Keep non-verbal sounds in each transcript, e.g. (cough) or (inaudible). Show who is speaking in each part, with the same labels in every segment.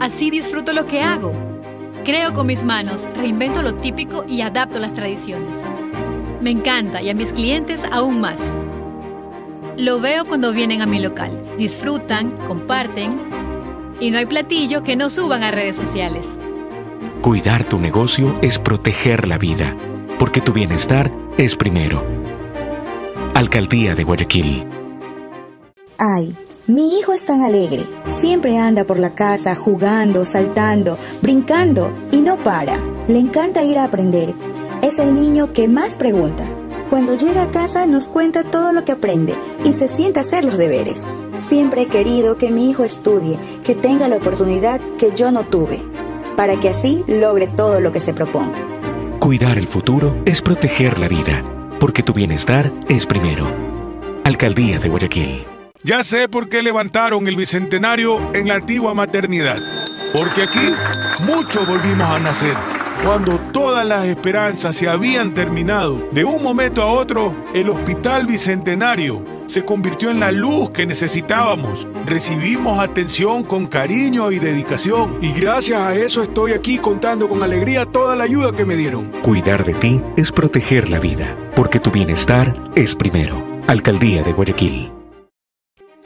Speaker 1: Así disfruto lo que hago. Creo con mis manos, reinvento lo típico y adapto las tradiciones. Me encanta y a mis clientes aún más. Lo veo cuando vienen a mi local. Disfrutan, comparten y no hay platillo que no suban a redes sociales.
Speaker 2: Cuidar tu negocio es proteger la vida, porque tu bienestar es primero. Alcaldía de Guayaquil.
Speaker 3: Ay, mi hijo es tan alegre. Siempre anda por la casa jugando, saltando, brincando y no para. Le encanta ir a aprender. Es el niño que más pregunta. Cuando llega a casa nos cuenta todo lo que aprende y se sienta a hacer los deberes. Siempre he querido que mi hijo estudie, que tenga la oportunidad que yo no tuve, para que así logre todo lo que se proponga.
Speaker 2: Cuidar el futuro es proteger la vida, porque tu bienestar es primero. Alcaldía de Guayaquil.
Speaker 4: Ya sé por qué levantaron el bicentenario en la antigua maternidad. Porque aquí muchos volvimos a nacer. Cuando todas las esperanzas se habían terminado, de un momento a otro, el Hospital Bicentenario se convirtió en la luz que necesitábamos. Recibimos atención con cariño y dedicación.
Speaker 5: Y gracias a eso estoy aquí contando con alegría toda la ayuda que me dieron.
Speaker 2: Cuidar de ti es proteger la vida, porque tu bienestar es primero. Alcaldía de Guayaquil.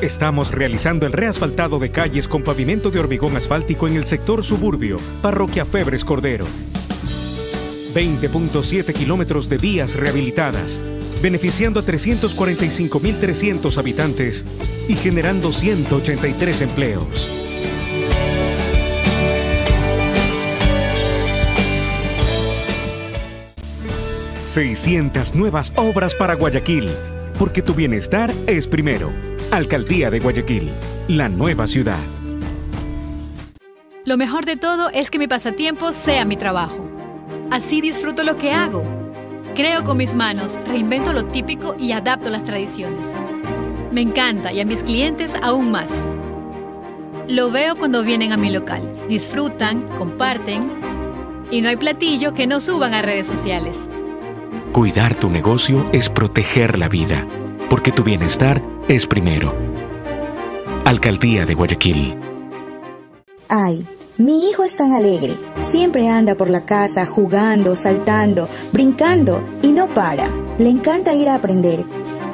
Speaker 6: Estamos realizando el reasfaltado de calles con pavimento de hormigón asfáltico en el sector suburbio, Parroquia Febres Cordero. 20.7 kilómetros de vías rehabilitadas, beneficiando a 345.300 habitantes y generando 183 empleos. ...600 nuevas obras para Guayaquil... ...porque tu bienestar es primero... Alcaldía de Guayaquil, la nueva ciudad.
Speaker 1: Lo mejor de todo es que mi pasatiempo sea mi trabajo. Así disfruto lo que hago. Creo con mis manos, reinvento lo típico y adapto las tradiciones. Me encanta y a mis clientes aún más. Lo veo cuando vienen a mi local. Disfrutan, comparten y no hay platillo que no suban a redes sociales.
Speaker 2: Cuidar tu negocio es proteger la vida, porque tu bienestar es primero. Alcaldía de Guayaquil.
Speaker 3: Ay, mi hijo es tan alegre. Siempre anda por la casa jugando, saltando, brincando y no para. Le encanta ir a aprender.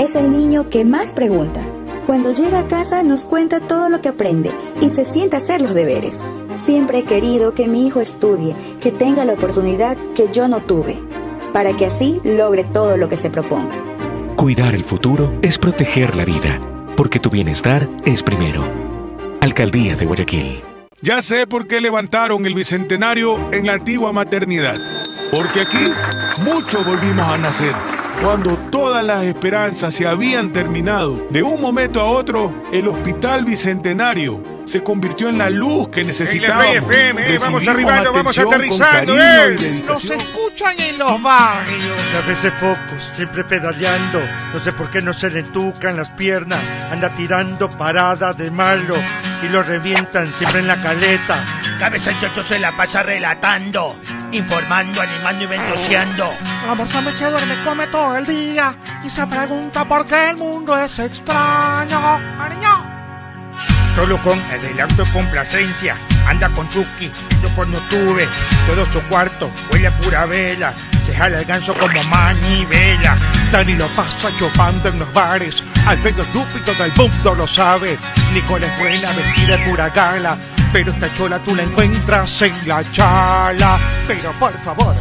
Speaker 3: Es el niño que más pregunta. Cuando llega a casa nos cuenta todo lo que aprende y se sienta a hacer los deberes. Siempre he querido que mi hijo estudie, que tenga la oportunidad que yo no tuve, para que así logre todo lo que se proponga.
Speaker 2: Cuidar el futuro es proteger la vida, porque tu bienestar es primero.
Speaker 6: Alcaldía de Guayaquil.
Speaker 4: Ya sé por qué levantaron el Bicentenario en la antigua maternidad. Porque aquí muchos volvimos a nacer. Cuando todas las esperanzas se habían terminado, de un momento a otro, el Hospital Bicentenario se convirtió en la luz que necesitábamos.
Speaker 7: LP, FM, eh, vamos
Speaker 4: Recibimos
Speaker 7: arribando, vamos
Speaker 4: atención con
Speaker 7: aterrizando.
Speaker 4: cariño y
Speaker 7: eh. Nos
Speaker 4: dedicación.
Speaker 7: escuchan en los barrios.
Speaker 8: A veces focos, siempre pedaleando. No sé por qué no se le entucan las piernas. Anda tirando parada de malo y lo revientan siempre en la caleta.
Speaker 9: Cabeza el chocho se la pasa relatando, informando, animando y ventoseando.
Speaker 7: La morsa se duerme, come todo el día y se pregunta por qué el mundo es extraño. Ah, Ariño.
Speaker 9: Solo con adelanto y complacencia, anda con Chucky, yo pues no tuve. Todo su cuarto huele a pura vela, se jala el ganso como manivela.
Speaker 7: Dani lo pasa chupando en los bares, Alfredo estúpido del mundo lo sabe. Nicole es buena, vestida de pura gala, pero esta chola tú la encuentras en la chala. Pero por favor,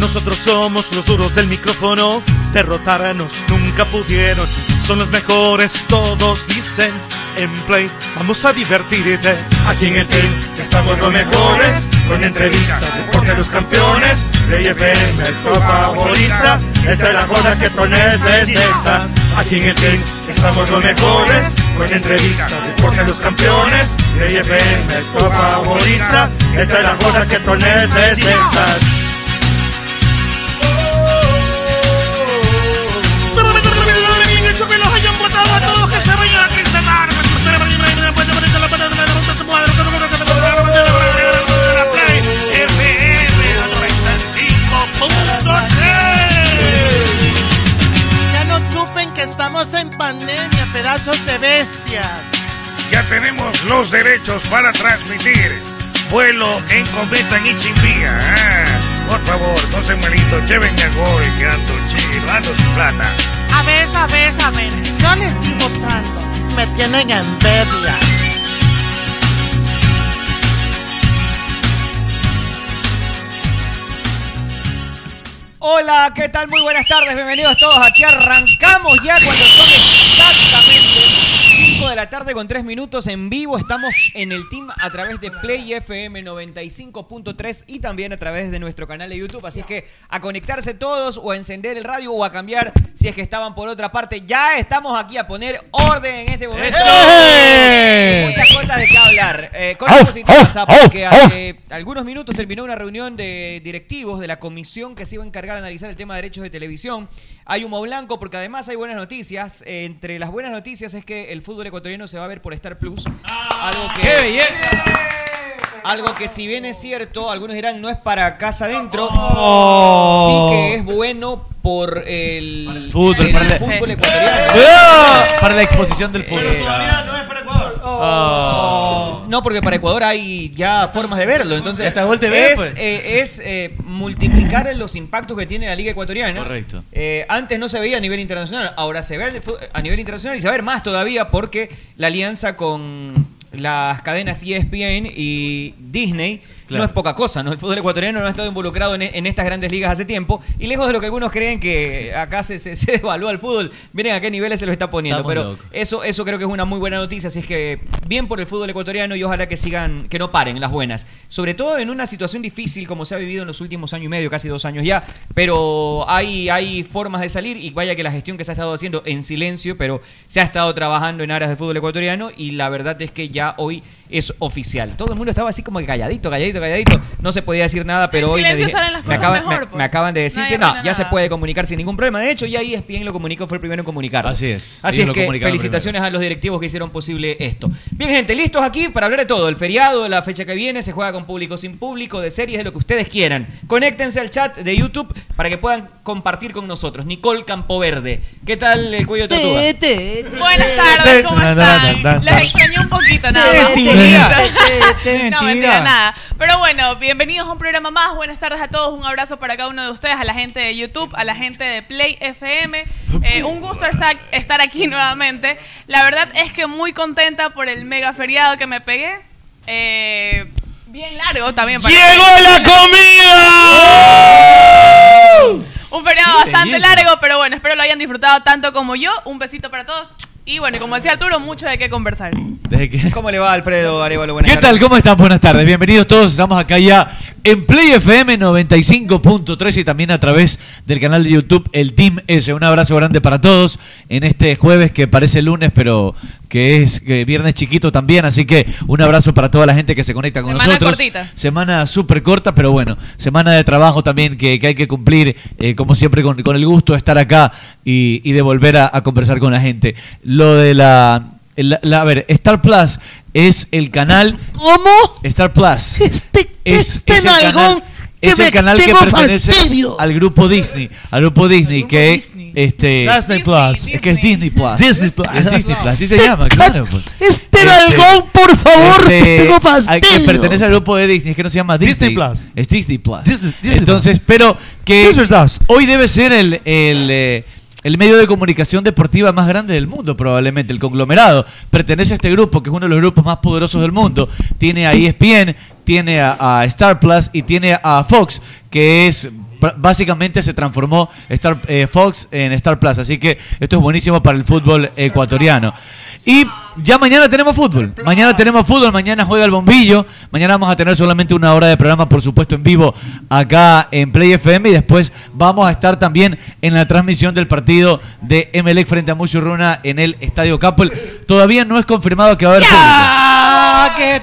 Speaker 10: Nosotros somos los duros del micrófono, derrotarnos nunca pudieron. Son los mejores, todos dicen. En play, vamos a divertirte. Aquí en el team estamos los mejores, con entrevistas, deporte de los campeones. Play FM, tu favorita, esta es la joda que tú necesitas. Aquí en el team estamos los mejores, con entrevistas, deporte de los campeones. Play FM, tu favorita, esta es la joda que tú necesitas.
Speaker 7: Eso que los hayan votado a todos que se vayan a quincenar.
Speaker 11: Ya no chupen que estamos en pandemia, pedazos de bestias.
Speaker 12: Ya tenemos los derechos para transmitir vuelo en cometa en Ichimbía. Ah, por favor, no se malito, llévenme a gol, que ando chido, ando sin plata.
Speaker 11: A ver, a ver, a ver, yo les estoy votando. Me tienen envidia.
Speaker 13: Hola, ¿qué tal? Muy buenas tardes, bienvenidos todos. Aquí arrancamos ya cuando son exactamente 5 de la tarde con 3 minutos en vivo. Estamos en el team a través de Play FM 95.3 y también a través de nuestro canal de YouTube. Así es que a conectarse todos o a encender el radio o a cambiar si es que estaban por otra parte. Ya estamos aquí a poner orden en este momento.
Speaker 1: ¡Eso!
Speaker 13: Muchas cosas de qué hablar. Eh, cosas
Speaker 1: ¡Eh! ¡Au!
Speaker 13: positivas,
Speaker 1: ¡Au!
Speaker 13: ah, porque
Speaker 1: ¡Au!
Speaker 13: hace algunos minutos terminó una reunión de directivos de la comisión que se iba a encargar de analizar el tema de derechos de televisión. Hay humo blanco porque además hay buenas noticias. Eh, entre las buenas noticias es que el fútbol ecuatoriano se va a ver por Star Plus. Algo que,
Speaker 14: ¡Qué belleza!
Speaker 13: Algo que si bien es cierto, algunos dirán no es para casa adentro,
Speaker 14: Oh.
Speaker 13: sí que es bueno por el,
Speaker 14: fútbol,
Speaker 13: el
Speaker 14: para la- ¡Eh!
Speaker 13: fútbol ecuatoriano.
Speaker 14: Para la exposición del fútbol. Ah. Oh.
Speaker 13: No, porque para Ecuador hay ya formas de verlo. Entonces,
Speaker 14: Esa Gol TV,
Speaker 13: es,
Speaker 14: pues.
Speaker 13: eh, es, eh, multiplicar los impactos que tiene la Liga Ecuatoriana.
Speaker 14: Correcto.
Speaker 13: Eh, antes no se veía a nivel internacional, ahora se ve a nivel internacional y se va a ver más todavía porque la alianza con las cadenas E ESPN y Disney
Speaker 14: Claro.
Speaker 13: no es poca cosa, ¿no? El fútbol ecuatoriano no ha estado involucrado en, en estas grandes ligas hace tiempo y lejos de lo que algunos creen que acá se, se, (laughs) se devalúa el fútbol, miren a qué niveles se lo está poniendo,
Speaker 14: Estamos
Speaker 13: pero
Speaker 14: locos.
Speaker 13: eso, eso creo que es una muy buena noticia, así es que bien por el fútbol ecuatoriano y ojalá que sigan, que no paren las buenas. Sobre todo en una situación difícil como se ha vivido en los últimos año y medio, casi dos años ya, pero hay, hay formas de salir y vaya que la gestión que se ha estado haciendo en silencio, pero se ha estado trabajando en áreas de fútbol ecuatoriano y la verdad es que ya hoy es oficial. Todo el mundo estaba así como que calladito, calladito, calladito, no se podía decir nada, pero
Speaker 15: En
Speaker 13: hoy me,
Speaker 15: silencio
Speaker 13: dije-
Speaker 15: salen las
Speaker 13: me
Speaker 15: cosas
Speaker 13: acaban,
Speaker 15: mejor,
Speaker 13: me-
Speaker 15: pues.
Speaker 13: me acaban de decir
Speaker 15: Nadie
Speaker 13: que no,
Speaker 15: opina
Speaker 13: ya se
Speaker 15: nada.
Speaker 13: puede comunicar sin ningún problema. De hecho, ya ESPN lo comunicó, fue el primero en comunicarlo. Así es. Así
Speaker 14: Ellos
Speaker 13: es
Speaker 14: lo
Speaker 13: que
Speaker 14: comunicaron
Speaker 13: felicitaciones a los directivos que hicieron posible esto. Bien, gente, listos aquí para hablar de todo. El feriado, la fecha que viene, se juega con público, sin público, de series, de lo que ustedes quieran. Conéctense al chat de YouTube para que puedan compartir con nosotros. Nicole Campoverde. ¿Qué tal el cuello de tortuga?
Speaker 15: Buenas tardes, ¿cómo están? Los extrañé un poquito, nada más.
Speaker 13: Mentira.
Speaker 15: (laughs) No, mentira, nada. Pero bueno, bienvenidos a un programa más. Buenas tardes a todos. Un abrazo para cada uno de ustedes, a la gente de YouTube, a la gente de Play FM. Eh, un gusto estar, estar aquí nuevamente. La verdad es que muy contenta por el mega feriado que me pegué. Eh, bien largo también. para-
Speaker 1: ¡Llegó la comida!
Speaker 15: Un feriado
Speaker 1: Qué
Speaker 15: bastante
Speaker 1: belleza.
Speaker 15: largo, pero bueno, espero lo hayan disfrutado tanto como yo. Un besito para todos. Y bueno, y como decía Arturo, mucho de qué conversar.
Speaker 14: Desde que-
Speaker 13: ¿Cómo le va Alfredo Arevalo? Buenas
Speaker 14: ¿Qué
Speaker 13: tardes.
Speaker 14: tal? ¿Cómo están? Buenas tardes. Bienvenidos todos. Estamos acá ya en Play FM 95.3 y también a través del canal de YouTube El Team S. Un abrazo grande para todos en este jueves que parece lunes, pero que es eh, viernes chiquito también. Así que un abrazo para toda la gente que se conecta con
Speaker 15: Semana
Speaker 14: nosotros.
Speaker 15: cortita.
Speaker 14: Semana súper corta, pero bueno, semana de trabajo también que, que hay que cumplir, eh, como siempre, con, con el gusto de estar acá y, y de volver a, a conversar con la gente. Lo de la, la- la- A ver, Star Plus es el canal.
Speaker 16: ¿Cómo?
Speaker 14: Star Plus. es,
Speaker 16: (laughs) este
Speaker 14: es el canal,
Speaker 16: nalgón que
Speaker 14: es el
Speaker 16: me-
Speaker 14: canal que
Speaker 16: tengo
Speaker 14: pertenece
Speaker 16: fastidio.
Speaker 14: al grupo Disney. Al grupo Disney, que. Este,
Speaker 16: Disney Plus.
Speaker 14: Es que es Disney Plus.
Speaker 16: Disney Plus.
Speaker 14: Es Disney Plus. Así se
Speaker 16: Este
Speaker 14: llama, claro. pues.
Speaker 16: Este nalgón, por favor,
Speaker 14: Este,
Speaker 16: que tengo
Speaker 14: al que
Speaker 16: fastidio.
Speaker 14: pertenece al grupo de Disney, es que no se llama Disney. Plus. Es Disney Plus. Entonces, pero que hoy debe ser el, el, eh, el medio de comunicación deportiva más grande del mundo, probablemente. El conglomerado pertenece a este grupo, que es uno de los grupos más poderosos del mundo. Tiene a E ESPN, tiene a, a Star Plus y tiene a Fox, que es pr- básicamente se transformó Star, eh, Fox en Star Plus. Así que esto es buenísimo para el fútbol ecuatoriano. Y ya mañana tenemos fútbol. Mañana tenemos fútbol, mañana juega el bombillo. Mañana vamos a tener solamente una hora de programa, por supuesto, en vivo acá en Play FM. Y después vamos a estar también en la transmisión del partido de Emelec frente a Muchurruna en el Estadio Capel. Todavía no es confirmado que va a haber fútbol.
Speaker 17: Ah,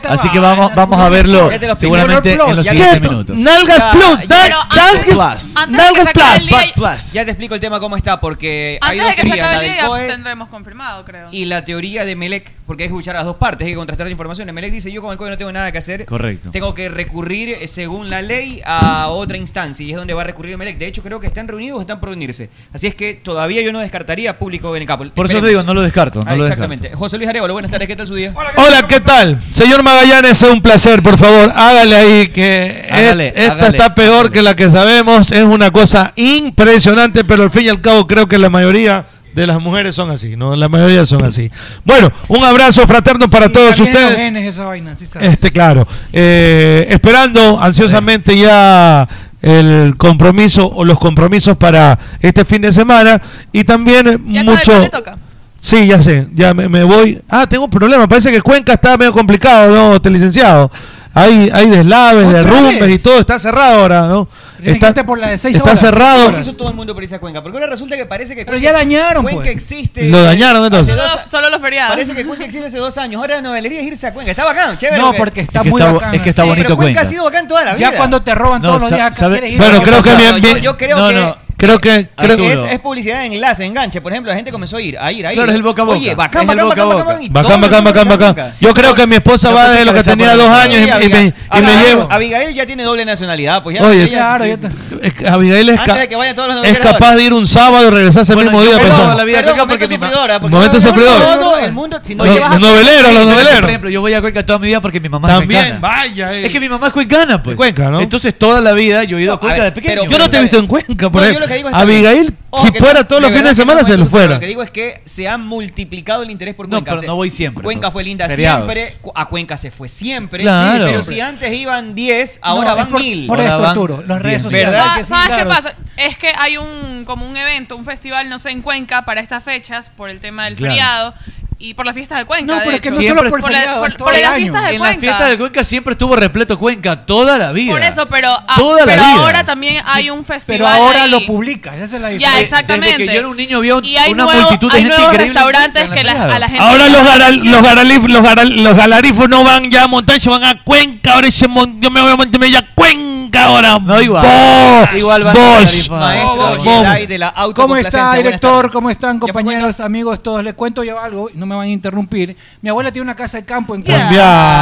Speaker 14: Así que vamos, vamos a verlo
Speaker 13: Ya te lo explico.
Speaker 14: seguramente en los
Speaker 13: Ya-
Speaker 14: siguientes minutos.
Speaker 16: Nalgas Plus,
Speaker 13: Ah, Ya-
Speaker 16: da-
Speaker 13: pero
Speaker 16: Nalgas
Speaker 13: antes-
Speaker 16: Plus,
Speaker 13: antes de
Speaker 16: Nalgas
Speaker 13: que se acabe el
Speaker 16: Plus,
Speaker 13: día-
Speaker 14: Plus.
Speaker 13: Ya te explico el tema cómo está, porque hay
Speaker 15: Antes
Speaker 13: dos
Speaker 15: de que se
Speaker 13: teorías,
Speaker 15: acabe
Speaker 13: la
Speaker 15: el
Speaker 13: del
Speaker 15: día
Speaker 13: COE
Speaker 15: tendremos confirmado, creo.
Speaker 13: y la teoría de Melec, porque hay que escuchar las dos partes, hay que contrastar la información. Melec dice, yo con el COE no tengo nada que hacer.
Speaker 14: Correcto.
Speaker 13: Tengo que recurrir, eh, según la ley, a otra instancia, y es donde va a recurrir Melec. De hecho, creo que están reunidos o están por reunirse. Así es que todavía yo no descartaría público en el Capol.
Speaker 14: Por eso te digo,
Speaker 13: Esperemos.
Speaker 14: no lo descarto. No
Speaker 13: Ah,
Speaker 14: lo descarto.
Speaker 13: exactamente. José Luis Arevalo, buenas tardes, ¿qué tal su día?
Speaker 18: Hola, ¿qué tal? Señor Magallanes, es un placer, por favor, hágale ahí que
Speaker 14: Hágale,
Speaker 18: es- esta
Speaker 14: hágale,
Speaker 18: está peor que la que sabemos, es una cosa impresionante, pero al fin y al cabo creo que la mayoría de las mujeres son así, ¿no? La mayoría son así. Bueno, un abrazo fraterno (laughs) para todos
Speaker 17: También los
Speaker 18: ustedes.
Speaker 17: genes, esa vaina, sí sabes.
Speaker 18: Este, claro. Eh, esperando ansiosamente ya el compromiso o los compromisos para este fin de semana y también
Speaker 15: Ya sabe
Speaker 18: mucho
Speaker 15: cuál le toca.
Speaker 18: Sí, ya sé, ya me, me voy. Ah, tengo un problema, parece que Cuenca está medio complicado, ¿no? Te licenciado. Hay, hay deslaves, derrumbes y todo, está cerrado ahora, ¿no? Está, está cerrado.
Speaker 13: Por eso todo el mundo perece a Cuenca. Porque ahora resulta que parece que.
Speaker 17: Pero
Speaker 13: Cuenca-
Speaker 17: ya dañaron,
Speaker 13: Cuenca
Speaker 17: pues.
Speaker 13: existe.
Speaker 18: Lo dañaron,
Speaker 13: hace
Speaker 18: entonces.
Speaker 13: dos-
Speaker 15: Solo los feriados.
Speaker 13: Parece que Cuenca existe hace dos años. Ahora la novelería es irse a Cuenca. Está bacán, chévere.
Speaker 17: No,
Speaker 13: que-
Speaker 17: porque está
Speaker 14: Es que
Speaker 17: muy
Speaker 14: está bo-
Speaker 17: bacán.
Speaker 14: es que está
Speaker 13: Sí,
Speaker 14: bonito
Speaker 13: pero Cuenca
Speaker 14: Cuenca.
Speaker 13: ha sido bacán toda la vida.
Speaker 17: Ya cuando te roban
Speaker 14: No,
Speaker 17: todos los
Speaker 14: sa-
Speaker 17: días acá,
Speaker 14: sabe-
Speaker 17: quieres ir
Speaker 18: Bueno,
Speaker 17: a-
Speaker 18: creo que bien,
Speaker 13: yo-
Speaker 18: bien.
Speaker 13: yo creo
Speaker 18: no,
Speaker 13: que-
Speaker 18: no, creo que creo
Speaker 13: Porque es, es publicidad de enlace, de enganche. Por ejemplo, la gente comenzó a ir, a ir, a ir.
Speaker 14: Claro, es el boca a boca.
Speaker 13: Oye, bacán,
Speaker 14: Es el
Speaker 13: bacán,
Speaker 14: boca a
Speaker 13: bacán,
Speaker 14: boca.
Speaker 13: bacán. y todo el
Speaker 18: Bacán,
Speaker 13: mundo
Speaker 18: bacán, bacán,
Speaker 13: perece a
Speaker 18: bacán.
Speaker 13: Cuenca.
Speaker 18: Yo creo que mi esposa
Speaker 14: Yo
Speaker 18: va
Speaker 14: pensé
Speaker 18: desde lo
Speaker 14: que
Speaker 18: que
Speaker 14: esa
Speaker 18: tenía
Speaker 14: parte
Speaker 18: dos
Speaker 14: no
Speaker 18: años y,
Speaker 13: Sí,
Speaker 18: y me,
Speaker 13: Abigail-
Speaker 18: y me
Speaker 13: Abigail-
Speaker 18: lleva.
Speaker 13: Abigail ya tiene doble nacionalidad, pues ya.
Speaker 18: Oye,
Speaker 13: ella- sí, sí, sí.
Speaker 18: es que Abigail es,
Speaker 13: Antes
Speaker 18: ca-
Speaker 13: de que vayan todos los
Speaker 18: es
Speaker 13: novejeros
Speaker 18: capaz de ir un sábado y regresarse el mismo día.
Speaker 14: Perdón,
Speaker 18: pensando.
Speaker 14: la vida
Speaker 13: Perdón,
Speaker 14: toca Ah, porque mi ma-
Speaker 13: sufridora, porque
Speaker 18: Momento
Speaker 13: todo-
Speaker 18: sufridor.
Speaker 13: Todo el mundo, si no
Speaker 18: Los-
Speaker 13: llevas a-
Speaker 18: los noveleros, los
Speaker 14: Sí, pero,
Speaker 18: noveleros.
Speaker 14: Por ejemplo, yo voy a Cuenca toda mi vida porque mi mamá
Speaker 18: También,
Speaker 14: es cuencana.
Speaker 18: vaya. eh.
Speaker 14: Es que mi mamá es cuencana, pues.
Speaker 18: Cuenca, ¿no?
Speaker 14: Entonces toda la vida yo he ido
Speaker 13: No,
Speaker 14: a Cuenca
Speaker 13: a
Speaker 14: de
Speaker 13: ver,
Speaker 14: pequeño.
Speaker 13: pero-
Speaker 18: Yo no te he visto en Cuenca, por
Speaker 13: No,
Speaker 14: pues.
Speaker 18: ahí.
Speaker 13: yo lo que digo está bien.
Speaker 18: Abigail,
Speaker 13: Ojo,
Speaker 18: si
Speaker 13: que
Speaker 18: fuera
Speaker 13: no-
Speaker 18: todos los
Speaker 13: de verdad
Speaker 18: fines de
Speaker 13: que no
Speaker 18: semana, se
Speaker 13: cuento
Speaker 18: lo
Speaker 13: su problema.
Speaker 18: fuera.
Speaker 13: Lo que digo es que se ha multiplicado el interés por
Speaker 14: No,
Speaker 13: Cuenca.
Speaker 14: pero
Speaker 13: o sea,
Speaker 14: no voy siempre,
Speaker 13: Cuenca
Speaker 14: pero
Speaker 13: fue linda
Speaker 14: feriados.
Speaker 13: siempre, cu- a Cuenca se fue siempre.
Speaker 14: Claro.
Speaker 13: Pero si antes iban 10,
Speaker 17: No,
Speaker 13: ahora
Speaker 17: es
Speaker 13: van
Speaker 17: por-
Speaker 13: 1000.
Speaker 17: por
Speaker 14: esto,
Speaker 17: Arturo, las redes sociales.
Speaker 13: ¿Verdad
Speaker 17: Ah,
Speaker 13: que sí?
Speaker 17: ¿sabes
Speaker 15: ¿Sabes qué
Speaker 17: Claro,
Speaker 15: pasa? Es que hay un como un evento, un festival, no sé, en Cuenca para estas fechas, por el tema del
Speaker 14: Claro.
Speaker 15: feriado y por las fiestas de Cuenca.
Speaker 17: No,
Speaker 15: de
Speaker 17: pero es que
Speaker 15: hecho.
Speaker 17: no solo por el
Speaker 15: la-
Speaker 17: feriado,
Speaker 15: por-
Speaker 17: todo
Speaker 15: por
Speaker 17: el
Speaker 15: las
Speaker 17: año.
Speaker 15: fiestas de
Speaker 14: En la
Speaker 15: Cuenca.
Speaker 14: fiesta de Cuenca siempre estuvo repleto Cuenca toda la vida.
Speaker 15: por eso, pero, ah,
Speaker 14: Toda la
Speaker 15: pero
Speaker 14: vida.
Speaker 15: ahora también hay un festival.
Speaker 17: Pero ahora
Speaker 15: ahí.
Speaker 17: lo publicas, esa es la
Speaker 15: Ya,
Speaker 17: diferencia.
Speaker 15: exactamente.
Speaker 14: Desde que yo era un niño había
Speaker 15: y hay
Speaker 14: una
Speaker 15: nuevo-
Speaker 14: multitud de
Speaker 15: hay
Speaker 14: gente
Speaker 15: nuevos
Speaker 14: increíble en
Speaker 15: restaurantes
Speaker 14: Cuenca
Speaker 15: que
Speaker 14: en la
Speaker 15: la-
Speaker 14: playa.
Speaker 15: a la gente.
Speaker 18: Ahora
Speaker 15: le
Speaker 18: los,
Speaker 15: llama la
Speaker 18: garal-
Speaker 15: atención.
Speaker 18: los, garalif- los, garal- los galarifos no van ya a montarse, van a Cuenca. Ahora se mon- yo me voy a montarme ya a Cuenca ahora.
Speaker 14: No, igual.
Speaker 18: Vos,
Speaker 14: igual va
Speaker 18: vos.
Speaker 13: Maestro
Speaker 18: Vos.
Speaker 13: Jedi de la
Speaker 17: ¿Cómo está,
Speaker 13: autocomplacencia. buenas
Speaker 17: director?
Speaker 13: tardes.
Speaker 17: ¿Cómo están, compañeros, amigos, todos? Les cuento yo algo, no me van a interrumpir. Mi abuela tiene una casa de campo en Cuenca.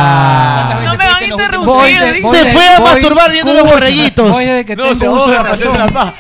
Speaker 15: No me van a
Speaker 17: Voy
Speaker 15: interrumpir.
Speaker 17: de-
Speaker 15: dice.
Speaker 17: voy de- voy- escucha, Voy desde que
Speaker 14: No,
Speaker 17: tengo
Speaker 14: se
Speaker 17: uso
Speaker 14: usa
Speaker 17: de
Speaker 14: para hacer
Speaker 17: razón.
Speaker 14: la paz.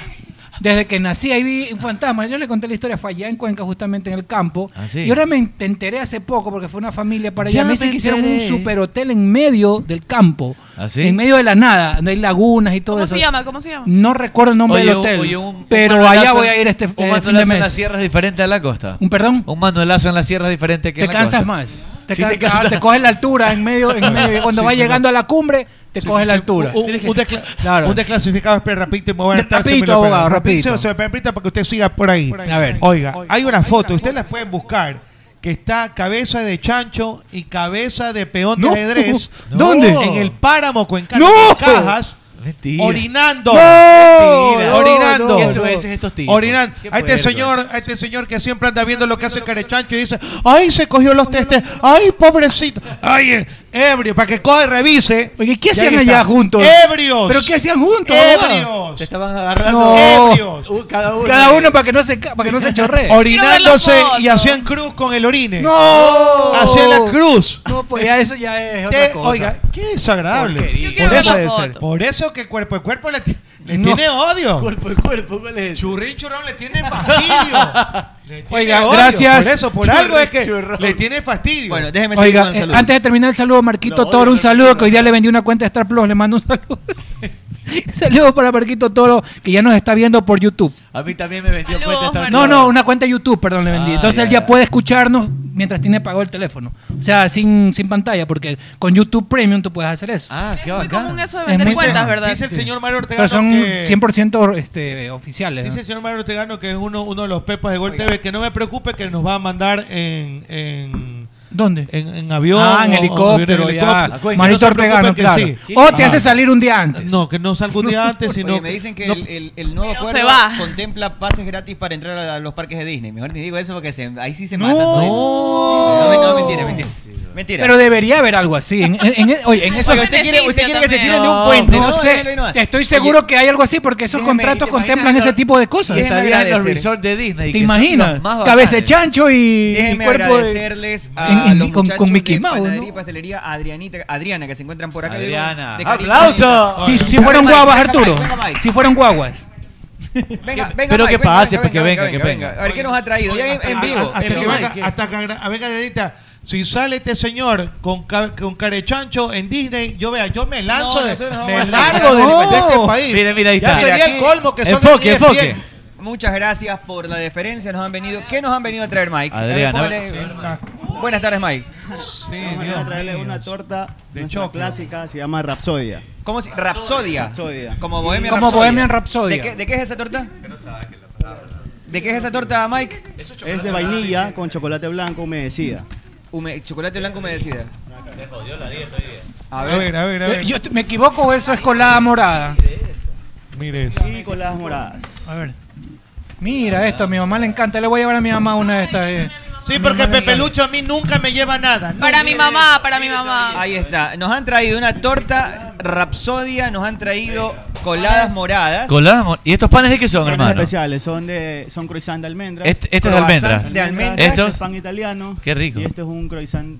Speaker 17: Desde que nací ahí vi un fantasma. Yo le conté la historia, fue allá en Cuenca, justamente en el campo.
Speaker 14: Ah, sí.
Speaker 17: Y ahora me en- te enteré hace poco, porque fue una familia para
Speaker 14: Ya
Speaker 17: allá. Me dicen
Speaker 14: me
Speaker 17: que hicieron un
Speaker 14: enteré.
Speaker 17: super hotel en medio del campo.
Speaker 14: ¿Ah, sí?
Speaker 17: En medio de la nada, donde hay lagunas y todo
Speaker 15: ¿Cómo
Speaker 17: eso.
Speaker 15: se llama? ¿Cómo se llama?
Speaker 17: No recuerdo el nombre
Speaker 14: Oye,
Speaker 17: del
Speaker 14: un-
Speaker 17: hotel.
Speaker 14: oye, un- un
Speaker 17: pero
Speaker 14: manuelazo
Speaker 17: allá
Speaker 14: en-
Speaker 17: voy a ir este eh,
Speaker 14: Un
Speaker 17: fin de
Speaker 14: manuelazo en la
Speaker 17: mes.
Speaker 14: sierra es diferente a la costa.
Speaker 17: ¿Un perdón?
Speaker 14: Un manuelazo en la sierra es diferente que
Speaker 17: Te
Speaker 14: en la
Speaker 17: cansas
Speaker 14: costa.
Speaker 17: más. Te,
Speaker 14: Sí,
Speaker 17: ca-
Speaker 14: te
Speaker 17: ah,
Speaker 14: cansas.
Speaker 17: te coges la (laughs) altura en medio, en medio. Cuando
Speaker 14: Sí,
Speaker 17: vas
Speaker 14: pero-
Speaker 17: llegando a la cumbre, te coges la altura.
Speaker 19: Un, un descla- un desclasificado, espera, rapidito. me voy a
Speaker 17: De-
Speaker 19: adelantar, se me
Speaker 17: rapidito,
Speaker 19: lo perdona.
Speaker 17: abogado,
Speaker 19: Rapidito,
Speaker 17: rapidito.
Speaker 19: se me permite para que usted siga por ahí.
Speaker 17: A ver.
Speaker 19: Oiga, hay una foto, ustedes las pueden buscar,
Speaker 18: que está cabeza de chancho y cabeza de peón
Speaker 1: No.
Speaker 18: de
Speaker 17: (laughs)
Speaker 18: ajedrez.
Speaker 1: ¿Dónde?
Speaker 18: En el páramo Cuenca,
Speaker 1: No.
Speaker 18: en cajas.
Speaker 14: Mentira.
Speaker 18: Orinando.
Speaker 1: No,
Speaker 18: Mentira.
Speaker 1: no,
Speaker 18: orinando.
Speaker 1: no. ¿Qué sueces estos tipos?
Speaker 18: Orinando.
Speaker 1: Qué
Speaker 18: A este
Speaker 1: puerco.
Speaker 18: señor, a este señor que siempre anda viendo lo que hace Carechancho y dice, "Ay, se cogió los testes. Ay, pobrecito. Ay, eh, ebrio, para que coja y revise." Oye,
Speaker 17: ¿Qué hacían allá juntos?
Speaker 18: Ebrios.
Speaker 17: ¿Pero qué hacían juntos?
Speaker 18: Ebrios.
Speaker 17: abogado?
Speaker 14: Se estaban agarrando
Speaker 17: No.
Speaker 14: ebrios. Uh, cada uno.
Speaker 17: Cada uno para que no se, ca- para que no se chorree.
Speaker 18: (laughs) Orinándose y hacían cruz con el orine.
Speaker 17: ¡No!
Speaker 18: Hacían la cruz.
Speaker 17: No, pues ya eso ya es otra
Speaker 18: Te-
Speaker 17: cosa.
Speaker 18: Oiga, qué desagradable.
Speaker 17: Porquería. Yo quiero
Speaker 18: Por
Speaker 17: ver
Speaker 18: eso,
Speaker 17: la foto.
Speaker 18: por eso que cuerpo de cuerpo le, ti- le
Speaker 17: No.
Speaker 18: tiene odio.
Speaker 14: Cuerpo de cuerpo, ¿cuál es?
Speaker 18: Churrín churrón le tiene fastidio. Le tiene
Speaker 17: Oiga,
Speaker 18: odio.
Speaker 17: gracias.
Speaker 18: Por eso, por
Speaker 17: Churrín
Speaker 18: algo es que
Speaker 17: churrón.
Speaker 18: le tiene fastidio. Bueno, déjeme
Speaker 17: Oiga, eh, antes de terminar el saludo, Marquito
Speaker 18: No,
Speaker 17: Toro,
Speaker 18: yo
Speaker 17: un saludo que hoy día le vendí una cuenta de Star Plus, le mando un saludo. (laughs) Saludos para Marquito Toro, que ya nos está viendo por YouTube.
Speaker 14: (laughs) A mí también me vendió cuenta esta
Speaker 17: No, no, una cuenta de YouTube, perdón, le vendí. Entonces él Ah, ya puede escucharnos mientras tiene pagado el teléfono. O sea, sin, sin pantalla, porque con YouTube Premium tú puedes hacer eso.
Speaker 14: Ah, qué
Speaker 15: común eso de vender cuentas, ¿verdad?
Speaker 18: Dice el señor Mario Ortega
Speaker 17: Pero son
Speaker 18: que-
Speaker 17: 100% este, oficiales.
Speaker 18: Dice
Speaker 17: ¿no?
Speaker 18: el señor Mario Tegano que es uno, uno de los pepas de Gol TV, que no me preocupe que nos va a mandar en... en
Speaker 17: ¿Dónde?
Speaker 18: En, en avión.
Speaker 17: Ah, en
Speaker 18: o- o
Speaker 17: helicóptero,
Speaker 18: avión, en
Speaker 17: ya.
Speaker 18: helicóptero.
Speaker 17: Marito
Speaker 18: se preocupe
Speaker 17: Ortegano,
Speaker 18: que
Speaker 17: claro. O te hace salir un día antes.
Speaker 18: No, que no salga un
Speaker 13: (laughs)
Speaker 18: día antes, sino...
Speaker 13: Ah. Oye, me dicen que
Speaker 18: no-
Speaker 13: el, el- el nuevo
Speaker 15: Pero
Speaker 13: acuerdo
Speaker 15: se va.
Speaker 13: contempla pases gratis para entrar a, los parques de Disney. Mejor ni digo eso porque se- ahí sí se
Speaker 17: No.
Speaker 13: matan. No, no, mentira, mentira. Mentira.
Speaker 17: Pero debería haber algo así. En, en- en- oye, en eso
Speaker 13: Oiga, usted quiere- usted quiere que se tiren de un puente,
Speaker 17: No,
Speaker 13: ¿no?
Speaker 17: sé.
Speaker 13: Déjelo ahí nomás.
Speaker 17: Estoy
Speaker 13: Oye,
Speaker 17: seguro que hay algo así porque esos
Speaker 13: déjeme,
Speaker 17: contratos
Speaker 13: ¿te
Speaker 17: contemplan
Speaker 13: imaginas?
Speaker 17: ese tipo de cosas.
Speaker 13: Déjeme
Speaker 14: Sabía los
Speaker 13: agradecer.
Speaker 14: resorts de Disney.
Speaker 17: ¿Te
Speaker 14: que son
Speaker 17: imaginas?
Speaker 14: los más
Speaker 17: Cabeza de
Speaker 14: bacanes.
Speaker 17: chancho y, y
Speaker 13: Déjenme
Speaker 17: cuerpo de...
Speaker 13: agradecerles
Speaker 17: en-
Speaker 13: a
Speaker 17: en-
Speaker 13: los
Speaker 17: con- con
Speaker 13: muchachos
Speaker 17: Mickey
Speaker 13: de
Speaker 17: Mouse,
Speaker 13: Panadería y Pastelería Adrianita, Adriana, que se encuentran por acá. digo,
Speaker 14: Adriana.
Speaker 13: de cariño.
Speaker 14: ¡Aplauso!
Speaker 17: Si, si
Speaker 13: Venga,
Speaker 17: fueron
Speaker 13: Mike,
Speaker 17: guaguas,
Speaker 13: venga,
Speaker 17: Arturo.
Speaker 13: Mike, venga, Mike.
Speaker 17: Si fueron guaguas.
Speaker 13: Venga,
Speaker 14: Pero
Speaker 13: Mike,
Speaker 14: que pase, pues, que venga, que venga.
Speaker 13: A ver, ¿qué nos ha traído? Ya en, en vivo.
Speaker 18: Hasta
Speaker 13: en
Speaker 18: que
Speaker 13: vivo.
Speaker 18: venga, hasta que agra- venga Adrianita, Si sale este señor con, ca- con carechancho en Disney, yo vea, yo me lanzo,
Speaker 13: No,
Speaker 18: de,
Speaker 13: nosotros no
Speaker 18: me
Speaker 13: vamos a
Speaker 18: largo
Speaker 13: salir.
Speaker 18: del- de, este
Speaker 13: No.
Speaker 18: país.
Speaker 14: Mira, mira, ahí
Speaker 18: ya
Speaker 14: está.
Speaker 18: sería
Speaker 14: Mira,
Speaker 18: el
Speaker 14: aquí-
Speaker 18: colmo que son
Speaker 14: Enfoque,
Speaker 18: las 10,
Speaker 14: enfoque.
Speaker 18: bien.
Speaker 13: Muchas gracias por la deferencia. Nos han venido. ¿Qué nos han venido a traer, Mike?
Speaker 14: Adriana.
Speaker 13: Póngale-
Speaker 14: Sí,
Speaker 13: Buenas tardes, Mike.
Speaker 18: Sí,
Speaker 20: Vamos a traerle una torta de chocolate clásica, se llama Rapsodia.
Speaker 13: ¿Cómo se Rapsodia.
Speaker 20: Rapsodia.
Speaker 13: Como Bohemian
Speaker 20: Como
Speaker 13: Rhapsody.
Speaker 20: Bohemian Rhapsody.
Speaker 13: ¿De qué, de qué es esa torta? ¿De qué es esa torta, Mike?
Speaker 20: Es de vainilla con chocolate blanco humedecida.
Speaker 13: Hume- chocolate blanco humedecida. Se jodió la dieta hoy día.
Speaker 18: A ver, a ver, a ver.
Speaker 17: Yo, yo- ¿Me equivoco o eso es colada morada?
Speaker 18: Mire eso.
Speaker 20: Y con las moradas.
Speaker 17: A ver. Mira esto, a mi mamá le encanta. Le voy a llevar a mi mamá una de estas. eh.
Speaker 18: Sí,
Speaker 17: Mi
Speaker 18: porque
Speaker 17: mamá le
Speaker 18: Pepe
Speaker 17: encanta.
Speaker 18: Lucho a mí nunca me lleva nada.
Speaker 15: Para mi mamá, para mi mamá.
Speaker 13: Ahí está. Nos han traído una torta rapsodia, nos han traído coladas moradas.
Speaker 14: Coladas mor- ¿Y estos panes de qué son,
Speaker 20: Son
Speaker 14: hermano?
Speaker 20: especiales, son de son croissant de almendras.
Speaker 14: Este- este es de
Speaker 20: Croissants
Speaker 14: almendras.
Speaker 20: De almendras.
Speaker 14: Esto-
Speaker 20: este es pan italiano.
Speaker 14: Qué rico.
Speaker 20: Y este es un croissant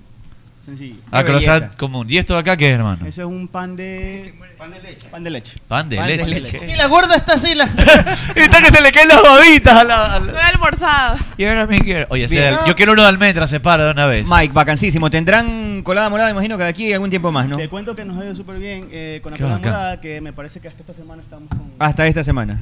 Speaker 20: sencillo.
Speaker 14: Ah,
Speaker 20: Qué
Speaker 14: croissant
Speaker 20: belleza.
Speaker 14: común. ¿Y esto de acá qué es, hermano?
Speaker 20: Ese es un pan de pan de leche. Pan de leche.
Speaker 14: Pan de leche.
Speaker 18: Y la gorda está así.
Speaker 19: (laughs)
Speaker 18: La...
Speaker 14: Está que se le caen las babitas a la... a la-
Speaker 15: No he almorzado.
Speaker 14: Y ahora me quiero- Oye,
Speaker 13: Bien.
Speaker 14: sea, yo quiero uno de almendras, se para de una vez.
Speaker 13: Mike, vacancísimo. Tendrán colada morada, imagino que de aquí algún tiempo más, ¿no?
Speaker 20: Te cuento que nos ha ido súper bien eh, con la
Speaker 13: Qué
Speaker 20: cola
Speaker 13: bacán.
Speaker 20: morada, que me parece que hasta esta semana estamos con...
Speaker 13: Hasta esta semana.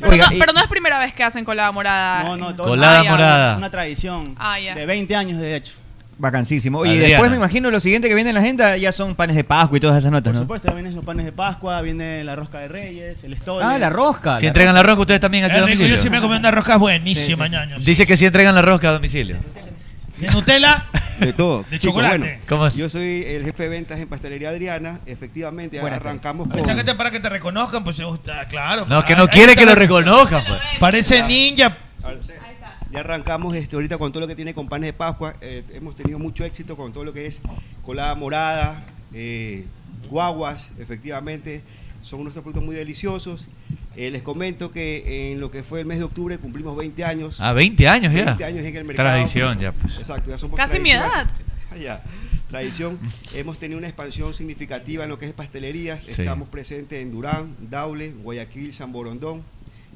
Speaker 15: Pero,
Speaker 13: Oiga,
Speaker 15: no,
Speaker 13: y-
Speaker 15: pero no es primera vez que hacen colada morada.
Speaker 20: No, no, todo-
Speaker 13: Colada
Speaker 20: Ah, ya.
Speaker 13: morada.
Speaker 20: Una tradición
Speaker 15: Ah, ya.
Speaker 20: de 20 años, de hecho.
Speaker 13: Vacancísimo. Oye, y
Speaker 14: Adriana.
Speaker 13: después me imagino lo siguiente que viene en la agenda ya son panes de Pascua y todas esas notas, Ah,
Speaker 20: Por
Speaker 13: ¿no?
Speaker 20: supuesto, ya vienen los panes de Pascua, viene la rosca de Reyes, el stole.
Speaker 13: Ah, la rosca.
Speaker 14: Si entregan la rosca, ustedes también hacen
Speaker 20: Es
Speaker 14: a
Speaker 20: rico,
Speaker 14: domicilio.
Speaker 20: yo sí me comí
Speaker 14: una rosca
Speaker 20: buenísima,
Speaker 14: ñaño. Dice que si entregan la rosca a domicilio.
Speaker 18: De Nutella.
Speaker 21: De todo.
Speaker 14: De
Speaker 21: Chicos,
Speaker 14: chocolate.
Speaker 21: bueno,
Speaker 14: ¿Cómo es?
Speaker 21: Yo soy el jefe de ventas en Pastelería Adriana. Efectivamente, Buenas tardes. arrancamos con.
Speaker 18: Sácate para que te reconozcan, pues gusta, claro.
Speaker 14: No,
Speaker 21: Ah,
Speaker 14: que no
Speaker 21: ahí
Speaker 14: quiere
Speaker 21: está
Speaker 14: que lo
Speaker 21: la-
Speaker 14: reconozcan, pues.
Speaker 21: Parece
Speaker 18: ninja.
Speaker 21: Ya arrancamos este, ahorita con todo lo que tiene con panes de Pascua. Eh, hemos tenido mucho éxito con todo lo que es colada morada, eh, guaguas, efectivamente. Son unos productos muy deliciosos. Eh, les comento que en lo que fue el mes de octubre cumplimos 20 años.
Speaker 14: Ah, 20 años ya.
Speaker 21: 20 años en el mercado.
Speaker 14: Tradición ya, pues.
Speaker 21: Exacto, ya somos
Speaker 15: Casi mi
Speaker 21: tradicionales.
Speaker 15: edad.
Speaker 21: (laughs) Ya, Tradición, hemos tenido una expansión significativa en lo que es pastelerías.
Speaker 14: Sí.
Speaker 21: Estamos presentes en Durán, Daule, Guayaquil, San Borondón.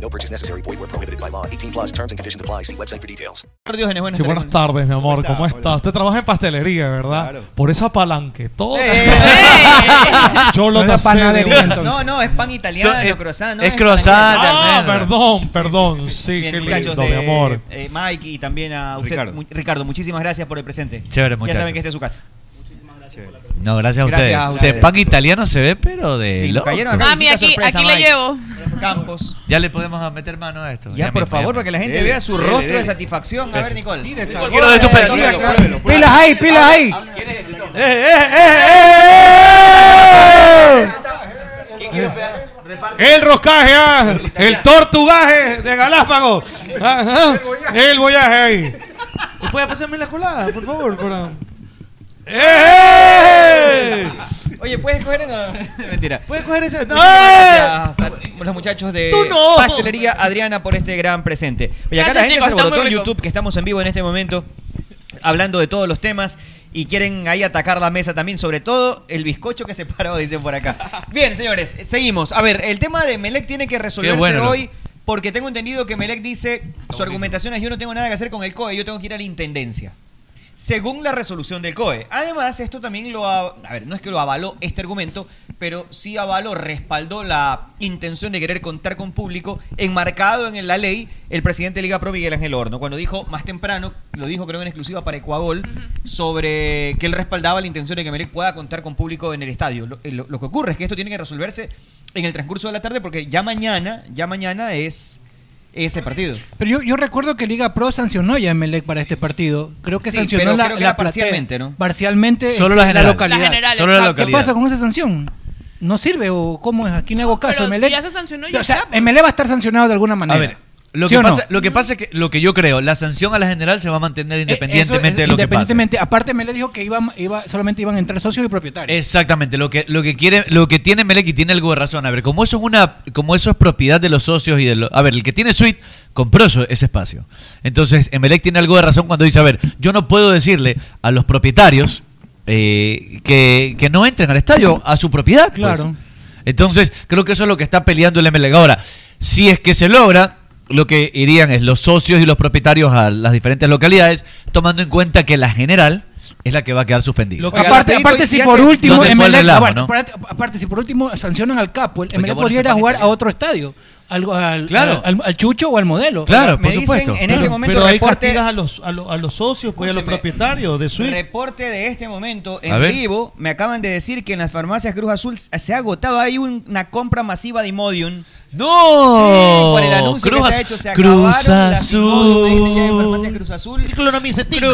Speaker 22: No purchase necessary. Void were prohibited by law. 18 plus terms and conditions apply. See website for details.
Speaker 1: Sí, buenas tardes, mi amor. ¿Cómo estás? Usted trabaja en pastelería, ¿verdad? Por esa palanque. Todo. (laughs) Yo lo
Speaker 13: No es
Speaker 1: sé de
Speaker 13: panadería,
Speaker 1: una.
Speaker 13: entonces. No, no, es pan italiano, croissant, no es pan italiano.
Speaker 1: Ah,
Speaker 13: Ah,
Speaker 1: perdón, perdón. Sí,
Speaker 13: Bien,
Speaker 1: qué
Speaker 13: muchachos,
Speaker 1: lindo, mi
Speaker 13: eh,
Speaker 1: amor.
Speaker 13: eh, Mike y también a usted, mu- Ricardo. muchísimas gracias por el presente.
Speaker 14: Chévere,
Speaker 13: Ya
Speaker 14: muchachos.
Speaker 13: saben que esta es su casa.
Speaker 14: No, gracias a
Speaker 13: Gracias
Speaker 14: ustedes.
Speaker 13: a
Speaker 14: Se-
Speaker 13: ustedes.
Speaker 14: pan italiano se ve, pero de
Speaker 13: Y
Speaker 14: loco.
Speaker 13: cayeron acá
Speaker 15: Mami,
Speaker 13: visita
Speaker 15: aquí,
Speaker 13: sorpresa,
Speaker 15: aquí le
Speaker 13: Mike.
Speaker 15: llevo.
Speaker 13: Campos.
Speaker 14: Ya le podemos meter mano a esto.
Speaker 13: Ya, por
Speaker 14: mismo,
Speaker 13: favor,
Speaker 14: ya
Speaker 13: para que la gente
Speaker 17: Eh,
Speaker 14: mismo.
Speaker 13: vea su
Speaker 14: Dele,
Speaker 13: rostro
Speaker 14: dele.
Speaker 13: de satisfacción. A ver,
Speaker 14: Ese.
Speaker 13: Nicole.
Speaker 14: Quiero de tu felicidad.
Speaker 17: Pilas ahí, pilas ahí.
Speaker 13: Eh, eh.
Speaker 1: El roscaje, ah, el tortugaje de Galápagos. Ajá, el voyaje ahí. ¿Puedes pasarme la colada, por favor? Para... ¡Eh!
Speaker 13: Oye, ¿puedes coger? No, (laughs) mentira.
Speaker 1: ¿Puedes coger ese?
Speaker 13: ¡No!
Speaker 1: ¡No!
Speaker 13: los muchachos de
Speaker 1: ¡Tú no!
Speaker 13: Pastelería Adriana por este gran presente. Oye, acá
Speaker 1: Gracias,
Speaker 13: la gente
Speaker 1: chicos,
Speaker 13: se
Speaker 1: está muy
Speaker 13: alborotó en
Speaker 1: rico.
Speaker 13: YouTube, que estamos en vivo en este momento, hablando de todos los temas. Y quieren ahí atacar la mesa también, sobre todo el bizcocho que se paró, dicen por acá. Bien, señores, seguimos. A ver, el tema de Melec tiene que resolverse
Speaker 14: Qué bueno, ¿no?
Speaker 13: hoy, porque tengo entendido que Melec dice, su argumentación es yo no tengo nada que hacer con el COE, yo tengo que ir a la Intendencia según la resolución del COE. Además, esto también lo... A, a ver, no es que lo avaló este argumento, pero sí avaló, respaldó la intención de querer contar con público enmarcado en la ley el presidente de Liga Pro, Miguel Ángel Horno, cuando dijo más temprano, lo dijo creo en exclusiva para Ecuagol, sobre que él respaldaba la intención de que Melec pueda contar con público en el estadio. Lo, eh, lo- lo que ocurre es que esto tiene que resolverse en el transcurso de la tarde porque ya mañana, ya mañana es ese partido.
Speaker 17: Pero yo, yo recuerdo que Liga Pro sancionó ya a Emelec para este partido. Creo que
Speaker 13: Sí,
Speaker 17: sancionó
Speaker 13: pero
Speaker 17: la,
Speaker 13: creo que
Speaker 17: la
Speaker 13: era
Speaker 17: platea.
Speaker 13: parcialmente, ¿no?
Speaker 17: Parcialmente
Speaker 14: Solo
Speaker 17: en
Speaker 14: la general.
Speaker 17: localidad.
Speaker 14: La general, Solo la exacto. localidad.
Speaker 17: ¿Qué pasa con esa sanción? ¿No sirve o cómo es? Aquí no hago caso.
Speaker 15: Pero
Speaker 17: Emelec,
Speaker 15: si ya se sancionó, ya
Speaker 17: o sea,
Speaker 15: está,
Speaker 17: Emelec va a estar sancionado de alguna manera.
Speaker 14: A ver, lo,
Speaker 17: ¿Sí
Speaker 14: que
Speaker 17: o no?
Speaker 14: pasa, lo que pasa es que lo que yo creo, la sanción a la general se va a mantener independientemente
Speaker 17: Eh, Eso es-
Speaker 14: de lo que pase.
Speaker 17: Independientemente, aparte Emelec dijo que iba, iba, solamente iban a entrar socios y propietarios.
Speaker 14: Exactamente, lo que, lo que quiere, lo que tiene Melec y tiene algo de razón. A ver, como eso es una, como eso es propiedad de los socios y de los. A ver, el que tiene suite compró eso- ese espacio. Entonces, eh, Melec tiene algo de razón cuando dice, a ver, yo no puedo decirle a los propietarios eh, que, que no entren al estadio a su propiedad. pues.
Speaker 17: Claro.
Speaker 14: Entonces, creo que eso es lo que está peleando el MLG. Ahora, si es que se logra, lo que irían es los socios y los propietarios a las diferentes localidades, tomando en cuenta que la general es la que va a quedar suspendida.
Speaker 17: Oiga, aparte,
Speaker 13: pues,
Speaker 17: aparte si por último
Speaker 14: Donde fue el
Speaker 17: Emelec-
Speaker 14: relajo,
Speaker 17: aparte,
Speaker 14: ¿no?
Speaker 17: aparte- aparte, si por último sancionan al capo, el Emelec
Speaker 14: bueno,
Speaker 17: podría ir a
Speaker 14: sepan
Speaker 17: jugar a otro estadio. Al, al,
Speaker 14: Claro.
Speaker 17: al, al Chucho o al modelo.
Speaker 1: Pero- pero ahí
Speaker 17: reporte-
Speaker 1: castigas a los, a, los, a los socios, pues y a los propietarios de suite.
Speaker 13: Reporte de este momento
Speaker 1: A
Speaker 13: en
Speaker 1: ver.
Speaker 13: vivo. Me acaban de decir que en las farmacias Cruz Azul se ha agotado. Hay un- una compra masiva de Imodium.
Speaker 14: ¡No!
Speaker 13: Sí, por el anuncio
Speaker 14: Cruz
Speaker 13: que se ha
Speaker 14: Azul-
Speaker 13: hecho. Se
Speaker 14: Cruz
Speaker 13: acabaron las
Speaker 14: Azul.
Speaker 13: Imodium, me dicen que hay en farmacias Cruz Azul. Cruz.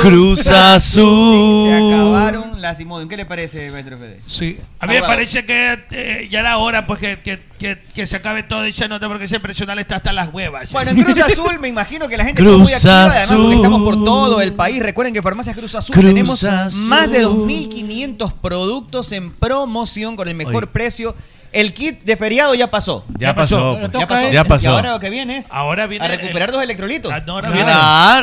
Speaker 14: Cruz
Speaker 13: Sí,
Speaker 14: Azul.
Speaker 13: se acabaron las Imodium. ¿Qué le parece, Metro Fede?
Speaker 1: Sí.
Speaker 23: A mí me
Speaker 13: Abogado.
Speaker 23: parece que eh, ya era hora pues, que, que- que- que se acabe todo y se nota porque ese personal está hasta las huevas.
Speaker 13: Bueno, en Cruz
Speaker 23: (laughs)
Speaker 13: Azul me imagino que la gente
Speaker 23: Cruz
Speaker 13: está muy activa, además porque
Speaker 23: Azul.
Speaker 13: estamos por todo el país. Recuerden que Farmacias Cruz Azul
Speaker 14: Cruz
Speaker 13: tenemos
Speaker 14: Azul.
Speaker 13: más de 2.500 productos en promoción con el mejor precio. El kit de feriado ya pasó.
Speaker 14: Ya pasó, pues.
Speaker 13: Ya pasó.
Speaker 14: Ya pasó.
Speaker 13: Y ahora lo que viene es
Speaker 23: ahora viene
Speaker 13: a recuperar dos electrolitos.
Speaker 23: Ahora
Speaker 14: Claro.
Speaker 23: viene-
Speaker 14: Claro.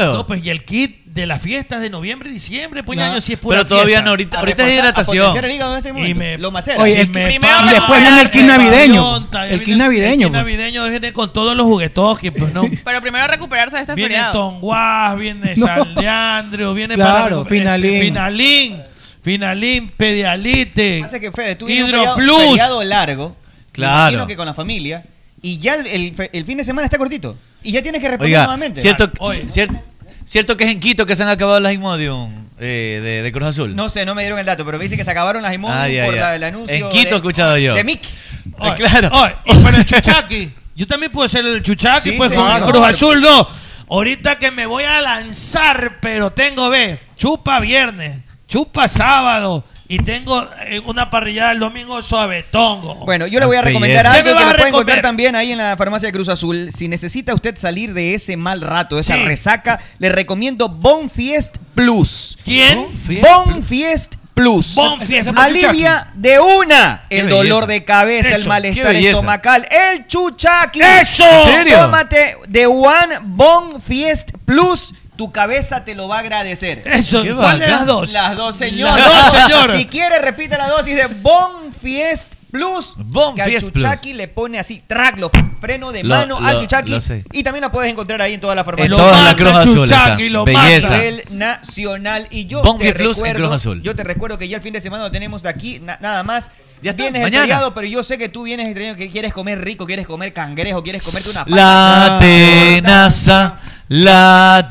Speaker 23: Ah, No, pues y el kit de las fiestas de noviembre y diciembre, pues
Speaker 14: Claro.
Speaker 23: ñaño, si es pura
Speaker 14: Pero todavía
Speaker 23: fiesta.
Speaker 14: no, ahorita- A ahorita es reforzar- a hidratación. potenciar el
Speaker 13: hígado en este momento. Lo macera.
Speaker 17: Oye, el- y después viene el kit navideño. El kit navideño. pues.
Speaker 23: El kit navideño viene con todos los juguetos
Speaker 17: (laughs)
Speaker 23: que pues no.
Speaker 15: Pero primero recuperarse de este
Speaker 23: Viene
Speaker 15: feriado.
Speaker 23: Tonguás, viene
Speaker 17: No.
Speaker 23: San Leandro, viene
Speaker 17: Claro,
Speaker 23: para- eh,
Speaker 17: Finalín.
Speaker 23: Finalín, Finalín,
Speaker 14: Este,
Speaker 23: Pedialite.
Speaker 13: Pasa que Fede, tú vienes un feriado,
Speaker 23: Hidroplus.
Speaker 13: feriado largo.
Speaker 14: Claro.
Speaker 13: me Imagino que con la familia. Y ya el, el fe- el fin de semana está cortito. Y ya tienes que responder
Speaker 14: Oiga,
Speaker 13: nuevamente. Ah,
Speaker 14: cierto, cier- ¿Cierto que es en Quito que se han acabado las Inmodium eh, de, de Cruz Azul?
Speaker 13: No sé, no me dieron el dato, pero me dice que se acabaron las Imodium
Speaker 14: Ah, ya,
Speaker 13: por
Speaker 14: ya.
Speaker 13: la- el anuncio.
Speaker 14: En Quito he
Speaker 13: de-
Speaker 14: escuchado yo.
Speaker 13: De Mick.
Speaker 14: Eh, claro.
Speaker 23: pero el chuchaqui. Yo también puedo ser el chuchaqui,
Speaker 13: Sí,
Speaker 23: pues con el
Speaker 13: señor.
Speaker 23: Cruz Azul no. Ahorita que me voy a lanzar, pero tengo, ve, chupa viernes, chupa sábado y tengo eh, una parrillada el domingo suavetongo.
Speaker 13: Bueno, yo le voy a recomendar
Speaker 23: ¿Qué me
Speaker 13: algo
Speaker 23: vas
Speaker 13: que
Speaker 23: a
Speaker 13: lo puede encontrar
Speaker 23: recomendar?
Speaker 13: también ahí en la farmacia de Cruz Azul. Si necesita usted salir de ese mal rato, de esa
Speaker 23: Sí.
Speaker 13: resaca, le recomiendo Bonfiest Plus.
Speaker 23: ¿Quién?
Speaker 13: Bonfiest Plus.
Speaker 23: Bonfiest.
Speaker 13: Alivia de una
Speaker 23: Qué
Speaker 13: el
Speaker 23: belleza.
Speaker 13: dolor de cabeza, el
Speaker 23: Eso,
Speaker 13: malestar
Speaker 23: qué belleza.
Speaker 13: estomacal, el chuchaqui.
Speaker 23: ¡Eso! ¿En serio?
Speaker 13: Tómate de One Bonfiest Plus. Tu cabeza te lo va a agradecer.
Speaker 23: Eso, Qué ¿cuál de bacán. las dos?
Speaker 13: Las dos, señor. (laughs)
Speaker 23: Las dos, señor.
Speaker 13: Si quiere, repite la dosis de Bonfiest Plus. que al
Speaker 14: Bonfiest
Speaker 13: Chuchaki le pone así, track, lo freno de
Speaker 14: Lo-
Speaker 13: mano al
Speaker 14: lo-
Speaker 13: Chuchaki.
Speaker 14: lo sé.
Speaker 13: Y también la puedes encontrar ahí en todas las farmacias.
Speaker 14: En todas las Cruz Azul está.
Speaker 13: lo
Speaker 14: Belleza.
Speaker 13: mata. El Nacional. Y yo te
Speaker 14: Bonfiest Plus en
Speaker 13: recuerdo,
Speaker 14: Cruz Azul.
Speaker 13: yo te recuerdo que ya el fin de semana lo tenemos de aquí, na- nada más. Ya
Speaker 14: está,
Speaker 13: vienes
Speaker 14: mañana.
Speaker 13: estrellado, pero yo sé que tú vienes estrellado, que quieres comer rico, quieres comer cangrejo, quieres comerte una pata.
Speaker 14: La tenaza, la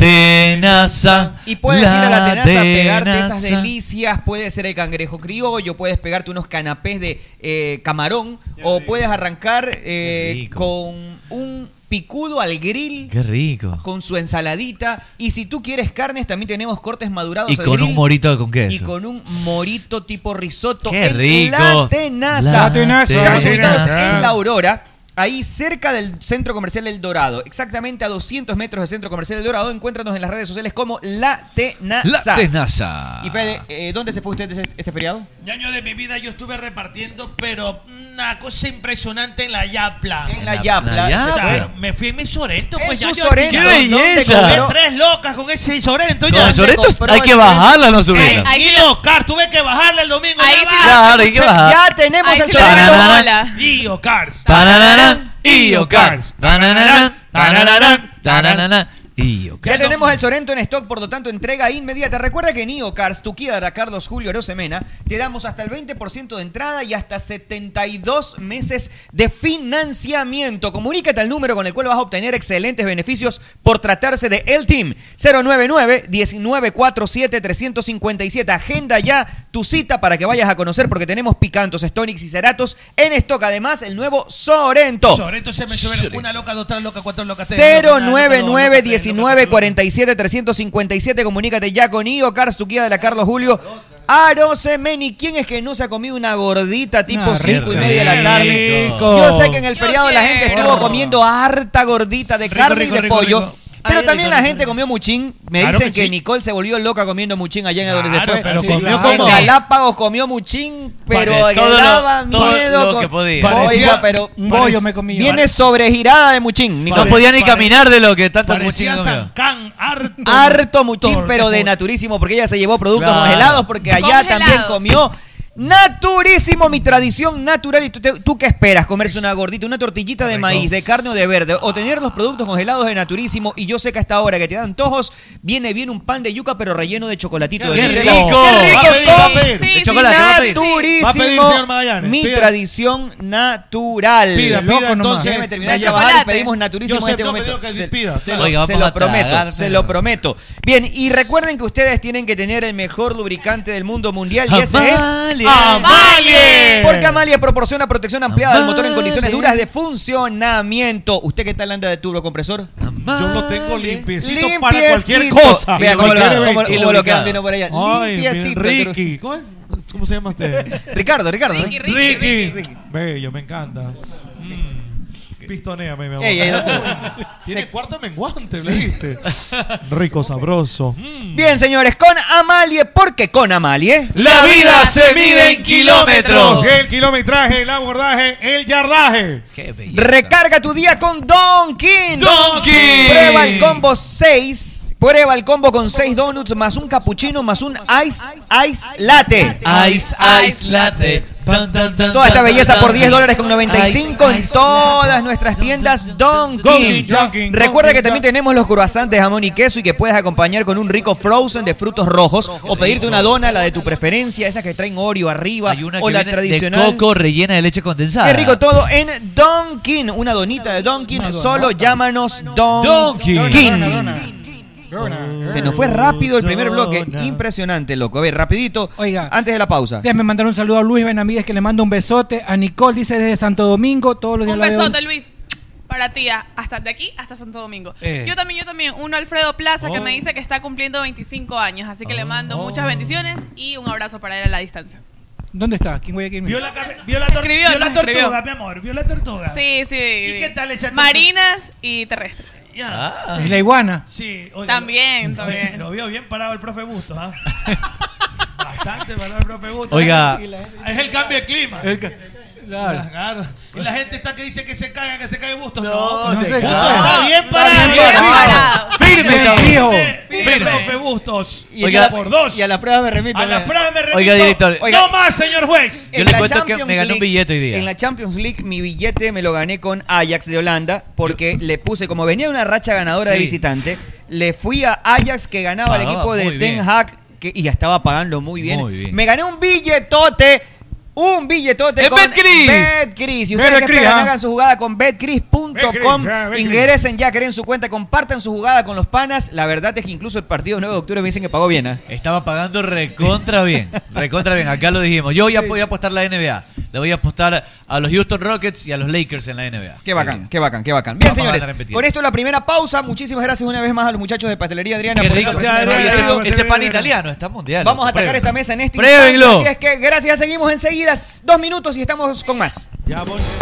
Speaker 14: tenaza.
Speaker 13: Y puedes ir a la tenaza a pegarte esas
Speaker 14: tenaza.
Speaker 13: delicias. Puede ser el cangrejo criollo, puedes pegarte unos canapés de eh, camarón o puedes arrancar eh, con un picudo al grill.
Speaker 14: Qué rico.
Speaker 13: Con su ensaladita. Y si tú quieres carnes, también tenemos cortes madurados.
Speaker 14: Y
Speaker 13: al
Speaker 14: con un
Speaker 13: grill.
Speaker 14: morito con
Speaker 13: Y
Speaker 14: queso.
Speaker 13: con un morito tipo risotto.
Speaker 14: Qué
Speaker 13: en
Speaker 14: rico.
Speaker 13: La tenaza.
Speaker 14: La Tenaza.
Speaker 13: Estamos ubicados
Speaker 14: Tenaza.
Speaker 13: en la Aurora. Ahí cerca del Centro Comercial El Dorado, exactamente a 200 metros del Centro Comercial El Dorado, encuéntranos en las redes sociales como La Tenaza.
Speaker 14: La tenaza.
Speaker 13: Y Fede, eh, ¿dónde se fue usted este, este feriado?
Speaker 23: año de mi vida yo estuve repartiendo, pero una cosa impresionante en la Yapla. En
Speaker 13: la Yapla, La Yapla. se fue.
Speaker 23: Me fui en mi Sorento, pues
Speaker 13: su
Speaker 23: ya yo-
Speaker 13: Sorento,
Speaker 23: ¡Qué
Speaker 14: ¿dónde
Speaker 23: belleza!
Speaker 14: compró?
Speaker 23: Compré tres locas con ese Sorento.
Speaker 14: Con
Speaker 23: ya.
Speaker 14: el Sorento
Speaker 23: Compró
Speaker 14: hay que
Speaker 23: el-
Speaker 14: bajarla, no subirla.
Speaker 23: Ey, Hay que locar, tuve que bajarla el domingo. Ahí ya sí va.
Speaker 14: Claro, hay que bajar.
Speaker 13: Ya tenemos
Speaker 23: Ahí
Speaker 13: el
Speaker 23: sí
Speaker 13: Sorento.
Speaker 23: la tenemos.
Speaker 14: Tananana.
Speaker 23: Y Ocars.
Speaker 14: Tananana, y Ocars. Tananana, tananana, tananana, y Ocars.
Speaker 13: Ya tenemos el Sorento en stock, por lo tanto, entrega inmediata. Recuerda que en IOCARS, tu Kia de Carlos Julio Arosemena, te damos hasta el 20% de entrada y hasta 72 meses de financiamiento. Comunícate al número con el cual vas a obtener excelentes beneficios por tratarse de El Team. 099-1947-357. Agenda ya tu cita para que vayas a conocer porque tenemos picantos, Stonix y Ceratos en stock. Adás el nuevo Sorento.
Speaker 23: Sorento se me sube una loca, dos, tres locas, cuatro locas. tres locas, una loca, dos locas,
Speaker 13: 099
Speaker 23: tres
Speaker 13: 19 47 357 Comunícate ya con Io Cars, tu Kia de la Carlos Julio. Arosemeni, ¿quién es que no se ha comido una gordita tipo
Speaker 14: Ah,
Speaker 13: 5 y
Speaker 14: rico.
Speaker 13: media de la tarde?
Speaker 14: Rico.
Speaker 13: Yo sé que en el feriado la gente estuvo comiendo harta gordita de carne
Speaker 23: rico,
Speaker 13: y de
Speaker 23: rico,
Speaker 13: pollo.
Speaker 23: rico.
Speaker 13: Pero
Speaker 23: Ay,
Speaker 13: también la
Speaker 23: rico, rico,
Speaker 13: gente comió muchín. Me
Speaker 23: Claro
Speaker 13: dicen
Speaker 23: que
Speaker 13: que
Speaker 23: sí.
Speaker 13: Nicole se volvió loca comiendo muchín allá en donde se
Speaker 23: Claro,
Speaker 13: fue.
Speaker 23: pero comió
Speaker 13: En
Speaker 23: como-
Speaker 13: Galápagos comió muchín, pero
Speaker 23: Todo
Speaker 13: que
Speaker 23: lo-
Speaker 13: daba
Speaker 23: todo
Speaker 13: miedo.
Speaker 23: lo
Speaker 13: con-
Speaker 23: que podía.
Speaker 13: Oiga,
Speaker 23: Parecía-
Speaker 13: pero
Speaker 23: un bollo me comí.
Speaker 13: Viene sobregirada de muchín. Nicole.
Speaker 14: No podía ni caminar de lo que tanto
Speaker 23: Parecía
Speaker 14: mochila comió.
Speaker 23: Can, harto.
Speaker 13: harto muchín, pero de naturísimo, porque ella se llevó productos
Speaker 14: Claro.
Speaker 13: congelados, porque allá
Speaker 14: Congelados.
Speaker 13: también comió. Naturísimo, mi tradición natural. ¿Y tú, te- tú qué esperas? ¿Comerse una gordita, una tortillita de maíz, de carne o de verde? O tener los productos congelados de Naturísimo. Y yo sé que a esta hora que te dan antojos, viene bien un pan de yuca, pero relleno de chocolatito.
Speaker 14: ¡Qué
Speaker 13: de
Speaker 14: rico!
Speaker 13: Nutella.
Speaker 14: ¡Qué rico!
Speaker 13: Va a pedir, va a
Speaker 14: Sí,
Speaker 13: pedir.
Speaker 14: sí, De sí. chocolate, va a pedir.
Speaker 13: Naturísimo.
Speaker 14: Va a pedir, señor Magallanes.
Speaker 13: Mi
Speaker 14: Pida.
Speaker 13: tradición natural.
Speaker 14: Pida, pida,
Speaker 13: Loco nomás.
Speaker 14: entonces,
Speaker 13: Déjame terminar de
Speaker 14: de
Speaker 13: trabajar y
Speaker 14: chocolate.
Speaker 13: pedimos Naturísimo
Speaker 14: Yo
Speaker 13: en este
Speaker 14: siempre
Speaker 13: momento.
Speaker 14: he pedido que
Speaker 13: Se-
Speaker 14: pida.
Speaker 13: se lo-
Speaker 14: Oiga,
Speaker 13: Se
Speaker 14: vamos
Speaker 13: lo
Speaker 14: a
Speaker 13: prometo, se
Speaker 14: tragárselo.
Speaker 13: lo prometo. Bien, y recuerden que ustedes tienen que tener el mejor lubricante del mundo mundial y ese es
Speaker 14: Amalie.
Speaker 13: Amalie. Porque Amalie proporciona protección ampliada del motor en condiciones duras de funcionamiento. ¿Usted qué tal anda de turbo compresor?
Speaker 18: Yo lo tengo limpiecito,
Speaker 13: Limpiecito.
Speaker 18: para cualquier cosa.
Speaker 13: Vea cómo, lo-
Speaker 18: Cualquier
Speaker 13: cómo-
Speaker 18: evento.
Speaker 13: cómo lo quedan viendo por allá.
Speaker 18: Ay, mi
Speaker 13: Limpiecito.
Speaker 18: Ricky. ¿Cómo, es? ¿Cómo se llama usted?
Speaker 13: (laughs) Ricardo, Ricardo, ¿eh? Ricky, Ricky,
Speaker 18: Ricky.
Speaker 13: Ricky.
Speaker 18: Bello, me encanta. Mm. Pistoneame, mi amor.
Speaker 13: Ey, ey, doctor.
Speaker 18: (laughs) Tiene cuarto menguante, ¿le viste? Rico, sabroso.
Speaker 13: Bien, señores, con Amalie, porque con Amalie.
Speaker 18: La vida se mide
Speaker 13: en kilómetros.
Speaker 18: El kilometraje, el abordaje, el yardaje.
Speaker 13: Recarga tu día con Donkin.
Speaker 18: Dunkin'.
Speaker 13: Prueba el combo 6. Prueba el combo con 6 donuts más un cappuccino más un ice ice latte.
Speaker 14: Ice, ice, latte. Tan, tan, tan,
Speaker 13: Toda esta
Speaker 14: tan,
Speaker 13: belleza
Speaker 14: tan,
Speaker 13: por
Speaker 14: tan.
Speaker 13: 10 dólares con 95 en todas nuestras tiendas Donkin. Recuerda que también tenemos los croissants de jamón y queso y que puedes acompañar con un rico frozen de frutos rojos o pedirte una dona, la de tu preferencia, esas que traen Oreo arriba
Speaker 14: Una
Speaker 13: o
Speaker 14: que
Speaker 13: la
Speaker 14: viene
Speaker 13: tradicional.
Speaker 14: De coco rellena de leche condensada.
Speaker 13: Qué rico todo en Donkin. Una donita de Donkin. Solo llámanos Donkin. Se nos fue rápido el primer bloque. Impresionante, loco. A ver, rapidito.
Speaker 17: Oiga.
Speaker 13: Antes de la pausa.
Speaker 17: Déjenme mandar un saludo a Luis Benavides que le manda un besote. A Nicole dice desde Santo Domingo, todos los días
Speaker 15: Un
Speaker 17: la veo.
Speaker 15: besote, Luis. Para ti, a- hasta de aquí hasta Santo Domingo.
Speaker 17: Eh.
Speaker 15: Yo también, yo también. Uno, Alfredo Plaza, que
Speaker 17: Oh.
Speaker 15: me dice que está cumpliendo 25 años. Así que le mando
Speaker 20: Oh.
Speaker 15: muchas bendiciones y un abrazo para él a la distancia.
Speaker 17: ¿Dónde está? ¿Quién voy a
Speaker 18: Vio la, cam- vio la, tor-
Speaker 15: Escribió,
Speaker 18: vio la
Speaker 15: nos
Speaker 18: tortuga,
Speaker 15: escribió.
Speaker 18: mi amor. Vio la tortuga.
Speaker 15: Sí, sí.
Speaker 18: ¿Y qué tal esa tortuga?
Speaker 15: Marinas y terrestres.
Speaker 13: Ah.
Speaker 18: Ya.
Speaker 17: Y Ah. la iguana.
Speaker 18: Sí, oye, lo-
Speaker 15: También, también.
Speaker 18: oye, Lo vio bien parado el profe Bustos, ¿ah? Bastante parado el profe Bustos.
Speaker 14: Oiga.
Speaker 18: Es el cambio de clima. Ah, claro. Y la gente está que dice que se caiga, que se cae Bustos. No,
Speaker 14: no se
Speaker 18: Bustos
Speaker 14: cae.
Speaker 18: Está bien
Speaker 14: Está
Speaker 18: parado.
Speaker 14: bien parado. Firme, cabrón.
Speaker 18: Firme,
Speaker 14: Firme.
Speaker 18: Firme, profe Bustos.
Speaker 14: Y Oiga,
Speaker 18: por dos. Y a
Speaker 13: la prueba me remito.
Speaker 18: A la prueba me remito.
Speaker 14: Oiga, director.
Speaker 18: No
Speaker 19: Ah,
Speaker 18: más, señor juez.
Speaker 14: Yo le cuento que me gané un billete hoy día.
Speaker 13: En la Champions League, mi billete me lo gané con Ajax de Holanda porque le puse, como venía una racha ganadora de
Speaker 14: Sí.
Speaker 13: visitante, le fui a Ajax que ganaba el
Speaker 14: Pagaba
Speaker 13: equipo de
Speaker 14: muy bien.
Speaker 13: Ten Hag que, y ya estaba pagando muy bien.
Speaker 14: Muy bien.
Speaker 13: Me gané un billetote. Un billetote
Speaker 14: En
Speaker 13: con
Speaker 14: Betcris.
Speaker 13: Betcris. Y ustedes que
Speaker 14: Betcris,
Speaker 13: esperan,
Speaker 14: ah.
Speaker 13: hagan su jugada con betcris.com.
Speaker 14: Betcris, ah, Betcris.
Speaker 13: Ingresen ya, creen su cuenta, compartan su jugada con los panas. La verdad es que incluso el partido 9 de octubre me dicen que pagó bien. ¿ah?
Speaker 14: Estaba pagando recontra bien. Recontra bien. Acá lo dijimos. Yo ya voy a apostar la NBA. Le voy a apostar a los Houston Rockets y a los Lakers en la NBA.
Speaker 13: Qué bacán, qué bacán, qué bacán. Bien,
Speaker 14: Vamos a
Speaker 13: señores,
Speaker 14: repetir.
Speaker 13: con esto la primera pausa. Muchísimas gracias una vez más a los muchachos de Pastelería Adriana
Speaker 14: Qué
Speaker 13: por
Speaker 14: rico
Speaker 13: esta
Speaker 14: sea,
Speaker 13: presentación
Speaker 14: Adriana,
Speaker 13: que ha sido.
Speaker 14: ese pan italiano está mundial.
Speaker 13: Vamos a atacar
Speaker 14: Pruébenlo.
Speaker 13: esta mesa en este
Speaker 14: Pruébenlo.
Speaker 13: instante. Así es que gracias, seguimos enseguida. Dos minutos y estamos con más.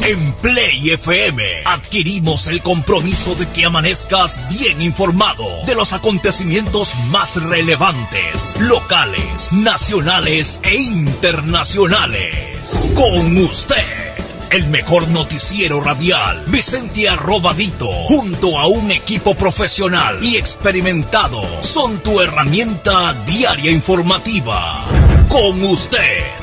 Speaker 23: En Play FM adquirimos el compromiso de que amanezcas bien informado de los acontecimientos más relevantes, locales, nacionales e internacionales. Con usted, el mejor noticiero radial, Vicente Arrobadito, junto a un equipo profesional y experimentado, son tu herramienta diaria informativa. Con usted,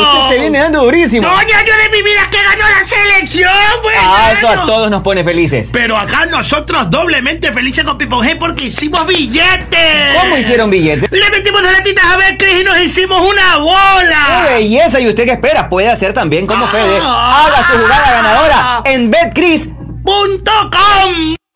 Speaker 16: Usted se viene dando durísimo.
Speaker 19: ¡Coño, yo de mi vida que ganó la selección, güey!
Speaker 16: Ah, eso a
Speaker 19: Ganó.
Speaker 16: todos nos pone felices.
Speaker 19: Pero acá nosotros doblemente felices con Pipo G porque hicimos billetes.
Speaker 16: ¿Cómo hicieron billetes?
Speaker 19: Le metimos a latitas a ver, Cris, y nos hicimos una bola.
Speaker 16: ¡Qué belleza! ¿Y usted qué espera? Puede hacer también
Speaker 19: Ah.
Speaker 16: como Fede. Haga su jugada ganadora en BetCris.com.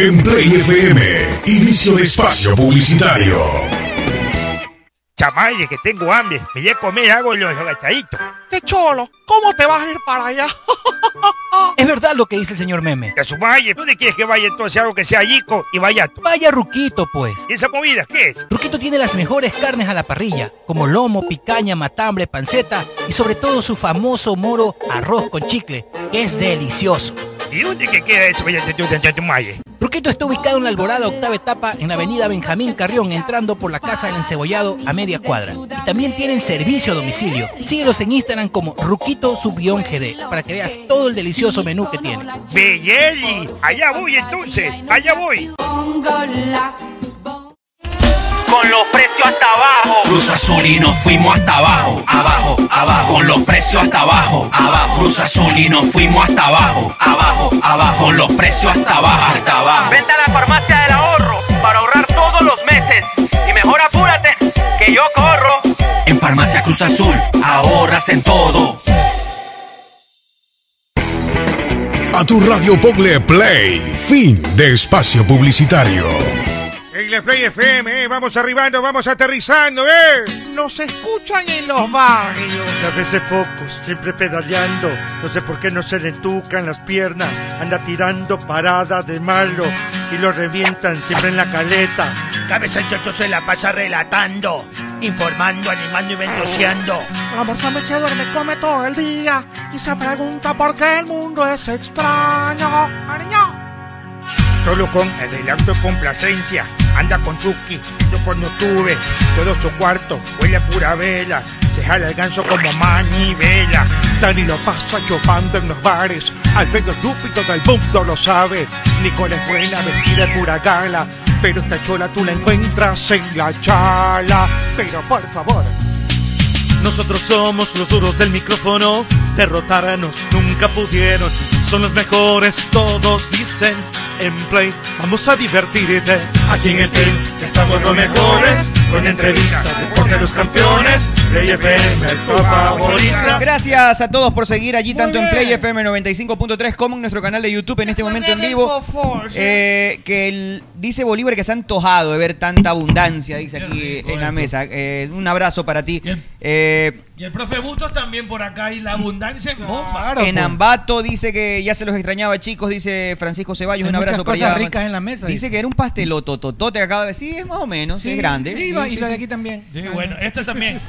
Speaker 24: En Play FM, inicio de espacio publicitario.
Speaker 7: Chamaye, que tengo hambre. Me voy a comer hago los agachaditos.
Speaker 25: ¡Qué cholo! ¿Cómo te vas a ir para allá? (laughs)
Speaker 17: Es verdad lo que dice el señor Meme.
Speaker 7: Que su valle, ¿dónde quieres que vaya entonces? Algo que sea yico y vaya tú.
Speaker 17: Vaya Ruquito, pues.
Speaker 7: ¿Y esa comida qué es?
Speaker 17: Ruquito tiene las mejores carnes a la parrilla, como lomo, picaña, matambre, panceta y sobre todo su famoso moro arroz con chicle, que es delicioso.
Speaker 7: ¿Y dónde que queda eso? Vaya, te- te- te- te- te- maye?
Speaker 17: Ruquito está ubicado en la Alborada Octava Etapa en la avenida Benjamín Carrión, entrando por la Casa del Encebollado a media cuadra. Y también tienen servicio a domicilio. Síguelos en Instagram como Ruquito Subión GD para que veas todo el delicioso menú que tiene.
Speaker 7: Belleli, allá voy entonces, allá voy.
Speaker 19: Con los precios hasta abajo.
Speaker 23: Cruz Azul y nos fuimos hasta abajo, abajo, abajo, con los precios hasta abajo, abajo. Cruz Azul y nos fuimos hasta abajo, abajo, abajo, con los precios hasta abajo, hasta abajo.
Speaker 19: Vente a la farmacia del ahorro para ahorrar todos los meses. Y mejor apúrate, que yo corro.
Speaker 23: En Farmacia Cruz Azul, ahorras en todo.
Speaker 24: A tu radio Pogle Play, fin de espacio publicitario.
Speaker 7: En la Play FM, eh, vamos arribando, vamos aterrizando, ¿eh?
Speaker 18: Nos escuchan en los barrios.
Speaker 7: A veces focos, siempre pedaleando. No sé por qué no se le entucan las piernas. Anda tirando parada de malo y lo revientan siempre en la caleta.
Speaker 9: Cabeza el chocho se la pasa relatando, informando, animando y ventoseando.
Speaker 18: La morsa se duerme, come todo el día y se pregunta por qué el mundo es extraño. Ariño.
Speaker 7: Solo con adelanto y complacencia. Anda con Chucky, yo cuando tuve todo su cuarto, huele a pura vela. Se jala el ganso como manivela.
Speaker 18: Dani lo pasa chupando en los bares. Alfredo estúpido del mundo lo sabe. Nicole es buena, vestida de pura gala. Pero esta chola tú la encuentras en la chala. Pero por favor,
Speaker 10: Nosotros somos los duros del micrófono, derrotarnos nunca pudieron. Son los mejores, todos dicen. En Play, vamos a divertirte. Aquí en el team estamos los mejores, con entrevistas, deporte de los campeones. Play FM, tu favorita.
Speaker 13: Gracias a todos por seguir allí, tanto en Play FM 95.3 como en nuestro canal de YouTube en este momento en vivo. Eh, que el- dice Bolívar que se ha antojado de ver tanta abundancia, dice aquí en la mesa. Eh, un abrazo para ti. Eh,
Speaker 16: Y el profe Bustos también por acá y la abundancia en bomba.
Speaker 13: en Ambato dice que ya se los extrañaba, chicos, dice Francisco Ceballos.
Speaker 16: Hay
Speaker 13: un abrazo
Speaker 16: muchas
Speaker 13: para
Speaker 16: cosas
Speaker 13: allá.
Speaker 16: ricas
Speaker 13: en la mesa. Dice, que era un pastelotototote que acaba de decir. Sí, es más o menos, sí, es grande.
Speaker 16: sí,
Speaker 13: Sí,
Speaker 16: va, y
Speaker 13: sí,
Speaker 16: la de
Speaker 13: sí.
Speaker 16: aquí también. Sí, bueno, esta también.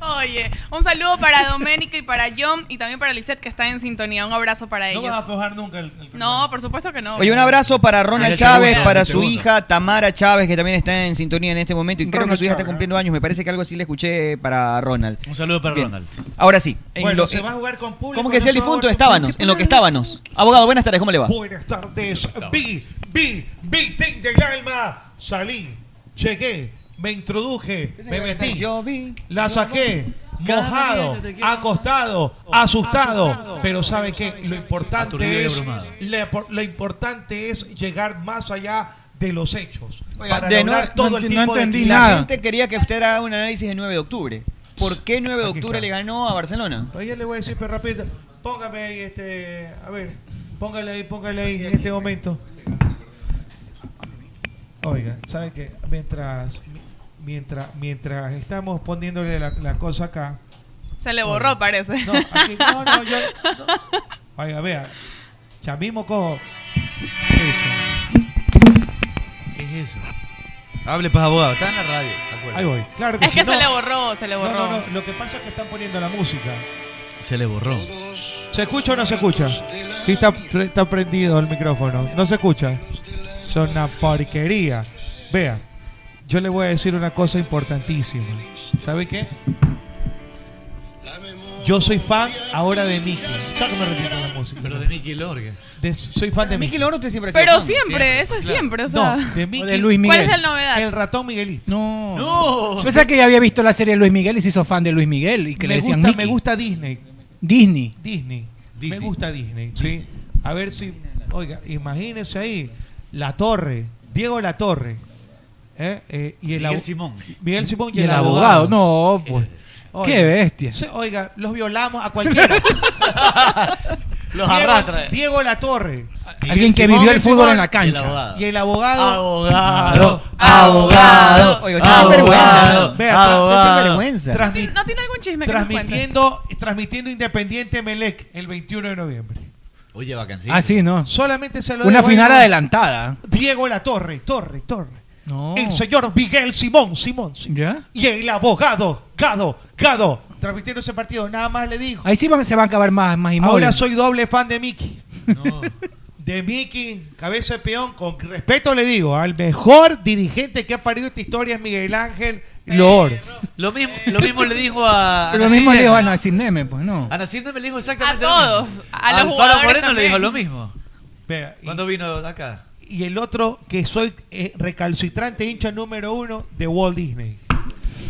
Speaker 15: Oye, un saludo para Doménica y para John y también para Lisette que está en sintonía. Un abrazo para
Speaker 16: No
Speaker 15: ellos.
Speaker 16: vas a aflojar nunca el,
Speaker 15: No, por supuesto que no.
Speaker 13: Oye, un abrazo para Ronald
Speaker 16: el
Speaker 13: Chávez,
Speaker 16: segundo,
Speaker 13: para
Speaker 16: el
Speaker 13: su
Speaker 16: segundo.
Speaker 13: hija Tamara Chávez, que también está en sintonía en este momento. Y creo que su hija está cumpliendo años. Me parece que algo así le escuché para Ronald.
Speaker 14: Un saludo para
Speaker 13: Bien.
Speaker 14: Ronald.
Speaker 13: Ahora sí. en
Speaker 18: Bueno,
Speaker 13: lo-
Speaker 18: se
Speaker 13: en-
Speaker 18: va a jugar con público.
Speaker 13: ¿Cómo que decía el
Speaker 18: no se va a
Speaker 13: difunto?
Speaker 18: jugar
Speaker 13: Estábamos, en lo que estábamos. Abogado, buenas tardes, ¿cómo le va?
Speaker 18: Buenas tardes, vi, vi, vi, del alma. Salí, llegué, me introduje, me metí, la saqué,
Speaker 16: Cada
Speaker 18: mojado,
Speaker 16: día yo te quiero
Speaker 18: acostado,
Speaker 13: Oh,
Speaker 18: asustado. Pero ¿sabe qué? Lo importante es, le- por- lo importante es llegar más allá de los hechos. Para
Speaker 13: de
Speaker 18: lograr
Speaker 13: nuevo-
Speaker 18: todo el tipo de-
Speaker 13: La gente quería que usted haga un análisis del 9 de octubre. ¿Por qué 9 de octubre le ganó a Barcelona?
Speaker 18: Pues yo le voy a decir, pero rápido, póngame ahí este, a ver, póngale ahí, póngale ahí en este momento. Oiga, ¿sabe qué? Mientras, mientras, mientras estamos poniéndole la, la cosa acá,
Speaker 15: Se le borró, parece.
Speaker 18: No, aquí- no, no, yo.
Speaker 15: (laughs)
Speaker 18: oiga, vea, ya mismo cojo.
Speaker 14: ¿Qué es eso? Hable, pues, abogado. Está en la radio.
Speaker 18: Ahí voy, claro que
Speaker 15: Es
Speaker 18: sí,
Speaker 15: que
Speaker 18: no.
Speaker 15: se le borró, se le
Speaker 18: No,
Speaker 15: borró.
Speaker 18: no, no, lo que pasa es que están poniendo la música.
Speaker 14: Se le borró.
Speaker 18: ¿Se escucha o no se escucha? Sí, está, está prendido el micrófono. No se escucha. Son una porquería. Vea, yo le voy a decir una cosa importantísima. ¿Sabe qué? Yo soy fan ahora de Mickey. Sácame repito la música.
Speaker 14: Pero de Nicky Lorga.
Speaker 18: De- soy fan de Mickey.
Speaker 13: Mickey Loro usted siempre ha sido
Speaker 15: Pero
Speaker 13: fan.
Speaker 15: siempre, eso es siempre, o sea.
Speaker 18: No, de Mickey.
Speaker 15: ¿Cuál es la novedad?
Speaker 18: El ratón Miguelito.
Speaker 16: No.
Speaker 18: No.
Speaker 17: Pensaba que ya había visto la serie de Luis Miguel y se hizo fan de Luis Miguel y que le
Speaker 18: me,
Speaker 17: decían
Speaker 18: gusta,
Speaker 17: Mickey.
Speaker 18: me gusta Disney.
Speaker 17: Disney.
Speaker 18: Disney. Me gusta Disney, sí. A ver si. Oiga, imagínense ahí. La Torre. Diego La Torre. ¿eh? Eh, y el
Speaker 17: Miguel
Speaker 18: abo-
Speaker 17: Simón.
Speaker 18: Miguel Simón y,
Speaker 17: Y el abogado. No,
Speaker 18: Eh,
Speaker 17: pues.
Speaker 18: Oiga,
Speaker 17: Qué bestia.
Speaker 18: se- Oiga, los violamos a cualquiera.
Speaker 17: (laughs) Los
Speaker 18: Diego-
Speaker 17: arrastra.
Speaker 18: Diego La Torre.
Speaker 17: Alguien que
Speaker 18: Simón,
Speaker 17: vivió el
Speaker 18: Simón,
Speaker 17: fútbol en la cancha.
Speaker 18: Y el abogado.
Speaker 17: Abogado,
Speaker 19: Ah,
Speaker 13: abogado,
Speaker 18: Oiga, usted es
Speaker 13: abogado,
Speaker 18: vergüenza, ¿no? Vea, usted es
Speaker 13: abogado.
Speaker 18: vergüenza.
Speaker 15: ¿No
Speaker 18: Transmi-
Speaker 15: tiene- no tiene algún chisme que nos cuente?
Speaker 18: transmitiendo, transmitiendo Independiente Melec el 21 de noviembre.
Speaker 14: Oye, vacancillo.
Speaker 17: Ah, sí, no.
Speaker 18: Solamente se lo
Speaker 17: Una
Speaker 18: dejo ahí,
Speaker 17: final
Speaker 18: ¿no?
Speaker 17: adelantada.
Speaker 18: Diego La Torre, Torre, Torre.
Speaker 17: No.
Speaker 18: El señor Miguel Simón, Simón. Simón.
Speaker 17: ¿Ya?
Speaker 18: Y el abogado, Gado, Gado, transmitiendo ese partido. Nada más le dijo.
Speaker 17: Ahí sí van- se van a acabar más, más inmóviles.
Speaker 18: Ahora soy doble fan de Mickey. De Mickey, cabeza de peón, con respeto le digo, al mejor dirigente que ha parido esta historia es Miguel Ángel Eh, Loor.
Speaker 14: Lo mismo, lo mismo le dijo a.
Speaker 17: Lo
Speaker 14: Ana
Speaker 17: mismo le
Speaker 14: Silvia.
Speaker 17: dijo a Nacir Neme, pues no.
Speaker 14: Ana Silvia me le dijo exactamente
Speaker 15: A
Speaker 14: lo mismo.
Speaker 15: todos, a los
Speaker 14: Alfaro
Speaker 15: jugadores
Speaker 14: Moreno le
Speaker 15: también.
Speaker 14: dijo lo mismo.
Speaker 18: Vea, y-
Speaker 14: ¿Cuándo vino acá?
Speaker 18: y el otro que soy eh, recalcitrante hincha número uno de Walt Disney.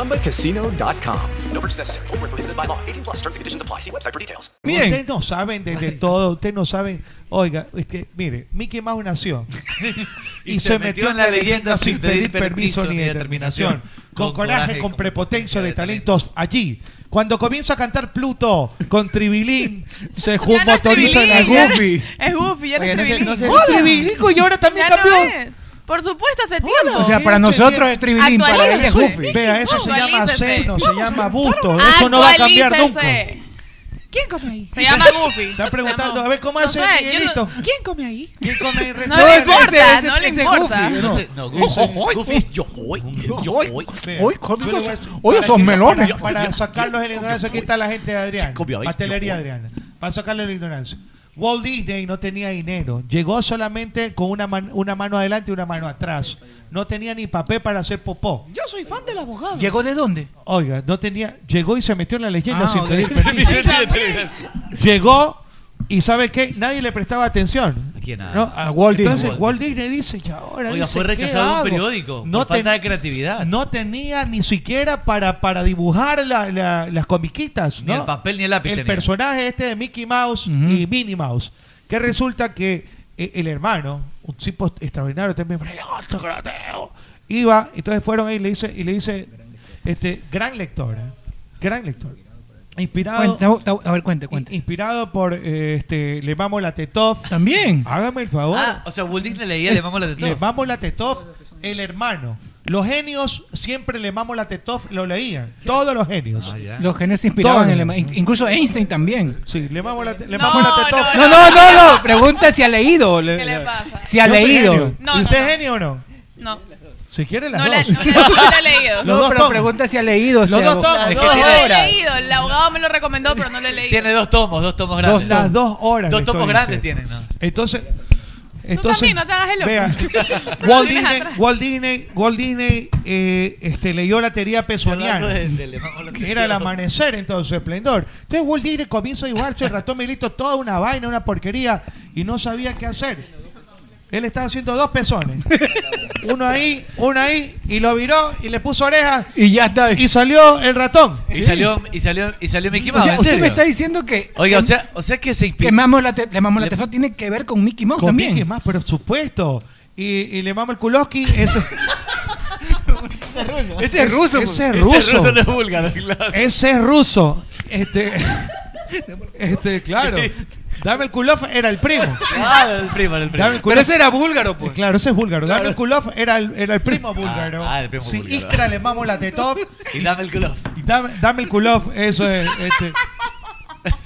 Speaker 20: ChumbaCasino.com.
Speaker 22: No purchase necessary. Void were prohibited by law. 18 plus terms and conditions apply. See website for details.
Speaker 18: Ustedes no saben de, de todo, ustedes no saben. Oiga, es que, mire, Mickey Mouse nació (laughs) y, se, metió en la leyenda sin pedir permiso ni determinación. Con coraje, con prepotencia de talentos allí. Cuando comienza a cantar Pluto con (laughs) Tribilín, se
Speaker 15: Ya no es
Speaker 18: motoriza en la
Speaker 15: Tribilín, ya no-
Speaker 18: Goofy.
Speaker 15: Es Goofy, ya no
Speaker 18: Oye, no
Speaker 15: es
Speaker 18: sé-
Speaker 15: Tribilín.
Speaker 18: no sé- Hola, Tribilín, hijo, y ahora también
Speaker 15: Ya no
Speaker 18: cambió.
Speaker 15: es. Por supuesto, hace tiempo.
Speaker 18: O sea, para nosotros es Tribilín, para ella es
Speaker 15: Actualícese.
Speaker 18: Goofy. Vea, eso se llama
Speaker 15: Actualícese.
Speaker 18: seno, se llama busto, eso no va a cambiar nunca.
Speaker 15: Actualícese. ¿Quién come ahí? Se llama Goofy. Está
Speaker 18: preguntando, a ver, ¿cómo hace Miguelito?
Speaker 15: ¿Quién come ahí?
Speaker 18: ¿Quién come ahí?
Speaker 15: (laughs) No le importa, no le importa.
Speaker 18: No,
Speaker 11: Ese- no,
Speaker 18: Goofy.
Speaker 11: Goofy- Goofy es yo hoy. Yo hoy. Hoy comiendo- hoy esos
Speaker 18: son
Speaker 11: melones.
Speaker 18: Para, para sacarlos de la ignorancia, aquí está la gente de Adrián. Pastelería Adriana. Para sacarlos de la ignorancia. Walt Disney no tenía dinero. Llegó solamente con una, man- una mano adelante y una mano atrás. No tenía ni papel para hacer popó.
Speaker 11: Yo soy fan del abogado.
Speaker 18: ¿Llegó de dónde? Oiga, no tenía. Llegó y se metió en la
Speaker 14: Ah,
Speaker 18: leyenda sin pedir
Speaker 14: (laughs)
Speaker 18: permiso. Llegó y ¿sabe qué? Nadie le prestaba atención. ¿A
Speaker 14: quién? A-
Speaker 18: No, a Walt Disney. Entonces
Speaker 14: Walt
Speaker 18: Walt Disney dice, y ahora
Speaker 14: Oiga,
Speaker 18: dice,
Speaker 14: fue
Speaker 18: ¿qué
Speaker 14: rechazado de un
Speaker 18: hago?
Speaker 14: periódico por
Speaker 18: ten-
Speaker 14: falta de creatividad.
Speaker 18: No tenía ni siquiera para, para dibujar la- la- las comiquitas.
Speaker 14: Ni
Speaker 18: ¿no?
Speaker 14: el papel ni el lápiz
Speaker 18: El
Speaker 14: tenía.
Speaker 18: personaje este de Mickey Mouse y Minnie Mouse. Que resulta que eh, el hermano, un tipo extraordinario este también, brillante, grateo, iba, entonces fueron ahí y le dice, y le dice este, gran lector, ¿eh? gran lector. Inspirado,
Speaker 10: Cuenta, a ver, cuente,
Speaker 18: cuente. Inspirado por eh, este, Le Mamo la Tetov. También. Hágame el favor.
Speaker 14: Ah, o sea, Walt Disney leía Le Mamo la Tetov.
Speaker 18: Le Mamo la Tetov, el hermano. Los genios siempre Le Mamo la Tetov lo leían. Todos los genios.
Speaker 10: Los genios se inspiraban
Speaker 18: Todo.
Speaker 10: en la- in- Incluso Einstein también.
Speaker 18: Sí, le mamo la,
Speaker 10: no,
Speaker 18: le mamo la Tetov.
Speaker 10: No, no, no, no. Pregunta si ha leído. ¿Qué
Speaker 15: le pasa?
Speaker 10: Si ha
Speaker 18: Yo soy
Speaker 10: leído.
Speaker 18: genio. ¿Y usted es genio o no?
Speaker 15: No.
Speaker 18: Si quiere las
Speaker 15: No
Speaker 18: (laughs)
Speaker 15: la-
Speaker 18: dos.
Speaker 15: no la- no la
Speaker 17: (laughs)
Speaker 15: he leído.
Speaker 18: Los
Speaker 10: No,
Speaker 18: dos
Speaker 10: pero
Speaker 18: tomos.
Speaker 10: pregunta si ha leído.
Speaker 18: Los
Speaker 10: este
Speaker 18: dos
Speaker 10: abogado.
Speaker 18: tomos,
Speaker 10: Es que
Speaker 18: dos
Speaker 10: tiene-
Speaker 18: horas.
Speaker 15: No lo he leído. El abogado me lo recomendó, pero no lo he leído.
Speaker 14: Tiene dos tomos, dos tomos
Speaker 18: Dos-
Speaker 14: grandes.
Speaker 18: las dos horas.
Speaker 14: Dos
Speaker 18: le
Speaker 14: tomos
Speaker 18: estoy
Speaker 14: grandes
Speaker 18: diciendo.
Speaker 14: tienen, ¿no?
Speaker 18: Entonces,
Speaker 15: Tú
Speaker 18: entonces
Speaker 15: también, no te hagas el (laughs)
Speaker 18: vea,
Speaker 15: loco. No lo
Speaker 18: Walt
Speaker 15: tienes
Speaker 18: Disney,
Speaker 15: atrás.
Speaker 18: Walt Disney, Walt Disney eh, este, leyó la teoría pesoniana.
Speaker 14: Hablando de- de Le Mamo la
Speaker 18: que era el
Speaker 14: Tetov.
Speaker 18: amanecer en todo su esplendor. Entonces Walt Disney comienza a dibujarse el ratón Miguelito, toda una vaina, una porquería, y no sabía qué hacer. Él estaba haciendo dos pezones. Uno ahí, uno ahí, y lo viró y le puso orejas.
Speaker 10: Y ya está.
Speaker 18: Y salió el ratón.
Speaker 14: Y salió, y salió, y salió Mickey
Speaker 10: O
Speaker 14: Mouse,
Speaker 10: sea,
Speaker 14: ¿en
Speaker 10: usted
Speaker 14: serio?
Speaker 10: me está diciendo que.
Speaker 14: Oiga, o
Speaker 10: que-
Speaker 14: sea, o sea que se inspiró.
Speaker 10: Que Mamo la, te- la Mamo la Tefao tiene que ver con Mickey Mouse
Speaker 18: Con
Speaker 10: también.
Speaker 18: Mickey Mouse, por supuesto. Y, y le mamo el culoski. Eso.
Speaker 11: Ese es ruso.
Speaker 18: Ese es ruso. pues. Ese
Speaker 19: pues.
Speaker 18: es ruso.
Speaker 11: no es búlgaro, claro.
Speaker 18: Ese es ruso. Este, este claro. Dame el Kulov era el primo.
Speaker 14: Claro, Ah, el primo, el primo.
Speaker 18: Dame el Kulov.
Speaker 11: Pero ese
Speaker 18: era búlgaro, pues. Claro, ese es búlgaro. Dame el Kulov era el, era el primo búlgaro.
Speaker 14: Ah, el primo
Speaker 18: Sí,
Speaker 14: búlgaro.
Speaker 18: Iskra le mamo la tetop.
Speaker 14: Y dame el culo.
Speaker 18: Y Dame, dame el Kulov, eso es. Este.
Speaker 14: (laughs)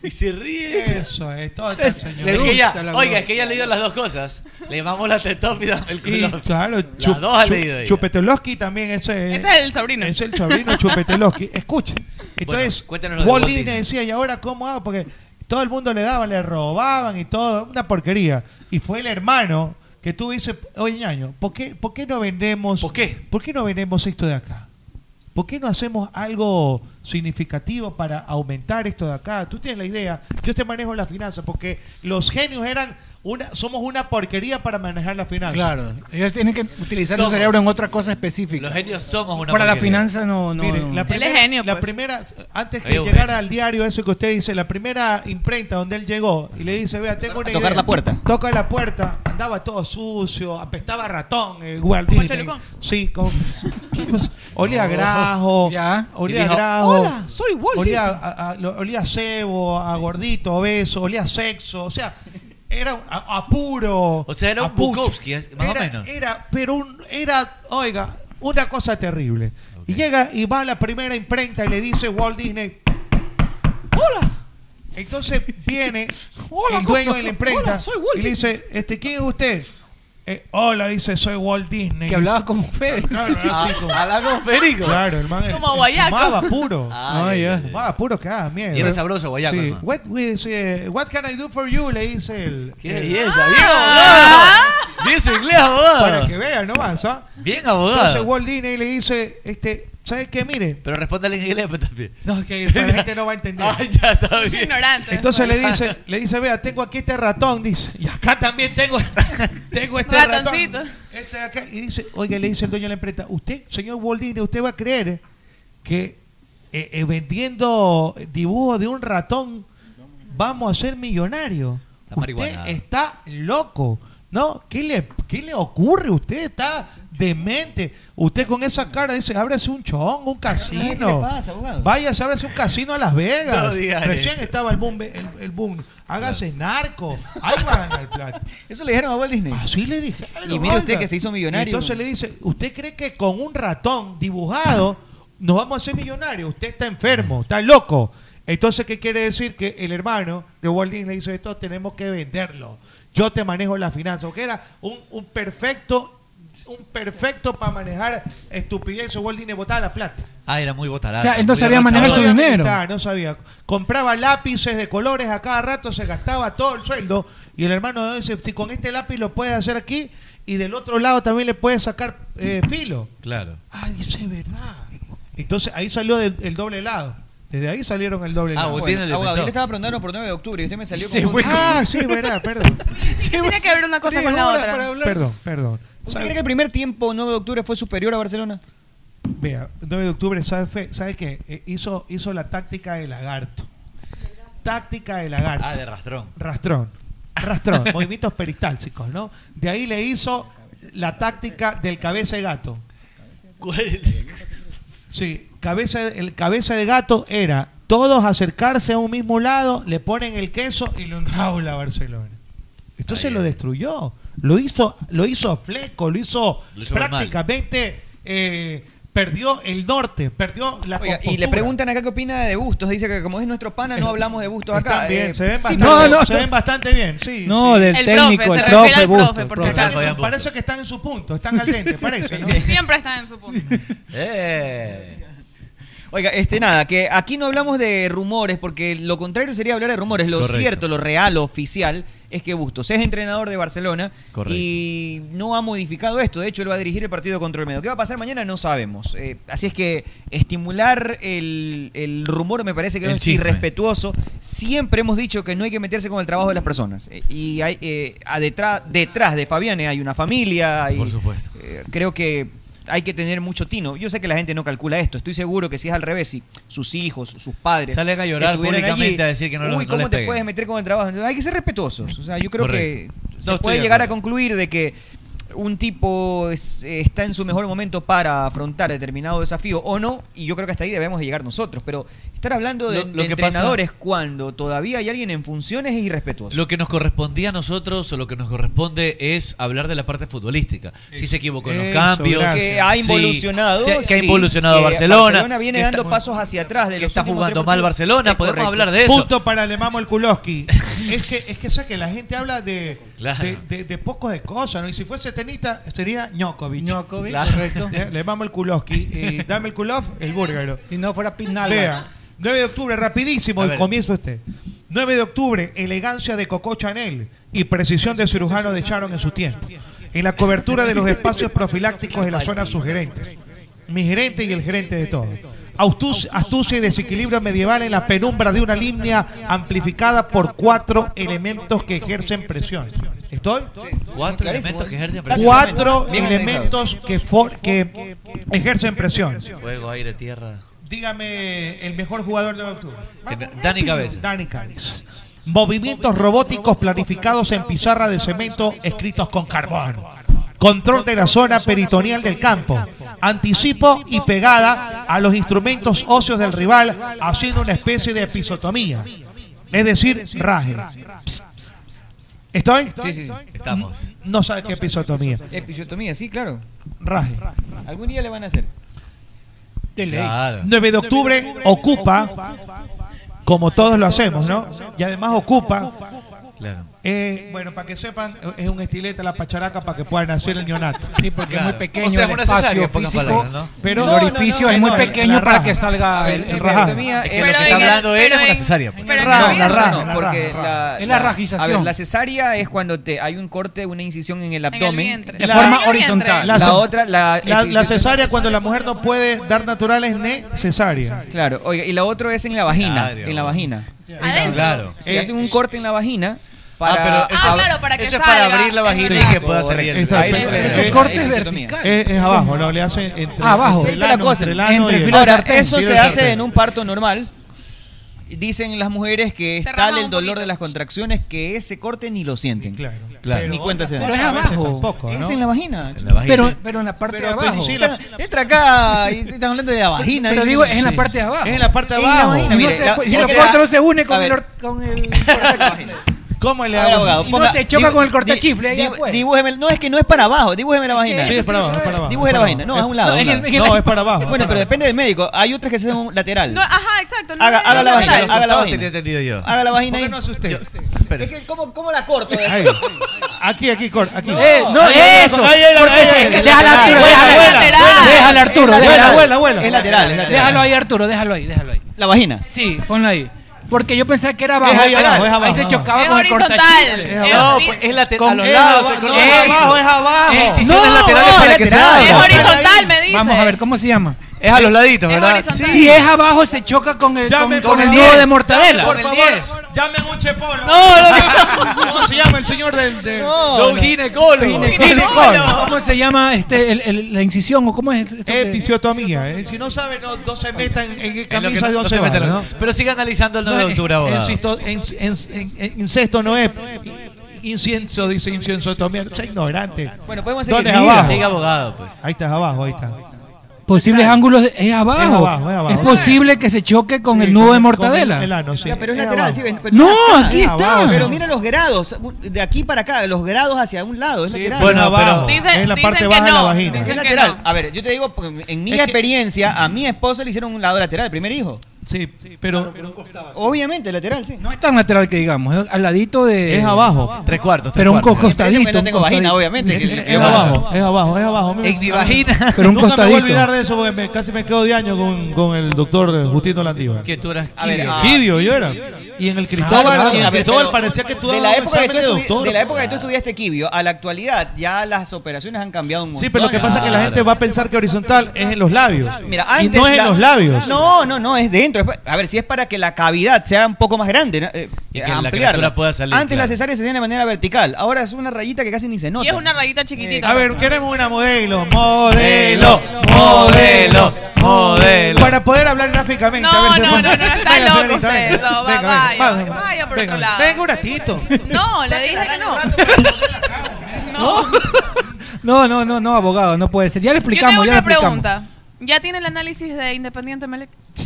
Speaker 14: Y se ríe.
Speaker 18: Eso es, todo está,
Speaker 14: Es,
Speaker 18: señor.
Speaker 14: que ella, oiga, es que ella ha leído las dos cosas. Le mamo la tetop y dame el
Speaker 18: Y,
Speaker 14: culo.
Speaker 18: claro,
Speaker 14: Las dos ha leído ella.
Speaker 18: Chupeteloski también, ese
Speaker 15: Ese es el sobrino.
Speaker 18: Es el
Speaker 14: (laughs)
Speaker 18: sobrino Chupeteloski. Escucha. Entonces,
Speaker 14: cuéntanos lo de
Speaker 18: Walt
Speaker 14: Walt
Speaker 18: Disney
Speaker 14: Disney.
Speaker 18: decía, ¿y ahora cómo hago? Porque todo el mundo le daba, le robaban y todo, una porquería. Y fue el hermano que tú dices, oye ñaño, ¿por qué, por qué no vendemos? ¿Por qué? no vendemos esto de acá? ¿Por qué no hacemos algo significativo para aumentar esto de acá? Tú tienes la idea, yo te manejo las finanzas, porque los genios eran una, somos una porquería para manejar las finanzas.
Speaker 21: Claro, ellos tienen que utilizar
Speaker 18: Somos.
Speaker 21: su cerebro en otra cosa específica.
Speaker 18: Los genios somos una
Speaker 21: Para la
Speaker 18: porquería.
Speaker 21: finanza no, no.
Speaker 18: Mire,
Speaker 21: no.
Speaker 18: la primera, la
Speaker 13: pues.
Speaker 18: primera- antes que
Speaker 21: Ahí, hombre.
Speaker 18: llegara al diario eso que usted dice, la primera imprenta donde él llegó y le dice, vea, tengo una
Speaker 13: tocar
Speaker 18: idea".
Speaker 13: la puerta.
Speaker 18: Toca la puerta, andaba todo sucio, apestaba a ratón, el guardín.
Speaker 13: Machalucón.
Speaker 18: Sí,
Speaker 13: (laughs)
Speaker 18: con- ¿qué pasó? olía a
Speaker 13: Oh.
Speaker 18: grajo, olía
Speaker 13: Y
Speaker 18: a
Speaker 13: dijo,
Speaker 18: grajo.
Speaker 13: "Hola, soy Walt
Speaker 18: olía,
Speaker 13: Disney".
Speaker 18: a, a- lo- olía a cebo, a gordito, obeso, olía a sexo, o sea, era a, a puro.
Speaker 6: O sea, era
Speaker 18: a
Speaker 6: un
Speaker 18: pucho.
Speaker 6: Bukowski, es- más o
Speaker 18: Era-
Speaker 6: menos.
Speaker 18: Era, pero un- era, oiga, una cosa terrible. Y llega y va a la primera imprenta y le dice Walt Disney, hola. Entonces viene
Speaker 7: (laughs) Hola,
Speaker 18: el dueño de la
Speaker 7: hola,
Speaker 18: imprenta
Speaker 7: soy Walt
Speaker 18: y le dice, este, ¿quién es usted? Eh, hola, dice, soy Walt Disney.
Speaker 7: Que hablaba como
Speaker 18: Federico. (laughs) Claro,
Speaker 7: Ah,
Speaker 18: sí, como-
Speaker 7: hablaba como Federico.
Speaker 18: Claro, hermano.
Speaker 7: Como guayaco.
Speaker 18: Fumaba
Speaker 7: (laughs)
Speaker 18: puro.
Speaker 7: Ah, ya, ya, ya.
Speaker 18: Fumaba puro que ah, mierda.
Speaker 7: Y era sabroso guayaco,
Speaker 18: Sí.
Speaker 7: hermano.
Speaker 18: What, we- dice, what can I do for you? Le dice el...
Speaker 7: Qué
Speaker 18: el-
Speaker 7: belleza, bien abogado. Bien su inglés, abogado.
Speaker 18: Para que vean nomás, ¿ah?
Speaker 7: Bien abogado.
Speaker 18: Entonces Walt Disney le dice, este, ¿sabes qué? Mire. Pero respóndale en inglés
Speaker 7: pues,
Speaker 18: también. No, que
Speaker 7: (laughs)
Speaker 18: (laughs) la gente no va a entender. Ah, ya está bien.
Speaker 15: Ignorante.
Speaker 18: Entonces le dice, le dice, vea, tengo aquí este ratón, dice, y acá también tengo, (laughs) tengo este ratón.
Speaker 15: Ratoncito.
Speaker 18: Este de acá. Y dice, oiga, le dice el dueño de la empresa, usted, señor Walt Disney, usted va a creer que eh, eh, vendiendo dibujos de un ratón vamos a ser millonarios. Usted
Speaker 7: marihuana.
Speaker 18: está loco. ¿No? ¿Qué le, ¿Qué le ocurre? Usted está demente. Usted con esa cara dice, ábrese un chón, un casino.
Speaker 7: pasa, abogado?
Speaker 18: Vaya, ábrese un casino a Las Vegas.
Speaker 7: No diga
Speaker 18: Recién
Speaker 7: eso.
Speaker 18: estaba el boom, el, el boom. Hágase narco. Ahí va a ganar plata.
Speaker 13: (laughs) Eso le dijeron a Walt Disney.
Speaker 18: Así le dijeron.
Speaker 13: Y mire usted
Speaker 18: oiga.
Speaker 13: que se hizo millonario.
Speaker 18: Entonces le dice, ¿usted cree que con un ratón dibujado nos vamos a hacer millonarios? Usted está enfermo, está loco. Entonces, ¿qué quiere decir? Que el hermano de Walt Disney le dice, esto tenemos que venderlo. Yo te manejo las finanzas. Que era un, un perfecto un perfecto para manejar estupidez. Walt Disney botaba la plata.
Speaker 14: Ah, era muy botarada.
Speaker 21: O sea, él no sabía manejar su
Speaker 18: sabía
Speaker 21: dinero.
Speaker 18: administrar, no sabía. Compraba lápices de colores a cada rato, se gastaba todo el sueldo. Y el hermano dice, si con este lápiz lo puedes hacer aquí y del otro lado también le puedes sacar eh, filo.
Speaker 14: Claro.
Speaker 18: Ah, dice verdad. Entonces ahí salió del- el doble lado. Desde ahí salieron el doble lado.
Speaker 13: bueno, abogado, yo le estaba preguntando por 9 de octubre y usted me salió
Speaker 18: Se
Speaker 13: con...
Speaker 18: fue con- Ah, sí,
Speaker 13: (laughs)
Speaker 18: verdad, perdón.
Speaker 15: Tiene que ver una cosa con la otra.
Speaker 18: Perdón, perdón.
Speaker 13: ¿Usted cree que el primer tiempo 9 de octubre fue superior a Barcelona?
Speaker 18: Vea, 9 de octubre, ¿sabes ¿sabe qué? Eh, hizo, hizo la táctica de lagarto. Táctica de lagarto.
Speaker 14: Ah, de rastrón.
Speaker 18: Rastrón. Rastrón. (laughs) movimientos peristálticos, ¿no? De ahí le hizo la táctica del cabeza de gato. Sí, cabeza, el cabeza de gato era todos acercarse a un mismo lado, le ponen el queso y lo enjaula a Barcelona. Entonces lo destruyó. Lo hizo, lo hizo a fleco, lo hizo,
Speaker 13: Lo hizo
Speaker 18: prácticamente eh, perdió el norte, perdió la
Speaker 13: Oiga, y le
Speaker 18: compostura.
Speaker 13: preguntan acá qué opina de Bustos. Dice que como es nuestro pana, no hablamos de Bustos
Speaker 18: Están
Speaker 13: acá.
Speaker 18: bien,
Speaker 13: Eh,
Speaker 18: se ven
Speaker 13: sí,
Speaker 18: bastante,
Speaker 13: pero-
Speaker 18: se ven bastante bien, sí.
Speaker 21: No,
Speaker 18: sí.
Speaker 21: del El profe, técnico, se el refiere profe al profe, Bustos, por si
Speaker 18: Están en
Speaker 21: acaso.
Speaker 18: su- Parece que están en su punto,
Speaker 21: (laughs)
Speaker 18: están al dente, parece, ¿no?
Speaker 15: Siempre están en su punto.
Speaker 18: (laughs)
Speaker 13: Eh. Oiga, este nada, que aquí no hablamos de rumores, porque lo contrario sería hablar de rumores. Lo
Speaker 14: Correcto.
Speaker 13: cierto, lo real, lo oficial, es que Bustos es entrenador de Barcelona
Speaker 14: Correcto.
Speaker 13: y no ha modificado esto. De hecho, él va a dirigir el partido contra el medio. ¿Qué va a pasar mañana? No sabemos. Eh, así es que estimular el, el rumor me parece que
Speaker 14: El
Speaker 13: es
Speaker 14: chisme.
Speaker 13: irrespetuoso. Siempre hemos dicho que no hay que meterse con el trabajo de las personas. Eh, y hay, eh, a detrás, detrás de Fabiane hay una familia. hay-
Speaker 14: Por supuesto.
Speaker 13: eh, creo que hay que tener mucho tino. Yo sé que la gente no calcula esto. Estoy seguro que si es al revés, si sus hijos, sus padres.
Speaker 14: Salen a llorar
Speaker 13: estuvieran
Speaker 14: públicamente
Speaker 13: allí,
Speaker 14: a decir que no los-
Speaker 13: Uy,
Speaker 14: no
Speaker 13: ¿cómo
Speaker 14: les
Speaker 13: te
Speaker 14: peguen?"
Speaker 13: puedes meter con el trabajo? Hay que ser respetuosos. O sea, yo creo
Speaker 14: Correcto.
Speaker 13: que
Speaker 14: No,
Speaker 13: se
Speaker 14: estoy
Speaker 13: puede
Speaker 14: de
Speaker 13: llegar a concluir de que un tipo es- eh, está en su mejor momento para afrontar determinado desafío o no. Y yo creo que hasta ahí debemos de llegar nosotros. Pero estar hablando de,
Speaker 14: Lo- lo
Speaker 13: de
Speaker 14: que pasa-
Speaker 13: entrenadores cuando todavía hay alguien en funciones es irrespetuoso.
Speaker 14: Lo que nos correspondía a nosotros o lo que nos corresponde es hablar de la parte futbolística. Si se equivocó en los
Speaker 13: Eso,
Speaker 14: cambios.
Speaker 13: gracias. Que ha
Speaker 14: si-
Speaker 13: involucionado,
Speaker 14: si- que ha
Speaker 13: sí,
Speaker 14: involucionado
Speaker 13: que
Speaker 14: Barcelona.
Speaker 13: Barcelona viene
Speaker 14: que está-
Speaker 13: dando pasos hacia atrás de
Speaker 14: que
Speaker 13: los
Speaker 14: está
Speaker 13: últimos
Speaker 14: jugando
Speaker 13: tres
Speaker 14: mal
Speaker 13: partidos.
Speaker 14: Barcelona.
Speaker 13: Es
Speaker 14: Podemos
Speaker 13: correcto.
Speaker 14: hablar de eso.
Speaker 18: Punto para Alemamo el Kuloski. es que, es que, ¿sabes que la gente habla de,
Speaker 14: Claro.
Speaker 18: de, de- de poco de cosas, ¿no? Y si fuese tenista, sería Djokovic.
Speaker 21: Djokovic, Claro.
Speaker 18: (laughs)
Speaker 21: correcto.
Speaker 18: Eh, Le mamo el Kuloski. Y dame el Kulov, el búlgaro.
Speaker 21: Si no fuera Pinal.
Speaker 18: Vea, 9 de octubre, rapidísimo,
Speaker 21: A
Speaker 18: y
Speaker 21: ver.
Speaker 18: comienza usted. 9 de octubre, elegancia de Coco Chanel y precisión de cirujano de Sharon en su tiempo. En la cobertura
Speaker 11: (laughs)
Speaker 18: de los espacios profilácticos de las zonas sugerentes. Mi gerente y el gerente de todo. Austuz- astucia y desequilibrio medieval en la penumbra de una línea amplificada por cuatro elementos que ejercen presión. ¿Estoy?
Speaker 11: Cuatro elementos que ejercen presión.
Speaker 18: Cuatro
Speaker 11: Bien
Speaker 18: elementos que, for- que que ejercen presión.
Speaker 11: Fuego, aire, tierra.
Speaker 18: Dígame el mejor jugador de Bautur.
Speaker 11: Dani Cabeza.
Speaker 18: Dani Cabeza. Movimientos robóticos planificados en pizarra de cemento escritos con carbón. Control de la zona peritoneal del campo. Anticipo y pegada a los instrumentos óseos del rival, haciendo una especie de episotomía. Es decir, raje. Psst, psst, psst. ¿Estoy?
Speaker 13: Sí, sí, sí.
Speaker 11: Estamos.
Speaker 18: No sabes qué episotomía.
Speaker 13: Episiotomía, sí, claro.
Speaker 18: Raje.
Speaker 13: Algún día le van a hacer.
Speaker 11: Claro.
Speaker 18: 9 de octubre ocupa, como todos lo hacemos, ¿no? Y además ocupa.
Speaker 11: Claro.
Speaker 18: eh, bueno, para que sepan, es un estilete la pacharaca para que puedan hacer el neonato. Sí, porque
Speaker 11: es muy Claro. pequeño O sea, es el una cesárea, espacio en pocas físico, palabras, ¿no?
Speaker 18: Pero
Speaker 11: el orificio es muy pequeño para que salga
Speaker 18: el,
Speaker 11: el raja.
Speaker 13: Eh,
Speaker 11: Es que lo que está hablando él es una cesárea, pues. Pero en
Speaker 13: no,
Speaker 11: la
Speaker 13: la
Speaker 11: raja,
Speaker 13: raja,
Speaker 11: la
Speaker 13: no, porque
Speaker 11: raja.
Speaker 13: la,
Speaker 11: Es la rajización.
Speaker 13: A ver, la cesárea es cuando te hay un corte, una incisión en el abdomen.
Speaker 11: vientre. De La- forma en el horizontal.
Speaker 13: La,
Speaker 11: vientre.
Speaker 13: otra, la,
Speaker 18: La, la
Speaker 13: episiotomía-
Speaker 18: cesárea cuando la mujer no puede dar naturales ne cesárea.
Speaker 13: Claro, oiga, y la otra es en la vagina. En la vagina.
Speaker 18: Adentro. Claro.
Speaker 13: Si hacen un corte en la vagina. Para,
Speaker 11: Ah, pero eso- Ah, claro, para que eso es para salga. abrir la vagina y que pueda salir.
Speaker 13: Correcto. A eso le-
Speaker 11: Ese
Speaker 13: ahí
Speaker 11: corte
Speaker 13: la
Speaker 11: es
Speaker 13: episiotomía.
Speaker 18: Eh, Es, es abajo, no, le hacen entre
Speaker 13: Ah, abajo.
Speaker 18: entre el ano, entre el ano y el-
Speaker 13: Ahora,
Speaker 18: sartén,
Speaker 13: eso
Speaker 18: tiro
Speaker 13: se
Speaker 18: el
Speaker 13: hace
Speaker 18: sartén.
Speaker 13: en un parto normal. Dicen las mujeres que es tal el dolor de las contracciones que ese corte ni lo sienten.
Speaker 18: Claro.
Speaker 13: Ni cuenta se dan.
Speaker 18: Pero es abajo. Tampoco,
Speaker 13: Es
Speaker 18: ¿no?
Speaker 13: en la vagina.
Speaker 18: En la vagina.
Speaker 13: Pero,
Speaker 17: pero en la parte
Speaker 13: de
Speaker 17: abajo.
Speaker 13: entra acá y están hablando de la vagina.
Speaker 17: Pero
Speaker 13: dice.
Speaker 17: digo, es en la parte de abajo.
Speaker 13: Es en la parte de
Speaker 17: Es en la
Speaker 13: abajo.
Speaker 17: vagina,
Speaker 13: Mire,
Speaker 17: no se-
Speaker 13: la-
Speaker 17: si
Speaker 13: o
Speaker 17: la
Speaker 13: sea,
Speaker 17: puerta no se une con
Speaker 13: a
Speaker 17: el
Speaker 13: ver,
Speaker 17: or- con el cortachifle.
Speaker 18: ¿Cómo le
Speaker 13: a ver, abogado,
Speaker 17: Y
Speaker 13: ponga-
Speaker 17: no se choca
Speaker 13: dibu-
Speaker 17: con el
Speaker 13: di-
Speaker 17: cortachifle ahí
Speaker 13: dibu-
Speaker 17: después.
Speaker 13: dibújeme el- no, es que no es para abajo. Dibújeme la vagina.
Speaker 18: Sí, es para abajo, es para abajo,
Speaker 13: Dibújeme
Speaker 18: es
Speaker 13: la
Speaker 18: para
Speaker 13: vagina.
Speaker 18: abajo.
Speaker 13: No, es a un lado.
Speaker 18: No,
Speaker 13: a un
Speaker 18: en el-
Speaker 13: lado.
Speaker 18: en el- No, es para abajo, es
Speaker 13: Bueno,
Speaker 18: para abajo.
Speaker 13: pero depende del médico. Hay otras que se hacen un lateral.
Speaker 15: No, ajá, exacto. no
Speaker 13: Haga,
Speaker 15: es
Speaker 13: haga la
Speaker 15: horizontal.
Speaker 13: vagina. Haga la
Speaker 15: Todo
Speaker 13: vagina.
Speaker 11: entendido yo.
Speaker 13: Haga la vagina ahí.
Speaker 11: Es
Speaker 13: que, ¿cómo, cómo la corto?
Speaker 18: Ahí. Aquí, aquí, cor- aquí.
Speaker 13: Eh, no,
Speaker 18: Ahí, ahí,
Speaker 13: eso.
Speaker 18: ahí, ahí,
Speaker 13: Porque-
Speaker 18: ahí, ahí.
Speaker 17: Déjalo a Arturo,
Speaker 18: Vuela,
Speaker 17: déjalo,
Speaker 18: vuela, vuela.
Speaker 17: déjalo a Arturo.
Speaker 18: Es
Speaker 17: déjalo.
Speaker 18: lateral, vuela, vuela.
Speaker 17: Déjalo ahí, Arturo, déjalo ahí, déjalo ahí.
Speaker 13: ¿La vagina?
Speaker 17: Sí, ponlo ahí. Porque yo pensaba que era
Speaker 18: Es
Speaker 17: abajo.
Speaker 18: ahí abajo, es
Speaker 17: ahí
Speaker 18: abajo,
Speaker 17: se
Speaker 18: abajo.
Speaker 17: chocaba
Speaker 15: Es
Speaker 17: con el
Speaker 15: horizontal.
Speaker 17: cortachifle.
Speaker 15: Es No, horiz-
Speaker 17: es lateral.
Speaker 18: pues, a los lados se corta. Eso. Es incisión
Speaker 17: No,
Speaker 18: de laterales
Speaker 17: no,
Speaker 18: para que sea
Speaker 17: lateral.
Speaker 18: abajo.
Speaker 17: Es
Speaker 15: horizontal, me dice.
Speaker 17: Vamos a ver, ¿cómo se llama?
Speaker 14: Es a los laditos,
Speaker 17: ¿verdad?
Speaker 18: horizontal.
Speaker 17: Si es abajo, se choca con el, con,
Speaker 18: Llamen
Speaker 17: con
Speaker 18: por
Speaker 17: el
Speaker 18: favor.
Speaker 17: nudo de
Speaker 18: Por
Speaker 17: mortadela.
Speaker 18: favor, Llamen un chepolo.
Speaker 17: No,
Speaker 18: (laughs) ¿Cómo se llama el señor del.? De...
Speaker 17: Don no.
Speaker 18: ginecólogo.
Speaker 17: ¿Cómo se llama este, el- el- la incisión o cómo es? esto que-
Speaker 18: Episiotomía. eh. Si no sabe, no, no se meta en, en
Speaker 11: lo que
Speaker 18: camisas de
Speaker 11: no
Speaker 18: once
Speaker 11: se mete
Speaker 18: varas,
Speaker 11: la-
Speaker 18: ¿no?
Speaker 11: Pero sigue analizando el 9 de octubre, abogado.
Speaker 18: Insisto, en- en- en- incesto no es. Incienso, dice inciensotomía. Es ignorante.
Speaker 13: Bueno, podemos
Speaker 18: seguir. ¿Dónde es
Speaker 17: Mira.
Speaker 18: abajo?
Speaker 17: Siga,
Speaker 11: abogado, pues.
Speaker 18: Ahí estás abajo, ahí está.
Speaker 17: Posibles ángulos de- es abajo.
Speaker 18: Es abajo, es abajo.
Speaker 17: posible que se choque con el nudo de mortadela.
Speaker 18: Con el ano, sí.
Speaker 13: Ya, pero es
Speaker 18: Es
Speaker 13: lateral,
Speaker 18: abajo.
Speaker 13: sí, ven,
Speaker 17: No,
Speaker 13: mira,
Speaker 17: aquí
Speaker 13: mira,
Speaker 17: está.
Speaker 13: abajo. Pero mira los grados, de aquí para acá, los grados hacia un lado, es lateral.
Speaker 18: bueno, Es abajo, pero-
Speaker 13: es
Speaker 18: es la dicen parte que baja de la no, vagina. dicen
Speaker 13: Es
Speaker 18: que
Speaker 13: lateral.
Speaker 18: no.
Speaker 13: A ver, yo te digo, porque en mi
Speaker 18: Es que-
Speaker 13: experiencia, a mi esposa le hicieron un lado lateral, el primer hijo.
Speaker 18: Sí, pero...
Speaker 13: Obviamente, lateral, sí.
Speaker 17: No es tan lateral que digamos, es al ladito de.
Speaker 13: Es abajo.
Speaker 11: Tres cuartos.
Speaker 17: Pero un co-
Speaker 13: Eso
Speaker 17: costadito.
Speaker 13: que no
Speaker 17: un
Speaker 13: tengo vagina,
Speaker 17: costadito.
Speaker 13: obviamente. que-
Speaker 18: Es abajo, es abajo, es abajo. En mi
Speaker 11: vagina.
Speaker 17: Pero un
Speaker 18: Nunca me voy a
Speaker 17: costadito.
Speaker 18: olvidar de eso porque me- casi me quedo de año con, con el doctor Justino Landívar.
Speaker 11: Que tú eras
Speaker 13: A ver,
Speaker 11: quibio.
Speaker 13: ah,
Speaker 18: Tibio yo era. Y en el Cristóbal,
Speaker 13: Claro, claro.
Speaker 18: y en
Speaker 13: A
Speaker 18: el
Speaker 13: ver,
Speaker 18: Cristóbal
Speaker 13: pero
Speaker 18: parecía que tú
Speaker 13: de la,
Speaker 18: dabas un
Speaker 13: época que tú
Speaker 18: examen de
Speaker 13: estu-
Speaker 18: doctor.
Speaker 13: de la época que tú estudiaste quibio a la actualidad, ya las operaciones han cambiado un montón.
Speaker 18: Sí, pero lo que pasa es que la gente va a pensar que horizontal es en los labios.
Speaker 13: Mira,
Speaker 18: y
Speaker 13: antes
Speaker 18: no es
Speaker 13: la-
Speaker 18: en los labios.
Speaker 13: No, no, no, es dentro. A ver, si es para que la cavidad sea un poco más grande, ¿no? Eh,
Speaker 11: Y que la
Speaker 13: ampliarla.
Speaker 11: criatura pueda salir,
Speaker 13: Antes la
Speaker 11: claro.
Speaker 13: cesárea se hacía de manera vertical. Ahora es una rayita que casi ni se nota. Eh,
Speaker 15: Y es una rayita chiquitita.
Speaker 18: A ver, queremos una modelo, modelo,
Speaker 14: modelo,
Speaker 18: modelo. Para poder hablar gráficamente.
Speaker 15: No,
Speaker 18: a ver, si-
Speaker 15: no, no, no, está
Speaker 18: Venga,
Speaker 15: loco
Speaker 18: señorita,
Speaker 15: usted.
Speaker 18: venga.
Speaker 15: No, va-
Speaker 18: Venga,
Speaker 15: vaya,
Speaker 18: venga,
Speaker 15: vaya por
Speaker 18: venga.
Speaker 15: otro lado.
Speaker 18: Venga, un ratito.
Speaker 15: No, le dije que no.
Speaker 17: No, no, no, no, abogado, no puede ser. Ya le
Speaker 15: Yo
Speaker 17: explicamos,
Speaker 15: tengo
Speaker 17: ya le
Speaker 15: una
Speaker 17: explicamos.
Speaker 15: pregunta. ¿Ya tiene el análisis de Independiente Melec? Ya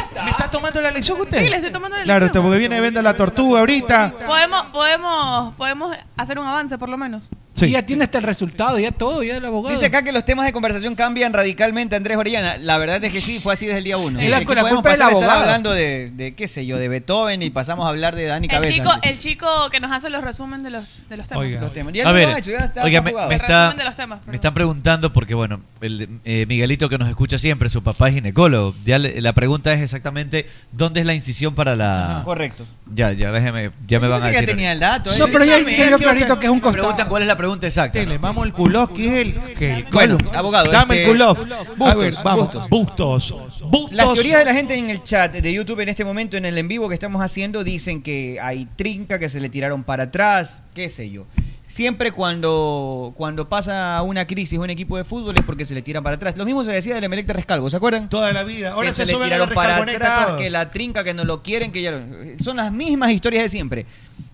Speaker 15: está.
Speaker 18: ¿Me está tomando la lección usted?
Speaker 15: Sí, le estoy tomando la
Speaker 18: Claro,
Speaker 15: lección.
Speaker 18: te- porque viene venda la tortuga ahorita.
Speaker 15: Podemos, podemos, podemos hacer un avance por lo menos.
Speaker 17: Sí. ya tiene hasta el resultado, ya todo, ya el abogado.
Speaker 13: Dice acá que los temas de conversación cambian radicalmente, Andrés Orellana. La verdad es que sí, fue así desde el día uno.
Speaker 17: Sí, la-
Speaker 13: Aquí
Speaker 17: la
Speaker 13: podemos
Speaker 17: culpa es
Speaker 13: pasar
Speaker 17: la
Speaker 13: a estar
Speaker 17: abogada.
Speaker 13: hablando de, de, qué sé yo, de Beethoven y pasamos a hablar de Dani
Speaker 15: El
Speaker 13: Cabeza.
Speaker 15: chico, el chico que nos hace los resúmenes de los, de los temas.
Speaker 13: Oiga. Los temas. Ya
Speaker 11: A
Speaker 13: lo
Speaker 11: ver,
Speaker 13: ha hecho, ya está
Speaker 11: oiga, me,
Speaker 13: sofocado.
Speaker 11: me
Speaker 13: El
Speaker 11: está,
Speaker 15: resumen de los temas,
Speaker 11: me están preguntando porque, bueno, el, eh, Miguelito que nos escucha siempre, su papá es ginecólogo.
Speaker 14: ya le- la pregunta es exactamente dónde es la incisión para la.
Speaker 13: Correcto.
Speaker 14: Ya, ya déjeme, ya me van a
Speaker 13: pensé que ya
Speaker 14: decir.
Speaker 13: tenía el dato, ¿eh?
Speaker 14: No, pero
Speaker 13: ya se vio clarito
Speaker 14: que es un costado. Preguntan cuál es la pregunta exacta.
Speaker 18: Le vamos el culo, que es el. que-
Speaker 14: Bueno,
Speaker 18: culo.
Speaker 13: abogado,
Speaker 18: Dame
Speaker 13: este-
Speaker 18: el culo. A
Speaker 13: Bustos,
Speaker 18: ver, vamos.
Speaker 13: Bustos.
Speaker 18: Bustos.
Speaker 13: Las teorías de la gente en el chat de YouTube en este momento, en el en vivo que estamos haciendo, dicen que hay trinca, que se le tiraron para atrás, qué sé yo. Siempre cuando, cuando pasa una crisis un equipo de fútbol es porque se le tiran para atrás. Lo mismo se decía del Emelec de Rescalvo, ¿se acuerdan?
Speaker 18: Toda la vida. Ahora
Speaker 13: que
Speaker 18: se
Speaker 13: se, le
Speaker 18: suben a la
Speaker 13: tiraron para
Speaker 18: Rescalvoneta
Speaker 13: atrás,
Speaker 18: todo.
Speaker 13: que la trinca, que no lo quieren, que ya lo- Son las mismas historias de siempre.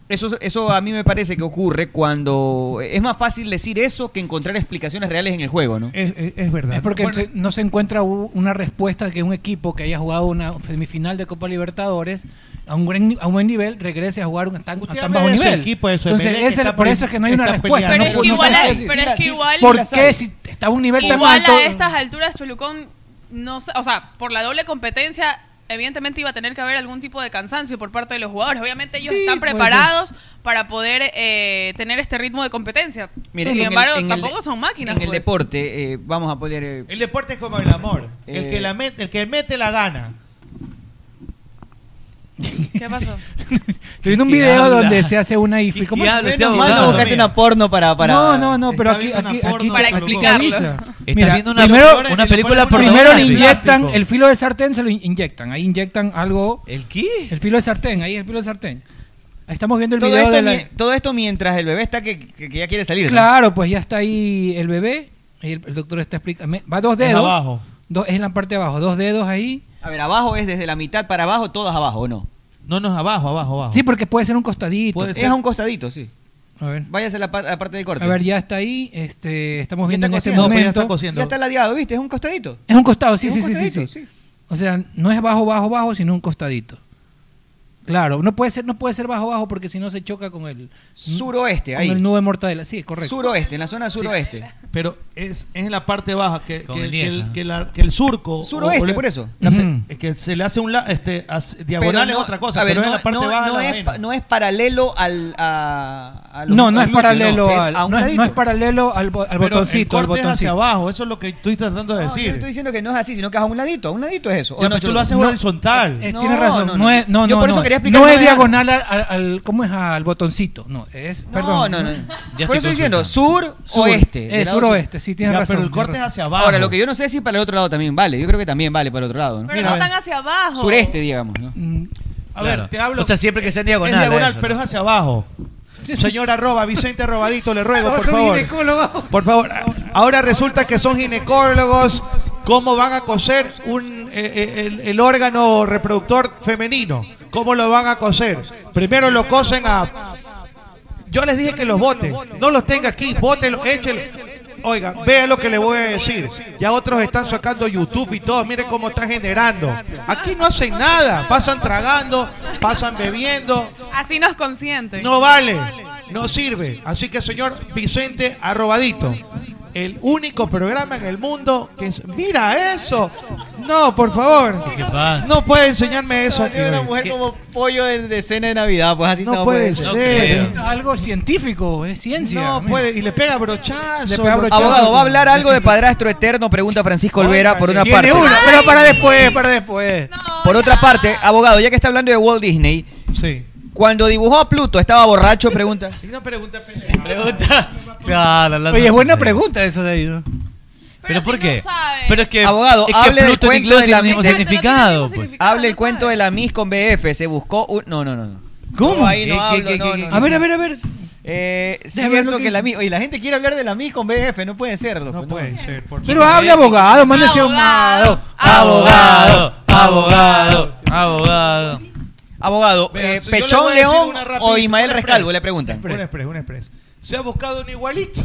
Speaker 13: Eso, eso a mí me parece que ocurre cuando... Es más fácil decir eso que encontrar explicaciones reales en el juego, ¿no?
Speaker 18: Es, verdad.
Speaker 17: Es porque se- no se encuentra u- una respuesta que un equipo que haya jugado una semifinal de Copa Libertadores a un, gran, ni- a un buen nivel regrese a jugar un tan, a tan
Speaker 18: habla
Speaker 17: bajo
Speaker 18: de su
Speaker 17: nivel.
Speaker 18: equipo, de su
Speaker 17: Entonces,
Speaker 18: Emelec, que
Speaker 17: ese-
Speaker 18: está
Speaker 17: por
Speaker 18: pe-
Speaker 17: eso es que no hay una
Speaker 18: está
Speaker 17: respuesta.
Speaker 18: peleando.
Speaker 17: No
Speaker 15: Pero
Speaker 17: pu-
Speaker 15: es que
Speaker 17: no
Speaker 15: igual
Speaker 17: sabes
Speaker 15: hay-
Speaker 17: si-
Speaker 15: pero es que
Speaker 17: si-
Speaker 15: igual-
Speaker 17: ¿Por
Speaker 15: las
Speaker 17: qué
Speaker 15: hay.
Speaker 17: si está a un nivel tan
Speaker 15: Igual
Speaker 17: alto?
Speaker 15: a estas alturas Cholucón, no sé, o sea, por la doble competencia, evidentemente iba a tener que haber algún tipo de cansancio por parte de los jugadores. Obviamente ellos
Speaker 13: Sí,
Speaker 15: están
Speaker 13: puede
Speaker 15: preparados para poder eh, tener este ritmo de competencia.
Speaker 13: Mire,
Speaker 15: Sin
Speaker 13: en el-
Speaker 15: embargo,
Speaker 13: en el
Speaker 15: tampoco
Speaker 13: de-
Speaker 15: son máquinas.
Speaker 13: En el
Speaker 15: pues.
Speaker 13: deporte, eh, vamos a poner... eh,
Speaker 18: El deporte es como el amor. El
Speaker 13: Eh,
Speaker 18: que, la mete, el que mete la gana.
Speaker 15: ¿Qué pasó?
Speaker 17: Estoy viendo un video donde se hace una y ¿cómo?
Speaker 13: Menos mal no buscaste una porno para, para...
Speaker 17: No, no, no, pero aquí, aquí,
Speaker 13: porno
Speaker 17: aquí,
Speaker 13: para
Speaker 17: aquí te
Speaker 13: explicarlo.
Speaker 17: avisa.
Speaker 13: Estás viendo una-
Speaker 17: primero,
Speaker 13: una
Speaker 17: Primero le
Speaker 13: película pornográfica.
Speaker 17: inyectan
Speaker 13: Plástico.
Speaker 17: el filo de sartén, se lo in- inyectan. Ahí inyectan algo. ¿El qué? El filo de sartén, ahí es el filo de sartén. Ahí estamos viendo el
Speaker 13: Todo
Speaker 17: video
Speaker 13: esto,
Speaker 17: de la-
Speaker 13: mi- todo esto mientras el bebé está que, que- que ya quiere salir. ¿no?
Speaker 17: Claro, pues ya está ahí el bebé. Ahí El, el doctor está explicando. Va dos dedos.
Speaker 13: abajo.
Speaker 17: Dos, es en la parte de abajo. Dos dedos ahí.
Speaker 13: A ver, abajo es desde la mitad para abajo, todas abajo, ¿o no?
Speaker 18: No, no es abajo, abajo, abajo.
Speaker 17: Sí, porque puede ser un costadito.
Speaker 13: es a un costadito, sí.
Speaker 17: A ver.
Speaker 13: Váyase a la, par- a la parte del corte.
Speaker 17: A ver, ya está ahí. Este, estamos
Speaker 13: Ya
Speaker 17: viendo
Speaker 13: está
Speaker 17: en este
Speaker 13: cosiendo. No, pues ya
Speaker 17: momento. Eh,
Speaker 13: está cosiendo. Ya está ladeado, ¿viste? Es un costadito.
Speaker 17: Es un costado, sí,
Speaker 13: Es
Speaker 17: sí,
Speaker 13: un
Speaker 17: sí, sí, sí,
Speaker 13: costadito,
Speaker 17: O sea, no es bajo, bajo, bajo, sino un costadito. Claro, no puede ser, no puede ser bajo, bajo porque si no se choca con el
Speaker 13: Suroeste,
Speaker 17: con
Speaker 13: ahí.
Speaker 17: el nudo de mortadela. Sí, correcto.
Speaker 13: Suroeste, en la zona suroeste.
Speaker 18: Pero es, es en la parte baja que, que,
Speaker 13: el
Speaker 18: que el,
Speaker 13: Niesa.
Speaker 18: que la- que el surco.
Speaker 13: Suroeste,
Speaker 18: le-
Speaker 13: por eso.
Speaker 18: la se-
Speaker 13: Ujú.
Speaker 18: es que se le hace un la- este, as-
Speaker 13: Pero
Speaker 18: diagonal
Speaker 13: no-
Speaker 18: es otra cosa,
Speaker 13: a ver,
Speaker 18: pero es
Speaker 13: no,
Speaker 18: en la parte
Speaker 13: no-
Speaker 18: baja. de
Speaker 13: no
Speaker 18: la
Speaker 13: es,
Speaker 18: vaina.
Speaker 13: pa- no es paralelo al. A, a los-
Speaker 17: No, no
Speaker 13: al
Speaker 17: es
Speaker 13: glúteo,
Speaker 17: paralelo
Speaker 13: es
Speaker 17: al,
Speaker 13: a un
Speaker 17: no, es, no
Speaker 13: ladito.
Speaker 17: es paralelo al, bo- al
Speaker 18: Pero el
Speaker 17: botoncito, al
Speaker 18: corte es
Speaker 17: botoncito.
Speaker 18: hacia abajo, eso es lo que estoy tratando de
Speaker 13: No, yo
Speaker 18: decir.
Speaker 13: estoy diciendo que no es así, sino que es a un ladito, a un ladito es eso. ¿o
Speaker 18: Ya,
Speaker 13: no,
Speaker 18: pero tú lo
Speaker 13: Cholo?
Speaker 18: haces
Speaker 13: No.
Speaker 18: horizontal.
Speaker 17: Eh,
Speaker 13: No,
Speaker 17: tienes razón,
Speaker 13: no,
Speaker 17: no,
Speaker 13: no.
Speaker 17: es, no,
Speaker 13: Yo
Speaker 17: no,
Speaker 13: por eso
Speaker 17: no.
Speaker 13: quería explicar
Speaker 17: No
Speaker 13: lo
Speaker 17: es
Speaker 13: de-
Speaker 17: diagonal al, al- al- ¿cómo es? Al botoncito, no, es, perdón.
Speaker 13: no, no. Ya Por estoy eso diciendo, consultando. sur, eh, oeste, del
Speaker 17: Es
Speaker 13: lado
Speaker 17: suroeste, sí, tienes
Speaker 13: Ya,
Speaker 17: razón.
Speaker 13: pero el
Speaker 17: tienes
Speaker 13: corte
Speaker 18: es
Speaker 17: razón.
Speaker 18: hacia abajo.
Speaker 13: Ahora, lo que yo no sé es si para el otro lado también vale. Yo creo que también vale para el otro lado. ¿no?
Speaker 15: Pero no están hacia abajo.
Speaker 13: Sureste, digamos. ¿no?
Speaker 18: A ver, te hablo.
Speaker 13: O sea, siempre que sea en diagonal,
Speaker 18: Es diagonal,
Speaker 13: eso,
Speaker 18: pero es hacia abajo. Señor arroba, Vicente Robadito, le
Speaker 17: (laughs)
Speaker 18: ruego, por
Speaker 17: Soy
Speaker 18: favor.
Speaker 17: ginecólogo.
Speaker 18: Por favor, a- ahora resulta que son ginecólogos. ¿Cómo van a coser un, eh, eh, el, el órgano reproductor femenino? ¿Cómo lo van a coser? Primero lo cosen a... Yo les dije que los voten. No los tenga aquí, bótenlos, échenlos. Oiga, vea lo que le voy a decir. Ya otros están sacando YouTube y todo. Mire cómo están generando. Aquí no hacen nada. Pasan tragando, pasan bebiendo.
Speaker 15: Así nos consienten.
Speaker 18: No vale, no sirve. Así que, señor Vicente Arrobadito, el único programa en el mundo que es- ¡Mira eso! No, por favor. No puede enseñarme eso. aquí,
Speaker 13: Una
Speaker 18: güey.
Speaker 13: mujer como pollo de, de cena de Navidad, pues así
Speaker 18: No puede ser.
Speaker 17: Esto es algo científico, es ciencia.
Speaker 18: No
Speaker 17: amigo.
Speaker 18: puede. Y le pega brochazo.
Speaker 17: Le pega brochazo.
Speaker 13: Abogado, ¿va a hablar algo de padrastro eterno? Pregunta Francisco Olvera por una
Speaker 17: Tiene
Speaker 13: parte.
Speaker 17: una, pero para después, para después.
Speaker 13: Por otra parte, abogado, ya que está hablando de Walt Disney,
Speaker 18: Sí.
Speaker 13: cuando dibujó a Pluto, ¿estaba borracho? Pregunta.
Speaker 18: Una pregunta pendeja.
Speaker 13: Pregunta.
Speaker 17: Oye, es buena pregunta eso de ahí. ¿no?
Speaker 14: ¿Pero por qué?
Speaker 13: Pero
Speaker 14: es que-
Speaker 13: abogado,
Speaker 14: es que
Speaker 13: hable del
Speaker 14: Pluto en
Speaker 13: cuento
Speaker 14: inglés
Speaker 13: de
Speaker 14: tiene
Speaker 13: la
Speaker 14: el mismo
Speaker 13: de-
Speaker 14: significado, pues.
Speaker 13: Hable el cuento de la Miss con BF, se buscó un no, no, no. no.
Speaker 17: ¿Cómo?
Speaker 13: No, ahí no
Speaker 17: ¿Qué, qué,
Speaker 13: hablo,
Speaker 17: qué,
Speaker 13: no,
Speaker 17: qué,
Speaker 13: no,
Speaker 17: qué?
Speaker 13: no.
Speaker 17: A ver, a ver, a ver.
Speaker 13: Eh,
Speaker 17: Déjame ver lo
Speaker 13: cierto
Speaker 17: que
Speaker 13: que la
Speaker 17: dice.
Speaker 13: Miss, oye, la gente quiere hablar de la Miss con BF, no puede ser, loco, No, puede
Speaker 18: ser,
Speaker 17: Pero hable abogado, mándese un abogado.
Speaker 13: Abogado,
Speaker 14: abogado, abogado.
Speaker 13: Abogado,
Speaker 18: Vean,
Speaker 13: eh,
Speaker 18: yo le voy
Speaker 13: Pechón
Speaker 18: a decir
Speaker 13: León
Speaker 18: una rapidito,
Speaker 13: o Ismael
Speaker 18: una
Speaker 13: Rescalvo,
Speaker 18: express.
Speaker 13: le preguntan.
Speaker 18: Un express, un express. Se ha buscado un igualito.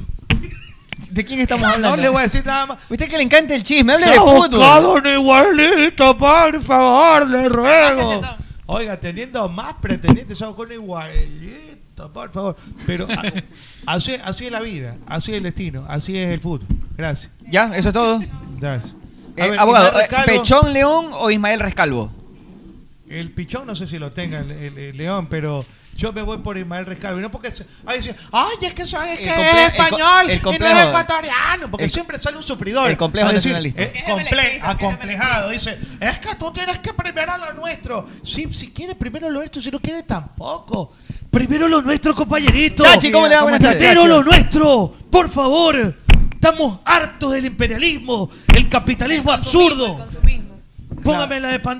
Speaker 13: ¿De quién estamos hablando?
Speaker 18: No le voy a decir nada más.
Speaker 13: Usted que le encanta el chisme, hable
Speaker 18: Se
Speaker 13: de
Speaker 18: ha buscado
Speaker 13: fútbol.
Speaker 18: un igualito, por favor, le ruego. Oiga, teniendo más pretendientes, se ha buscado un igualito, por favor. Pero a- así, así es la vida, así es el destino, así es el fútbol. Gracias.
Speaker 13: Ya, eso es todo.
Speaker 18: Gracias. A
Speaker 13: Eh,
Speaker 18: ver,
Speaker 13: abogado,
Speaker 18: Ismael
Speaker 13: eh,
Speaker 18: Rescalvo,
Speaker 13: ¿Pechón León o Ismael Rescalvo?
Speaker 18: El pichón no sé si lo tenga el, el- el león, pero yo me voy por Ismael Rescalvo. Y no porque. se- Ay, dice, ay, es que sabes que complejo- es el co- español el y no es complejo- ecuatoriano. Porque el- siempre sale un sufridor. el complejo a decir, nacionalista. eh, comple- acomplejado. Dice, es que tú tienes que primero lo nuestro. Sí, si quieres primero lo nuestro, si no quieres tampoco.
Speaker 16: Primero lo nuestro, compañerito.
Speaker 18: Chachi, ¿cómo le va? Buenas tardes,
Speaker 16: Primero
Speaker 18: Chachi.
Speaker 16: lo nuestro, por favor. Estamos hartos del imperialismo, el capitalismo absurdo. Póngame la de pan.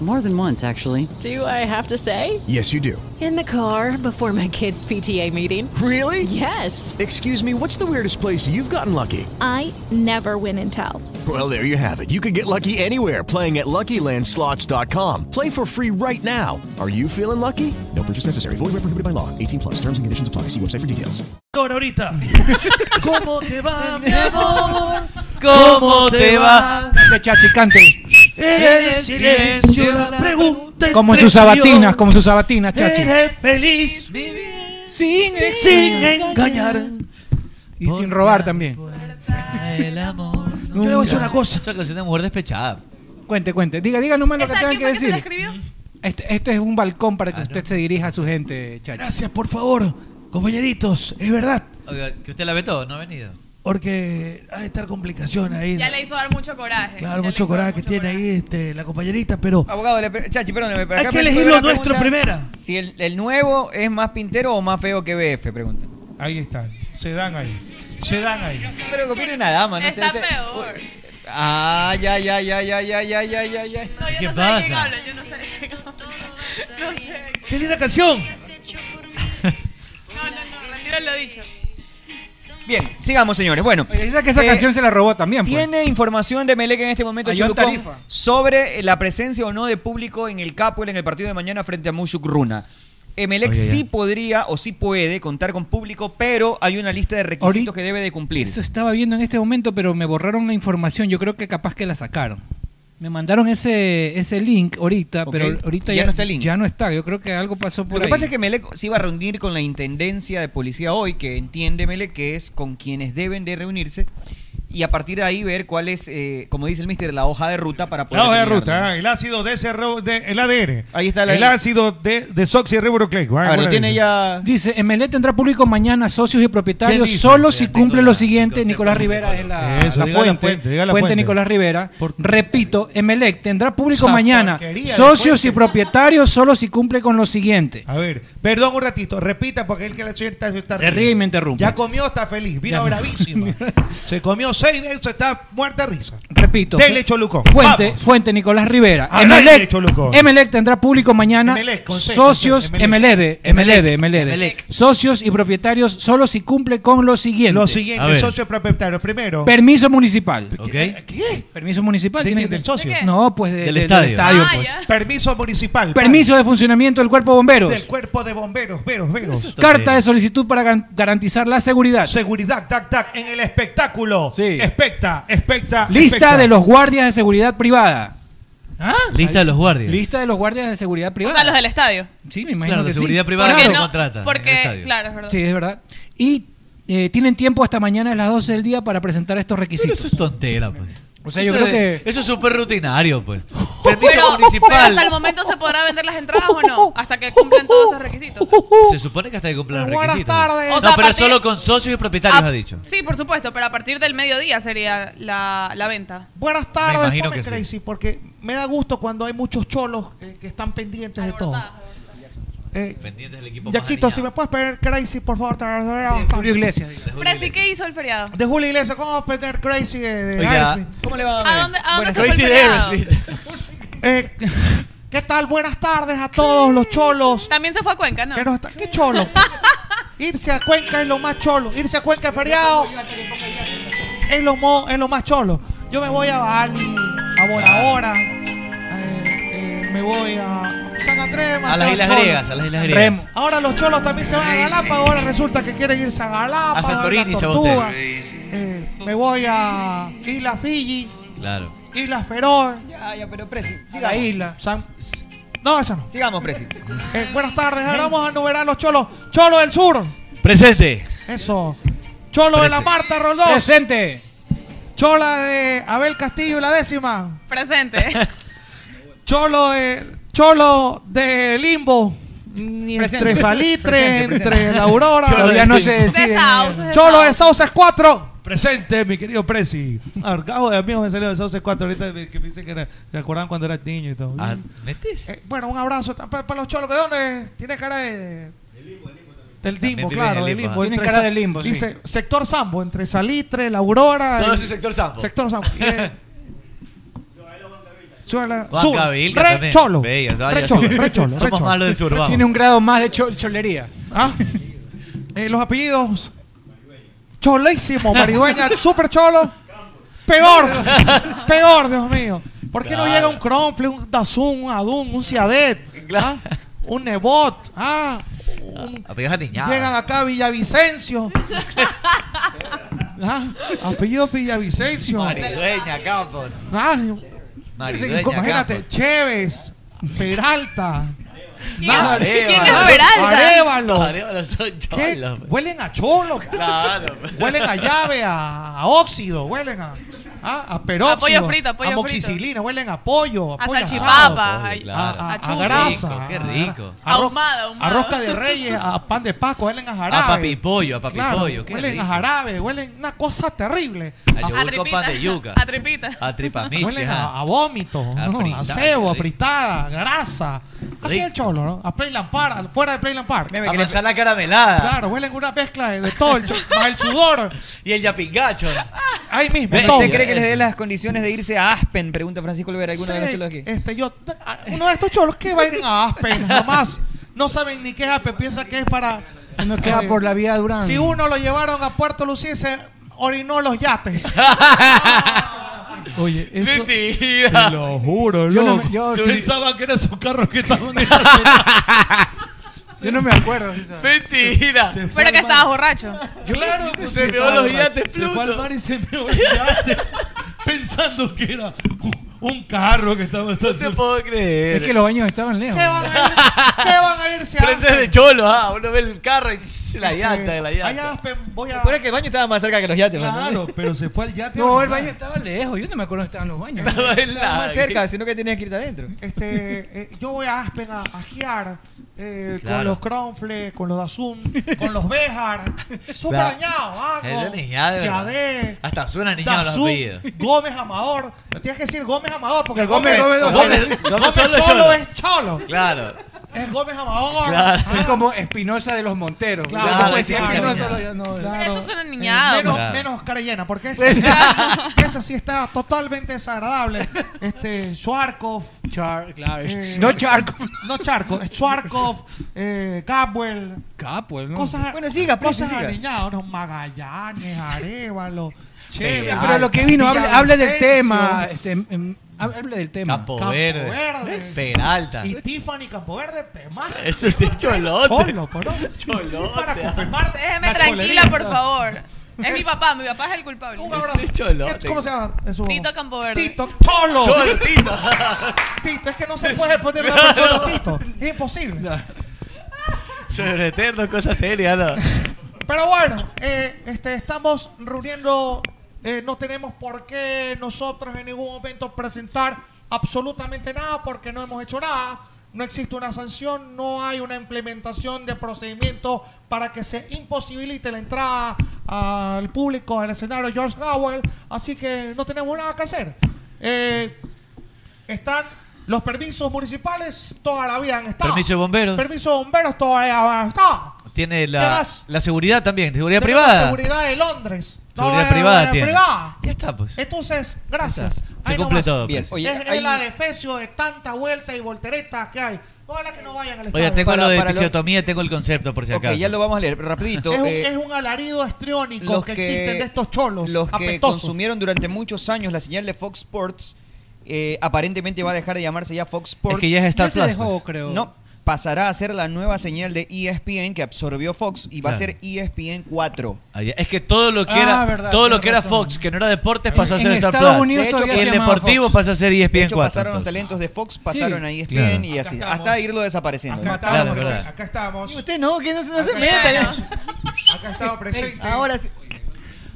Speaker 26: More than once, actually. Do I have to say?
Speaker 12: Yes, you do.
Speaker 26: In the car before my kids' PTA meeting.
Speaker 12: Really?
Speaker 26: Yes.
Speaker 12: Excuse me, what's the weirdest place you've gotten lucky?
Speaker 16: I never win and tell.
Speaker 12: Well, there you have it. You can get lucky anywhere playing at LuckyLandSlots.com. Play for free right now. Are you feeling lucky? No purchase necessary. Void where prohibited by law. 18 plus. Terms and conditions apply. See website for details.
Speaker 18: (laughs)
Speaker 16: Ahora ahorita. ¿Cómo te va, mi amor?
Speaker 18: ¿Cómo te va?
Speaker 17: De chachicante.
Speaker 16: En el silencio la pregunta
Speaker 17: Como en
Speaker 16: entre
Speaker 17: sus
Speaker 16: tú y yo.
Speaker 17: sabatinas, como en sus sabatinas, chachi.
Speaker 16: Eres feliz sin, sin engañar.
Speaker 17: Y sin robar también.
Speaker 14: El amor.
Speaker 16: Yo le voy a decir una
Speaker 14: cosa. Esa canción de mujer despechada.
Speaker 17: Cuente, cuente. Diga, diga nomás lo que
Speaker 16: ¿Esa
Speaker 17: tengan
Speaker 16: quién
Speaker 17: que
Speaker 16: fue que se la
Speaker 17: decir. Este, este es un balcón para
Speaker 13: Ah,
Speaker 17: que usted se dirija a su gente, chachi.
Speaker 16: Gracias, por favor, compañeritos. Es verdad,
Speaker 14: Oiga, que usted la ve todo, no ha venido.
Speaker 16: porque hay estar complicación ahí.
Speaker 15: Ya le hizo dar mucho coraje.
Speaker 16: Claro, mucho coraje que tiene ahí este, la compañerita, pero
Speaker 13: Abogado, le pre- Chachi, perdóname, pero
Speaker 16: Hay
Speaker 13: acá
Speaker 16: que
Speaker 13: me
Speaker 16: elegir
Speaker 13: surgió
Speaker 16: lo
Speaker 13: la
Speaker 16: nuestro
Speaker 13: pregunta, Si el, el nuevo es más pintero o más feo que BF, pregunta.
Speaker 18: Ahí están, se dan ahí. Se dan ahí.
Speaker 13: Pero que opine una dama, no sé.
Speaker 15: Está
Speaker 13: usted- Ah,
Speaker 15: peor.
Speaker 13: Ay, ay, ay, ay, ay, ay, ay, ay, ay, ay.
Speaker 15: No,
Speaker 13: ¿Qué
Speaker 15: yo no sé de quién
Speaker 13: pasa?
Speaker 15: hablo, yo no sé de quién hablo. (laughs) No sé.
Speaker 16: ¡Qué linda canción!
Speaker 15: No, no, no, retiro lo dicho.
Speaker 13: Bien, sigamos, señores. Bueno. eh,
Speaker 17: que esa canción se la robó también. pues.
Speaker 13: Tiene información de Melec en este momento,
Speaker 17: A John
Speaker 13: Cholucón,
Speaker 17: Tarifa.
Speaker 13: sobre la presencia o no de público en el Capuel en el partido de mañana frente a Mushuk Runa. Emelec
Speaker 17: Oye, ya.
Speaker 13: sí podría o sí puede contar con público, pero hay una lista de requisitos
Speaker 17: Ahorita-
Speaker 13: que debe de cumplir.
Speaker 17: Eso estaba viendo en este momento, pero me borraron la información. Yo creo que capaz que la sacaron. Me mandaron ese, ese link ahorita,
Speaker 13: Ok.
Speaker 17: pero ahorita
Speaker 13: Ya
Speaker 17: ya,
Speaker 13: no está el link.
Speaker 17: Ya no está. Yo creo que algo pasó por
Speaker 13: Lo que
Speaker 17: ahí.
Speaker 13: pasa es que Melec se iba a reunir con la Intendencia de Policía hoy, que entiende Melec que es con quienes deben de reunirse, y a partir de ahí ver cuál es, eh, como dice el mister, la hoja de ruta para poder...
Speaker 18: La hoja de
Speaker 13: determinarlo.
Speaker 18: ruta,
Speaker 16: ¿eh?
Speaker 18: ah, el ácido de, el ADN.
Speaker 13: Ahí está la-
Speaker 18: El ácido de,
Speaker 16: ¿eh?
Speaker 18: desoxirribonucleico. ah, ¿cuál es?
Speaker 13: ya.
Speaker 17: Dice, MLE tendrá público mañana, socios y
Speaker 18: ¿Quién
Speaker 17: propietarios,
Speaker 18: dice?
Speaker 17: solo si cumple lo siguiente. Nicolás Rivera es la,
Speaker 18: Eso,
Speaker 17: la
Speaker 18: diga la
Speaker 17: fuente.
Speaker 18: fuente, diga la
Speaker 17: Fuente
Speaker 18: fuente.
Speaker 17: Nicolás Rivera. Repito, Emelec tendrá público
Speaker 18: Esa
Speaker 17: mañana,
Speaker 18: porquería de
Speaker 17: socios y propietarios, solo si cumple con lo siguiente.
Speaker 18: A ver, perdón un ratito, repita porque el que la señorita está
Speaker 17: Te ríe y me interrumpe.
Speaker 18: Ya comió, está feliz, vino
Speaker 17: Ya. (laughs)
Speaker 18: bravísima. se comió seis de eso, está muerta de risa.
Speaker 17: Repito.
Speaker 18: Dele, Cholucón.
Speaker 17: Fuente, fuente Nicolás Rivera.
Speaker 18: Arranque,
Speaker 17: Emelec,
Speaker 18: Cholucón.
Speaker 17: Emelec tendrá público mañana.
Speaker 18: Emelec, con C,
Speaker 17: socios,
Speaker 18: con C, Emelec.
Speaker 17: Emelede, Emelede, Emelede.
Speaker 18: Emelec.
Speaker 17: Socios y propietarios solo si cumple con lo siguiente.
Speaker 18: Lo siguiente, socio propietario. Primero,
Speaker 17: Permiso municipal.
Speaker 18: ¿qué?
Speaker 17: Permiso municipal.
Speaker 18: ¿De
Speaker 17: tiene
Speaker 18: qué?
Speaker 17: que-
Speaker 18: ¿Del socio? ¿De qué?
Speaker 17: No, pues de-
Speaker 18: Del
Speaker 17: de-
Speaker 18: estadio.
Speaker 17: del estadio.
Speaker 18: Ah,
Speaker 17: pues.
Speaker 18: permiso municipal.
Speaker 17: Permiso de funcionamiento del cuerpo de bomberos.
Speaker 18: Del cuerpo de bomberos, veros, veros.
Speaker 17: Carta de solicitud para gar- garantizar la seguridad.
Speaker 18: Seguridad, tac, tac, en el espectáculo.
Speaker 17: Sí.
Speaker 18: Expecta, expecta.
Speaker 17: Lista
Speaker 18: expecta.
Speaker 17: de los guardias de seguridad privada. ¿Ah?
Speaker 14: Lista de los guardias.
Speaker 17: Lista de los guardias de seguridad
Speaker 15: O
Speaker 17: privada.
Speaker 15: sea, los del estadio.
Speaker 17: Sí, me imagino
Speaker 14: Claro,
Speaker 17: que
Speaker 14: de
Speaker 17: sí.
Speaker 14: seguridad privada
Speaker 17: Claro.
Speaker 14: lo contrata.
Speaker 15: Porque, claro, es verdad.
Speaker 17: Sí, es verdad. Y eh, tienen tiempo hasta mañana a las 12 del día para presentar estos requisitos.
Speaker 14: Eso es tontera, pues.
Speaker 17: O sea, yo
Speaker 14: Eso
Speaker 17: creo
Speaker 14: es-
Speaker 17: que-
Speaker 14: Eso es súper rutinario,
Speaker 17: (laughs)
Speaker 14: pues. Permiso
Speaker 15: Pero, pero
Speaker 14: municipal.
Speaker 15: hasta el momento se podrá vender las entradas o no, hasta que cumplan todos esos requisitos.
Speaker 14: Se supone que hasta que cumplan los
Speaker 15: Buenas
Speaker 14: requisitos.
Speaker 15: tardes. O
Speaker 14: No,
Speaker 15: sea, a
Speaker 14: pero
Speaker 15: partir-
Speaker 14: solo con socios y propietarios,
Speaker 15: Ah,
Speaker 14: ha dicho.
Speaker 15: Sí, por supuesto, pero a partir del mediodía sería la, la venta.
Speaker 18: Buenas
Speaker 14: Me
Speaker 18: tardes,
Speaker 14: imagino
Speaker 18: ponme
Speaker 14: que sí.
Speaker 18: Crazy, porque me da gusto cuando hay muchos cholos eh, que están pendientes de todo. Eh,
Speaker 14: Pendientes del equipo más
Speaker 18: Yaxito, si
Speaker 14: alineado.
Speaker 18: me puedes pedir Crazy, por favor. De
Speaker 17: Julio Iglesias.
Speaker 15: Presi, ¿qué hizo el feriado?
Speaker 18: De Julio Iglesias, ¿cómo vas a pedir Crazy de, de
Speaker 14: Oiga.
Speaker 18: Aerosmith?
Speaker 13: ¿Cómo le va
Speaker 15: ¿A dónde, a dónde
Speaker 18: Buenas
Speaker 15: se fue el
Speaker 18: tardes.
Speaker 15: feriado?
Speaker 18: Eh, ¿Qué tal? Buenas tardes a todos los cholos.
Speaker 15: También se fue a Cuenca, ¿no?
Speaker 18: que nos están- ¿Qué cholo? Irse a Cuenca es lo más cholo. Irse a Cuenca feriado es lo, mo- es lo más cholo. Yo me voy a Bali, a Bora Bora, eh, eh, me voy a San Andrés.
Speaker 14: A las
Speaker 18: demasiado
Speaker 14: Islas
Speaker 18: cholo.
Speaker 14: Griegas, a las Islas Griegas.
Speaker 18: Remo. Ahora los cholos también se van a Galápagos. Ahora resulta que quieren irse a Galápagos.
Speaker 14: A Santorini
Speaker 18: la
Speaker 14: se
Speaker 18: Tortuga.
Speaker 14: botea.
Speaker 18: Eh, me voy a Isla Fiji,
Speaker 14: Claro.
Speaker 18: Isla Feroz.
Speaker 13: Ya, ya, pero Presi,
Speaker 18: A
Speaker 13: sigamos.
Speaker 18: la isla. San- No, esa no.
Speaker 13: Sigamos, Presi.
Speaker 18: Eh, buenas tardes, ahora vamos a enumerar los cholos. Cholo del sur.
Speaker 14: Presente.
Speaker 18: Eso. Cholo de la
Speaker 14: Presen-
Speaker 18: Marta Roldós.
Speaker 17: Presente.
Speaker 18: Chola de Eh, Abel Castillo, la décima.
Speaker 15: Presente.
Speaker 18: Cholo de, Cholo de Limbo. Ni
Speaker 15: Presente.
Speaker 18: entre Salitre,
Speaker 15: Presente, presente.
Speaker 18: entre la Aurora. Cholo todavía de no Limbo. se deciden.
Speaker 15: De Sauces, de
Speaker 18: Cholo de
Speaker 15: Sauces.
Speaker 18: Sauces 4. Presente, mi querido Presi. Arcado de amigos en serio de Sauces 4. Ahorita me- que me dicen que era- se acordaban cuando era niño y todo.
Speaker 14: Ah,
Speaker 18: Eh, bueno, un abrazo ta- pa- para los cholos. ¿De dónde? Tiene cara de. Del
Speaker 14: También
Speaker 18: limbo,
Speaker 14: viven
Speaker 18: claro,
Speaker 14: en
Speaker 18: del
Speaker 14: Limbo,
Speaker 18: limbo.
Speaker 14: ah. Tienen
Speaker 18: Entre
Speaker 14: cara
Speaker 18: sa-
Speaker 14: de limbo, sí.
Speaker 18: Dice, sector Sambo, entre Salitre, la Aurora.
Speaker 11: Todo
Speaker 18: y-
Speaker 11: ese sector Sambo.
Speaker 18: Sector Sambo.
Speaker 14: (laughs)
Speaker 18: Y, eh, Suela,
Speaker 14: Juan
Speaker 18: sur,
Speaker 14: Gavilca
Speaker 18: re
Speaker 14: también.
Speaker 18: cholo.
Speaker 14: Bellas,
Speaker 18: re
Speaker 14: vaya,
Speaker 18: cholo,
Speaker 14: sur.
Speaker 18: re cholo, re
Speaker 14: Somos
Speaker 18: cholo.
Speaker 14: malos del sur, vamos.
Speaker 21: Tiene un grado más de cho- cholería.
Speaker 18: Ah. Eh, los apellidos. Cholísimo, Maridueña, (laughs) super cholo. Peor, peor, Dios mío. ¿Por qué no
Speaker 14: Claro.
Speaker 18: llega un Cronfle, un Dazun, un Adun, un Ciadet? ah? Un Nebot. Ah, un-
Speaker 14: Apellidos atiñados.
Speaker 18: llegan acá a Villavicencio. ah, apellido Villavicencio.
Speaker 14: Maridueña, Campos.
Speaker 18: Ah,
Speaker 14: Maridueña,
Speaker 18: imagínate,
Speaker 14: Campos.
Speaker 18: Chévez, Peralta.
Speaker 14: ¿Quién es-
Speaker 18: Arevalo.
Speaker 14: quién es Peralta?
Speaker 18: Arevalo.
Speaker 14: Arevalo son
Speaker 18: ¿Qué?
Speaker 14: cholos, pues.
Speaker 18: Huelen a cholo.
Speaker 14: Claro.
Speaker 18: Huelen a llave, a, a óxido, huelen a, a, a peróxido.
Speaker 15: A pollo frito, a pollo
Speaker 18: a moxicilina, huelen a pollo, a,
Speaker 15: A
Speaker 18: pollo
Speaker 15: salchipapa,
Speaker 18: asado,
Speaker 15: a-
Speaker 18: a,
Speaker 15: claro.
Speaker 18: a-
Speaker 15: a
Speaker 18: a
Speaker 15: chuzo.
Speaker 18: grasa.
Speaker 14: Qué rico.
Speaker 18: A, ro-
Speaker 15: Ahumado,
Speaker 18: a
Speaker 15: ahumado.
Speaker 18: rosca de reyes, a pan de pascua, huelen a jarabe.
Speaker 14: A papipollo, a
Speaker 18: Claro,
Speaker 14: papipollo. qué
Speaker 18: huelen a
Speaker 14: rico.
Speaker 18: jarabe, huelen una cosa terrible.
Speaker 14: A yogur con pan de yuca.
Speaker 15: A tripita.
Speaker 14: A tripamiche.
Speaker 18: Huelen
Speaker 14: ajá.
Speaker 18: a, a vómito, ¿no? a,
Speaker 14: fritada,
Speaker 18: cebo, a
Speaker 14: rico.
Speaker 18: fritada, grasa. Así es el cholo, ¿no? A Playland Park, al- fuera de Playland Park.
Speaker 14: A manzana caramelada.
Speaker 18: Claro, huelen una mezcla de, de todo, el, cho- más el sudor.
Speaker 14: Y el yapingacho.
Speaker 18: Ahí mismo.
Speaker 13: ¿Usted
Speaker 18: todo.
Speaker 13: cree que les dé las condiciones de irse a Aspen? Pregunta Francisco Olvera, alguno de los
Speaker 18: Sí,
Speaker 13: chulos aquí.
Speaker 18: Este, yo, a- uno de estos cholos que va a ir a Aspen, (laughs) jamás. No saben ni qué es Aspen, piensa que es para.
Speaker 21: Uno queda por la vía Durán.
Speaker 18: Si uno lo llevaron a Puerto Lucía, y se orinó los yates. Oye, eso.
Speaker 14: Mentira.
Speaker 18: Lo juro,
Speaker 14: Yo no
Speaker 18: loco.
Speaker 14: me- yo
Speaker 18: Se
Speaker 14: sí.
Speaker 18: pensaba que era su carro que estaba
Speaker 21: Yo no me acuerdo.
Speaker 14: Mentira.
Speaker 15: Pero que estabas borracho.
Speaker 18: Claro, pues,
Speaker 14: Se meó
Speaker 18: estaba
Speaker 14: los
Speaker 18: borracho.
Speaker 14: yates,
Speaker 18: Se fue
Speaker 14: Pluto.
Speaker 18: al mar y se meó los yates. (laughs) pensando que era un- un carro que estaba. No
Speaker 14: te puedo creer.
Speaker 21: Es que los baños estaban lejos.
Speaker 18: ¿Qué van a ir, qué van a irse a
Speaker 14: Pero ese es
Speaker 18: Aspen?
Speaker 14: de cholo, ah. Uno ve el carro y tss, la llanta, la
Speaker 18: Ahí a
Speaker 14: llanta.
Speaker 18: Aspen voy a.
Speaker 13: Recuerda que el baño estaba más cerca que los yates, ¿no?
Speaker 18: Claro, pero se fue al yate.
Speaker 21: No, el baño estaba lejos. Yo no me acuerdo dónde estaban los baños.
Speaker 13: Estaba más cerca, sino que tenías que irte adentro.
Speaker 18: Este, eh, yo voy a Aspen a, a esquiar eh,
Speaker 14: Claro.
Speaker 18: con los Cronfle, con los Dazun, con los
Speaker 14: (laughs)
Speaker 18: Bejar. Súper
Speaker 14: Claro.
Speaker 18: dañado, ah,
Speaker 14: Es de
Speaker 18: con
Speaker 14: niñado, de verdad.
Speaker 18: Siadé,
Speaker 14: Hasta suena niñado los
Speaker 18: Dazun,
Speaker 14: apellidos.
Speaker 18: Gómez Amador. Tienes que decir Gómez Amador porque
Speaker 14: Gómez- Gómez- Gómez
Speaker 18: Gómez
Speaker 14: solo
Speaker 18: solo
Speaker 14: es
Speaker 18: es cholo.
Speaker 14: Claro.
Speaker 18: Es Gómez Amador.
Speaker 14: Claro.
Speaker 21: eh. Es como Espinosa de los Monteros.
Speaker 14: Claro,
Speaker 21: Yo no puedo
Speaker 14: es
Speaker 21: decir
Speaker 14: mucha
Speaker 21: Espinosa,
Speaker 14: niñada.
Speaker 21: yo no-
Speaker 18: Claro.
Speaker 15: Eso suena
Speaker 18: Eh,
Speaker 15: niñado.
Speaker 18: menos,
Speaker 14: Claro.
Speaker 18: menos cara llena, porque
Speaker 21: Pues,
Speaker 18: esa, (laughs) esa- esa sí está totalmente desagradable. Este, Schwarkov.
Speaker 21: claro.
Speaker 18: eh,
Speaker 21: No Charco.
Speaker 18: No Charco, Schwarkov, eh, Gabwell.
Speaker 21: Capo, ¿no?
Speaker 18: Cosas,
Speaker 13: Bueno, siga, pues,
Speaker 18: cosas
Speaker 13: siga.
Speaker 18: aniñadas, ¿no? Magallanes, Arevalo, Chévere.
Speaker 21: Pero lo que vino, hable, hable del
Speaker 18: Villavicencio.
Speaker 21: tema. Este, em, hable del tema.
Speaker 14: Campo,
Speaker 18: Campo
Speaker 14: Verde.
Speaker 18: Verde.
Speaker 14: Peralta.
Speaker 18: Y Tiffany Campoverde, más.
Speaker 14: Eso sí es (laughs) cholote. ah.
Speaker 18: Ponlo, ponlo. Sí, para confirmar.
Speaker 15: Déjeme
Speaker 18: la
Speaker 15: tranquila,
Speaker 18: cholería.
Speaker 15: por favor. Es mi papá, mi papá es el culpable.
Speaker 14: Ese es cholote.
Speaker 18: ¿Qué- ¿Cómo se llama? Eso?
Speaker 15: Tito Campoverde.
Speaker 18: Tito, cholo.
Speaker 14: Cholo, Tito.
Speaker 18: Tito, es que
Speaker 14: (laughs)
Speaker 18: no se puede poner una persona Tito. Es imposible.
Speaker 14: Sobre eterno, cosa seria, ¿no?
Speaker 18: Pero bueno, eh, este, estamos reuniendo. eh, no tenemos por qué nosotros en ningún momento presentar absolutamente nada porque no hemos hecho nada. No existe una sanción, no hay una implementación de procedimiento para que se imposibilite la entrada al público al escenario George Howell. Así que no tenemos nada que hacer. Eh, están los permisos municipales, toda la vida han estado.
Speaker 14: Permiso de bomberos.
Speaker 18: Permiso de bomberos, todavía han estado.
Speaker 14: Tiene
Speaker 18: ¿Qué
Speaker 14: la,
Speaker 18: más?
Speaker 14: la seguridad también, seguridad
Speaker 18: Tenemos
Speaker 14: privada.
Speaker 18: Seguridad de Londres.
Speaker 14: Seguridad
Speaker 18: No, eh,
Speaker 14: privada
Speaker 18: eh,
Speaker 14: tiene.
Speaker 18: privada.
Speaker 14: Ya está, pues.
Speaker 18: Entonces, gracias.
Speaker 14: Se
Speaker 18: Ahí
Speaker 14: cumple
Speaker 18: nomás.
Speaker 14: todo. pues.
Speaker 18: es es el adefesio de tanta vuelta y volteretas que hay. Ojalá que no vayan al estadio.
Speaker 14: Oye, tengo
Speaker 13: Para-
Speaker 14: lo de
Speaker 13: para lo-
Speaker 14: episiotomía, tengo el concepto por si
Speaker 13: Ok,
Speaker 14: acaso.
Speaker 13: ya lo vamos a leer rapidito.
Speaker 18: es, un,
Speaker 13: eh,
Speaker 18: es un alarido estriónico
Speaker 13: los
Speaker 18: que,
Speaker 13: que-
Speaker 18: existen de estos cholos.
Speaker 13: los que
Speaker 18: apestosos.
Speaker 13: consumieron durante muchos años la señal de Fox Sports eh, aparentemente va a dejar de llamarse ya Fox Sports.
Speaker 14: Es que ya es Star Ya se Plus, dejó, pues.
Speaker 21: creo.
Speaker 13: No, pasará a ser la nueva señal de E ESPN que absorbió Fox y va a
Speaker 14: Claro.
Speaker 13: ser E ESPN 4.
Speaker 14: Ah, ya. Es que todo lo que
Speaker 13: Ah,
Speaker 14: era,
Speaker 13: verdad,
Speaker 14: todo lo
Speaker 13: tienes
Speaker 14: que era
Speaker 13: razón.
Speaker 14: Fox, que no era deportes, pasó a
Speaker 13: En
Speaker 14: ser Star
Speaker 13: Estados
Speaker 14: Plus.
Speaker 13: Unidos De hecho, todavía
Speaker 14: y
Speaker 13: se
Speaker 14: el
Speaker 13: llamaba
Speaker 14: deportivo
Speaker 13: Fox.
Speaker 14: pasa a ser E ESPN
Speaker 13: De hecho,
Speaker 14: 4.
Speaker 13: pasaron los
Speaker 14: entonces.
Speaker 13: talentos de Fox, pasaron a E ESPN
Speaker 14: claro.
Speaker 13: y así,
Speaker 18: estamos.
Speaker 13: hasta irlo desapareciendo.
Speaker 18: Acá
Speaker 14: Claro,
Speaker 18: estamos,
Speaker 14: verdad.
Speaker 18: acá estamos.
Speaker 13: Y usted no, que no se, no se
Speaker 18: Acá
Speaker 13: meta.
Speaker 18: estamos.
Speaker 13: ya.
Speaker 18: Acá estamos presentes.
Speaker 13: Ahora sí.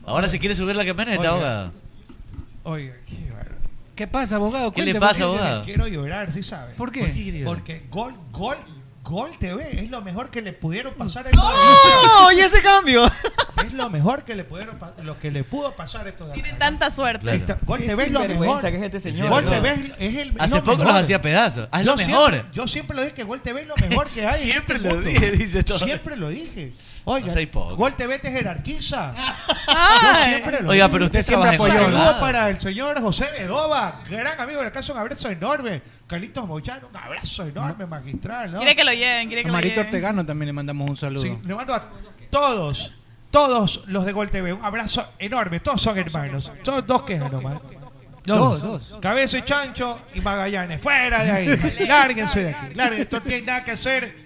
Speaker 14: Ahora se quiere subir la camioneta, abogado.
Speaker 18: Oiga, qué bárbaro.
Speaker 21: ¿Qué pasa, abogado?
Speaker 18: ¿Qué le
Speaker 21: Cuente, ¿por
Speaker 18: pasa, abogado? Quiero llorar, sí sabes.
Speaker 21: ¿Por qué?
Speaker 18: Porque Gol, Gol, Gol TV es lo mejor que le pudieron pasar a ¡No! (laughs) ¡Y ese cambio! Es lo mejor que le pudieron pa- lo que le pudo pasar a estos de
Speaker 15: Tienen tanta suerte.
Speaker 18: Ahí está. Gol TV es lo mejor.
Speaker 13: que es este señor,
Speaker 18: Gol
Speaker 13: ¿no?
Speaker 18: TV es, lo- es el es
Speaker 14: Hace
Speaker 18: lo
Speaker 14: poco
Speaker 18: mejor.
Speaker 14: los hacía pedazos. Ah, es lo
Speaker 18: Yo
Speaker 14: mejor.
Speaker 18: siempre- yo siempre lo dije que Gol TV es lo mejor que hay. en
Speaker 14: Siempre
Speaker 18: este
Speaker 14: lo
Speaker 18: mundo.
Speaker 14: dije, dice todo.
Speaker 18: Siempre lo dije. Oiga,
Speaker 14: No seas hipócrita.
Speaker 18: Gol TV te jerarquiza.
Speaker 15: Ay.
Speaker 18: Yo siempre lo
Speaker 14: Oiga,
Speaker 18: dije.
Speaker 14: pero usted
Speaker 18: siempre
Speaker 14: trabaja en
Speaker 18: apoyó.
Speaker 14: otro
Speaker 18: Saludo
Speaker 14: lado.
Speaker 18: para el señor José Bedoba, gran amigo del caso, un abrazo enorme. Carlitos Moyano, un abrazo
Speaker 14: Mm.
Speaker 18: enorme, magistral. ¿no?
Speaker 15: Quiere que lo lleven, quiere que
Speaker 18: A
Speaker 15: lo
Speaker 18: Marito
Speaker 15: lleven.
Speaker 18: Ortega.
Speaker 21: Tegano también le mandamos un saludo.
Speaker 18: Sí, le mando a todos, todos los de Gol TV. Un abrazo enorme. Todos son hermanos. Son dos quejas nomás.
Speaker 21: Dos,
Speaker 18: Cabeza y Chancho y Magallanes. Fuera de
Speaker 15: (laughs)
Speaker 18: ahí. Lárguense de aquí. Lárguense. Esto no tiene nada que hacer.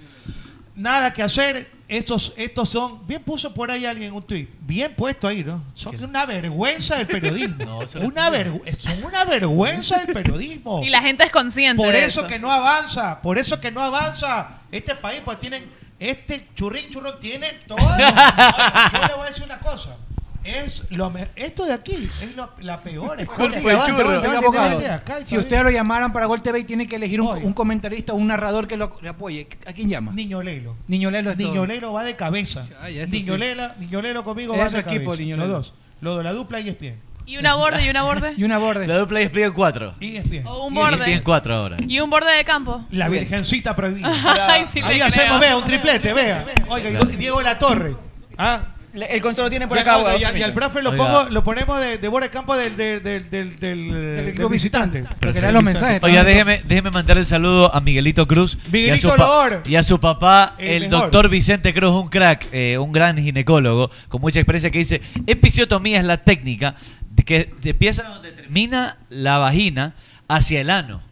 Speaker 18: Nada que hacer. Estos, estos son. Bien puso por ahí alguien un tuit. Bien puesto ahí, ¿no? Son una vergüenza del periodismo. una vergü- son una vergüenza del periodismo.
Speaker 15: Y la gente es consciente.
Speaker 18: Por
Speaker 15: de
Speaker 18: eso que no avanza, por eso que no avanza. Este país, pues tienen, este churrín churro tiene todo. Oiga, yo le voy a decir una cosa. Es lo me- esto de aquí es lo- la peor escuela.
Speaker 21: Disculpe,
Speaker 18: que hay.
Speaker 21: churro,
Speaker 18: Avance,
Speaker 21: señor
Speaker 18: avance,
Speaker 21: abogado.
Speaker 18: avance, acá,
Speaker 21: Si
Speaker 18: todavía.
Speaker 21: usted lo llamaran para Gol TV y tiene que elegir un, un comentarista o un narrador que lo le apoye, ¿a quién llama?
Speaker 18: Niño Lelo.
Speaker 21: Niño Lelo es todo.
Speaker 18: Niñolero va de cabeza.
Speaker 21: ya, eso
Speaker 18: Niñolela, Niñolero conmigo
Speaker 21: Es
Speaker 18: va
Speaker 21: su
Speaker 18: de
Speaker 21: equipo,
Speaker 18: cabeza.
Speaker 21: Niñolero.
Speaker 18: Los dos. Los dos, la dupla y ESPN.
Speaker 15: Y una borde, y una borde.
Speaker 21: Y una borde.
Speaker 14: La dupla E ESPN 4.
Speaker 18: Y ESPN.
Speaker 15: O un
Speaker 14: ESPN
Speaker 15: borde.
Speaker 14: 4 ahora.
Speaker 15: Y un borde de campo.
Speaker 18: La virgencita prohibida.
Speaker 15: (laughs) Ay, sí
Speaker 18: Ahí
Speaker 15: le
Speaker 18: hacemos,
Speaker 15: creo.
Speaker 18: vea, un triplete, vea. Oiga, y Diego La Torre. ¿Ah?
Speaker 13: El Gonzalo tiene por
Speaker 18: Ya,
Speaker 13: acá,
Speaker 18: oiga,
Speaker 13: abogado.
Speaker 18: y, al- y al profe lo,
Speaker 14: Oiga.
Speaker 18: pongo, lo ponemos de, de borde de campo del, del, del, del, del- del
Speaker 21: equipo
Speaker 18: visitante.
Speaker 21: Porque eran los mensajes.
Speaker 14: Oiga, déjeme, déjeme mandar el saludo a Miguelito Cruz
Speaker 18: Miguelito
Speaker 14: y, a su pa-
Speaker 18: Lor.
Speaker 14: y a su papá,
Speaker 18: El
Speaker 14: el,
Speaker 18: mejor.
Speaker 14: doctor Vicente Cruz, un crack, eh, un gran ginecólogo con mucha experiencia que dice, episiotomía es la técnica de que empieza donde termina la vagina hacia el ano,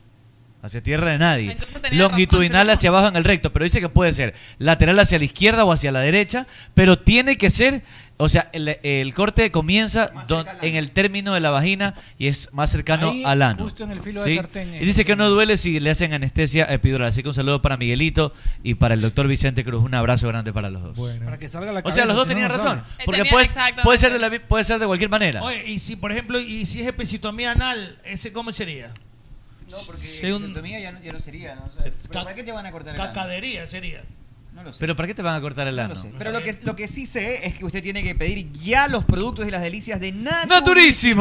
Speaker 14: hacia tierra de nadie, longitudinal hacia abajo en el recto, pero dice que puede ser lateral hacia la izquierda o hacia la derecha, pero tiene que ser... O sea, el, el corte comienza don- en el término de la vagina y es más cercano
Speaker 21: Ahí,
Speaker 14: al ano.
Speaker 21: justo en el filo de sartén, eh.
Speaker 14: Y dice que no duele si le hacen anestesia epidural. Así que un saludo para Miguelito y para el doctor Vicente Cruz. Un abrazo grande para los dos.
Speaker 21: Para que salga la
Speaker 14: o sea,
Speaker 21: cabeza,
Speaker 14: los dos
Speaker 21: si no,
Speaker 14: tenían
Speaker 21: no
Speaker 14: razón.
Speaker 21: sale.
Speaker 14: Porque
Speaker 23: Tenían
Speaker 14: puede,
Speaker 23: exactamente.
Speaker 14: puede ser de la, puede ser de cualquier manera.
Speaker 23: Oye, y si por ejemplo, y si es episiotomía anal, ese cómo sería? No, porque
Speaker 13: episiotomía ya no, ya no sería, ¿no? O sea, ¿pero ¿Para qué te van a cortar el ano?
Speaker 23: Cacadería sería.
Speaker 13: No lo sé.
Speaker 14: Pero ¿para qué te van a cortar el ano?
Speaker 13: Pero lo que, lo que sí sé es que usted tiene que pedir ya los productos y las delicias de Naturísimo.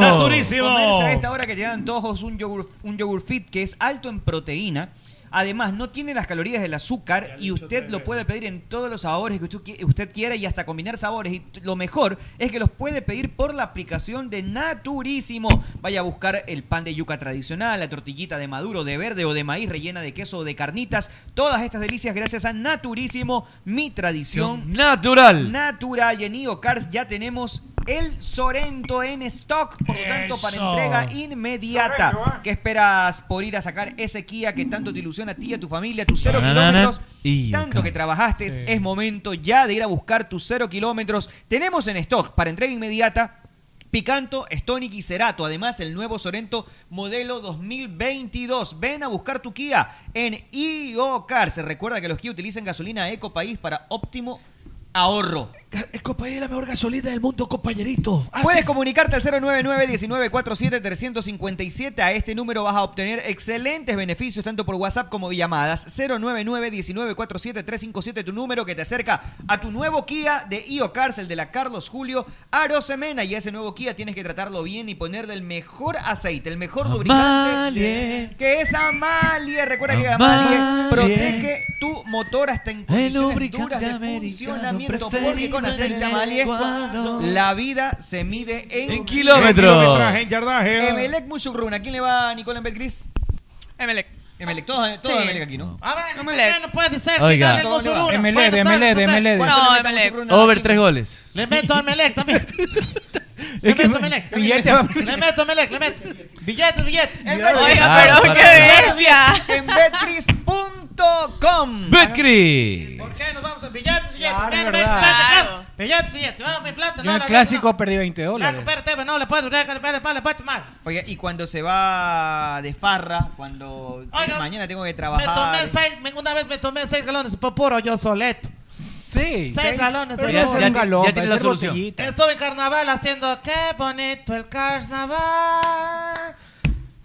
Speaker 14: Naturísimo. Naturísimo.
Speaker 13: Comerse a este esta hora que llevan todos un yogur, un yogur fit que es alto en proteína. Además, no tiene las calorías del azúcar y usted lo puede pedir en todos los sabores que usted, qui- usted quiera y hasta combinar sabores. Y t- lo mejor es que los puede pedir por la aplicación de Naturísimo. Vaya a buscar el pan de yuca tradicional, la tortillita de maduro, de verde o de maíz rellena de queso o de carnitas. Todas estas delicias gracias a Naturísimo, mi tradición
Speaker 14: Natural.
Speaker 13: Natural y en IO Cars ya tenemos el Sorento en stock, por lo tanto, para
Speaker 14: Eso.
Speaker 13: entrega inmediata. ¿Qué esperas por ir a sacar ese Kia que tanto te ilusiona a ti y a tu familia, tus cero
Speaker 14: Na, na, na,
Speaker 13: kilómetros?
Speaker 14: y
Speaker 13: Tanto que trabajaste, es momento ya de ir a buscar tus cero kilómetros. Tenemos en stock para entrega inmediata. Picanto, Stonic y Cerato. Además, el nuevo Sorento modelo 2022. Ven a buscar tu Kia en IOCAR. Se recuerda que los Kia utilizan gasolina Eco País para óptimo ahorro.
Speaker 23: Escopaí es la mejor gasolina del mundo, compañerito. Ah,
Speaker 13: Puedes comunicarte al 099-1947-357. A este número vas a obtener excelentes beneficios tanto por WhatsApp como llamadas. 099-1947-357, tu número que te acerca a tu nuevo Kia de IO Cárcel de la Carlos Julio Arosemena. Y a ese nuevo Kia tienes que tratarlo bien y ponerle el mejor aceite, el mejor
Speaker 14: Amalie.
Speaker 13: lubricante. Que es Amalie. Recuerda
Speaker 14: Ah,
Speaker 13: que Amalie
Speaker 14: Amalie.
Speaker 13: protege tu motor hasta en condiciones
Speaker 14: lubricante
Speaker 13: duras de
Speaker 14: americano
Speaker 13: funcionamiento. Porque
Speaker 14: preferido
Speaker 13: con
Speaker 14: en
Speaker 13: aceite
Speaker 14: el
Speaker 13: Amalie
Speaker 14: Ecuador.
Speaker 13: la vida se mide en,
Speaker 14: En kilómetros. En kilometraje, en yardaje.
Speaker 13: Emelec Mushukrun. ¿A quién le va Nicolás Bergris?
Speaker 15: Emelec.
Speaker 13: Emelec. Todos, todos
Speaker 15: Sí.
Speaker 13: Emelec aquí, ¿no? Ah,
Speaker 15: Emelec.
Speaker 23: No puede ser
Speaker 14: Oiga.
Speaker 23: que gane el Bolsonaro.
Speaker 21: Emelec,
Speaker 23: Buenas tardes,
Speaker 21: Emelec,
Speaker 23: ustedes.
Speaker 21: Emelec.
Speaker 23: ¿Cuánto
Speaker 21: No,
Speaker 23: le metemos
Speaker 15: Emelec.
Speaker 23: a Bolsonaro?
Speaker 14: Over tres goles.
Speaker 23: Le meto a Melec también. Le
Speaker 14: Es que
Speaker 23: meto a Melec.
Speaker 14: billete
Speaker 23: también. Le meto a Melec, le meto. Billete, billete.
Speaker 13: En
Speaker 23: Oiga,
Speaker 13: Betcris.
Speaker 14: pero para- qué
Speaker 15: bestia.
Speaker 13: En Betcris.com.
Speaker 14: Betcris.
Speaker 23: ¿Por qué nos vamos a billete, billete? Ven, ven,
Speaker 21: verdad.
Speaker 23: plata, acá. Billete, billete. Vamos, mi plata.
Speaker 21: Yo
Speaker 23: No,
Speaker 21: en
Speaker 23: la-
Speaker 21: el clásico perdí 20
Speaker 23: la-
Speaker 21: dólares.
Speaker 23: espérate, no, le puedo, le puedo, le puedo, le puedo más.
Speaker 13: Oiga, y cuando se va de farra, cuando
Speaker 23: Oiga,
Speaker 13: mañana tengo que
Speaker 23: Me
Speaker 13: trabajar.
Speaker 23: tomé seis, me- una vez me tomé seis galones, fue puro yo soleto.
Speaker 6: Seis.
Speaker 19: Seis galones de
Speaker 6: Ya-
Speaker 19: ron.
Speaker 6: ya- Un galón, ya tiene la
Speaker 19: puede ser
Speaker 6: solución.
Speaker 19: botellita. Estuve en carnaval haciendo qué bonito el carnaval.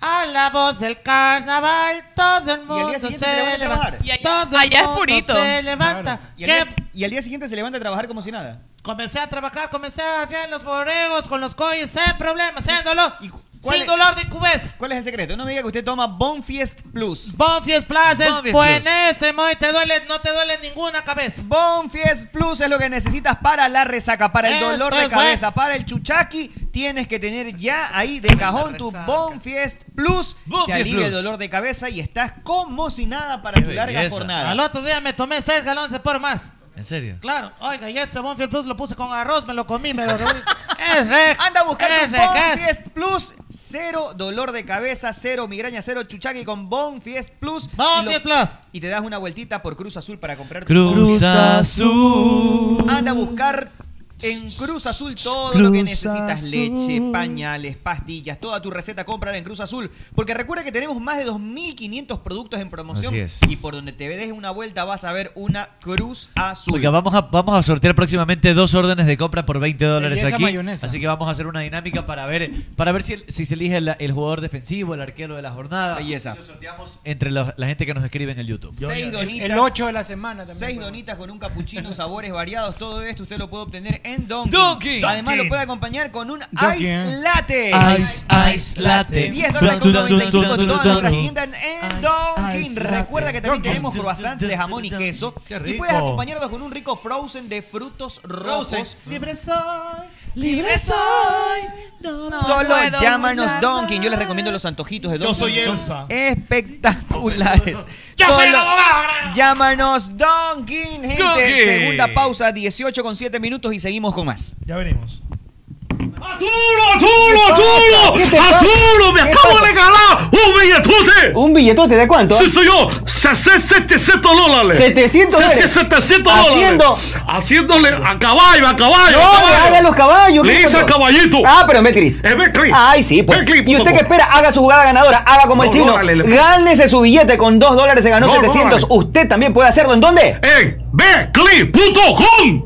Speaker 19: A la voz del carnaval todo el mundo se,
Speaker 13: siguiente se levanta a
Speaker 19: levanta.
Speaker 13: trabajar. Y ahí-
Speaker 19: todo el
Speaker 13: allá es
Speaker 19: mundo
Speaker 13: purito.
Speaker 19: se levanta.
Speaker 13: Y al,
Speaker 19: ¿Qué
Speaker 13: día, y al día siguiente se levanta a trabajar como si nada.
Speaker 19: Comencé a trabajar, comencé a arreglar los borregos con los coyes, sin problemas, sin dolor.
Speaker 13: ¿Cuál
Speaker 19: Sin
Speaker 13: es-
Speaker 19: dolor de cubes.
Speaker 13: ¿Cuál es el secreto? No me diga que usted toma Bonfiest Plus.
Speaker 19: Bonfiest Plus
Speaker 13: Bonfiest
Speaker 19: es buenísimo y te duele, no te duele ninguna cabeza.
Speaker 13: Bonfiest Plus es lo que necesitas para la resaca, para el
Speaker 19: Eso
Speaker 13: dolor de
Speaker 19: es bueno.
Speaker 13: cabeza, para el chuchaki. Tienes que tener ya ahí de cajón tu Bonfiest Plus. Te
Speaker 19: Bonfiest
Speaker 13: alivia el
Speaker 19: Plus.
Speaker 13: dolor de cabeza y estás como si nada para tu larga
Speaker 19: belleza.
Speaker 13: jornada.
Speaker 19: Al otro día me tomé seis galones de por más.
Speaker 14: ¿En serio?
Speaker 19: Claro, oiga, y ese Bonfield Plus lo puse con arroz, me lo comí, me lo robé.
Speaker 13: (laughs)
Speaker 19: es rec.
Speaker 13: Anda a buscar
Speaker 19: es
Speaker 13: tu
Speaker 19: rec, es.
Speaker 13: Bonfiest Plus. Cero dolor de cabeza, cero migraña, cero chuchaki con Bonfiest Plus.
Speaker 19: Bonfiest
Speaker 13: Y lo-
Speaker 19: Plus.
Speaker 13: Y te das una vueltita por Cruz Azul para comprar tu
Speaker 14: Cruz
Speaker 13: Bonfiest.
Speaker 14: Azul.
Speaker 13: Anda a buscar en Cruz Azul todo
Speaker 14: Cruz
Speaker 13: lo que necesitas.
Speaker 14: Azul.
Speaker 13: Leche, pañales, pastillas, toda tu receta cómprala en Cruz Azul. Porque recuerda que tenemos más de 2.500 productos en promoción.
Speaker 14: Así es.
Speaker 13: Y por donde te des una vuelta vas a ver una Cruz Azul.
Speaker 14: Oiga, vamos a, vamos a sortear próximamente dos órdenes de compra por 20 dólares
Speaker 13: Y esa
Speaker 14: aquí.
Speaker 13: mayonesa.
Speaker 14: Así que vamos a hacer una dinámica para ver para ver si, el- si se elige el, el jugador defensivo, el arquero de la jornada.
Speaker 13: Belleza.
Speaker 14: Entre los- la gente que nos escribe en el YouTube.
Speaker 13: Seis donitas.
Speaker 6: El 8 de la semana también.
Speaker 13: Seis donitas con un capuchino, (laughs) sabores variados. Todo esto usted lo puede obtener en Donkey.
Speaker 6: Dunkin'.
Speaker 13: Además, lo puede acompañar con un
Speaker 6: Dunkin'.
Speaker 13: Ice Latte.
Speaker 14: Ice, ice latte.
Speaker 13: 10 dólares con 95 en todas nuestras tiendas en
Speaker 14: Ice
Speaker 13: Dunkin'.
Speaker 14: latte.
Speaker 13: Recuerda que también tenemos croissants de jamón y queso. Y
Speaker 14: rico.
Speaker 13: puedes acompañarlos con un rico frozen de frutos rojos.
Speaker 19: Libre soy,
Speaker 13: libre soy.
Speaker 19: No,
Speaker 13: Solo llámanos Dunkin'. Yo les recomiendo los antojitos de
Speaker 19: Yo
Speaker 13: Dunkin'.
Speaker 19: soy
Speaker 13: Son (laughs)
Speaker 19: Elsa.
Speaker 13: espectaculares.
Speaker 19: Yo soy el
Speaker 13: Solo
Speaker 19: abogado,
Speaker 13: Llámanos Dunkin', gente.
Speaker 19: Dunkin'.
Speaker 13: Segunda pausa, 18 con 7 minutos y seguimos con más.
Speaker 27: Ya venimos.
Speaker 19: ¡Arturo, Arturo! ¡Arturo! ¡Me acabo de regalar un billetote!
Speaker 28: ¿Un billetote de cuánto?
Speaker 19: Sí, señor. Se- se- 700 dólares.
Speaker 28: 700
Speaker 19: Se-
Speaker 28: dólares.
Speaker 19: se- 700 dólares.
Speaker 28: Haciendo-
Speaker 19: Haciéndole a caballo, a caballo.
Speaker 28: No,
Speaker 19: a
Speaker 28: le
Speaker 19: caballo.
Speaker 28: haga los caballos.
Speaker 19: Le
Speaker 28: ¿qué
Speaker 19: hice
Speaker 28: pasó?
Speaker 19: a caballito.
Speaker 28: Ah, pero en Betcris.
Speaker 19: En Betcris.
Speaker 28: Ay, sí, pues.
Speaker 19: Betcris,
Speaker 28: y usted
Speaker 19: ¿cómo?
Speaker 28: que espera, haga su jugada ganadora, haga como el
Speaker 19: No,
Speaker 28: chino.
Speaker 19: no, dale, le-
Speaker 28: Gánese su billete con 2 dólares, se ganó
Speaker 19: No, no,
Speaker 28: 700.
Speaker 19: dale.
Speaker 28: usted también puede hacerlo. ¿En dónde?
Speaker 19: En Betcris.com.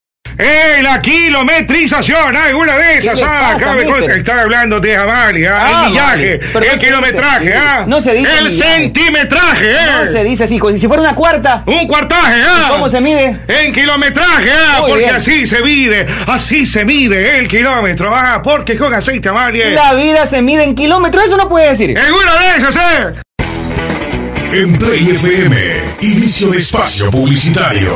Speaker 7: ¡Ey, la kilometrización! ¡Alguna de
Speaker 28: ¿Qué
Speaker 7: esas!
Speaker 28: le
Speaker 7: ¡Ah!
Speaker 28: pasa,
Speaker 7: Acá me
Speaker 28: mister?
Speaker 7: consta que están hablando de Jamali,
Speaker 28: Ah,
Speaker 7: ¿ah? El millaje,
Speaker 28: vale. Pero
Speaker 7: el
Speaker 28: no se
Speaker 7: kilometraje,
Speaker 28: dice así.
Speaker 7: ¿ah?
Speaker 28: No se dice
Speaker 7: El
Speaker 28: millaje.
Speaker 7: centimetraje, ¿eh?
Speaker 28: No se dice así, como si fuera una cuarta.
Speaker 7: Un cuartaje, ¿ah?
Speaker 28: ¿Cómo se mide?
Speaker 7: En kilometraje, ah,
Speaker 28: Muy
Speaker 7: porque
Speaker 28: bien.
Speaker 7: así se mide, así se mide el kilómetro, ah, porque con aceite amarillo.
Speaker 28: La vida se mide en kilómetros, eso no puede decir.
Speaker 7: ¡Alguna de esas, eh!
Speaker 24: En Play FM, inicio de espacio publicitario.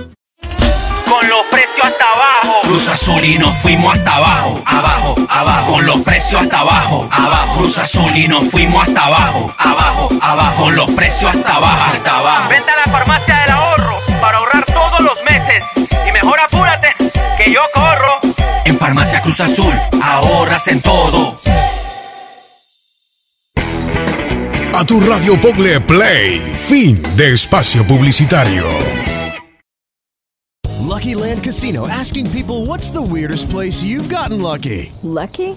Speaker 16: Con los precios hasta abajo. Cruz Azul y nos fuimos hasta abajo. Abajo, abajo. Con los precios hasta abajo. Abajo. Cruz Azul y nos fuimos hasta abajo. Abajo, abajo. Con los precios hasta abajo. Hasta abajo. Vente a la farmacia del ahorro para ahorrar todos los meses. Y mejor apúrate, que yo corro. En Farmacia Cruz Azul, ahorras en todo.
Speaker 24: A tu radio Pogle Play. Fin de espacio publicitario.
Speaker 12: Lucky Land Casino asking people what's the weirdest place you've gotten lucky?
Speaker 26: Lucky?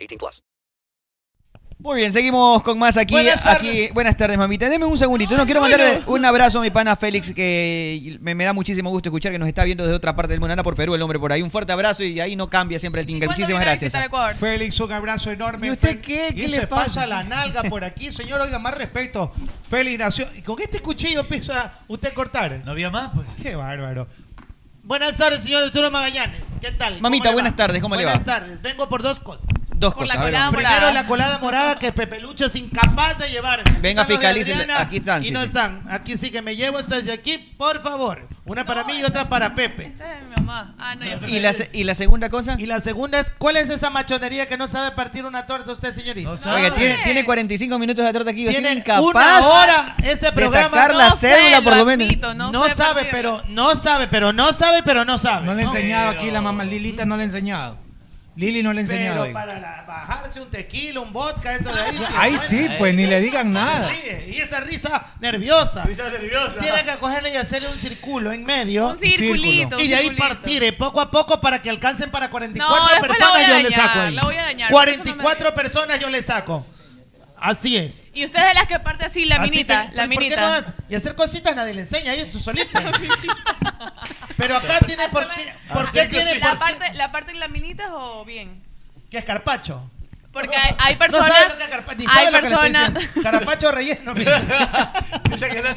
Speaker 29: 18 plus.
Speaker 13: Muy bien, seguimos con más aquí.
Speaker 29: Buenas
Speaker 13: Buenas tardes, aquí. Buenas tardes mamita. Deme un segundito. No, quiero
Speaker 29: Bueno.
Speaker 13: mandarle un abrazo a mi pana Félix, que me, me da muchísimo gusto escuchar que nos está viendo desde otra parte del mundo. Anda por Perú el hombre por ahí. Un fuerte abrazo y ahí no cambia siempre el tinker. Muchísimas gracias.
Speaker 18: Félix, un abrazo enorme.
Speaker 13: ¿Y usted qué?
Speaker 18: ¿Y
Speaker 13: ¿Qué
Speaker 18: se
Speaker 13: le pasa?
Speaker 18: pasa la nalga por aquí, señor? Oiga, más respeto. Félix nació. Y con este cuchillo empieza usted a cortar. No había más, pues. Qué bárbaro.
Speaker 19: Buenas tardes, señor Arturo Magallanes. ¿Qué tal?
Speaker 13: Mamita,
Speaker 19: ¿Cómo le va?
Speaker 13: buenas tardes, ¿cómo le va?
Speaker 19: Buenas tardes. Vengo por dos cosas.
Speaker 13: Dos cosas. a ver, vamos.
Speaker 19: Primero, la colada morada que Pepe Lucho es incapaz de llevarme. Aquí están
Speaker 13: Venga,
Speaker 19: los de
Speaker 13: fiscalícele.
Speaker 19: Adriana
Speaker 13: Aquí están,
Speaker 19: Y
Speaker 13: sí,
Speaker 19: no
Speaker 13: sí.
Speaker 19: están. Aquí sí que me llevo estas de aquí, por favor. Una para mí y otra para Pepe.
Speaker 15: Esta es de mi mamá. Ah, no, ya sé.
Speaker 13: ¿Y la segunda cosa?
Speaker 19: Y la segunda es, ¿cuál es esa machonería que no sabe partir una torta usted, señorita?
Speaker 13: Oiga, tiene, tiene 45 minutos de torta aquí. Tiene incapaz
Speaker 19: una hora este
Speaker 13: de
Speaker 19: programa
Speaker 13: sacar la cédula, por lo menos.
Speaker 19: no, sabe pero no sabe pero no sabe pero no sabe
Speaker 17: No le he enseñado aquí la mamá Lilita, no le he enseñado. Lili no le he enseñado.
Speaker 19: pero
Speaker 17: digo.
Speaker 19: para la- bajarse un tequila un vodka eso de ahí sí,
Speaker 17: Ahí
Speaker 19: bueno.
Speaker 17: sí, pues ni le digan nada.
Speaker 19: Se ríe, y esa risa nerviosa risa nerviosa tiene que cogerle y hacerle un círculo en medio un
Speaker 15: circulito,
Speaker 19: y de ahí
Speaker 15: un circulito.
Speaker 19: partir eh, poco a poco para que alcancen para 44
Speaker 15: No, después la voy
Speaker 19: personas
Speaker 15: a
Speaker 19: yo
Speaker 15: dañar,
Speaker 19: le saco ahí.
Speaker 15: la voy a dañar, por eso no me
Speaker 19: 44 personas yo le saco así es
Speaker 15: Y usted es de las que parte así, la
Speaker 19: Así
Speaker 15: minita.
Speaker 19: tal.
Speaker 15: La
Speaker 19: ¿Por qué
Speaker 15: minita.
Speaker 19: no vas? y hacer cositas nadie le enseña, ahí tú
Speaker 15: (laughs)
Speaker 19: solito. Pero acá tiene por qué,
Speaker 15: Ah,
Speaker 19: por qué tiene
Speaker 15: la
Speaker 19: por qué-
Speaker 15: parte, la parte en laminitas o bien?
Speaker 19: que es carpacho.
Speaker 15: Porque hay, hay
Speaker 19: No sabe
Speaker 15: personas.
Speaker 19: lo que es carpa- ni sabe
Speaker 15: hay
Speaker 19: lo que le estoy
Speaker 15: personas.
Speaker 19: diciendo. Carpacho relleno.
Speaker 13: (laughs)
Speaker 19: Dice que no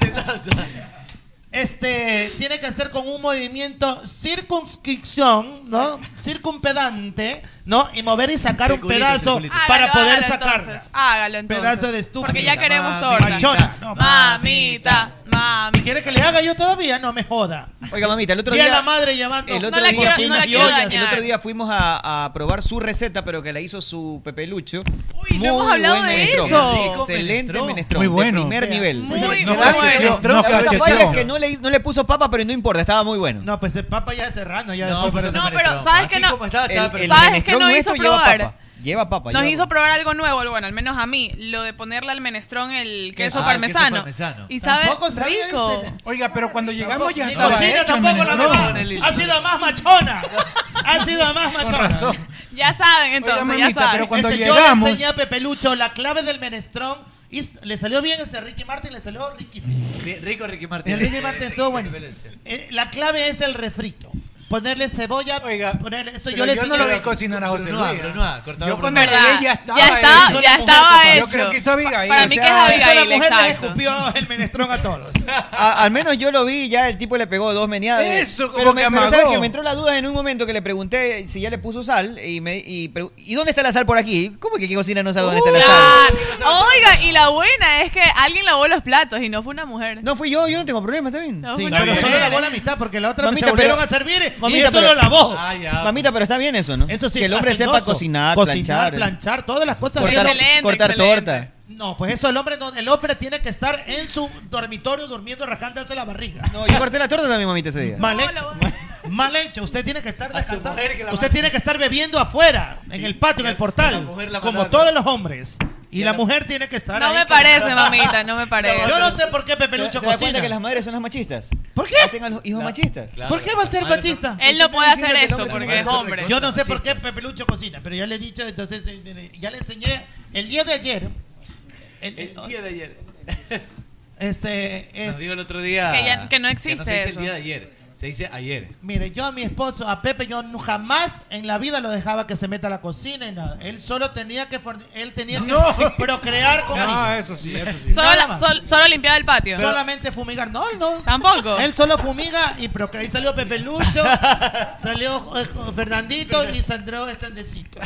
Speaker 19: Este, tiene que hacer con un movimiento circunscripción, ¿no? Circumpedante, ¿no? Y mover y sacar un
Speaker 15: Circulito,
Speaker 19: pedazo
Speaker 15: circulito.
Speaker 19: para
Speaker 15: Hágalo,
Speaker 19: poder
Speaker 15: hágalo
Speaker 19: sacarla.
Speaker 15: entonces, Hágalo entonces.
Speaker 19: Pedazo de estúpido.
Speaker 15: Porque ya queremos
Speaker 19: Mamita.
Speaker 15: torta.
Speaker 19: Machona. No,
Speaker 15: Mamita. Mami.
Speaker 19: ¿Quiere que le haga yo todavía? No me joda.
Speaker 13: Oiga, mamita, el otro
Speaker 19: Día
Speaker 13: día.
Speaker 19: la madre llamando.
Speaker 13: El
Speaker 19: No
Speaker 13: otro
Speaker 19: la
Speaker 13: día,
Speaker 19: quiero- no la
Speaker 13: y
Speaker 19: quiero
Speaker 13: hoy-
Speaker 19: dañar.
Speaker 13: el otro día fuimos a, a probar su receta, pero que la hizo su Pepe Lucho. Uy,
Speaker 15: hemos hablado de eso.
Speaker 13: Excelente
Speaker 15: Rico
Speaker 13: menestrón.
Speaker 17: Muy
Speaker 13: de
Speaker 17: bueno.
Speaker 13: primer nivel.
Speaker 17: Muy bueno.
Speaker 13: No,
Speaker 17: Nos cacheteó, nos
Speaker 13: La única falla
Speaker 17: cacheteó.
Speaker 13: es que no le, hizo- no le puso papa, pero no importa, estaba muy bueno.
Speaker 19: No, pues el papa ya es serrano. Ya
Speaker 13: No,
Speaker 19: después
Speaker 13: pues,
Speaker 19: para-
Speaker 13: no, pero
Speaker 15: ¿Sabes que no? ¿Sabes que no hizo probar?
Speaker 13: Lleva papa.
Speaker 15: Nos
Speaker 13: lleva
Speaker 15: hizo probar algo nuevo, bueno, al menos a mí, lo de ponerle al menestrón el
Speaker 17: Ah,
Speaker 15: queso,
Speaker 17: el queso
Speaker 15: parmesano.
Speaker 17: parmesano.
Speaker 15: Y sabe
Speaker 17: Tampoco sabía
Speaker 15: rico.
Speaker 17: Oiga, pero cuando llegamos ya
Speaker 19: Ni
Speaker 17: estaba
Speaker 19: cocina
Speaker 17: hecho el
Speaker 19: tampoco la
Speaker 17: menestrón.
Speaker 19: mamá. Ha sido más machona. Ha sido más machona.
Speaker 15: Ya saben, entonces, ya saben.
Speaker 19: Este, Yo le enseñé a Pepe Lucho la clave del menestrón. Y s- le salió bien ese Ricky Martin, le salió riquísimo.
Speaker 14: Rico Ricky Martín.
Speaker 19: El Ricky Martin
Speaker 14: (laughs)
Speaker 19: estuvo bueno. Eh, la clave es el refrito. Ponerle cebolla, ponerle eso.
Speaker 17: Pero
Speaker 19: Yo, le
Speaker 17: yo no
Speaker 19: enseñé-
Speaker 17: lo vi cocinar a José
Speaker 19: Brunoa,
Speaker 21: ¿eh?
Speaker 17: Luis.
Speaker 19: Brunoa, cortado
Speaker 17: yo cuando
Speaker 19: Brunoa.
Speaker 17: llegué ya
Speaker 19: Ya
Speaker 17: estaba
Speaker 19: estaba-
Speaker 17: hecho.
Speaker 19: ya estaba
Speaker 17: Yo creo
Speaker 19: hecho.
Speaker 17: que hizo Abigail.
Speaker 19: para mí
Speaker 17: O
Speaker 19: que
Speaker 17: sea,
Speaker 19: es Abigail.
Speaker 17: esa la mujer
Speaker 19: exacto.
Speaker 17: de Jesús.
Speaker 19: escupió el menestrón a todos.
Speaker 13: A- al menos yo lo vi y ya el tipo le pegó dos meneadas.
Speaker 19: Eso, como
Speaker 13: pero
Speaker 19: que
Speaker 13: me, pero
Speaker 19: amagó.
Speaker 13: sabes que me entró la duda en un momento que le pregunté si ya le puso sal y me y, pre- ¿y dónde está la sal por aquí? ¿Cómo que qué cocina no sabe dónde
Speaker 19: Uh,
Speaker 13: está la sal?
Speaker 15: Oiga, y la buena es que alguien lavó los platos y no fue una mujer.
Speaker 13: No fui yo, yo no tengo problema, está bien.
Speaker 19: Sí, pero solo lavó la mitad porque la otra se volvieron a servir y
Speaker 13: mamita,
Speaker 19: esto
Speaker 13: pero-
Speaker 19: lo lavó.
Speaker 15: Ah, pues.
Speaker 13: Mamita, pero está bien eso, ¿no?
Speaker 19: Eso sí,
Speaker 13: que el hombre sepa
Speaker 19: fascinoso.
Speaker 13: cocinar,
Speaker 19: Cocinar,
Speaker 13: planchar,
Speaker 19: planchar, todas las cosas.
Speaker 13: cortar,
Speaker 19: Excelente,
Speaker 13: cortar
Speaker 19: excelente.
Speaker 13: torta.
Speaker 19: No, pues eso el hombre no, el hombre tiene que estar en su dormitorio durmiendo rajándose la barriga.
Speaker 13: No, yo corté la torta también, mamita, ese día.
Speaker 19: Mal hecho. Mal hecho, usted tiene que estar descansando. Usted tiene que estar bebiendo afuera, en el patio, en el portal, como todos los hombres. Y la mujer tiene que estar
Speaker 15: No
Speaker 19: ahí
Speaker 15: me
Speaker 19: con-
Speaker 15: parece,
Speaker 19: (laughs)
Speaker 15: mamita, no me parece.
Speaker 19: Yo no sé por qué Pepe
Speaker 13: ¿Se-
Speaker 19: Lucho
Speaker 13: se da cuenta
Speaker 19: cocina.
Speaker 13: que las madres son las machistas? ¿Por qué? Hacen a los hijos machistas.
Speaker 19: ¿Por qué va a ser machista?
Speaker 15: Él no puede hacer esto porque
Speaker 19: Yo
Speaker 15: es
Speaker 19: no sé
Speaker 15: hombre.
Speaker 19: Yo no sé por qué Pepe Lucho cocina, pero ya le he dicho, entonces eh, eh, ya le enseñé el día de ayer. El, este, día de (laughs) ayer. Este, eh,
Speaker 14: Nos dijo el otro día.
Speaker 15: Que ya- que no
Speaker 14: no
Speaker 15: existe
Speaker 14: se dice
Speaker 15: eso.
Speaker 14: el día de ayer. Se dice ayer.
Speaker 19: Mire, yo a mi esposo, a Pepe, yo nu- jamás en la vida lo dejaba que se meta a la cocina y nada. Él solo tenía que, forni- él tenía
Speaker 21: (laughs)
Speaker 19: que procrear con
Speaker 21: Ah, eso sí, eso sí.
Speaker 15: Solo,
Speaker 19: Nada más.
Speaker 15: sol- solo limpiaba el patio.
Speaker 19: Solamente fumigar, no, él no.
Speaker 15: Tampoco.
Speaker 19: Él solo fumiga y procrea. Ahí salió
Speaker 21: (laughs)
Speaker 19: Pepe Lucho, salió eh, Fernandito y Sandro Estandecito.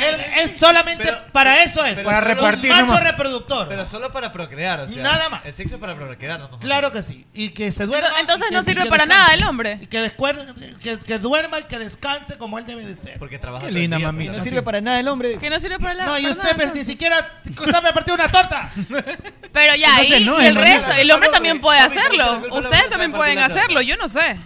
Speaker 19: Él es solamente para eso es.
Speaker 14: Para
Speaker 19: Solo un
Speaker 14: repartir
Speaker 19: Macho
Speaker 14: nomás.
Speaker 19: reproductor.
Speaker 14: Pero solo para procrear, o sea.
Speaker 19: Nada más.
Speaker 14: El sexo para procrear, no.
Speaker 19: Claro que sí. Y que se duerma.
Speaker 15: Pero entonces
Speaker 19: y que-
Speaker 15: no
Speaker 19: y
Speaker 15: sirve
Speaker 19: que
Speaker 15: para
Speaker 19: descanse.
Speaker 15: nada el hombre.
Speaker 19: Y que, descuer- que, que duerma y que descanse como él debe de ser.
Speaker 14: Porque trabaja.
Speaker 21: Qué linda mami.
Speaker 14: pues,
Speaker 19: No sirve para nada el hombre.
Speaker 15: Que no sirve para la
Speaker 19: No, y
Speaker 15: para
Speaker 19: usted
Speaker 15: nada.
Speaker 19: ni siquiera sabe partir una torta.
Speaker 15: (laughs) Pero ya,
Speaker 19: Entonces
Speaker 15: ahí,
Speaker 19: no,
Speaker 15: y el
Speaker 19: entonces-
Speaker 15: resto, el hombre
Speaker 19: No, no,
Speaker 15: también
Speaker 19: no,
Speaker 15: puede
Speaker 19: no, no, no, no,
Speaker 15: hacerlo.
Speaker 19: no, no, no,
Speaker 15: Ustedes
Speaker 19: no,
Speaker 15: también
Speaker 19: no,
Speaker 15: pueden
Speaker 19: no, no, no,
Speaker 15: hacerlo, yo no sé.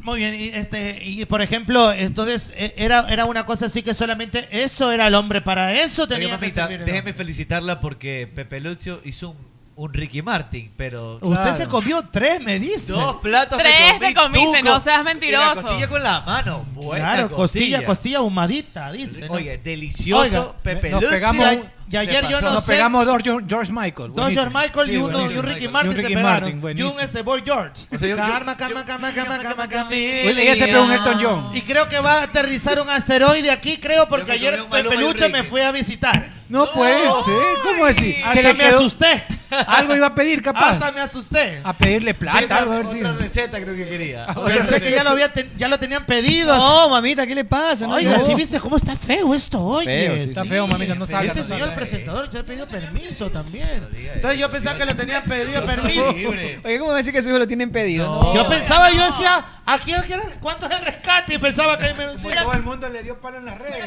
Speaker 19: Muy bien, y este, y por ejemplo, entonces e- era, era una cosa así que solamente eso era el hombre, para eso tenía
Speaker 14: Oiga,
Speaker 19: que
Speaker 14: mamita,
Speaker 19: servir el
Speaker 14: déjeme felicitarla porque Pepe Lucio hizo un, un Ricky Martin, pero.
Speaker 19: hombre. Usted se comió tres, me dice.
Speaker 14: Dos platos
Speaker 15: Tres
Speaker 14: me
Speaker 15: te
Speaker 14: comí,
Speaker 15: comiste,
Speaker 14: tuco,
Speaker 15: no seas
Speaker 14: y
Speaker 15: mentiroso.
Speaker 14: La costilla con la mano. Buena
Speaker 19: Claro, costilla, costilla ahumadita, dice.
Speaker 14: Oye, delicioso
Speaker 19: Oiga,
Speaker 14: Pepe
Speaker 21: nos
Speaker 14: Luzzi.
Speaker 21: pegamos
Speaker 14: Se
Speaker 21: un-
Speaker 19: Y ayer yo
Speaker 14: pasó.
Speaker 19: no
Speaker 21: Nos
Speaker 19: sé.
Speaker 21: pegamos dos George, George Michael.
Speaker 19: Dos George
Speaker 21: buenísimo.
Speaker 19: Michael
Speaker 21: Sí,
Speaker 19: y, uno, y
Speaker 21: buenísimo.
Speaker 19: un Ricky
Speaker 21: Y
Speaker 19: Martin
Speaker 21: un Ricky
Speaker 19: se pegaron.
Speaker 21: Martin,
Speaker 19: y un
Speaker 21: buenísimo.
Speaker 19: este Boy George.
Speaker 21: O sea, yo- yo-
Speaker 19: calma, calma, calma, calma, calma, calma,
Speaker 21: Oye, ella se pegó un Elton John.
Speaker 19: este Y creo que va a aterrizar un asteroide aquí, creo, porque
Speaker 21: Yo me
Speaker 19: ayer
Speaker 21: comí un Maluma
Speaker 19: Pepe
Speaker 21: y
Speaker 19: Lucho
Speaker 21: Enrique.
Speaker 19: me fue a visitar.
Speaker 21: No puede ser. ¿Cómo así?
Speaker 19: Hasta me asusté.
Speaker 21: Algo iba a
Speaker 19: (laughs)
Speaker 21: pedir, capaz. Ah,
Speaker 19: Hasta me asusté.
Speaker 21: A pedirle plata. algo, a ver si-
Speaker 14: Otra receta creo que quería.
Speaker 19: Pensé que ya lo, había ten- ya lo tenían pedido.
Speaker 13: No, mamita, ¿qué le pasa? No,
Speaker 19: Oiga,
Speaker 13: no.
Speaker 19: ¿sí viste cómo está feo esto? Oye,
Speaker 13: Feo, sí, Está sí. feo, mamita, no salga,
Speaker 19: Este
Speaker 13: no
Speaker 19: señor
Speaker 13: salga.
Speaker 19: presentador, usted ha pedido permiso también. Entonces yo pensaba que le tenían pedido permiso.
Speaker 13: (laughs) Oye, ¿cómo va a decir que a su hijo lo tienen pedido? No.
Speaker 19: Yo pensaba, yo decía, ¿a quién quién- cuánto es el rescate? Y pensaba que ahí me decía.
Speaker 21: Todo el mundo le dio palo en las redes.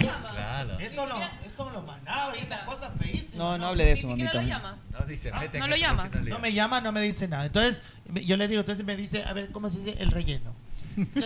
Speaker 14: Claro.
Speaker 19: Esto lo, esto lo mandaba y estas cosas feísimas.
Speaker 13: No, no hable de eso, mamita.
Speaker 14: No, dice, mete
Speaker 19: Ah, No
Speaker 14: que
Speaker 19: lo
Speaker 14: eso
Speaker 19: llama.
Speaker 14: cocina
Speaker 19: No
Speaker 14: libre.
Speaker 19: me llama, no me dice nada. Entonces, me- yo le digo, entonces me dice, a ver, ¿cómo se dice el relleno?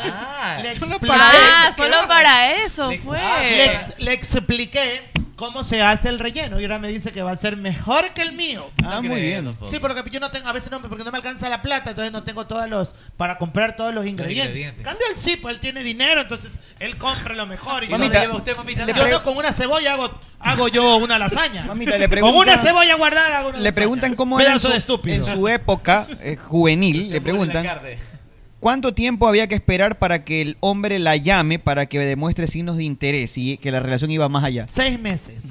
Speaker 14: Ah,
Speaker 19: Le
Speaker 14: solo
Speaker 19: expliqué-
Speaker 15: Ah, solo para eso pues.
Speaker 16: ah,
Speaker 19: Le,
Speaker 15: fue.
Speaker 19: ex- le expliqué cómo se hace el relleno y ahora me dice que va a ser mejor que el mío.
Speaker 13: Ah, muy bien.
Speaker 19: Sí, pero que yo no tengo, a veces no, porque no me alcanza la plata, entonces no tengo todos los, para comprar todos los ingredientes.
Speaker 14: ingredientes.
Speaker 19: Cambio el sí, pues él tiene dinero, entonces él compra lo mejor. Y
Speaker 13: Mamita,
Speaker 19: yo,
Speaker 13: lleva usted, mamita?
Speaker 19: yo
Speaker 13: Le
Speaker 19: no, con una cebolla hago, hago yo una lasaña.
Speaker 13: Mamita, le
Speaker 19: con una
Speaker 13: pregunta-
Speaker 19: cebolla guardada hago una
Speaker 13: Le
Speaker 19: lasaña.
Speaker 13: preguntan cómo era en
Speaker 19: Pedazo
Speaker 13: su,
Speaker 19: de estúpido.
Speaker 13: en su época eh, juvenil, le preguntan cuánto tiempo había que esperar para que el hombre la llame para que demuestre signos de interés y que la relación iba más allá.
Speaker 19: Seis meses.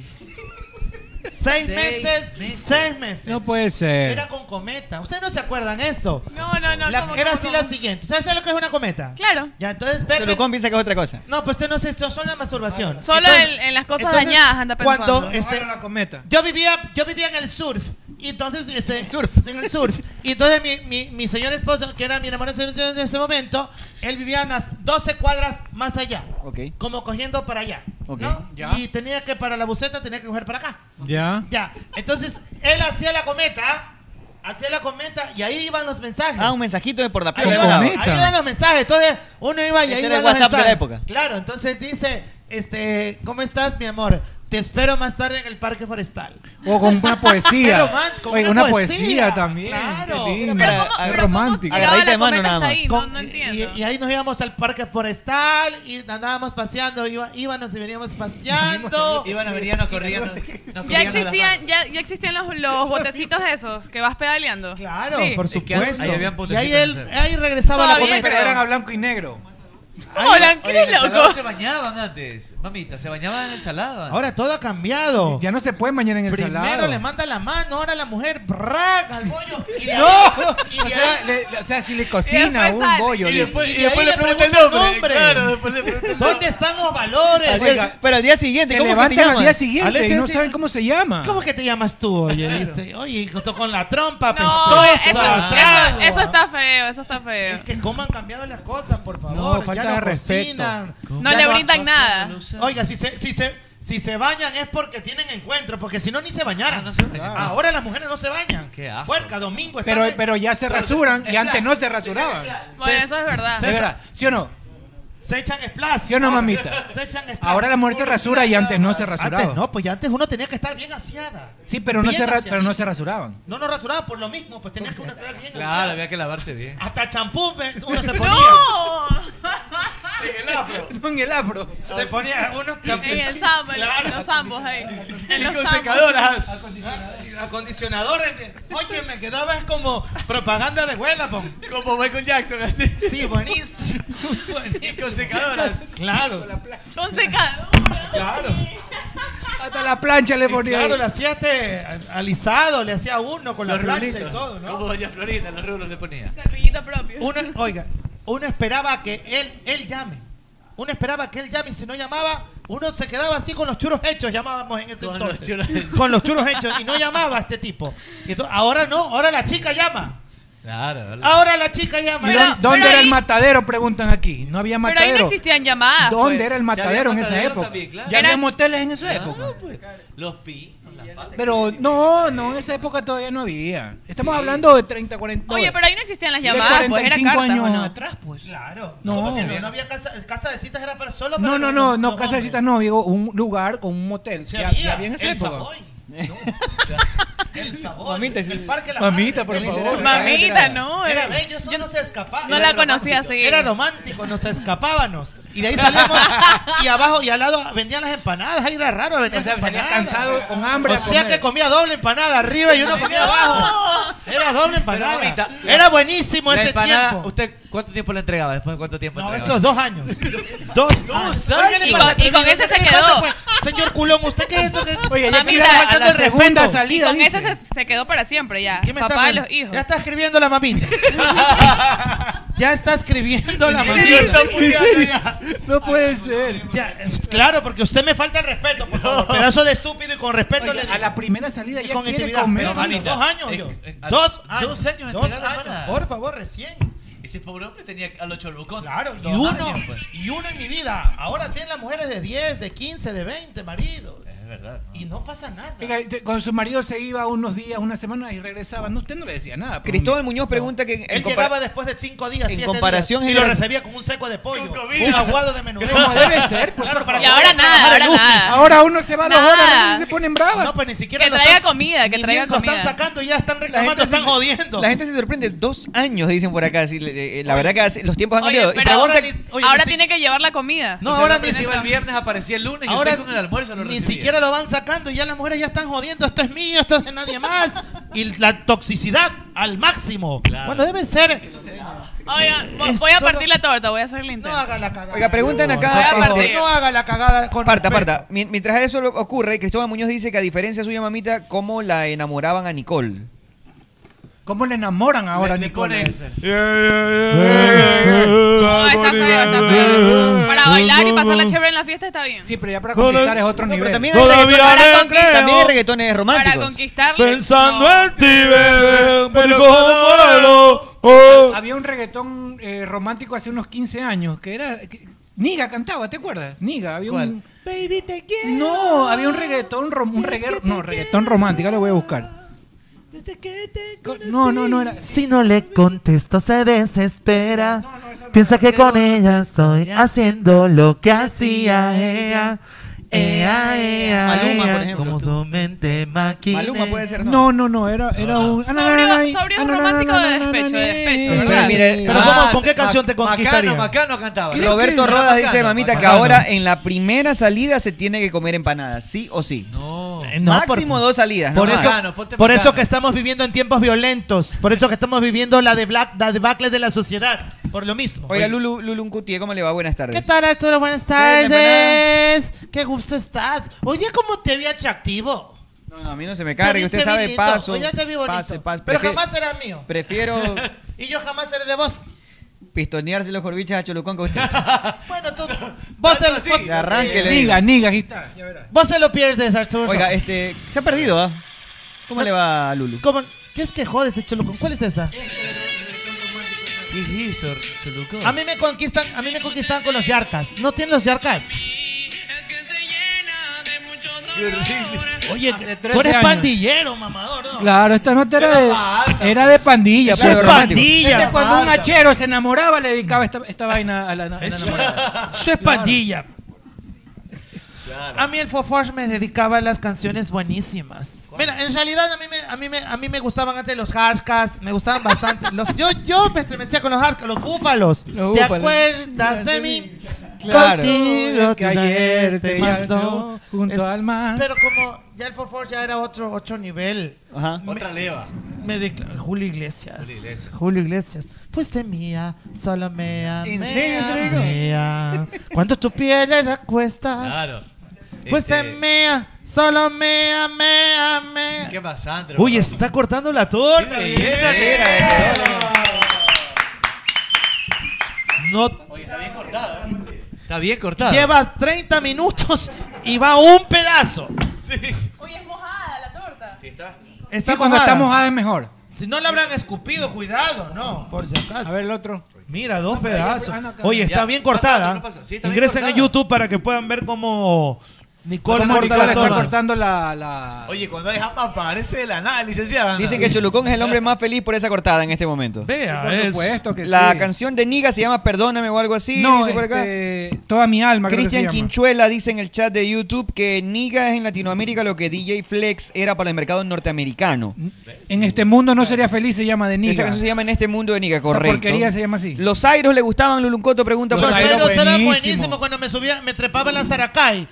Speaker 19: Seis, meses, seis meses.
Speaker 21: No puede ser.
Speaker 19: Era con cometa. ¿Ustedes no se acuerdan esto?
Speaker 15: No, no, no.
Speaker 19: La-
Speaker 15: ¿cómo,
Speaker 19: era
Speaker 15: cómo,
Speaker 19: así
Speaker 15: cómo?
Speaker 19: la siguiente. ¿Ustedes saben lo que es una cometa?
Speaker 15: Claro.
Speaker 19: Ya, entonces Pepe...
Speaker 13: Pero ¿cómo piensa que es otra cosa?
Speaker 19: No, pues usted no se esto solo la masturbación.
Speaker 15: Solo
Speaker 19: Entonces-
Speaker 15: en, en las cosas
Speaker 19: entonces,
Speaker 15: dañadas anda pensando.
Speaker 19: Cuando este, Yo vivía, yo vivía en el surf. Y entonces este, en el surf. Y entonces mi, mi, mi señor esposo, que era mi enamorado en ese momento, él vivía unas 12 cuadras más allá.
Speaker 13: Ok.
Speaker 19: Como cogiendo para allá.
Speaker 13: Ok.
Speaker 19: ¿no? Y tenía que para la buceta tenía que coger para acá.
Speaker 21: Ya.
Speaker 19: Ya. Entonces, él hacía la cometa. Hacía la cometa y ahí iban los mensajes.
Speaker 13: Ah, un mensajito de por la
Speaker 19: Ahí iban, ahí iban los mensajes. Entonces, uno iba y
Speaker 13: Ese
Speaker 19: ahí iban
Speaker 13: era el
Speaker 19: los
Speaker 13: WhatsApp de la
Speaker 19: mensajes.
Speaker 13: época.
Speaker 19: Claro, entonces dice, este, ¿cómo estás, mi amor? Te espero más tarde en el parque forestal.
Speaker 21: O con una
Speaker 19: (laughs) Qué
Speaker 21: poesía.
Speaker 19: román- con
Speaker 21: Oye,
Speaker 19: una
Speaker 21: una,
Speaker 19: poesía,
Speaker 21: poesía, también.
Speaker 19: claro.
Speaker 21: Qué lindo.
Speaker 19: Pero ¿cómo-
Speaker 21: Qué
Speaker 19: pero ¿cómo
Speaker 21: romántico.
Speaker 19: tiraba Agarradita la de mano
Speaker 15: cometa nada hasta más. ahí? No-
Speaker 19: Con-
Speaker 15: no
Speaker 19: y-
Speaker 15: entiendo.
Speaker 19: Y, y ahí nos íbamos al parque forestal y andábamos paseando, iba- íbamos y (laughs) veníamos paseando.
Speaker 14: Iban a venir, nos corrían. nos- nos
Speaker 15: Ya
Speaker 14: corrían a las manos.
Speaker 15: existían, ya, ya existían los, los botecitos esos que vas pedaleando.
Speaker 19: Claro,
Speaker 15: Sí.
Speaker 19: por
Speaker 14: Es que antes
Speaker 19: supuesto.
Speaker 14: ahí habían
Speaker 19: y ahí,
Speaker 14: potecitos,
Speaker 19: él-
Speaker 14: no sé.
Speaker 19: ahí regresaba la
Speaker 15: Todavía,
Speaker 19: cometa.
Speaker 15: pero eran a
Speaker 21: blanco y negro.
Speaker 15: ¿Cómo hablan?
Speaker 14: Oye, en
Speaker 15: ¿Qué
Speaker 14: el salado
Speaker 15: loco?
Speaker 14: se bañaban antes. Mamita, se bañaban en el salado. antes.
Speaker 19: Ahora todo ha cambiado.
Speaker 21: Ya no se puede mañana en el
Speaker 19: Primero
Speaker 21: salado.
Speaker 19: le manda la mano, ahora la mujer, braga al bollo. Y (laughs) de ahí-
Speaker 21: ¡No!
Speaker 19: y de
Speaker 21: o,
Speaker 19: ahí-
Speaker 21: sea, le- o sea, si le cocina un bollo.
Speaker 13: Y
Speaker 21: dice.
Speaker 13: después-
Speaker 19: y
Speaker 13: y
Speaker 19: de ahí
Speaker 13: después le pregunta el
Speaker 19: pregunta el
Speaker 13: nombre.
Speaker 19: nombre.
Speaker 13: Claro, después le pregunta el
Speaker 19: ¿Dónde están los valores?
Speaker 13: Así es, pero al día siguiente,
Speaker 21: Se
Speaker 13: ¿cómo es que te
Speaker 21: levantan
Speaker 13: llamas?
Speaker 21: al día siguiente y no
Speaker 19: sí-
Speaker 21: saben cómo se llama.
Speaker 19: ¿Cómo es que te llamas tú? Oye, dice, oye, junto con la trompa
Speaker 15: No, eso,
Speaker 19: pestosa,
Speaker 15: eso,
Speaker 19: trago.
Speaker 15: eso está feo, eso está feo.
Speaker 19: Que cómo han cambiado las cosas, por
Speaker 21: No,
Speaker 19: favor.
Speaker 21: falta
Speaker 19: ya
Speaker 21: de
Speaker 19: no
Speaker 21: respeto.
Speaker 19: cocinan.
Speaker 15: No
Speaker 19: ya
Speaker 15: le brindan nada.
Speaker 19: Oiga, si se, si se, si se bañan es porque tienen encuentro, porque si no ni se
Speaker 21: Ah,
Speaker 19: bañaran. Ahora las mujeres no se bañan.
Speaker 21: Qué asco.
Speaker 19: Puerca, domingo.
Speaker 21: Pero,
Speaker 19: están-
Speaker 21: pero ya se
Speaker 19: Se-
Speaker 21: rasuran y
Speaker 19: es
Speaker 21: antes no
Speaker 19: clase.
Speaker 21: se rasuraban.
Speaker 15: Bueno, eso es verdad.
Speaker 21: De verdad, ¿Sí o no?
Speaker 19: Se echan splash.
Speaker 21: ¿Sí o no, mamita?
Speaker 19: Se echan splash.
Speaker 21: Ahora la mujer se rasura y antes no se rasuraba.
Speaker 19: Antes no, pues ya antes uno tenía que estar bien aseada.
Speaker 21: Sí, pero no,
Speaker 19: Bien
Speaker 21: se, ra-
Speaker 19: hacia
Speaker 21: pero no
Speaker 19: mí.
Speaker 21: se rasuraban.
Speaker 19: No nos rasuraba por lo mismo, pues tenías que uno quedar bien
Speaker 14: Claro,
Speaker 19: aseada.
Speaker 14: había que lavarse bien.
Speaker 19: Hasta champú me- uno se ponía.
Speaker 15: ¡No!
Speaker 19: En el afro.
Speaker 21: No en el afro.
Speaker 19: Se ponía uno (laughs)
Speaker 15: En el sambo, en los- en los ambos ahí. En los ambos.
Speaker 14: secadoras.
Speaker 19: acondicionador. Oye, me quedabas como propaganda de huela, Como Michael Jackson, así. Sí, buenísimo. (laughs) buenísimo. con secadoras. Claro.
Speaker 15: Con secado.
Speaker 19: Claro.
Speaker 17: Hasta la plancha le ponía.
Speaker 19: Claro,
Speaker 17: ahí.
Speaker 19: le hacía este alisado, le hacía uno con la
Speaker 17: Los
Speaker 19: plancha
Speaker 17: rulitos,
Speaker 19: y todo, ¿no?
Speaker 17: como
Speaker 19: doña Florinda, los rulos le ponía.
Speaker 15: Cepillito propio.
Speaker 19: Uno, oiga, uno esperaba que él, él llame. Uno esperaba que él llame y si no llamaba, uno se quedaba así con los churos hechos, llamábamos en ese
Speaker 17: Con
Speaker 19: entonces.
Speaker 17: los churos hechos.
Speaker 19: Con los churos hechos y no llamaba a este tipo. Y entonces, ahora no, ahora la chica llama.
Speaker 17: Claro.
Speaker 19: Ahora la chica llama.
Speaker 17: ¿Y dónde, dónde era el matadero? Preguntan aquí. No había
Speaker 15: Pero ahí
Speaker 17: matadero.
Speaker 15: no existían llamadas.
Speaker 17: ¿Dónde
Speaker 15: pues.
Speaker 17: era el matadero en esa
Speaker 15: matadero
Speaker 17: época?
Speaker 15: también, claro.
Speaker 17: Ya
Speaker 15: Era-
Speaker 17: había moteles en
Speaker 14: Ah,
Speaker 19: Ah,
Speaker 17: esa época.
Speaker 14: pues. Los pi.
Speaker 17: Pero no, no, en esa época todavía no había. Estamos hablando de 30, 40.
Speaker 15: Oye, pero ahí no existían las
Speaker 17: Sí,
Speaker 15: llamadas, pues era
Speaker 17: 45
Speaker 15: cartas,
Speaker 17: años
Speaker 15: ¿o no?
Speaker 17: atrás, pues.
Speaker 19: Claro.
Speaker 17: No.
Speaker 19: ¿Cómo que no, no había casa, casa de citas, era para solo para
Speaker 17: No, no, no, no,
Speaker 19: los
Speaker 17: casa de
Speaker 19: hombres.
Speaker 17: citas no, digo, un lugar con un motel.
Speaker 19: Sí
Speaker 17: ya,
Speaker 19: había,
Speaker 17: ya había en esa
Speaker 19: el
Speaker 17: época. (laughs)
Speaker 19: Savoy. El sabor. el parque la
Speaker 17: Mamita,
Speaker 19: Madre,
Speaker 17: por
Speaker 19: por favor.
Speaker 17: favor.
Speaker 15: Mamita, no, eh.
Speaker 19: Era bello, eso no se escapaba.
Speaker 15: no
Speaker 19: Era
Speaker 15: la conocía
Speaker 19: romántico,
Speaker 15: así.
Speaker 19: Era romántico, nos escapábamos. Y de ahí salíamos y abajo y al lado vendían las empanadas. Ahí era raro, vendían las empanadas.
Speaker 17: cansado, con hambre.
Speaker 19: O
Speaker 17: a
Speaker 19: sea
Speaker 17: comer.
Speaker 19: que comía doble empanada arriba y uno comía abajo. Era doble empanada.
Speaker 14: mamita,
Speaker 19: era buenísimo
Speaker 14: la
Speaker 19: ese
Speaker 14: empanada,
Speaker 19: tiempo.
Speaker 14: ¿Usted cuánto tiempo la entregaba? ¿Después de cuánto tiempo
Speaker 19: No,
Speaker 14: entregaba?
Speaker 19: esos dos años. Dos,
Speaker 14: (laughs) Dos
Speaker 19: Oye, ¿qué le
Speaker 14: años. Y
Speaker 19: pasa,
Speaker 14: con- y con
Speaker 19: Trujillo?
Speaker 14: ese
Speaker 19: ¿Qué
Speaker 14: se
Speaker 19: le pasa,
Speaker 14: quedó.
Speaker 19: pues? Señor Culón, ¿usted qué es esto? que-
Speaker 17: Oye, ya
Speaker 15: Mamita,
Speaker 17: quiere a la
Speaker 15: faltando el
Speaker 17: segunda
Speaker 15: respeto.
Speaker 17: salida.
Speaker 15: Y con
Speaker 17: dice.
Speaker 15: esa se, se quedó para siempre ya.
Speaker 19: ¿Qué me está
Speaker 15: Papá de
Speaker 19: hablando?
Speaker 15: los hijos.
Speaker 19: Ya está escribiendo la mamita. ya está escribiendo la
Speaker 17: ¿En
Speaker 19: mamita.
Speaker 17: serio? ¿En serio? No puede ser.
Speaker 19: claro, porque usted me falta el respeto, por favor. Pedazo de estúpido y con respeto
Speaker 17: Oye,
Speaker 19: le
Speaker 17: a la primera salida
Speaker 19: Y
Speaker 17: ya
Speaker 19: con
Speaker 17: quiere
Speaker 19: intimidad.
Speaker 17: comer.
Speaker 19: Pero,
Speaker 14: mamita,
Speaker 19: dos años
Speaker 14: eh,
Speaker 19: yo.
Speaker 14: eh, a-
Speaker 19: dos años.
Speaker 14: dos años
Speaker 19: Dos
Speaker 14: entregada
Speaker 19: años.
Speaker 14: para-
Speaker 19: Por favor, recién.
Speaker 14: Ese pobre hombre tenía a los cholucos.
Speaker 19: Claro, y
Speaker 14: Dos
Speaker 19: uno.
Speaker 14: años, pues.
Speaker 19: Y uno en mi vida. Ahora tienen las mujeres de 10, de 15, de 20 maridos.
Speaker 14: Es verdad.
Speaker 19: Y no pasa nada.
Speaker 17: Oiga, te- con su marido se iba unos días, unas semanas y regresaba. No, usted no le decía nada. pero-
Speaker 13: Cristóbal Muñoz pregunta que.
Speaker 19: Él llegaba después de cinco días,
Speaker 13: en
Speaker 19: siete
Speaker 13: comparación
Speaker 19: días, y lo
Speaker 13: general-
Speaker 19: recibía con un seco de pollo,
Speaker 13: comida.
Speaker 19: un aguado de menudo. (laughs)
Speaker 17: Como debe ser, pues,
Speaker 19: Claro,
Speaker 17: por
Speaker 19: para
Speaker 17: favor.
Speaker 19: que vaya a trabajar el lujo.
Speaker 17: Ahora uno se va
Speaker 15: Nada.
Speaker 17: dos horas, entonces se ponen bravas.
Speaker 19: No, pues ni siquiera
Speaker 15: Que
Speaker 19: lo
Speaker 15: traiga
Speaker 19: están-
Speaker 15: comida, que
Speaker 19: ni
Speaker 15: traiga
Speaker 19: bien lo
Speaker 15: comida.
Speaker 19: están sacando y ya están
Speaker 13: La
Speaker 19: reclamando,
Speaker 13: gente,
Speaker 19: están
Speaker 13: se,
Speaker 19: jodiendo.
Speaker 13: la gente se sorprende. Dos años, dicen por acá. así, le- eh, la verdad que hace- los tiempos han
Speaker 15: Oye,
Speaker 13: cambiado. Y
Speaker 15: pero
Speaker 13: pregunta-
Speaker 15: ahora, ahora tiene que llevar la comida.
Speaker 19: No, ahora ni,
Speaker 14: se iba el viernes, aparecía el lunes
Speaker 19: Ahora
Speaker 14: y usted con el almuerzo lo
Speaker 19: ni
Speaker 14: recibía.
Speaker 19: siquiera lo van sacando y ya las mujeres ya están jodiendo, esto es mío, esto es de nadie
Speaker 13: (laughs)
Speaker 19: más. Y la toxicidad al máximo. Bueno, debe ser.
Speaker 15: Oiga, vo-
Speaker 19: Es
Speaker 15: voy a
Speaker 19: solo-
Speaker 15: partir la torta, voy a hacer el intento. No haga
Speaker 19: la cagada.
Speaker 13: Oiga, preguntan
Speaker 19: Voy a
Speaker 13: acá.
Speaker 19: partir.
Speaker 13: este,
Speaker 19: no haga la cagada con
Speaker 13: Parta,
Speaker 19: respeto.
Speaker 13: parta. Mien- Mientras eso lo- ocurre, Cristóbal Muñoz dice que a diferencia suya, mamita, cómo la enamoraban a Nicole.
Speaker 17: ¿Cómo le enamoran ahora, a Nicole?
Speaker 15: No, está feo, está feo. Para bailar y pasarla chévere en la fiesta está bien.
Speaker 17: Sí, pero ya para conquistar es otro nivel.
Speaker 13: Pero también hay,
Speaker 17: Todavía
Speaker 13: reggaetones,
Speaker 17: le creo.
Speaker 13: también hay reggaetones
Speaker 15: Para
Speaker 13: románticos.
Speaker 15: conquistarla.
Speaker 13: en ti, bebé,
Speaker 17: pero oh.
Speaker 13: como
Speaker 17: muero.
Speaker 16: Oh.
Speaker 17: Había un reggaetón eh, romántico hace unos 15 años que era. que- Niga cantaba, ¿te acuerdas? Niga, había un.
Speaker 14: Baby, te quiero.
Speaker 17: No, había un reggaetón, rom- un reggae- no, reggaetón romántico, ahora lo voy a buscar. No, no, no era.
Speaker 30: Si no le contesto se desespera. Piensa que con ella estoy haciendo lo que hacía ella. Ea, ea,
Speaker 17: Maluma, por
Speaker 30: ea,
Speaker 17: ejemplo.
Speaker 30: Como tu mente maquina.
Speaker 17: No, no, no, era, era un. ah, no, no, no, no,
Speaker 15: Sobrio
Speaker 17: ah,
Speaker 15: un
Speaker 17: no, no,
Speaker 15: romántico
Speaker 17: no,
Speaker 15: de
Speaker 17: no, no,
Speaker 15: despecho, de
Speaker 17: no,
Speaker 15: despecho,
Speaker 17: no,
Speaker 15: ¿verdad?
Speaker 17: no,
Speaker 13: Mire,
Speaker 17: no, no,
Speaker 13: ah,
Speaker 17: no,
Speaker 13: ¿con qué canción te conquistaría?
Speaker 14: Macano, Macano cantaba.
Speaker 17: Creo
Speaker 13: Roberto
Speaker 17: que-
Speaker 13: Rodas dice,
Speaker 14: Bacano,
Speaker 13: mamita, que
Speaker 14: bacano.
Speaker 13: ahora en la primera salida se tiene que comer empanadas, sí o sí.
Speaker 14: No.
Speaker 13: Máximo dos salidas.
Speaker 19: Por,
Speaker 13: no más.
Speaker 19: eso, por eso que estamos viviendo en tiempos violentos. Por eso que estamos viviendo la, de black, la debacle de la sociedad. Por lo mismo.
Speaker 13: Oiga, Lulu, Lulu Uncutie, ¿cómo le va? Buenas tardes.
Speaker 19: ¿Qué tal, Arturo? Buenas tardes. Qué gusto estás. Hoy día como te vi activo.
Speaker 13: No, no, a mí no se me
Speaker 19: Te vi-
Speaker 13: cargue, usted
Speaker 19: te vi
Speaker 13: sabe,
Speaker 19: lindo.
Speaker 13: paso.
Speaker 19: Hoy día te vi bonito.
Speaker 13: Pase, pase.
Speaker 19: Pero
Speaker 13: Prefi-
Speaker 19: jamás serás mío.
Speaker 13: Prefiero
Speaker 19: Y yo jamás seré de vos.
Speaker 13: pistonearse los corbichas a Cholucón que usted.
Speaker 17: (laughs)
Speaker 19: Bueno, tú. Vos te, vos-
Speaker 13: Que arranque, le
Speaker 17: Niga,
Speaker 13: digo.
Speaker 17: niga, aquí está. ya verás.
Speaker 19: vos te lo pierdes, Arturo.
Speaker 13: Oiga, este, se ha perdido, ¿ah? ¿Cómo le va a Lulu?
Speaker 19: ¿Cómo? ¿Qué es que jodes de Cholucón? ¿Cuál es esa?
Speaker 14: ¿Qué es eso, Cholucón?
Speaker 19: A mí me conquistan, a mí me conquistan con los yarcas. ¿No tienen los yarcas? Oye, tú
Speaker 17: 13
Speaker 19: eres
Speaker 17: años.
Speaker 19: pandillero, mamador. ¿no?
Speaker 17: Claro, esta nota era de, era de pandilla.
Speaker 19: Eso es
Speaker 17: pues.
Speaker 19: pandilla.
Speaker 17: Este, cuando un
Speaker 19: Falta.
Speaker 17: hachero se enamoraba, le dedicaba esta, esta vaina a la, a la enamorada.
Speaker 19: Eso es pandilla.
Speaker 14: Claro.
Speaker 19: A mí el Foforge me dedicaba a las canciones buenísimas. Mira, en realidad a mí me, a mí me, a mí me gustaban antes los Harkas, me gustaban bastante. Los, yo, yo me estremecía con los Harkas, los búfalos. ¿Te
Speaker 13: búfalos.
Speaker 19: acuerdas de mí?
Speaker 18: Claro.
Speaker 19: Contigo
Speaker 18: Que ayer te mandó
Speaker 19: junto al mar. Pero como ya el 4 ya era otro, otro nivel.
Speaker 18: Ajá.
Speaker 19: Otra leva. Me decla- Julio Iglesias. Julio Iglesias. Fuiste mía, solo mía.
Speaker 18: ¿En
Speaker 19: mía,
Speaker 18: serio se lo dijo?
Speaker 19: Mía. Cuando tu piel era cuesta.
Speaker 14: Claro.
Speaker 19: Fuiste
Speaker 14: Este-
Speaker 19: mía, solo mía, mía, mía.
Speaker 14: ¿Qué pasa, Andro?
Speaker 18: Uy, está cortando la
Speaker 14: Ah,
Speaker 18: torta.
Speaker 14: belleza
Speaker 18: Bien.
Speaker 14: tiene,
Speaker 18: No,
Speaker 14: ¿eh? Está bien cortado.
Speaker 19: Lleva 30 minutos y va un pedazo. Está
Speaker 17: Sí, cuando
Speaker 19: mojada.
Speaker 17: está mojada es mejor.
Speaker 19: Si no la habrán escupido, cuidado, no, por si acaso. A ver
Speaker 17: el otro. Ah,
Speaker 18: Mira, dos
Speaker 19: pedazos.
Speaker 18: Oye, está bien cortada.
Speaker 19: está bien
Speaker 18: Ingresen
Speaker 19: cortada.
Speaker 18: a YouTube para que puedan ver cómo Nicole
Speaker 17: ¿Cómo
Speaker 18: corta
Speaker 17: Nicole
Speaker 18: la
Speaker 17: está
Speaker 18: torta.
Speaker 17: cortando la, la-
Speaker 14: Oye, cuando deja papa, aparece de la nada, licenciada.
Speaker 13: Dicen que Cholucón es el hombre más feliz por esa cortada en este momento.
Speaker 18: Vea,
Speaker 17: Por es- supuesto que
Speaker 13: La
Speaker 17: sí.
Speaker 13: canción de Niga se llama Perdóname o algo así.
Speaker 17: No,
Speaker 13: dice por acá.
Speaker 17: este, toda mi alma. creo que se
Speaker 13: Cristian
Speaker 17: llama.
Speaker 13: Quinchuela dice en el chat de YouTube que Niga es en Latinoamérica lo que DJ Flex era para el mercado norteamericano.
Speaker 17: En este mundo no sería feliz, se llama de Niga.
Speaker 13: Esa canción se llama En este mundo de Niga, correcto.
Speaker 17: porquería se llama así.
Speaker 13: Los Airos le gustaban, Luluncoto pregunta
Speaker 17: Los
Speaker 13: por acá.
Speaker 17: Airos
Speaker 19: Pero eso era
Speaker 17: buenísimo.
Speaker 19: buenísimo cuando me subía, me trepaba en la Saracay.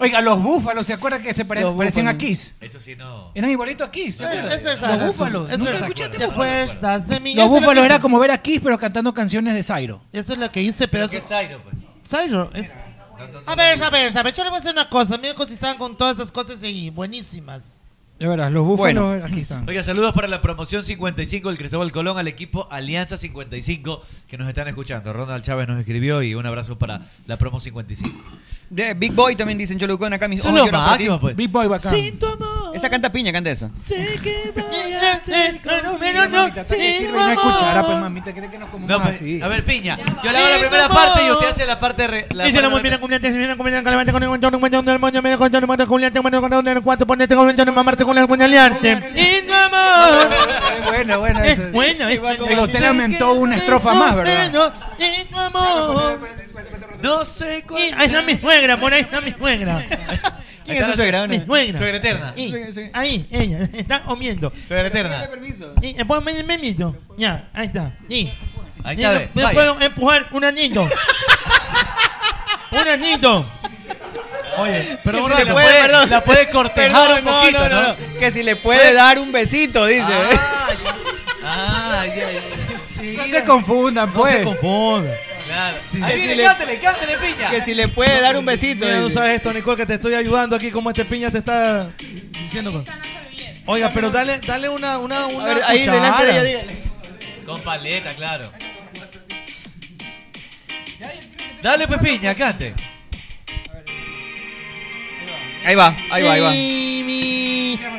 Speaker 17: Oiga, los búfalos, ¿se acuerdan que se pare-
Speaker 19: Los
Speaker 17: parecían a
Speaker 19: búfalos.
Speaker 17: Kiss?
Speaker 14: Eso sí no.
Speaker 17: Eran igualitos a Kiss. ¿se acuerdan?
Speaker 19: Es verdad.
Speaker 17: Los búfalos.
Speaker 19: Es
Speaker 17: ¿Nunca
Speaker 19: verdad.
Speaker 17: escuchaste
Speaker 19: Te
Speaker 17: búfalos?
Speaker 19: acuerdas de mí. Eso
Speaker 17: Los
Speaker 19: es lo
Speaker 17: búfalos
Speaker 19: que
Speaker 17: era
Speaker 19: hice.
Speaker 17: como ver a Kiss, pero cantando canciones de Zairo.
Speaker 19: Eso es lo que hice, pero.
Speaker 14: ¿Qué Zairo, pues?
Speaker 19: Zairo. es- A ver, a ver, a ver. Yo le voy a hacer una cosa. Mira, si estaban con todas esas cosas ahí, buenísimas.
Speaker 17: De veras, los búfalos aquí están.
Speaker 14: Oiga, saludos para la promoción 55 del Cristóbal Colón al equipo Alianza 55 que nos están escuchando. Ronald Chávez nos escribió y un abrazo para la promo 55.
Speaker 13: De Big Boy también dicen Cholucón acá. Mis
Speaker 14: Son
Speaker 13: ojos
Speaker 14: los
Speaker 13: lloran por ti.
Speaker 14: máximos, pues. Big Boy bacán. Sin
Speaker 13: tu amor. Esa canta piña, canta eso.
Speaker 14: Sé que voy
Speaker 19: a hacer con un menor
Speaker 17: ¿Te sirve no escuchará, pues, mamita? ¿Cree que nos comemos
Speaker 14: No, pues,
Speaker 17: así?
Speaker 14: a ver, piña. Yo le hago la primera parte y usted hace la parte. re- la
Speaker 19: Dice la
Speaker 14: parte
Speaker 19: mira, culiante, mira, culiante, calamante, con el cuento, con el cuento, con el cuento, mira, con el cuento, con el cuento, con el cuento, con el cuento, ponete con el cuento, mamarte con el cuento, aliarte. Y tu amor.
Speaker 17: Bueno, bueno. eso.
Speaker 19: Bueno,
Speaker 17: Digo, usted le aumentó una estrofa más, ¿verdad?
Speaker 19: Y tu amor.
Speaker 14: No sé cuál.
Speaker 19: Ahí está mi suegra, por ahí está mi
Speaker 14: (laughs)
Speaker 19: suegra.
Speaker 14: ¿Quién es su suegra?
Speaker 19: Mi suegra.
Speaker 14: Suegra eterna.
Speaker 19: Y ahí, ella, está comiendo.
Speaker 14: Suegra eterna.
Speaker 19: Y después me me mito. Ya, ahí está. Y,
Speaker 14: Ahí
Speaker 19: y
Speaker 14: está,
Speaker 19: no-
Speaker 14: ve,
Speaker 19: no
Speaker 14: vaya.
Speaker 19: puedo empujar un anillo. un anillo.
Speaker 14: Oye,
Speaker 19: que
Speaker 14: pero
Speaker 19: si
Speaker 14: la,
Speaker 19: le
Speaker 14: puede,
Speaker 19: puede, perdón.
Speaker 14: la puede cortejar
Speaker 13: Perdón,
Speaker 14: un
Speaker 13: no,
Speaker 14: poquito,
Speaker 13: no,
Speaker 14: ¿no?
Speaker 13: no, Que si le puede dar un besito, dice.
Speaker 14: Ah, ya, ya. Sí.
Speaker 17: No se confundan,
Speaker 18: No se
Speaker 17: pues.
Speaker 18: confundan.
Speaker 14: Claro.
Speaker 18: Sí.
Speaker 14: Ahí
Speaker 18: Que
Speaker 14: viene,
Speaker 18: si le-
Speaker 14: cántele, cántele, piña.
Speaker 13: Que si le puede dar un besito.
Speaker 18: Mira, no
Speaker 13: dice.
Speaker 18: sabes esto, Nicole, que te estoy ayudando aquí como este piña te está diciendo. con- Oiga, pero dale, dale una, una, una
Speaker 13: ver, ahí
Speaker 18: cuchara.
Speaker 13: delante de ella, dígale.
Speaker 14: Con paleta, claro. Dale, pues, piña, cante.
Speaker 13: Ahí va, ahí va, ahí va.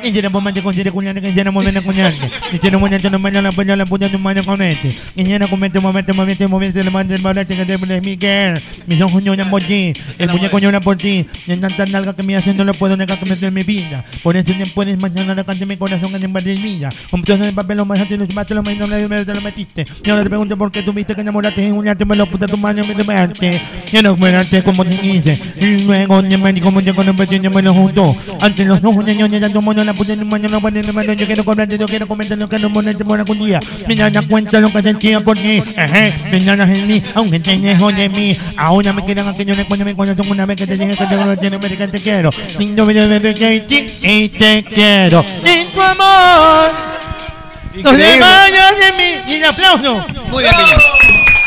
Speaker 19: Y tiene momento con siete cuñantes, que tiene momento cuñantes. Y tiene momento no mañana, mañana, la puta, no mañana con este. Y tiene momento, momento, momento, momento, le manda el malete que te pone Miguel. Mis ojos lloran por ti, el muñeco llora por ti. Y en tanta nalga que me hacen, no lo puedo negar que me hace mi vida. Por eso no puedes mañana, la cante mi corazón en el mía. Con todo el papel, lo más te lo llevaste, lo más no me te lo metiste. Y ahora te pregunto por qué tuviste que enamorarte y juntarte, me lo puta tu mano, me tomaste. Y no fueraste como te quise. Y luego, ni me ni como yo con un pequeño me lo junto. Ante los ojos, niño, niña, tu mono, la puta, ni mono, no pone, no mano, yo quiero cobrarte, yo quiero comerte lo que no mono, te mono algún día. Mi nana cuenta lo que sentía por ti, ejé, mi nana es en mí, aunque te lejos de mí. Ahora me quedan aquellos recuerdos de mi corazón, una vez que te dije que te conocí, no me digas que te quiero. Lindo video de ti y te quiero. Y tu amor, no se vayas de mí. Y el aplauso.
Speaker 13: Muy bien, Piña.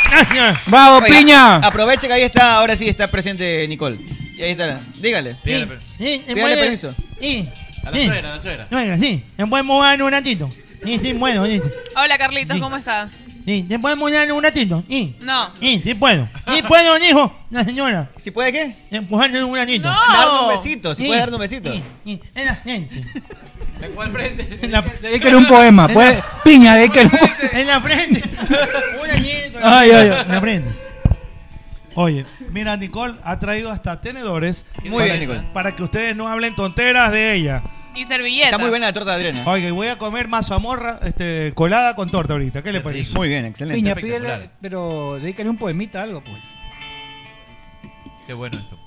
Speaker 19: Gracias.
Speaker 17: ¡Bravo,
Speaker 13: Oiga,
Speaker 17: piña!
Speaker 13: Aproveche que ahí está, ahora sí está presente Nicole. Y ahí está, dígale.
Speaker 19: Dígale, Sí,
Speaker 13: Pídale
Speaker 19: mueve-
Speaker 13: permiso.
Speaker 19: Sí.
Speaker 13: A la
Speaker 19: sí.
Speaker 13: suegra, a la suegra.
Speaker 19: Suegra, sí. Me pueden mover un ratito. Sí, sí, puedo. Sí,
Speaker 15: Hola, Carlitos, ¿cómo está?
Speaker 19: sí. ¿Te pueden mover un ratito? Sí.
Speaker 15: No.
Speaker 19: Sí, sí puedo. Sí puedo, hijo. La señora.
Speaker 13: ¿Si puede qué?
Speaker 19: Empujarle un ratito.
Speaker 13: No. Darle un besito, si puede darle un besito.
Speaker 19: Sí, sí. En la frente.
Speaker 14: ¿De cuál frente?
Speaker 19: En la,
Speaker 17: (laughs) Dedíquele un
Speaker 19: (laughs)
Speaker 17: poema.
Speaker 13: pues.
Speaker 17: Puede... Piña, dedíquele un poema.
Speaker 19: En la frente. Un ratito.
Speaker 17: Ay, ay, ay.
Speaker 19: En la frente.
Speaker 18: Oye, mira, Nicole ha traído hasta tenedores
Speaker 13: Muy
Speaker 18: para,
Speaker 13: bien, Nicole.
Speaker 18: para que ustedes no hablen tonteras de ella.
Speaker 15: Y servilletas.
Speaker 13: Está muy buena la torta de Adriana.
Speaker 18: Oiga, y voy a comer mazamorra este, colada con torta ahorita. ¿Qué le parece?
Speaker 13: Muy bien, excelente.
Speaker 17: Piña, pídele, pero dedíquele un poemita, algo, pues.
Speaker 14: Qué bueno esto.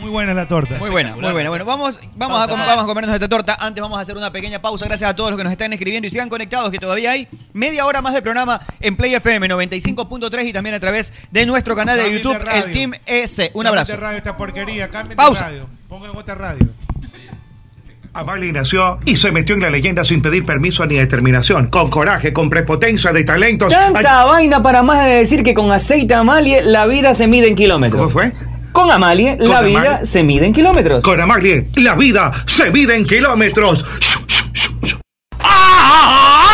Speaker 18: Muy buena la torta.
Speaker 13: Muy buena, muy buena. Bueno, vamos, vamos, a, com- vamos a comernos esta torta. Antes vamos a hacer una pequeña pausa. Gracias a todos los que nos están escribiendo y sigan conectados, que todavía hay media hora más de programa en Play FM 95.3 y también a través de nuestro canal de
Speaker 18: Cambien de
Speaker 13: YouTube,
Speaker 18: radio.
Speaker 13: el Team S. Un
Speaker 18: Cambien
Speaker 13: abrazo.
Speaker 18: de radio esta porquería, cambien de
Speaker 13: Pausa.
Speaker 18: radio. Pongan otra radio.
Speaker 7: Amalie nació y se metió en la leyenda sin pedir permiso ni determinación, con coraje, con prepotencia de talentos.
Speaker 16: Tanta vaina para más de decir que con aceite Amalie la vida se mide en kilómetros. ¿Cómo fue? Con Amalie
Speaker 7: ¿Eh? Con
Speaker 16: la
Speaker 7: Amalie.
Speaker 16: vida se mide en kilómetros.
Speaker 7: Con Amalie, la vida se mide en kilómetros.
Speaker 19: Ah,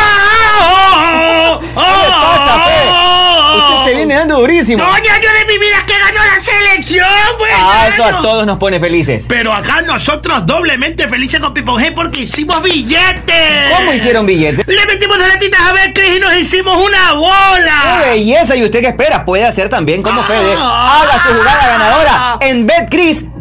Speaker 16: Usted se viene dando durísimo.
Speaker 19: año de mi vida que ganó la selección, bueno.
Speaker 16: Ah, eso a todos nos pone felices.
Speaker 19: Pero acá nosotros doblemente felices con Pipo G porque hicimos billetes.
Speaker 16: ¿Cómo hicieron billetes?
Speaker 19: Le metimos las latitas a ver, Cris, y nos hicimos una bola.
Speaker 16: ¡Qué belleza! ¿Y usted qué espera? Puede hacer también como
Speaker 19: Ah.
Speaker 16: Fede. Haga su jugada ganadora en BetCris.com.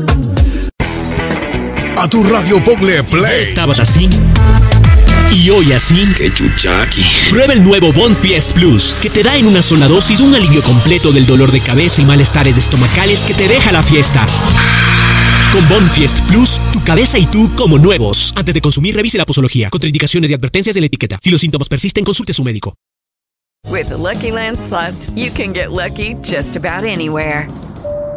Speaker 31: A tu radio Pogle Play.
Speaker 22: Estabas así. Y hoy así. ¡Qué chuchaqui! Prueba el nuevo Bond Fiest Plus, que te da en una sola dosis un alivio completo del dolor de cabeza y malestares estomacales que te deja la fiesta. Con Bond Fiest Plus, tu cabeza y tú como nuevos. Antes de consumir, revise la posología, contraindicaciones y advertencias de la etiqueta. Si los síntomas persisten, consulte a su médico.
Speaker 11: With the Lucky Land slots, you can get lucky just about anywhere.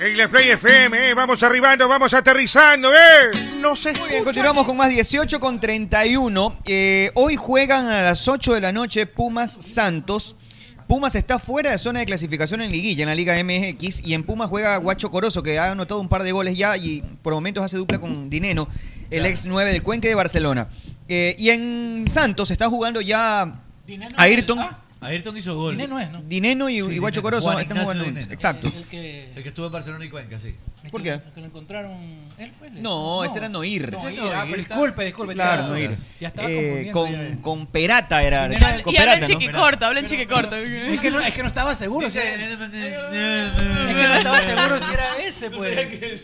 Speaker 7: En la Play FM, eh, vamos arribando, vamos aterrizando, eh.
Speaker 13: No sé. Muy bien, continuamos con más 18 con 31. Eh, hoy juegan a las 8 de la noche Pumas Santos. Pumas está fuera de zona de clasificación en liguilla, en la Liga MX, y en Pumas juega Guacho Corozo, que ha anotado un par de goles ya y por momentos hace dupla con Dineno, el ex 9 del Cuenque de Barcelona. Eh, y en Santos está jugando ya Ayrton.
Speaker 14: ah. Ayrton hizo gol.
Speaker 13: Ah, Dineno es, ¿no? Dineno y, y Guacho Corozo
Speaker 14: Juan
Speaker 13: están
Speaker 14: Ignacio
Speaker 13: jugando.
Speaker 14: Dineno.
Speaker 13: Exacto.
Speaker 14: El que, estuvo en Barcelona y Cuenca, sí.
Speaker 13: ¿Por qué?
Speaker 32: Que lo encontraron. él fue, le-
Speaker 13: No, ese era Noir.
Speaker 32: Ese es Noir. ah, disculpe, disculpe.
Speaker 13: Claro,
Speaker 32: tiene
Speaker 13: Noir.
Speaker 32: razón. Ya estaba
Speaker 13: Eh,
Speaker 32: confundiendo. ya,
Speaker 13: con,
Speaker 32: ya.
Speaker 13: con Perata era.
Speaker 32: Y habla-
Speaker 13: con
Speaker 32: y habla en
Speaker 13: Perata, ¿no?
Speaker 32: chiquicorto.
Speaker 15: Corto, hablen chiquicorto.
Speaker 32: Es que, no, es que no estaba seguro. si era- es que no estaba seguro si era
Speaker 13: (laughs)
Speaker 32: ese, pues.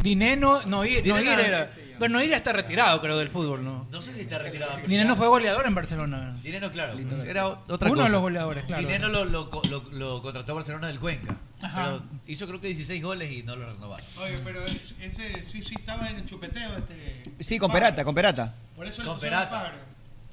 Speaker 32: Dineno, Noir,
Speaker 33: Dineno
Speaker 32: Noir
Speaker 33: era-
Speaker 32: era. Pero Noir ya está retirado, creo, del fútbol, ¿no?
Speaker 14: No sé si está retirado. pero
Speaker 32: Dineno
Speaker 14: ya-
Speaker 32: fue goleador en Barcelona.
Speaker 14: Dineno, claro. Era otra
Speaker 32: Uno
Speaker 14: cosa.
Speaker 32: de los goleadores, claro.
Speaker 14: Dineno lo, lo, lo, lo contrató Barcelona del Cuenca.
Speaker 32: Ajá.
Speaker 14: Pero hizo creo que 16 goles y no lo renovaron.
Speaker 18: Oye, pero ese sí, sí estaba en el chupeteo. Este,
Speaker 13: Sí, con Perata, con Perata.
Speaker 18: Por eso
Speaker 14: le Con pusieron Perata.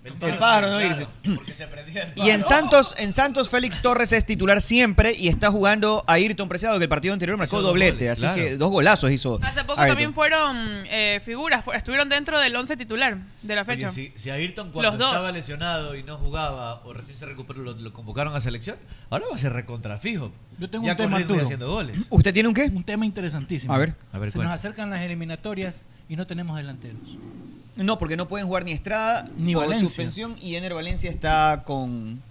Speaker 13: El pájaro, ¿no? Irse.
Speaker 14: porque se prendía el
Speaker 13: Y en
Speaker 14: pájaro.
Speaker 13: Santos, en Santos Félix Torres es titular siempre y está jugando a Ayrton Preciado, que el partido anterior marcó
Speaker 14: Hizo dos
Speaker 13: doblete.
Speaker 14: goles,
Speaker 13: así
Speaker 14: claro.
Speaker 13: que dos golazos hizo.
Speaker 15: Hace poco
Speaker 13: Ayrton.
Speaker 15: también fueron eh, figuras, fu- estuvieron dentro del 11 titular de la
Speaker 14: Oye,
Speaker 15: fecha.
Speaker 14: si, si Ayrton cuando
Speaker 15: Los dos.
Speaker 14: estaba lesionado y no jugaba o recién se recuperó lo, lo convocaron a selección, ahora va a ser recontrafijo.
Speaker 32: Yo tengo
Speaker 14: ya
Speaker 32: un tema,
Speaker 14: corriendo y
Speaker 32: Arturo.
Speaker 14: haciendo goles.
Speaker 13: Mm, ¿Usted tiene un qué?
Speaker 32: Un tema interesantísimo.
Speaker 14: A ver. A ver,
Speaker 32: Se
Speaker 14: cuál.
Speaker 32: nos acercan las eliminatorias
Speaker 17: y no tenemos delanteros.
Speaker 13: No, porque no pueden jugar ni Estrada
Speaker 17: Ni
Speaker 13: por
Speaker 17: Valencia.
Speaker 13: suspensión y Ener Valencia está con,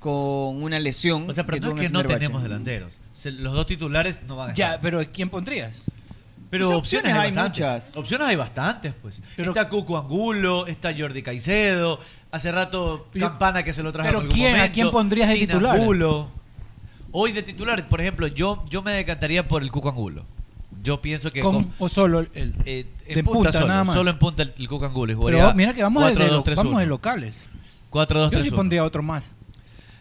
Speaker 13: con una lesión.
Speaker 14: O sea, pero no
Speaker 13: tuvo
Speaker 14: es
Speaker 13: en
Speaker 14: que
Speaker 13: el
Speaker 14: no
Speaker 13: primer bache.
Speaker 14: tenemos delanteros. Se- los dos titulares no van a
Speaker 17: Ya,
Speaker 14: estar.
Speaker 17: pero ¿quién pondrías?
Speaker 14: Pero
Speaker 17: O sea,
Speaker 14: opciones,
Speaker 17: opciones
Speaker 14: hay,
Speaker 17: hay
Speaker 14: muchas. Opciones hay bastantes, pues. está Cuco Angulo, está Jordi Caicedo, hace rato Campana que se lo trajo
Speaker 17: pero
Speaker 14: en algún
Speaker 17: ¿quién? ¿A
Speaker 14: momento,
Speaker 17: quién pondrías de
Speaker 14: Tina
Speaker 17: titular?
Speaker 14: Angulo. Hoy de titular, por ejemplo, yo, yo me decantaría por el Cuco Angulo. Yo pienso que
Speaker 17: Con-
Speaker 14: con-
Speaker 17: o solo el,
Speaker 14: eh, en
Speaker 17: de
Speaker 14: punta,
Speaker 17: punta,
Speaker 14: solo,
Speaker 17: nada más.
Speaker 14: solo en punta el, el Cuco Angulo y jugaría
Speaker 17: Pero mira que vamos, de, de lo-
Speaker 14: 4-2-3-1.
Speaker 17: vamos de locales. Yo sí
Speaker 14: 4-2-3-1.
Speaker 17: pondría otro más.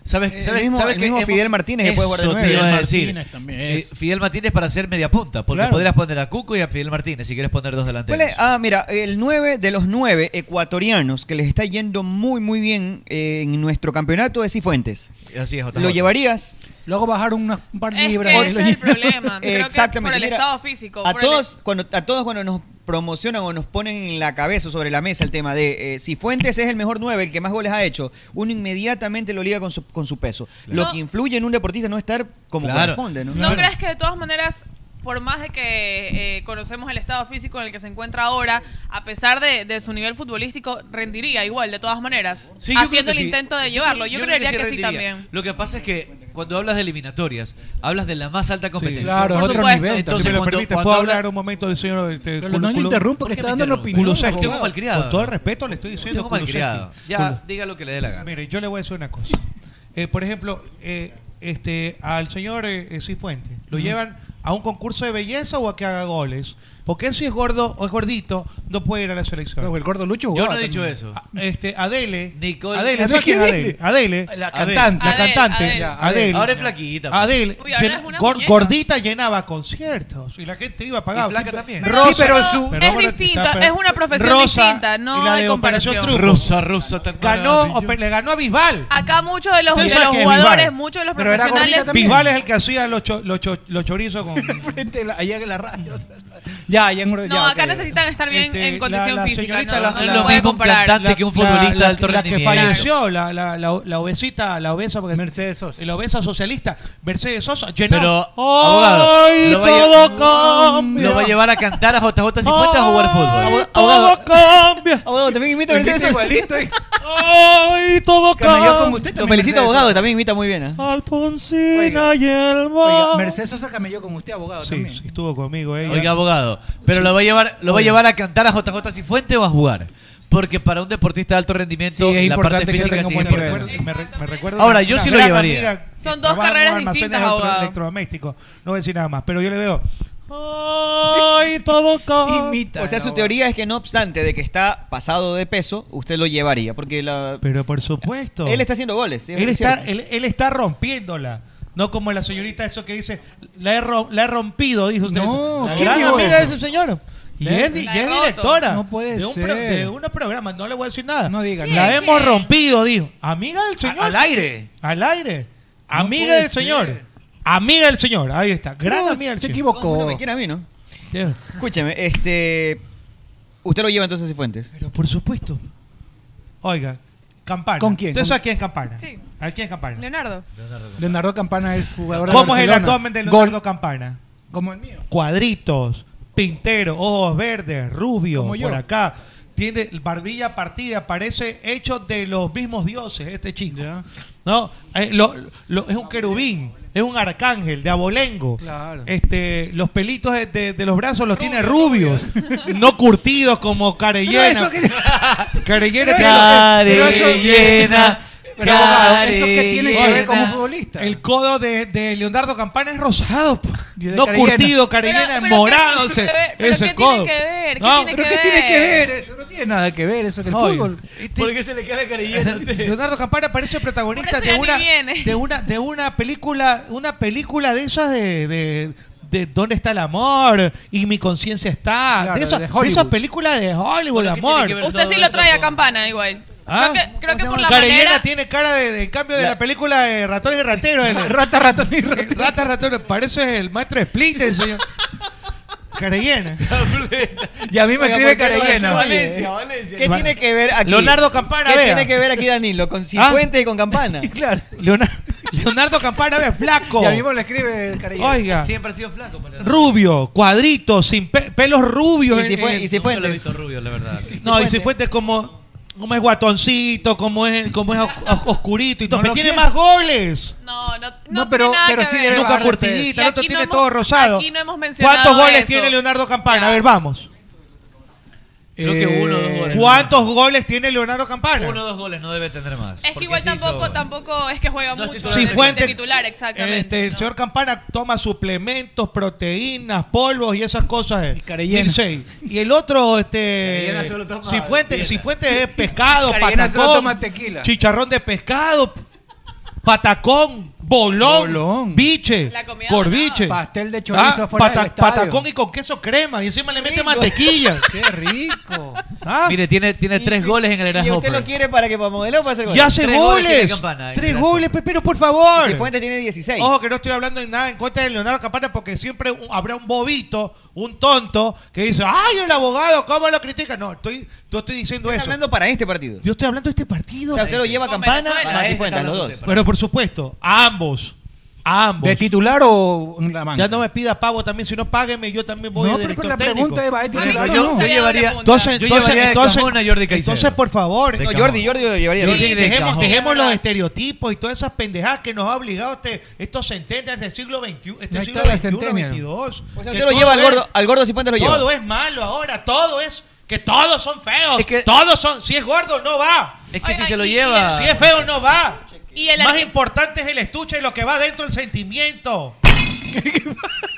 Speaker 14: ¿Sabes,
Speaker 17: El
Speaker 14: sabes,
Speaker 17: mismo-
Speaker 14: sabes
Speaker 17: el
Speaker 14: que
Speaker 17: mismo
Speaker 14: hemos-
Speaker 17: Fidel Martínez que puede jugar de
Speaker 14: Eso te
Speaker 17: nueve.
Speaker 14: iba a
Speaker 17: Fidel
Speaker 14: decir.
Speaker 17: Martínez también es.
Speaker 14: Eh, Fidel Martínez para hacer media punta, porque
Speaker 13: Claro.
Speaker 14: podrías poner a Cuco y a Fidel Martínez si quieres poner dos
Speaker 13: ¿Cuál
Speaker 14: delanteros.
Speaker 13: es? Ah, mira, el 9 de los 9 ecuatorianos que les está yendo muy, muy bien eh, en nuestro campeonato es Cifuentes.
Speaker 14: Así es, JJ.
Speaker 13: ¿Lo llevarías?
Speaker 17: Luego bajaron unas un par
Speaker 15: Es que ese es
Speaker 13: (laughs)
Speaker 15: el problema. Creo que por
Speaker 13: Exactamente,
Speaker 15: el
Speaker 13: mira,
Speaker 15: estado físico.
Speaker 13: A
Speaker 15: por el-
Speaker 13: todos, cuando, a todos cuando nos promocionan o nos ponen en la cabeza o sobre la mesa el tema de eh, si Fuentes es el mejor 9, el que más goles ha hecho, uno inmediatamente lo liga con su, con su peso. Lo
Speaker 15: No.
Speaker 13: que influye en un deportista no estar como
Speaker 14: Claro.
Speaker 13: corresponde, ¿no?
Speaker 15: ¿No crees que de todas maneras, por más de que eh, conocemos el estado físico en el que se encuentra ahora, a pesar de, de su nivel futbolístico, rendiría igual, de todas maneras?
Speaker 14: Sí, yo creo
Speaker 15: haciendo
Speaker 14: que
Speaker 15: el
Speaker 14: sí.
Speaker 15: intento de llevarlo. Yo,
Speaker 14: creo
Speaker 15: creería que, sí
Speaker 14: rendiría.
Speaker 15: también.
Speaker 14: Lo que pasa es que cuando hablas de eliminatorias, hablas de la más alta competencia.
Speaker 18: claro,
Speaker 14: Por
Speaker 18: es otro
Speaker 14: supuesto.
Speaker 18: nivel.
Speaker 14: Entonces,
Speaker 18: Si me lo
Speaker 14: cuando-
Speaker 18: permite,
Speaker 14: cuando
Speaker 18: ¿puedo
Speaker 14: hablas-
Speaker 18: hablar un momento del señor este,
Speaker 14: Pero no le interrumpa, que está dando la opinión,
Speaker 18: Kulusevski.
Speaker 14: abogado. Malcriado.
Speaker 18: Con todo el respeto le estoy diciendo
Speaker 14: Tengo malcriado.
Speaker 18: Kulusevski.
Speaker 14: Ya,
Speaker 18: Kulu-
Speaker 14: diga lo que le dé la gana.
Speaker 18: Mire, yo le voy a decir una cosa. Eh, por ejemplo, eh, este, al señor eh, eh, Cifuentes, ¿lo
Speaker 14: Ujú.
Speaker 18: llevan a un concurso de belleza o a que haga goles? Porque él si es gordo o es gordito, no puede ir a la selección.
Speaker 17: Pero el gordo Lucho
Speaker 14: Yo no he dicho eso.
Speaker 18: Ah, Este, Adele.
Speaker 14: Nicole-
Speaker 18: Adele,
Speaker 14: ¿Adele
Speaker 18: ¿sabes quién es
Speaker 14: quién
Speaker 18: Adele?
Speaker 14: es?
Speaker 18: Adele.
Speaker 14: La cantante.
Speaker 18: La
Speaker 14: Adele,
Speaker 18: cantante.
Speaker 14: Adele.
Speaker 18: Adele.
Speaker 14: Ya, Adele. Ahora es flaquita, pues.
Speaker 18: Adele.
Speaker 14: Uy, ahora
Speaker 18: llena-
Speaker 14: es una
Speaker 18: gor-
Speaker 14: muñeca.
Speaker 18: gordita llenaba conciertos y la gente iba a pagar.
Speaker 14: Y flaca también.
Speaker 18: Rosa,
Speaker 15: Sí, pero su- es
Speaker 18: Perdón por la-
Speaker 15: distinta,
Speaker 18: está-
Speaker 15: es una profesión
Speaker 18: Rosa
Speaker 15: distinta, no
Speaker 18: y la
Speaker 15: hay
Speaker 18: de Operación
Speaker 15: comparación.
Speaker 18: Triunfo.
Speaker 14: Rosa, Rosa, tan
Speaker 18: Ganó, ope- le ganó a Bisbal.
Speaker 15: Acá muchos de los,
Speaker 18: Usted
Speaker 15: de
Speaker 18: sabe
Speaker 15: los
Speaker 18: que es
Speaker 15: jugadores,
Speaker 18: Bisbal.
Speaker 15: muchos de los
Speaker 18: Pero era gordita
Speaker 15: profesionales.
Speaker 18: también. Bisbal es el que hacía los, cho- los cho- los chorizos con.
Speaker 17: Frente a la- allá en la radio. Ya, ya en
Speaker 15: No, acá necesitan estar bien
Speaker 18: Este,
Speaker 15: en condición física. no, no
Speaker 14: la-
Speaker 15: se
Speaker 14: lo mismo
Speaker 15: puede
Speaker 14: un
Speaker 15: comparar.
Speaker 14: cantante que un futbolista de alto
Speaker 18: la que
Speaker 14: rendimiento.
Speaker 18: falleció, la, la, la, la obesita, la obesa. Porque Mercedes Sosa. La obesa socialista. Mercedes Sosa. Llenó.
Speaker 14: Pero, abogado,
Speaker 18: ¡Ay,
Speaker 14: lo va a lle-
Speaker 18: todo
Speaker 14: ¿Lo va a llevar a cantar a JJ 50 a jugar
Speaker 18: Ah,
Speaker 14: fútbol?
Speaker 13: Abogado, cambia. Abogado, también imita a
Speaker 14: Imita
Speaker 13: Mercedes.
Speaker 14: igualito,
Speaker 13: ¡Ay, todo
Speaker 17: Canalló como usted
Speaker 13: Lo
Speaker 17: también,
Speaker 13: felicito,
Speaker 17: Mercedes
Speaker 13: abogado,
Speaker 17: Sosa.
Speaker 13: también imita muy bien. ¿ah?
Speaker 17: Alfonsina
Speaker 18: y el
Speaker 17: Oiga, Mercedes Sosa camelló con usted, abogado
Speaker 18: Sí,
Speaker 17: también.
Speaker 18: sí, estuvo conmigo ella.
Speaker 14: Oiga, abogado, pero lo va a llevar, lo va a llevar a cantar a JJ Cifuente o a jugar. Porque para un deportista de alto rendimiento
Speaker 18: Sí, es
Speaker 14: la parte
Speaker 18: importante que
Speaker 14: física
Speaker 18: tenga
Speaker 14: sí
Speaker 18: un
Speaker 14: es
Speaker 18: buen nivel.
Speaker 14: importante.
Speaker 18: Me, re- me recuerdo
Speaker 14: Ahora,
Speaker 18: una-
Speaker 14: yo
Speaker 18: una
Speaker 14: sí lo
Speaker 18: gran
Speaker 14: llevaría.
Speaker 18: amiga que
Speaker 15: Son dos
Speaker 18: trabajaba en
Speaker 15: carreras
Speaker 18: almacenes
Speaker 15: distintas,
Speaker 18: electro-
Speaker 15: abogado.
Speaker 18: electrodomésticos. No voy a decir nada más, pero yo le veo.
Speaker 13: Ay, todo
Speaker 18: Imita,
Speaker 13: O sea, su
Speaker 18: no,
Speaker 13: teoría es que no obstante de que está pasado de peso, usted lo llevaría. Porque la...
Speaker 18: Pero por supuesto.
Speaker 13: Él está haciendo goles. sí, es
Speaker 18: Él está,
Speaker 13: cierto.
Speaker 18: él, él está rompiéndola. No como la señorita eso que dice, la he, ro- la he rompido, dijo usted. No, la ¿quién gran dijo amiga eso? de ese señor. Y La- es, di- la y he es roto. directora. No puede de un ser. pro- de unos programas, no le voy a decir nada. No
Speaker 17: diga
Speaker 18: La
Speaker 17: nada.
Speaker 18: hemos rompido, dijo. Amiga del señor.
Speaker 17: al aire.
Speaker 18: Al aire.
Speaker 17: No
Speaker 18: Amiga
Speaker 17: puede
Speaker 18: del señor.
Speaker 17: ser.
Speaker 18: Amiga del señor. Ahí está. Gran
Speaker 13: No,
Speaker 18: amiga del
Speaker 13: se
Speaker 18: señor.
Speaker 13: equivocó. No, no me quiere a mí, ¿no? Escúcheme, este... Usted lo lleva entonces a Cifuentes.
Speaker 18: Pero por supuesto. Oiga, Campana.
Speaker 17: ¿Con quién?
Speaker 18: ¿Usted
Speaker 17: ¿Con-
Speaker 18: sabe quién es Campana?
Speaker 15: Sí.
Speaker 18: ¿A quién es Campana?
Speaker 15: Leonardo.
Speaker 17: Leonardo Campana es jugador
Speaker 18: ¿Cómo
Speaker 17: de
Speaker 18: es el
Speaker 17: Barcelona.
Speaker 18: abdomen de
Speaker 17: Gol-
Speaker 18: Leonardo Campana?
Speaker 17: Como el mío.
Speaker 18: cuadritos, pintero, ojos verdes, rubio,
Speaker 17: Como yo.
Speaker 18: por acá. Tiene barbilla partida, parece hecho de los mismos dioses este chico. ¿No? Eh, lo- lo- es un querubín, es un arcángel de abolengo.
Speaker 17: Claro.
Speaker 18: Este, los pelitos de, de- de los brazos los tiene rubios, no curtidos como Carellena.
Speaker 17: Pero eso
Speaker 18: Carellena
Speaker 17: Pero eso- pero eso-
Speaker 18: Carellena,
Speaker 17: Pero, abogado, ¿eso qué tiene que ver con un
Speaker 18: futbolista? El codo de, de Leonardo Campana es rosado. pues. po.
Speaker 17: de
Speaker 18: No
Speaker 17: Carellena.
Speaker 18: curtido, Carellena
Speaker 17: Pero-
Speaker 18: es
Speaker 17: pero
Speaker 18: morado.
Speaker 17: ¿qué tiene
Speaker 18: ese-
Speaker 17: que ver? ¿Pero
Speaker 18: ese
Speaker 17: qué
Speaker 18: codo.
Speaker 17: tiene que ver? ¿Qué
Speaker 18: No,
Speaker 17: tiene
Speaker 18: pero
Speaker 17: que
Speaker 18: ¿qué tiene que
Speaker 17: ver?
Speaker 18: ver? Eso no
Speaker 17: tiene nada que ver eso que el
Speaker 18: Obvio.
Speaker 17: fútbol.
Speaker 18: ¿Por qué
Speaker 14: se le queda
Speaker 13: (laughs)
Speaker 16: este?
Speaker 18: Leonardo Campana parece protagonista
Speaker 17: Por eso
Speaker 18: de
Speaker 17: ya
Speaker 18: una,
Speaker 17: ni viene.
Speaker 18: de una de una película, una película de esas de, de- de ¿Dónde está el amor? Y mi conciencia está.
Speaker 15: Claro,
Speaker 18: de, esas,
Speaker 15: de
Speaker 18: de
Speaker 15: Hollywood.
Speaker 18: esas películas de Hollywood, de amor.
Speaker 15: Usted sí lo trae a campana igual.
Speaker 18: Ah.
Speaker 15: Creo que, creo que por la
Speaker 18: Carellena
Speaker 15: manera.
Speaker 18: tiene cara de, de cambio de la, película de Ratones y Rateros. rata, ratón y ratero. (laughs) Rata, ratón. Parece el maestro Split, el señor. Carellena.
Speaker 17: Y a mí me
Speaker 13: Oiga,
Speaker 17: escribe
Speaker 13: ¿por qué no
Speaker 17: Carellena.
Speaker 13: va a ser Valencia,
Speaker 18: Valencia.
Speaker 13: ¿Qué tiene que ver aquí?
Speaker 18: Leonardo Campana,
Speaker 13: ¿Qué
Speaker 18: vea.
Speaker 13: tiene que ver aquí Danilo? Con Cifuentes y con Campana.
Speaker 17: claro.
Speaker 18: (laughs) Leonardo, Leonardo Campana ve flaco.
Speaker 7: Ya mismo le escribe Carelli.
Speaker 18: Oiga.
Speaker 3: Siempre ha sido flaco. pero-
Speaker 18: Rubio, cuadrito, sin pe- pelos rubios.
Speaker 3: Y si
Speaker 18: en-
Speaker 3: fue-
Speaker 18: en-
Speaker 3: y si fue- Nunca lo he visto rubio, la verdad.
Speaker 18: No, y si fuiste como, como es guatoncito, como es, como es os- os- oscurito y todo. pero tiene más goles.
Speaker 15: No, no, no,
Speaker 18: pero,
Speaker 15: nada que ver.
Speaker 18: Nunca curtidita, el
Speaker 15: Y
Speaker 18: otro
Speaker 15: aquí
Speaker 18: tiene
Speaker 15: no
Speaker 18: todo
Speaker 15: hemos-
Speaker 18: rosado.
Speaker 15: Aquí no hemos mencionado
Speaker 18: ¿Cuántos goles
Speaker 15: eso.
Speaker 18: tiene Leonardo Campana? A ver, vamos.
Speaker 3: Creo que uno o dos goles.
Speaker 18: ¿Cuántos goles tiene Leonardo Campana?
Speaker 3: Uno o dos goles no debe tener más.
Speaker 15: Es que
Speaker 3: porque
Speaker 15: igual
Speaker 3: se hizo-
Speaker 15: tampoco, tampoco es que juega mucho de-
Speaker 18: Cifuentes,
Speaker 15: de titular, exactamente.
Speaker 18: Este, el señor Campana toma suplementos, proteínas, polvos y esas cosas.
Speaker 7: Carellena.
Speaker 18: Lindsay. Y el otro, este,
Speaker 7: Carellena solo toma
Speaker 18: Cifuentes,
Speaker 7: dieta.
Speaker 18: Cifuentes es pescado,
Speaker 7: Carellena solo
Speaker 18: patacón,
Speaker 7: toma tequila.
Speaker 18: chicharrón de pescado, patacón, bolón, biche, corviche,
Speaker 7: Pastel de chorizo fuera del estadio.
Speaker 18: patacón y con queso crema y encima le mete mantequilla.
Speaker 7: (laughs) Qué rico.
Speaker 18: Ah.
Speaker 7: Ah,
Speaker 3: Mire, tiene, tiene tres goles en el
Speaker 13: Y
Speaker 3: Erasmo.
Speaker 13: usted lo quiere para que para modelo para hacer goles.
Speaker 18: Y hace
Speaker 13: Tres
Speaker 18: goles.
Speaker 13: tiene Campana.
Speaker 18: Tres goles, pe- pero por favor.
Speaker 13: Y Cifuentes tiene 16.
Speaker 18: Ojo que no estoy hablando de nada en contra de Leonardo Campana porque siempre un- habrá un bobito, un tonto, que dice, ay, el abogado, ¿cómo lo critica? No, estoy, yo estoy diciendo eso.
Speaker 13: hablando para este partido.
Speaker 18: Yo estoy hablando de este partido.
Speaker 13: O sea, usted lo lleva a
Speaker 18: Con
Speaker 13: Campana
Speaker 18: Venezuela.
Speaker 13: más
Speaker 18: Para
Speaker 13: Cifuentes,
Speaker 18: este
Speaker 13: los dos.
Speaker 18: hablando Pero por supuesto, a ambos. A ambos.
Speaker 7: ¿De titular o la banca?
Speaker 18: Ya no me pida pago también, si no págueme, yo también voy
Speaker 7: No,
Speaker 18: de
Speaker 7: pero
Speaker 18: director
Speaker 7: la
Speaker 18: técnico.
Speaker 7: pregunta es, ¿va de
Speaker 18: Entonces,
Speaker 7: titular o
Speaker 18: yo-
Speaker 7: no?
Speaker 18: yo
Speaker 7: Yo
Speaker 18: llevaría-
Speaker 7: llevaría
Speaker 18: Entonces,
Speaker 7: de
Speaker 18: entonces,
Speaker 7: cajón
Speaker 18: entonces,
Speaker 7: a Jordi Caicedo.
Speaker 18: entonces, por favor.
Speaker 7: De No, Jordi, cajón. Jordi lo llevaría de cajón.
Speaker 18: dejemos,
Speaker 7: Sí,
Speaker 18: dejemos
Speaker 7: de
Speaker 18: los
Speaker 7: cajón.
Speaker 18: estereotipos y todas esas pendejadas que nos ha obligado este, estos centenias del siglo XXI, este
Speaker 7: Ahí
Speaker 18: siglo
Speaker 7: está la
Speaker 18: XXI,
Speaker 7: centennial.
Speaker 18: XXII.
Speaker 7: O sea,
Speaker 18: que
Speaker 7: usted lo
Speaker 18: todo
Speaker 7: lleva al gordo-
Speaker 18: es-
Speaker 13: al gordo Cifuentes lo lleva.
Speaker 18: Todo es malo ahora, todo es... Que todos son feos, todos son... Si es gordo, no va.
Speaker 3: Es que si se lo lleva...
Speaker 18: Si es feo, no va.
Speaker 15: Y el
Speaker 18: Más
Speaker 15: arque-
Speaker 18: importante es el estuche y lo que va dentro, el sentimiento.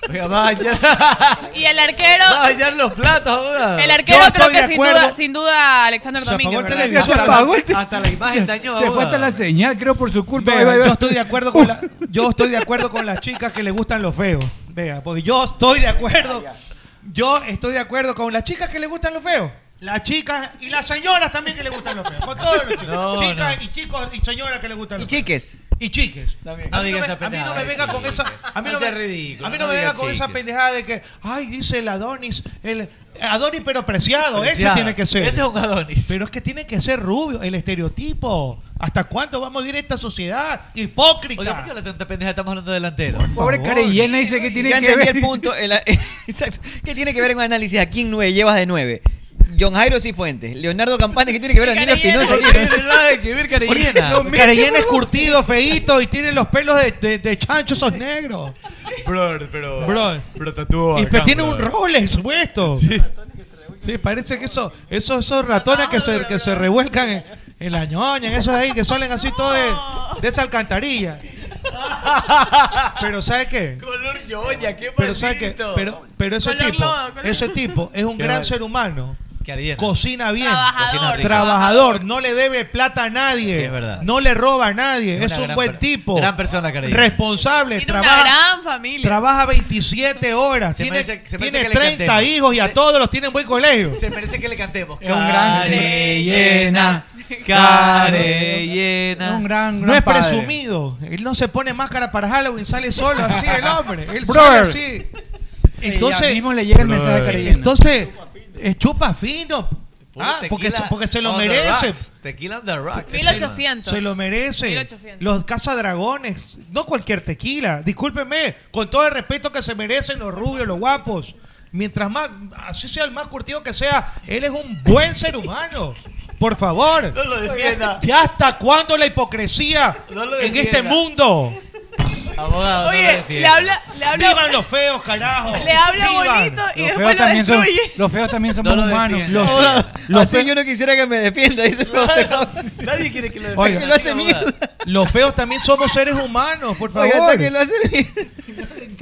Speaker 3: Oiga, vaya. (laughs)
Speaker 15: Y el arquero.
Speaker 3: Va a hallar los platos ahora.
Speaker 15: El arquero creo que
Speaker 18: de
Speaker 15: sin
Speaker 18: acuerdo.
Speaker 15: duda, sin duda Alexander
Speaker 18: Se apagó
Speaker 15: Domínguez.
Speaker 18: el
Speaker 15: ¿verdad?
Speaker 18: televisor.
Speaker 7: Se apagó el-
Speaker 3: Hasta la imagen dañó
Speaker 7: Se fue
Speaker 18: ahora.
Speaker 7: hasta la señal, creo, por su culpa.
Speaker 18: Vea,
Speaker 7: Ahí va, ahí va.
Speaker 18: yo estoy de acuerdo con la- yo estoy de acuerdo con las chicas que les gustan los feos. Vea, porque yo estoy de acuerdo. Yo estoy de acuerdo con las chicas que les gustan los feos. Las chicas y las señoras también que les gustan los feos. Con todos los chicos.
Speaker 3: No,
Speaker 18: chicas y chicos y señoras que les gustan los feos.
Speaker 13: Chiques.
Speaker 18: Y chiques.
Speaker 3: También.
Speaker 18: A
Speaker 3: No
Speaker 18: mí
Speaker 3: digas
Speaker 18: no,
Speaker 3: esa
Speaker 18: me, a mí no
Speaker 3: pendejada,
Speaker 18: me venga con esa. A mí
Speaker 3: No
Speaker 18: no,
Speaker 3: sea
Speaker 18: me-
Speaker 3: ridículo,
Speaker 18: a mí no
Speaker 3: no
Speaker 18: me
Speaker 3: digas
Speaker 18: venga con esa
Speaker 3: chiques.
Speaker 18: pendejada de que, ay, dice el Adonis, el Adonis pero preciado,
Speaker 3: Preciado.
Speaker 18: ese tiene que ser.
Speaker 3: Ese es un Adonis.
Speaker 18: Pero es que tiene que ser rubio, el estereotipo. ¿Hasta cuándo vamos a vivir en esta sociedad hipócrita?
Speaker 3: Oiga, ¿por qué habla tanta pendeja? Estamos hablando de delanteros.
Speaker 7: Pobre Carellena dice que tiene
Speaker 13: ya
Speaker 7: que
Speaker 13: entendí
Speaker 7: ver.
Speaker 13: el punto. el- (laughs) exacto. ¿Qué tiene que ver en un análisis? ¿A quién nueve llevas de nueve? John Jairo Cifuentes, Leonardo Campana, ¿qué tiene que ver Danilo Espinosa?
Speaker 3: No tiene nada que ver Carellena.
Speaker 18: Porque Carellena es curtido, feíto y tiene los pelos de, de, de chancho, esos negros.
Speaker 3: Bro, pero...
Speaker 18: Bro.
Speaker 3: Pero tatúa
Speaker 18: Y
Speaker 3: acá,
Speaker 18: pues tiene
Speaker 3: bro.
Speaker 18: un Rolex puesto. Sí. parece que eso, esos, esos ratones que se, que se revuelcan en, en la ñoña, en esos ahí, que salen así todo de, de esa alcantarilla. Pero ¿sabe qué?
Speaker 3: Color yoya, qué
Speaker 18: Pero ¿sabe qué?
Speaker 3: maldito.
Speaker 18: Pero, pero ese
Speaker 3: Color
Speaker 18: tipo,
Speaker 3: lodo, color-
Speaker 18: ese tipo es un
Speaker 3: Qué
Speaker 18: gran
Speaker 3: mal.
Speaker 18: ser humano.
Speaker 3: Carellena.
Speaker 18: Cocina bien,
Speaker 3: Trabajador,
Speaker 18: Cocina rico.
Speaker 3: trabajador.
Speaker 18: trabajador, no le debe plata a nadie,
Speaker 3: Sí, es verdad.
Speaker 18: no le roba a nadie, es,
Speaker 3: una
Speaker 18: un
Speaker 3: gran
Speaker 18: buen
Speaker 3: per-
Speaker 18: tipo,
Speaker 3: gran persona, Carellena.
Speaker 18: responsable,
Speaker 15: Tiene
Speaker 18: trabaja,
Speaker 15: una gran familia.
Speaker 18: Trabaja 27 horas,
Speaker 3: Se
Speaker 18: tiene,
Speaker 3: merece- se merece
Speaker 18: tiene
Speaker 3: que le
Speaker 18: 30
Speaker 3: cantemos.
Speaker 18: hijos y a todos los tiene en buen colegio.
Speaker 3: Se merece que le cantemos.
Speaker 18: Es un gran-
Speaker 3: Carellena, Carellena.
Speaker 7: Un gran, gran
Speaker 18: no es
Speaker 7: padre.
Speaker 18: presumido, él no se pone máscara para Halloween, sale solo así el hombre, él
Speaker 7: Brother.
Speaker 18: sale así.
Speaker 7: Entonces, mismo le llega el mensaje a Carellena.
Speaker 18: Entonces, eh, chupa fino. Ah, porque,
Speaker 3: tequila
Speaker 18: porque se lo
Speaker 3: on the
Speaker 18: merece.
Speaker 3: rocks. Tequila on the rocks.
Speaker 15: 1800.
Speaker 18: Se lo merece.
Speaker 15: 1800.
Speaker 18: Los cazadragones, no cualquier tequila. Discúlpeme, con todo el respeto que se merecen los rubios, los guapos. Mientras más, así sea el más curtido que sea, él es un buen ser humano. Por favor.
Speaker 3: No lo defienda.
Speaker 18: ¿Ya hasta cuándo la hipocresía
Speaker 3: No lo
Speaker 18: en
Speaker 3: defienda.
Speaker 18: este mundo?
Speaker 3: Abogado, no lo
Speaker 15: Oye, le
Speaker 3: defienda.
Speaker 15: habla, le habla,
Speaker 18: ¡Vivan los feos, carajo!
Speaker 15: le habla
Speaker 18: ¡Vivan!
Speaker 15: bonito y
Speaker 7: Los
Speaker 15: después
Speaker 7: feos,
Speaker 15: lo
Speaker 7: también son,
Speaker 15: destruye.
Speaker 7: los feos también somos
Speaker 18: No lo
Speaker 7: humanos.
Speaker 18: defienda. Los-
Speaker 13: Así yo no quisiera que me defienda. dice el abogado.
Speaker 3: Nadie quiere que lo defienda.
Speaker 18: Oiga,
Speaker 13: Que lo hace mierda.
Speaker 18: los feos también somos seres humanos, por favor.
Speaker 13: Oiga, hasta que lo hace mierda.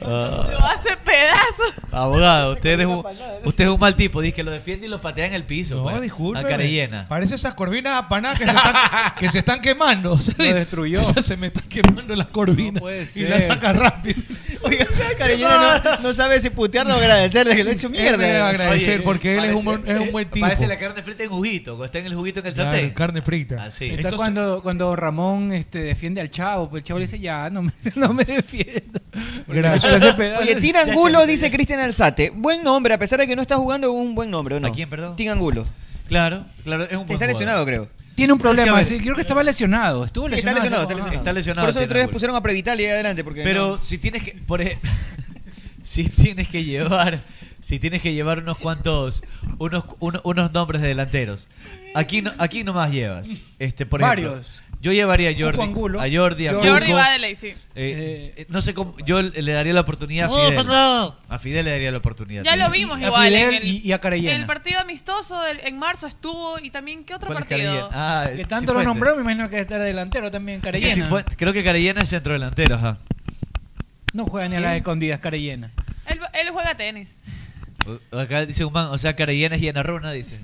Speaker 15: Lo hace pedazos.
Speaker 3: ah, Abogado, usted es, un, usted es un mal tipo. Dice que lo defiende y lo patea en el piso.
Speaker 18: No,
Speaker 3: pues,
Speaker 18: disculpe.
Speaker 3: A Carellena.
Speaker 18: Parece esas corvinas apanadas que se están, que se están quemando. Lo destruyó. se me están quemando las corvinas. y
Speaker 7: ser.
Speaker 18: las saca rápido.
Speaker 13: Oiga, Carellena no, no sabe si putearlo o agradecerle que lo ha hecho
Speaker 18: Él me debe
Speaker 13: mierda.
Speaker 18: agradecer porque él es un, buen-
Speaker 3: parece-
Speaker 17: eh,
Speaker 18: es un buen tipo.
Speaker 3: Parece la carne frita en juguito. Cuando está en el juguito en el
Speaker 18: Claro,
Speaker 3: sartén.
Speaker 18: carne frita.
Speaker 14: Ah,
Speaker 3: Así.
Speaker 7: Está cuando, cuando Ramón este, defiende al chavo, pues el chavo le dice,
Speaker 17: (laughs)
Speaker 7: ya, no me, no me defiendo. Porque
Speaker 18: Gracias.
Speaker 7: se lo hace pedazos.
Speaker 13: Oye, Tin Angulo dice Cristian Alzate. Buen nombre, a pesar de que no está jugando, un buen nombre, ¿o no?
Speaker 3: ¿A quién, perdón?
Speaker 13: Tin Angulo.
Speaker 3: Claro, claro. Es un buen
Speaker 13: Está
Speaker 3: jugador.
Speaker 13: lesionado, creo.
Speaker 17: Tiene un
Speaker 14: Es
Speaker 17: problema.
Speaker 14: que a ver-
Speaker 17: sí, creo que estaba lesionado. Estuvo
Speaker 14: Sí, está
Speaker 17: lesionado.
Speaker 14: lesionado,
Speaker 17: hace poco.
Speaker 14: está lesionado.
Speaker 13: Por eso el
Speaker 14: tiene
Speaker 13: otro día
Speaker 14: Raúl.
Speaker 13: pusieron a Prevital y ahí adelante. Porque
Speaker 14: Pero
Speaker 13: no-
Speaker 14: si tienes que. Por ej- (laughs) si tienes que llevar. Si tienes que llevar unos cuantos. Unos, uno- unos nombres de delanteros. Aquí, no, aquí nomás llevas. Este, por ejemplo,
Speaker 17: Varios.
Speaker 14: Yo llevaría a
Speaker 17: Cuco
Speaker 14: Jordi.
Speaker 17: Angulo.
Speaker 14: A Jordi, a
Speaker 15: Jordi
Speaker 14: Cuco.
Speaker 15: va de ley, sí.
Speaker 14: Eh, eh, no sé cómo. Yo le daría la oportunidad a
Speaker 15: Oh,
Speaker 14: Fidel.
Speaker 15: perdón.
Speaker 14: a Fidel le daría la oportunidad.
Speaker 15: Ya lo vimos
Speaker 14: Y-
Speaker 15: igual en el-
Speaker 14: y, y a Carellena.
Speaker 15: El partido amistoso del- en marzo estuvo y también, ¿qué otro
Speaker 14: ¿Cuál es Carellena?
Speaker 15: partido?
Speaker 14: Ah,
Speaker 17: Que tanto lo
Speaker 14: Cifuentes.
Speaker 17: nombró, me imagino que estar delantero también,
Speaker 14: Que
Speaker 17: Carellena.
Speaker 14: Cifuentes- creo que Carellena es centrodelantero, ajá.
Speaker 17: No juega ni a las escondidas, Carellena.
Speaker 15: Él, él juega tenis.
Speaker 14: O- Acá dice un man, o sea, Carellena es llena runa,
Speaker 17: (laughs)
Speaker 14: dice.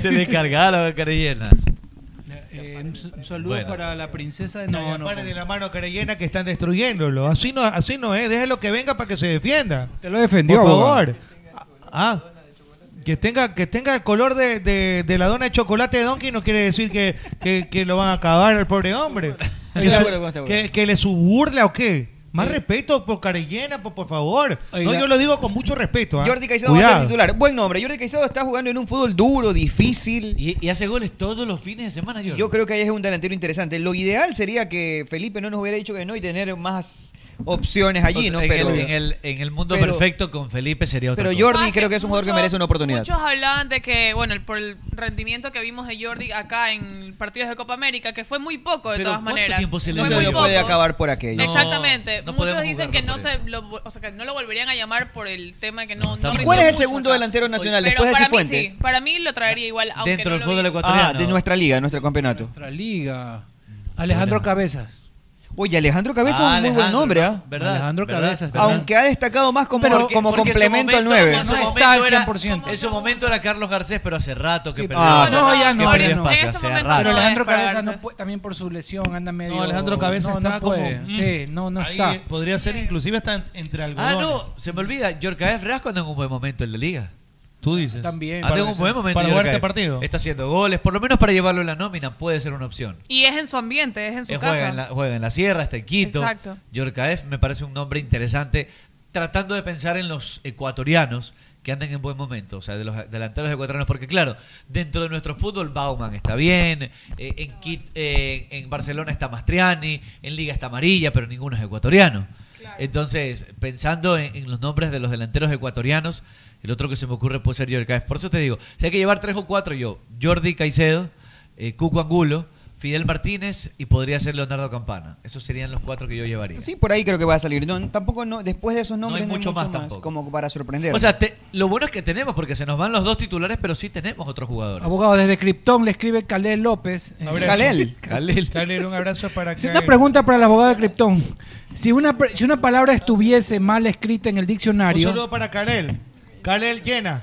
Speaker 14: Se le cargaron a Carellena.
Speaker 17: Eh, un, s- un saludo
Speaker 14: Bueno.
Speaker 17: para la princesa de No, no.
Speaker 18: de la mano Carellena que están destruyéndolo. Así no, así no es. Déjalo que venga para que se defienda.
Speaker 17: Te lo defendió,
Speaker 18: Por
Speaker 17: abogado.
Speaker 18: favor. Ah, que tenga, que tenga el color de, de- de la dona de chocolate de Donkey no quiere decir que, que- que lo van a acabar al pobre hombre. Que,
Speaker 13: Estoy de
Speaker 18: su-
Speaker 13: acuerdo con este abogado.
Speaker 18: que- que le suburla o qué. Más respeto por Carellena, por, por favor.
Speaker 13: Eh. Oiga.
Speaker 18: No, yo lo digo con mucho respeto. ¿ah?
Speaker 13: Jordi Caicedo va a
Speaker 18: Cuidado.
Speaker 13: ser titular. Buen nombre. Jordi Caicedo está jugando en un fútbol duro, difícil.
Speaker 14: Y, hace goles todos los fines de semana, Jordi.
Speaker 13: Yo creo que ahí es un delantero interesante. Lo ideal sería que Felipe no nos hubiera dicho que no y tener más opciones allí,
Speaker 14: O sea,
Speaker 13: ¿no?
Speaker 14: en,
Speaker 13: Pero,
Speaker 14: el, en, el, en el mundo
Speaker 13: pero-
Speaker 14: perfecto con Felipe sería otra
Speaker 13: pero
Speaker 14: cosa.
Speaker 13: Jordi creo que es un jugador que merece una oportunidad.
Speaker 15: Muchos hablaban de que, bueno, el- por el rendimiento que vimos de Jordi acá en partidos de Copa América, que fue muy poco de
Speaker 13: Pero
Speaker 15: todas
Speaker 13: ¿cuánto
Speaker 15: maneras.
Speaker 13: tiempo se le
Speaker 15: Fue
Speaker 13: dio?
Speaker 15: muy
Speaker 13: No puede
Speaker 15: poco.
Speaker 13: acabar por aquello.
Speaker 15: Exactamente.
Speaker 13: No, no
Speaker 15: Muchos
Speaker 13: podemos
Speaker 15: dicen
Speaker 13: juzgarlo
Speaker 15: que
Speaker 13: por
Speaker 15: no se lo, o sea, que no lo volverían a llamar por el tema que no, no
Speaker 13: ¿Y
Speaker 15: rindió
Speaker 13: cuál es el
Speaker 15: mucho
Speaker 13: segundo
Speaker 15: acá.
Speaker 13: delantero nacional
Speaker 15: Pero
Speaker 13: después de
Speaker 15: para mí
Speaker 13: Cifuentes?
Speaker 15: sí, para mí lo traería igual, aunque no lo vi.
Speaker 13: Ah, de nuestra liga, nuestro campeonato. Nuestra
Speaker 17: liga. Alejandro Cabezas.
Speaker 13: Oye, Alejandro Cabezas
Speaker 17: Ah,
Speaker 13: es un muy buen
Speaker 17: Alejandro,
Speaker 13: nombre, ¿ah?
Speaker 17: ¿verdad? Alejandro ¿verdad? Cabezas, ¿verdad?
Speaker 13: Aunque ha destacado más como,
Speaker 14: Porque-
Speaker 13: como
Speaker 14: porque en su
Speaker 13: complemento al
Speaker 14: momento-
Speaker 13: 9.
Speaker 14: En su, momento era, en su momento era Carlos Garcés, pero hace rato que perdió.
Speaker 13: Ah,
Speaker 14: espacio.
Speaker 13: no, ya
Speaker 14: Que
Speaker 13: no,
Speaker 14: perdió
Speaker 13: ya no.
Speaker 14: espacio,
Speaker 13: En este
Speaker 14: hace
Speaker 13: momento
Speaker 14: rato.
Speaker 17: Pero Alejandro
Speaker 15: para
Speaker 17: Cabezas no
Speaker 15: Garzas.
Speaker 17: puede- también por su lesión anda medio.
Speaker 18: No, Alejandro Cabezas
Speaker 17: no, no
Speaker 18: está
Speaker 17: puede.
Speaker 14: mm.
Speaker 18: como- mm,
Speaker 17: Sí, no, no
Speaker 18: Ahí
Speaker 17: está.
Speaker 18: Podría ser inclusive hasta en- entre
Speaker 14: Ah,
Speaker 18: algodones.
Speaker 14: no, se me olvida. Yorkaev Rasco anda en un buen momento en la liga.
Speaker 18: Tú dices.
Speaker 14: También.
Speaker 18: Para-
Speaker 14: Anda en un buen momento.
Speaker 18: para jugar
Speaker 14: Yorkaev.
Speaker 18: este partido.
Speaker 14: Está haciendo goles. Por lo menos para llevarlo en la nómina puede ser una opción.
Speaker 15: Y es en su ambiente, es en su
Speaker 14: Eh,
Speaker 15: casa.
Speaker 14: juega, en la, juega en la sierra, está en Quito.
Speaker 15: Exacto.
Speaker 14: Yorkaev me parece un nombre interesante. Tratando de pensar en los ecuatorianos que andan en buen momento, o sea, de los delanteros ecuatorianos, porque claro, dentro de nuestro fútbol Bauman está bien, eh, en, Quit- eh, en Barcelona está Mastriani, en Liga está Amarilla, pero ninguno es ecuatoriano. Entonces, pensando en, en los nombres de los delanteros ecuatorianos, el otro que se me ocurre puede ser Jordi Cáez. Por eso te digo, si hay que llevar tres o cuatro, yo, Jordi Caicedo, eh, Cuco Angulo, Fidel Martínez y podría ser Leonardo Campana. Esos serían los cuatro que yo llevaría.
Speaker 13: Sí, por ahí creo que va a salir. No, tampoco no, después de esos nombres no hay mucho,
Speaker 14: mucho más
Speaker 13: más,
Speaker 14: tampoco.
Speaker 13: como para sorprender.
Speaker 14: O sea, te- lo bueno es que tenemos, porque se nos van los dos titulares, pero sí tenemos otros jugadores.
Speaker 17: Abogado, desde Krypton le escribe Calel López. eh,
Speaker 14: Abrazo. Kalel.
Speaker 18: Kalel. un abrazo para
Speaker 17: Sí, una pregunta para el abogado de Krypton. Si una, pre- si una palabra estuviese mal escrita en el
Speaker 18: Un
Speaker 17: diccionario.
Speaker 18: saludo para Kalel. Kalel llena.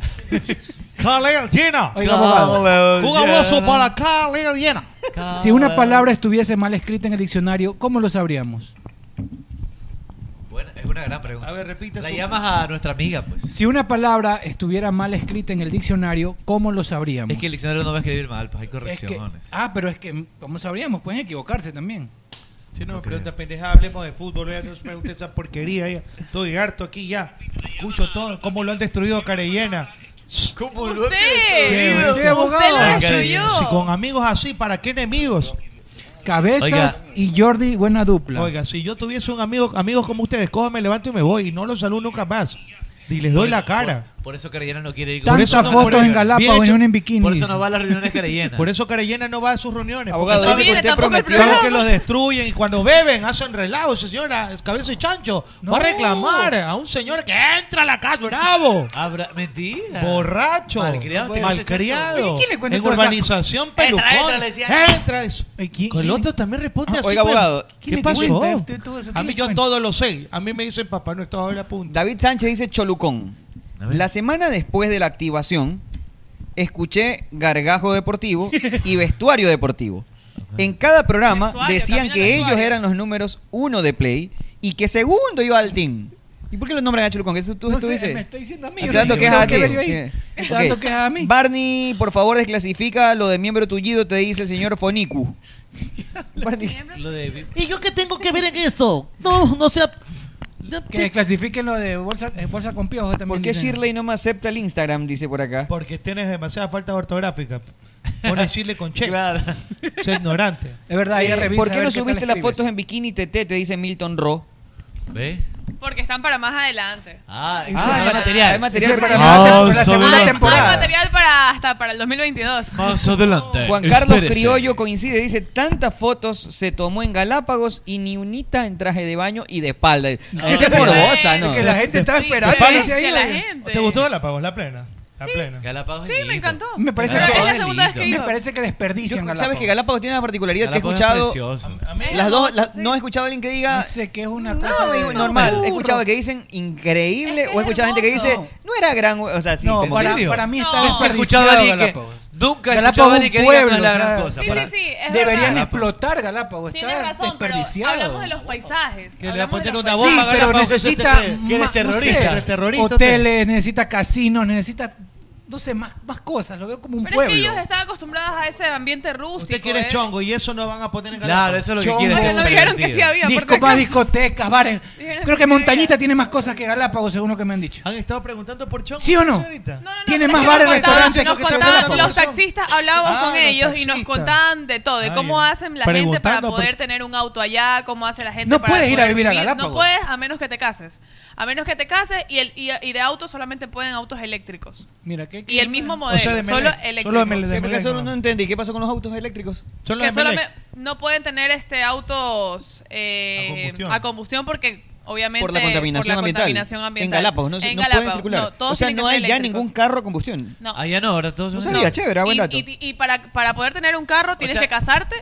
Speaker 18: Kalel llena.
Speaker 17: Oiga, abogado. Kalel
Speaker 18: Un abrazo
Speaker 17: llena.
Speaker 18: para Kalel llena.
Speaker 17: Si una palabra estuviese mal escrita en el diccionario, ¿cómo lo sabríamos?
Speaker 14: Bueno, es una gran pregunta. A ver, repite. La
Speaker 18: su-
Speaker 14: llamas a nuestra amiga, pues.
Speaker 17: Si una palabra estuviera mal escrita en el diccionario, ¿cómo lo sabríamos?
Speaker 14: Es que el diccionario no va a escribir mal, pues hay
Speaker 17: Es que-
Speaker 14: correcciones.
Speaker 17: ah, pero es que, ¿cómo sabríamos? Pueden equivocarse también.
Speaker 18: Si no me pregunta pendeja, hablemos de fútbol. Ya nos pregunta esa porquería. Ya. Estoy harto aquí ya. Escucho todo. Cómo lo han destruido a Carellena.
Speaker 14: ¿Cómo
Speaker 18: lo
Speaker 15: Usted. destruido? Usted, abogado. destruyó.
Speaker 18: Si con amigos así, ¿para qué enemigos?
Speaker 17: Cabezas y Jordi, buena dupla.
Speaker 18: Oiga, si yo tuviese un amigo, amigos como ustedes, cojo, me levanto y me voy y no los saludo nunca más. Y les doy la cara.
Speaker 14: Por, por eso Carellena no quiere ir
Speaker 17: Tantas
Speaker 14: Por eso no-
Speaker 17: fotos
Speaker 14: por eso-
Speaker 17: en Galápagos,
Speaker 14: Bien hecho.
Speaker 17: en una en bikini.
Speaker 14: Por eso no va a las reuniones Carellena.
Speaker 18: Por eso Carellena no va a sus reuniones.
Speaker 14: Abogado,
Speaker 18: porque
Speaker 14: dice que usted
Speaker 18: sabe
Speaker 14: prometió-
Speaker 18: sabe que los destruyen y cuando beben hacen relajo, señora, cabeza y chancho. Va a reclamar a un señor que entra a la casa bravo.
Speaker 14: Habrá, mentira.
Speaker 18: Borracho.
Speaker 14: Malcriado,
Speaker 18: Malcriado.
Speaker 14: este muchacho. Oye, ¿quién le cuenta
Speaker 18: en
Speaker 14: todas esas
Speaker 18: urbanización
Speaker 14: cosas?
Speaker 18: pelucón.
Speaker 14: Entra, entra, le decía.
Speaker 18: Entra. Con el otro también responde
Speaker 13: Ah,
Speaker 18: así.
Speaker 13: oiga,
Speaker 18: pues.
Speaker 13: abogado, ¿quién
Speaker 18: ¿Qué
Speaker 13: le
Speaker 18: pasó?
Speaker 13: cuenta usted todo eso?
Speaker 18: A
Speaker 13: ¿Quién
Speaker 18: mí
Speaker 13: le
Speaker 18: yo todo lo sé. A mí me dicen papá, no estaba en la punta.
Speaker 13: David Sánchez dice Cholucón. La semana después de la activación, escuché gargajo deportivo
Speaker 17: (laughs)
Speaker 13: y vestuario deportivo. En cada programa
Speaker 18: Vestuario,
Speaker 13: decían
Speaker 18: camina
Speaker 13: que ellos
Speaker 18: vestuario.
Speaker 13: eran los números uno de play y que segundo iba al team. ¿Y por qué lo nombran a Cholucón? ¿Tú, tú
Speaker 17: No sé,
Speaker 13: estuviste?
Speaker 17: me está diciendo a mí.
Speaker 13: Está
Speaker 17: yo no
Speaker 13: dando
Speaker 17: sé,
Speaker 13: quejas a
Speaker 17: tengo
Speaker 13: ti.
Speaker 17: que ver yo ahí.
Speaker 13: Sí.
Speaker 17: Está dando
Speaker 13: Ok.
Speaker 17: quejas a mí.
Speaker 13: Barney, por favor, desclasifica lo de miembro tullido, te dice el
Speaker 17: (laughs)
Speaker 13: señor Fonicu.
Speaker 14: Lo de-
Speaker 34: ¿Y yo qué tengo que ver en esto? No, no sea.
Speaker 17: Que desclasifiquen lo de bolsa, eh, bolsa con piojos también.
Speaker 13: ¿Por qué
Speaker 17: dicen.
Speaker 13: Shirley no me acepta el Instagram? Dice por acá.
Speaker 18: Porque tienes demasiada falta ortográfica. Pone chile
Speaker 14: (laughs)
Speaker 18: con che. Claro. Soy ignorante.
Speaker 7: Es verdad,
Speaker 13: Eh, ¿Por qué no subiste las fotos en bikini TT? Te dice Milton Ro.
Speaker 3: ¿Ve?
Speaker 15: Porque están para más adelante.
Speaker 3: Ah,
Speaker 13: ah, hay material. Hay material
Speaker 3: Eso es
Speaker 13: para
Speaker 3: para
Speaker 13: la-
Speaker 3: la-
Speaker 13: para la
Speaker 3: sobre
Speaker 13: segunda
Speaker 3: la-
Speaker 13: temporada.
Speaker 15: Hay material para hasta para el 2022. (laughs)
Speaker 3: Más adelante.
Speaker 13: Juan Carlos
Speaker 3: Espérese.
Speaker 13: Criollo coincide, dice, tantas fotos se tomó en Galápagos y ni unita en traje de baño y de espalda. Gente
Speaker 18: sí.
Speaker 13: morbosa, ¿no?
Speaker 18: Que la gente estaba
Speaker 13: Sí,
Speaker 18: esperando.
Speaker 13: pero
Speaker 18: ese ahí, oye. ¿Te gustó Galápagos, la plena? La plena.
Speaker 3: Galápagos
Speaker 15: Sí, me encantó.
Speaker 7: Me parece
Speaker 13: Pero
Speaker 7: que
Speaker 13: es la segunda vez que
Speaker 7: me
Speaker 13: iba.
Speaker 7: parece que
Speaker 13: Yo-
Speaker 7: desperdician
Speaker 13: Sabes que Galápagos tiene una particularidad que he
Speaker 3: Galápagos es
Speaker 13: escuchado.
Speaker 3: precioso.
Speaker 13: Las dos, las- no he escuchado a alguien que diga.
Speaker 7: Dice que es una
Speaker 13: No,
Speaker 7: cosa de-
Speaker 13: normal.
Speaker 7: burro.
Speaker 13: He escuchado que dicen increíble o he escuchado gente que dice no era gran. hue-". O sea, sí,
Speaker 7: No,
Speaker 13: te-
Speaker 7: para, para mí está desperdiciado
Speaker 3: Nunca he escuchado a alguien que.
Speaker 7: Galápagos.
Speaker 3: Nunca he escuchado a
Speaker 7: Galápagos es un
Speaker 3: alguien que diga no
Speaker 7: pueblo,
Speaker 3: es la gran
Speaker 7: o
Speaker 3: cosa.
Speaker 7: sea,
Speaker 15: Sí,
Speaker 3: para-
Speaker 15: sí, sí, es
Speaker 7: Deberían
Speaker 15: verdad.
Speaker 7: explotar Galápagos.
Speaker 15: Tienes
Speaker 7: Está
Speaker 15: razón, pero hablamos
Speaker 7: desperdiciado.
Speaker 15: de los paisajes.
Speaker 18: Que le va a
Speaker 15: hablamos de
Speaker 18: poner
Speaker 15: los
Speaker 18: una
Speaker 7: sí,
Speaker 18: bomba a
Speaker 7: pero
Speaker 18: Galápagos, eso
Speaker 7: necesita
Speaker 18: te- que eres
Speaker 7: ma-
Speaker 18: terrorista.
Speaker 7: no sé,
Speaker 18: Eres terrorista, usted.
Speaker 7: hoteles, necesita casinos, necesita no sé, más, más cosas, lo veo como un
Speaker 15: Pero
Speaker 7: pueblo.
Speaker 15: es que ellos están acostumbrados a ese ambiente rústico.
Speaker 18: Usted quiere
Speaker 15: ¿eh?
Speaker 18: chongo y eso no van a poner en
Speaker 3: Claro, eso es lo que
Speaker 7: Chongo.
Speaker 3: quiere.
Speaker 15: Oigan, no dijeron que sí había, por si
Speaker 7: Disco- más
Speaker 15: acaso.
Speaker 7: discotecas, bares.
Speaker 15: (laughs) Dijeron
Speaker 7: Creo que
Speaker 15: que sí
Speaker 7: Montañita tiene más cosas que Galápagos, según lo que me han dicho.
Speaker 18: Han estado preguntando por chongo.
Speaker 7: ¿Sí o no?
Speaker 18: señorita?
Speaker 7: tiene
Speaker 15: Es
Speaker 7: más
Speaker 15: que nos
Speaker 7: bares,
Speaker 15: contaban-
Speaker 7: restaurantes.
Speaker 15: Nos
Speaker 7: creo que
Speaker 15: contaban
Speaker 7: Galápagos.
Speaker 15: los taxistas, hablábamos
Speaker 18: Ah,
Speaker 15: con
Speaker 18: los
Speaker 15: ellos y nos
Speaker 18: taxistas.
Speaker 15: contaban de todo, de
Speaker 18: Ay,
Speaker 15: cómo hacen la gente para
Speaker 18: preguntando por-
Speaker 15: poder tener un auto allá, cómo hace la gente
Speaker 7: No
Speaker 15: para
Speaker 7: puedes ir a
Speaker 15: poder
Speaker 7: vivir a
Speaker 15: No
Speaker 7: Galápagos.
Speaker 15: puedes a menos que te cases. A menos que te cases y, el, y, y de autos solamente pueden autos eléctricos.
Speaker 7: Mira, ¿qué,
Speaker 15: Y el mismo modelo, solo eléctricos.
Speaker 13: Sí, porque eso no entendí. ¿Qué pasó con los autos eléctricos?
Speaker 15: que solamente- no pueden tener este autos eh, a, combustión. porque obviamente
Speaker 13: Por la contaminación,
Speaker 15: por la
Speaker 13: ambiental.
Speaker 15: contaminación ambiental.
Speaker 13: En Galápagos, no, se-
Speaker 15: En
Speaker 13: no pueden
Speaker 15: Galápagos,
Speaker 13: circular.
Speaker 15: no, todos
Speaker 13: o sea,
Speaker 15: tienen que
Speaker 13: no
Speaker 15: ser
Speaker 13: hay ya
Speaker 15: eléctricos.
Speaker 13: ningún carro a combustión.
Speaker 15: No.
Speaker 3: Ah, ya no, ahora todos
Speaker 13: No
Speaker 3: son-
Speaker 13: sabía, chévere, buen
Speaker 15: y,
Speaker 13: dato.
Speaker 15: y- y para, para poder tener un carro tienes que casarte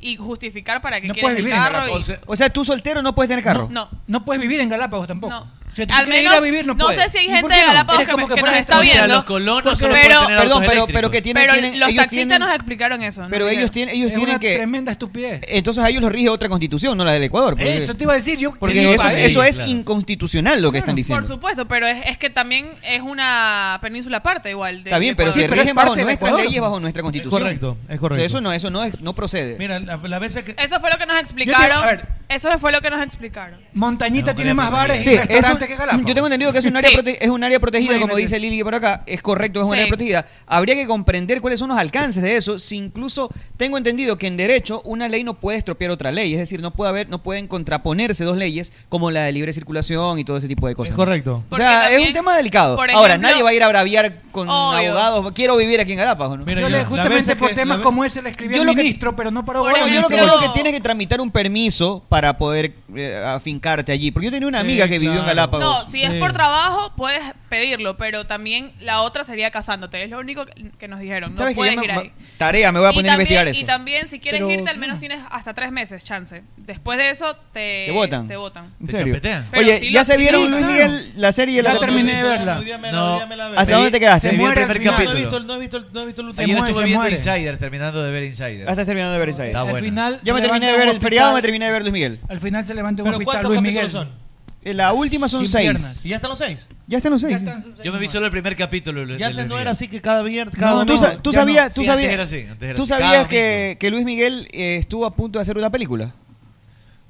Speaker 15: y justificar para que quieres el carro. y-
Speaker 13: O sea, tú soltero no puedes tener carro.
Speaker 15: No.
Speaker 7: No puedes vivir en Galápagos tampoco. O sea, tú
Speaker 15: Al
Speaker 7: quieres ir
Speaker 15: menos,
Speaker 7: a vivir, no,
Speaker 15: no
Speaker 7: puedes.
Speaker 15: sé si hay
Speaker 7: ¿Y
Speaker 15: gente
Speaker 7: por
Speaker 15: de
Speaker 7: qué no?
Speaker 15: Galápagos
Speaker 7: Eres
Speaker 15: que
Speaker 7: como
Speaker 15: me- que nos
Speaker 7: fueras
Speaker 15: está
Speaker 7: extranjero.
Speaker 15: viendo. O sea, los
Speaker 3: colonos
Speaker 15: solo pueden tener
Speaker 13: Perdón,
Speaker 3: autos
Speaker 13: pero, pero
Speaker 3: eléctricos.
Speaker 13: que tienen.
Speaker 15: pero
Speaker 13: tienen-
Speaker 15: los
Speaker 13: ellos
Speaker 15: taxistas
Speaker 13: tienen-
Speaker 15: nos explicaron eso.
Speaker 13: Pero
Speaker 15: ¿no?
Speaker 13: ellos tienen, ellos
Speaker 7: Es
Speaker 13: tienen
Speaker 7: una
Speaker 13: que.
Speaker 7: tremenda estupidez.
Speaker 13: Entonces a ellos los rige otra constitución, no la del Ecuador. porque-
Speaker 7: Eso te iba a decir. Yo, en mi
Speaker 13: Porque eso,
Speaker 7: país-
Speaker 13: eso es
Speaker 7: claro.
Speaker 13: inconstitucional lo que están
Speaker 15: Por
Speaker 13: diciendo.
Speaker 15: supuesto, pero es, es que también es una península aparte igual. de-
Speaker 13: Está bien,
Speaker 15: de
Speaker 13: pero
Speaker 15: Ecuador.
Speaker 13: se rigen bajo nuestras leyes, bajo nuestra constitución.
Speaker 18: correcto, es correcto.
Speaker 13: Eso no, eso no, es, no procede.
Speaker 18: Mira, las la veces que.
Speaker 15: Eso fue lo que nos
Speaker 7: Yo te- a ver.
Speaker 15: explicaron. Eso fue lo que nos explicaron.
Speaker 7: Montañita tiene más bares
Speaker 13: Sí,
Speaker 7: y
Speaker 13: eso-
Speaker 7: restaurantes que Galápagos.
Speaker 13: yo tengo entendido que es un área, prote- es un área protegida, como
Speaker 7: Imagínate.
Speaker 13: dice Lili por acá, es correcto, es un
Speaker 7: Sí.
Speaker 13: área protegida. Habría que comprender cuáles son los alcances de eso, si incluso tengo entendido que en derecho una ley no puede estropear otra ley, es decir, no puede haber, no pueden contraponerse dos leyes como la de libre circulación y todo ese tipo de cosas.
Speaker 18: Es correcto.
Speaker 13: O sea,
Speaker 18: Porque
Speaker 13: es un
Speaker 18: también,
Speaker 13: tema delicado.
Speaker 18: por
Speaker 13: Ahora,
Speaker 18: ejemplo-
Speaker 13: nadie va a ir a braviar con
Speaker 7: Obvio.
Speaker 13: abogados, quiero vivir aquí en Galápagos, ¿no?
Speaker 18: Mira,
Speaker 7: Yo le- justamente por temas como ese le escribí
Speaker 13: Yo
Speaker 7: al
Speaker 13: lo que-
Speaker 7: ministro, pero no para
Speaker 13: Bueno, yo lo que creo
Speaker 7: abogados.
Speaker 13: que tienes que tramitar un permiso para poder eh, afincarte allí. Porque yo tenía una amiga que vivió en Galápagos.
Speaker 15: No, si es por trabajo, puedes pedirlo, pero también la otra sería casándote. Es lo único que que nos dijeron. No
Speaker 13: ¿Sabes que
Speaker 15: puedes
Speaker 13: ya me-
Speaker 15: ir ahí.
Speaker 13: me- tarea, me voy a poner a
Speaker 15: también-
Speaker 13: investigar eso.
Speaker 15: Y también, si quieres
Speaker 13: Pero- mm.
Speaker 15: irte, al menos tienes hasta tres meses chance. Después de eso, te,
Speaker 13: Te votan.
Speaker 15: Te votan.
Speaker 13: ¿En serio?
Speaker 15: Pero
Speaker 13: Oye,
Speaker 15: sí
Speaker 13: ¿ya
Speaker 15: lo-
Speaker 13: se vieron
Speaker 15: sí,
Speaker 13: Luis
Speaker 15: claro.
Speaker 13: Miguel la serie?
Speaker 7: Ya
Speaker 13: La-
Speaker 7: terminé de verla.
Speaker 3: No.
Speaker 13: ¿Hasta dónde te quedaste?
Speaker 3: Se
Speaker 13: Se
Speaker 3: vi el
Speaker 13: muere al
Speaker 3: primer
Speaker 13: final.
Speaker 3: capítulo.
Speaker 13: No he visto
Speaker 18: No he visto el, no he visto el
Speaker 3: Ayer
Speaker 18: último.
Speaker 3: estuve
Speaker 13: se
Speaker 3: viendo
Speaker 13: muere.
Speaker 3: Insiders, terminando de ver Insiders.
Speaker 13: Ah, estás terminando de ver esa
Speaker 3: Está bueno.
Speaker 13: Yo me terminé de ver el feriado, me terminé de ver Luis Miguel.
Speaker 7: Al final se levanta un
Speaker 18: ¿Pero
Speaker 7: hospital
Speaker 18: cuántos
Speaker 7: Luis Miguel.
Speaker 18: capítulos son?
Speaker 13: Eh, La última son
Speaker 18: Sin
Speaker 13: seis.
Speaker 18: piernas. ¿Y ya están los seis?
Speaker 13: Ya están los seis.
Speaker 3: Yo me vi solo el primer capítulo.
Speaker 18: Ya antes no era así que cada viernes.
Speaker 13: No,
Speaker 18: Cada
Speaker 13: tú,
Speaker 18: domingo-
Speaker 13: sa- tú
Speaker 18: ya
Speaker 13: sabías,
Speaker 18: no.
Speaker 13: tú
Speaker 18: Sí,
Speaker 13: sabías,
Speaker 18: antes era así, antes era
Speaker 13: tú
Speaker 18: así.
Speaker 13: sabías
Speaker 18: Cada
Speaker 13: que, que Luis Miguel eh, estuvo a punto de hacer una película.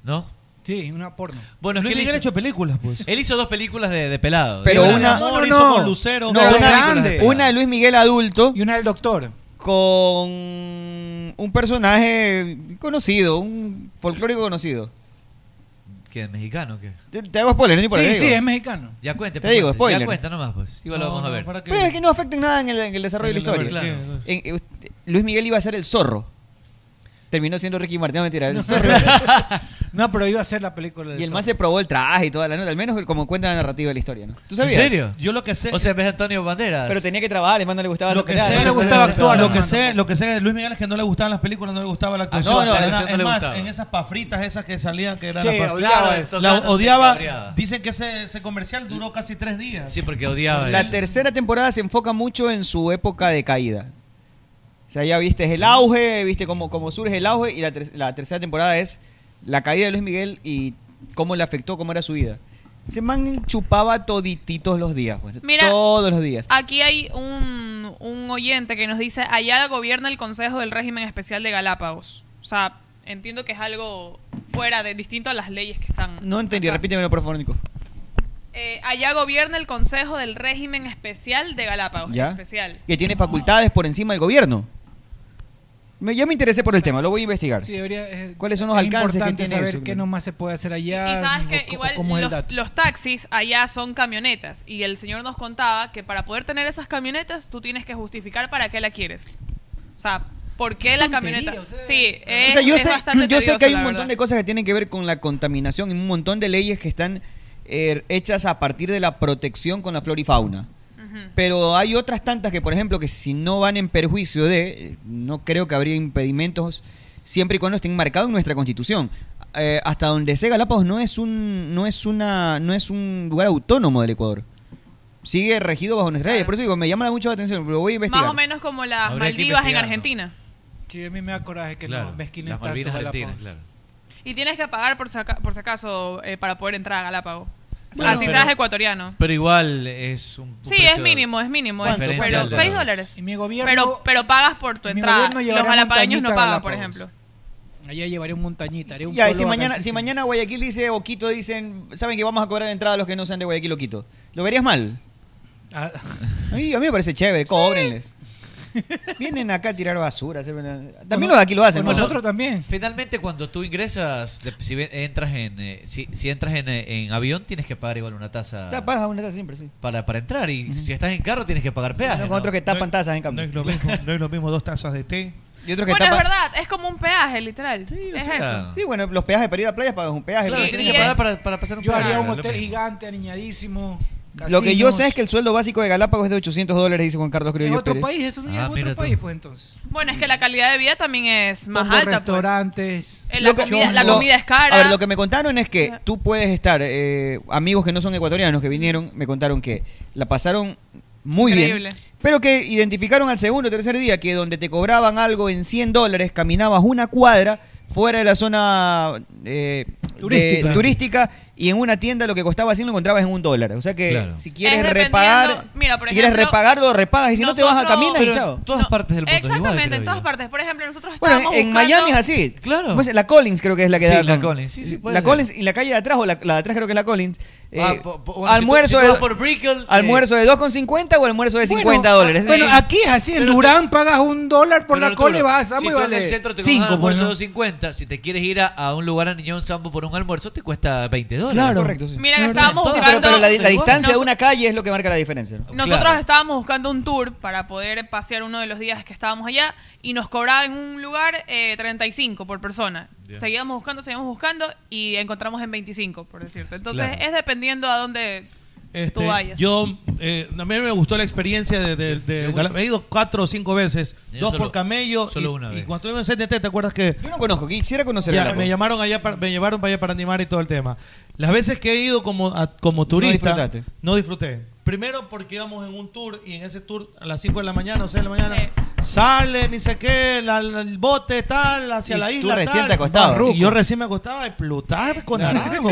Speaker 3: ¿No?
Speaker 7: Sí, una porno.
Speaker 3: Bueno, es que
Speaker 18: Luis
Speaker 3: él
Speaker 18: Miguel
Speaker 3: hizo,
Speaker 18: ha hecho películas, pues.
Speaker 3: él hizo dos películas de, de pelado.
Speaker 13: Pero
Speaker 3: Hizo
Speaker 13: una-
Speaker 3: Amor,
Speaker 13: no,
Speaker 3: hizo
Speaker 13: no.
Speaker 3: con Lucero.
Speaker 13: No,
Speaker 3: dos
Speaker 13: una,
Speaker 3: películas de pelado.
Speaker 13: una de Luis Miguel adulto.
Speaker 7: Y una del doctor.
Speaker 13: Con un personaje conocido, un folclórico conocido.
Speaker 3: ¿Qué, es mexicano o qué?
Speaker 13: Te, te hago spoiler, ni por ahí.
Speaker 7: Sí,
Speaker 13: digo.
Speaker 7: sí, es mexicano.
Speaker 3: Ya cuente,
Speaker 13: Te
Speaker 3: pues,
Speaker 13: digo,
Speaker 3: cuente.
Speaker 13: spoiler.
Speaker 3: Ya cuenta nomás, pues. Igual lo
Speaker 13: No,
Speaker 3: vamos a
Speaker 13: no,
Speaker 3: ver.
Speaker 13: ¿para qué? Pero es que no afecta en nada en el, en el desarrollo de la
Speaker 3: Claro.
Speaker 13: historia. En- eh, usted- Luis Miguel iba a ser el zorro. Terminó siendo Ricky Martin, no, mentira. El zorro.
Speaker 7: (laughs) No, pero iba a hacer la película del
Speaker 13: y el
Speaker 7: zorro.
Speaker 13: más se probó el traje y toda la nota, al menos como cuenta la narrativa de la historia, ¿no? ¿Tú sabías?
Speaker 3: ¿En serio?
Speaker 18: Yo lo que sé.
Speaker 3: O sea, ves a Antonio Banderas.
Speaker 13: Pero tenía que trabajar, además no le gustaba
Speaker 18: Lo que sé,
Speaker 13: no
Speaker 18: Lo que sé, lo que sé de Luis Miguel es que no le gustaban las películas, no le gustaba la actuación.
Speaker 13: no, no,
Speaker 18: Era-
Speaker 13: la actuación no
Speaker 18: es
Speaker 13: le
Speaker 18: más,
Speaker 13: gustaba.
Speaker 18: en esas pafritas esas que salían que eran las
Speaker 3: Sí,
Speaker 18: paf-
Speaker 3: odiaba
Speaker 18: Claro,
Speaker 3: eso,
Speaker 18: la
Speaker 3: tocándose,
Speaker 18: odiaba.
Speaker 3: cabreaba.
Speaker 18: Dicen que ese, ese comercial duró casi tres días.
Speaker 3: Sí, porque odiaba
Speaker 13: La
Speaker 3: eso.
Speaker 13: tercera temporada se enfoca mucho en su época de caída. O sea, ya viste el auge, viste cómo, cómo surge el auge y la, ter- la tercera temporada es la caída de Luis Miguel y cómo le afectó, cómo era su vida. Ese man chupaba todititos los días, bueno,
Speaker 15: Mira, ah,
Speaker 13: todos los días.
Speaker 15: Aquí hay un, un oyente que nos dice, allá gobierna el Consejo del Régimen Especial de Galápagos. O sea, entiendo que es algo fuera de distinto a las leyes que están.
Speaker 13: No entendí, repítemelo por favor, Nico.
Speaker 15: Eh, allá gobierna el Consejo del Régimen Especial de Galápagos.
Speaker 13: ¿Ya?
Speaker 15: Especial.
Speaker 13: Que tiene facultades por encima del gobierno. Me- ya me interesé por el tema, lo voy a investigar.
Speaker 17: Sí, debería, eh,
Speaker 13: ¿Cuáles son los
Speaker 17: es
Speaker 13: alcances que
Speaker 17: importante
Speaker 13: tiene
Speaker 17: saber
Speaker 13: eso?
Speaker 17: qué nomás se puede hacer allá.
Speaker 15: Y sabes que
Speaker 17: o co-
Speaker 15: igual
Speaker 17: cómo es el
Speaker 15: los,
Speaker 17: dato.
Speaker 15: los taxis allá son camionetas y el señor nos contaba que para poder tener esas camionetas tú tienes que justificar para qué la quieres. O sea, ¿por qué la camioneta? Sí, es,
Speaker 13: O sea, yo
Speaker 15: es
Speaker 13: sé,
Speaker 15: bastante
Speaker 13: yo sé
Speaker 15: tedioso,
Speaker 13: que hay un
Speaker 15: la
Speaker 13: montón
Speaker 15: verdad.
Speaker 13: de cosas que tienen que ver con la contaminación y un montón de leyes que están eh, hechas a partir de la protección con la flora y fauna. Pero hay otras tantas que, por ejemplo, que si no van en perjuicio de, eh, no creo que habría impedimentos siempre y cuando estén marcados en nuestra constitución. Eh, hasta donde sea Galápagos no es un no es una no es un lugar autónomo del Ecuador. Sigue regido bajo nuestras leyes. Por eso digo, me llama mucho la atención, lo voy a investigar.
Speaker 15: Más o menos como las
Speaker 13: Habría que
Speaker 15: Maldivas en
Speaker 13: investigar, ¿no?
Speaker 15: Argentina.
Speaker 17: Sí, a mí me da coraje que
Speaker 14: Claro,
Speaker 17: no mezquinen
Speaker 14: las
Speaker 17: tanto
Speaker 14: Malvinas
Speaker 17: Galápagos.
Speaker 14: argentinas, claro.
Speaker 15: Y tienes que pagar por, si aca- por si acaso eh, para poder entrar a Galápagos.
Speaker 14: Bueno,
Speaker 15: Así
Speaker 14: pero-
Speaker 15: seas ecuatoriano.
Speaker 14: Pero igual es un. un
Speaker 15: Sí,
Speaker 14: precio
Speaker 15: es mínimo, es mínimo. es-
Speaker 14: diferente al
Speaker 15: pero
Speaker 14: de
Speaker 15: 6
Speaker 14: los-
Speaker 15: dólares.
Speaker 17: mi gobierno-
Speaker 15: pero, pero pagas por tu
Speaker 17: mi
Speaker 15: entrada.
Speaker 17: gobierno
Speaker 15: Los
Speaker 17: llevará
Speaker 15: galapagueños no
Speaker 17: montañita a
Speaker 15: pagan, por
Speaker 17: Galápagos.
Speaker 15: ejemplo.
Speaker 17: Allá llevaré un montañita, haré un
Speaker 13: Ya, y
Speaker 17: polo
Speaker 13: si mañana, si
Speaker 17: vacancísimo.
Speaker 13: mañana Guayaquil dice o Quito dicen, saben que vamos a cobrar entrada a los que no sean de Guayaquil o Quito. ¿Lo verías mal?
Speaker 17: Ah.
Speaker 13: A mí, a mí me parece chévere, cóbrenles. Vienen acá a tirar basura. hacer una- También
Speaker 14: Bueno,
Speaker 13: los de aquí lo hacen.
Speaker 14: bueno,
Speaker 13: ¿no?
Speaker 17: también.
Speaker 14: Finalmente, cuando tú ingresas, de- si ve- entras en, eh, si, si entras en, eh, en avión, tienes que pagar igual una tasa
Speaker 13: Ta- pagas una taza siempre, sí.
Speaker 14: para, para entrar. Y si estás en carro, tienes que pagar peaje.
Speaker 13: Con otros que tapan tazas en cambio.
Speaker 14: no es lo
Speaker 17: (laughs)
Speaker 14: mismo.
Speaker 19: No es lo mismo dos tazas de té.
Speaker 13: Y otros que
Speaker 15: Bueno, es
Speaker 13: tapan-
Speaker 15: verdad, es como un peaje, literal. es eso.
Speaker 13: Sí, bueno, los peajes para ir a playa pagas un peaje.
Speaker 15: Claro,
Speaker 13: pero-
Speaker 15: tienes que pagar
Speaker 14: para, pasar
Speaker 17: Yo haría un hotel gigante, aniñadísimo.
Speaker 13: Lo que yo
Speaker 17: casinos.
Speaker 13: sé es que el sueldo básico de Galápagos es de 800 dólares, dice Juan Carlos
Speaker 17: Es
Speaker 13: Criollo
Speaker 17: otro
Speaker 13: Pérez.
Speaker 17: país, eso no
Speaker 13: Ah,
Speaker 17: es
Speaker 13: mira
Speaker 17: otro
Speaker 13: tú.
Speaker 17: país, pues entonces.
Speaker 15: Bueno, es que la calidad de vida también es más
Speaker 17: Pongo
Speaker 15: alta. pues.
Speaker 17: restaurantes.
Speaker 15: Eh, La,
Speaker 13: Lo que-
Speaker 15: comida, la
Speaker 13: lo-
Speaker 15: comida es cara.
Speaker 13: A ver, lo que me contaron es que tú puedes estar, eh, amigos que no son ecuatorianos que vinieron, me contaron que la pasaron muy
Speaker 15: Increíble.
Speaker 13: bien. Pero que identificaron al segundo o tercer día que donde te cobraban algo en 100 dólares, caminabas una cuadra fuera de la zona eh, de-
Speaker 19: Turística.
Speaker 13: turística y en una tienda lo que costaba 100 lo encontrabas en un dólar. O sea que
Speaker 19: Claro.
Speaker 13: si quieres
Speaker 15: Es dependiendo-
Speaker 13: repagar,
Speaker 15: mira, por
Speaker 13: si quieres
Speaker 15: ejemplo,
Speaker 13: repagarlo, repagas y si no te vas a
Speaker 15: nosotros-
Speaker 13: caminar y
Speaker 15: Pero
Speaker 13: chao.
Speaker 14: Todas partes del
Speaker 15: Exactamente, en todas partes. Por ejemplo, nosotros
Speaker 13: Bueno,
Speaker 15: estábamos
Speaker 13: en
Speaker 15: buscando-
Speaker 13: Miami es así. Claro. la Collins creo que es la que
Speaker 14: Sí,
Speaker 13: da.
Speaker 14: la
Speaker 13: con-
Speaker 14: Collins, sí, sí, puede
Speaker 13: La
Speaker 14: ser.
Speaker 13: Collins y la calle de atrás, o la, la de atrás creo que es la Collins. Eh,
Speaker 14: Ah, po- po- bueno, si tú-
Speaker 13: almuerzo
Speaker 14: si tú
Speaker 13: de,
Speaker 14: vas por Brickell, eh,
Speaker 13: (laughs) almuerzo de 2,50 o almuerzo de
Speaker 18: ah,
Speaker 13: 50
Speaker 17: Bueno,
Speaker 13: dólares.
Speaker 17: Bueno, aquí es así. En Durán pagas un dólar por
Speaker 14: Pero
Speaker 17: la cola y
Speaker 14: Arturo,
Speaker 17: vas a
Speaker 14: si
Speaker 17: Sambo y
Speaker 14: tú en
Speaker 17: vale
Speaker 14: el centro te
Speaker 17: cinco,
Speaker 14: cinco,
Speaker 17: pues,
Speaker 14: almuerzo
Speaker 17: ¿no?
Speaker 14: 250, si te quieres ir a, a un lugar a Niñón Sambo por un almuerzo, te cuesta 20 dólares.
Speaker 13: Claro. Correcto, sí.
Speaker 15: Mira, que estábamos
Speaker 13: Sí,
Speaker 15: buscando.
Speaker 13: pero, pero la, di- la distancia de
Speaker 15: Nos-
Speaker 13: una calle es lo que marca la diferencia. ¿no?
Speaker 15: Nosotros estábamos buscando un tour para poder pasear uno de los días que estábamos allá y nos cobraban en un lugar eh, 35 por persona.
Speaker 13: Ya.
Speaker 15: Seguíamos buscando, seguíamos buscando y encontramos en 25, por decirte. Entonces
Speaker 18: Claro.
Speaker 15: es dependiendo a dónde
Speaker 18: Este,
Speaker 15: tú vayas.
Speaker 18: Yo, eh, a mí me gustó la experiencia de, de- de- Gala- He ido cuatro o cinco veces,
Speaker 13: Yo
Speaker 18: dos
Speaker 13: solo-
Speaker 18: por camello.
Speaker 13: solo
Speaker 18: y,
Speaker 13: una
Speaker 18: y
Speaker 13: vez.
Speaker 18: cuando iba en CTT, ¿te acuerdas que? Yo
Speaker 13: no conozco, quisiera conocer
Speaker 18: ya,
Speaker 13: Galápagos.
Speaker 18: me llamaron allá, para- me llevaron para allá para animar y todo el tema. Las veces que he ido como, a- como turista,
Speaker 19: disfrutaste.
Speaker 18: no disfruté. Primero porque íbamos en un tour y en ese tour a las 5 de la mañana o 6 de la mañana sale, ni sé qué, la- la- el bote tal, hacia
Speaker 13: Y
Speaker 18: la
Speaker 13: tú
Speaker 18: isla.
Speaker 13: recién
Speaker 18: tal.
Speaker 13: te acostabas.
Speaker 18: Barruco. Y yo recién me acostaba de Plutarco, Naranjo.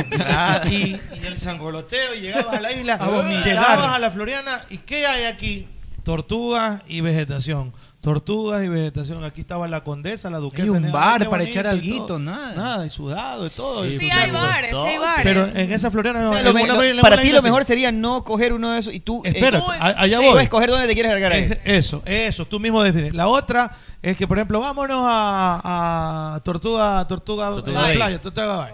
Speaker 18: y, y el sangoloteo, llegabas a la isla,
Speaker 19: A vomitar.
Speaker 18: llegabas a la Floriana y ¿qué hay aquí? Tortugas y vegetación. Tortugas y vegetación. Aquí estaba la condesa, la duquesa.
Speaker 17: Hay un
Speaker 18: Nea,
Speaker 17: bar
Speaker 18: qué
Speaker 17: para
Speaker 18: bonito
Speaker 17: echar
Speaker 18: y
Speaker 17: alguito,
Speaker 18: todo.
Speaker 17: nada.
Speaker 18: Nada, y sudado y todo.
Speaker 17: Sí,
Speaker 18: Y
Speaker 17: sí,
Speaker 18: todo.
Speaker 17: hay bares, sí hay bares.
Speaker 18: Pero en esa Floriana no.
Speaker 13: O sea,
Speaker 18: en
Speaker 13: lo me-
Speaker 18: una-
Speaker 13: lo-
Speaker 18: en una
Speaker 13: para ti
Speaker 18: isla
Speaker 13: lo
Speaker 18: sí.
Speaker 13: mejor sería no coger uno de esos y tú. eh,
Speaker 18: Espera,
Speaker 13: tú-
Speaker 18: a- allá
Speaker 13: sí,
Speaker 18: voy.
Speaker 13: Tú escoger dónde te quieres cargar ahí.
Speaker 18: Es- Eso, eso, tú mismo defines. La otra es que, por ejemplo, vámonos a, a Tortuga, Tortuga,
Speaker 19: Tortuga
Speaker 18: a la
Speaker 19: Bay.
Speaker 18: playa, Tortuga Bay.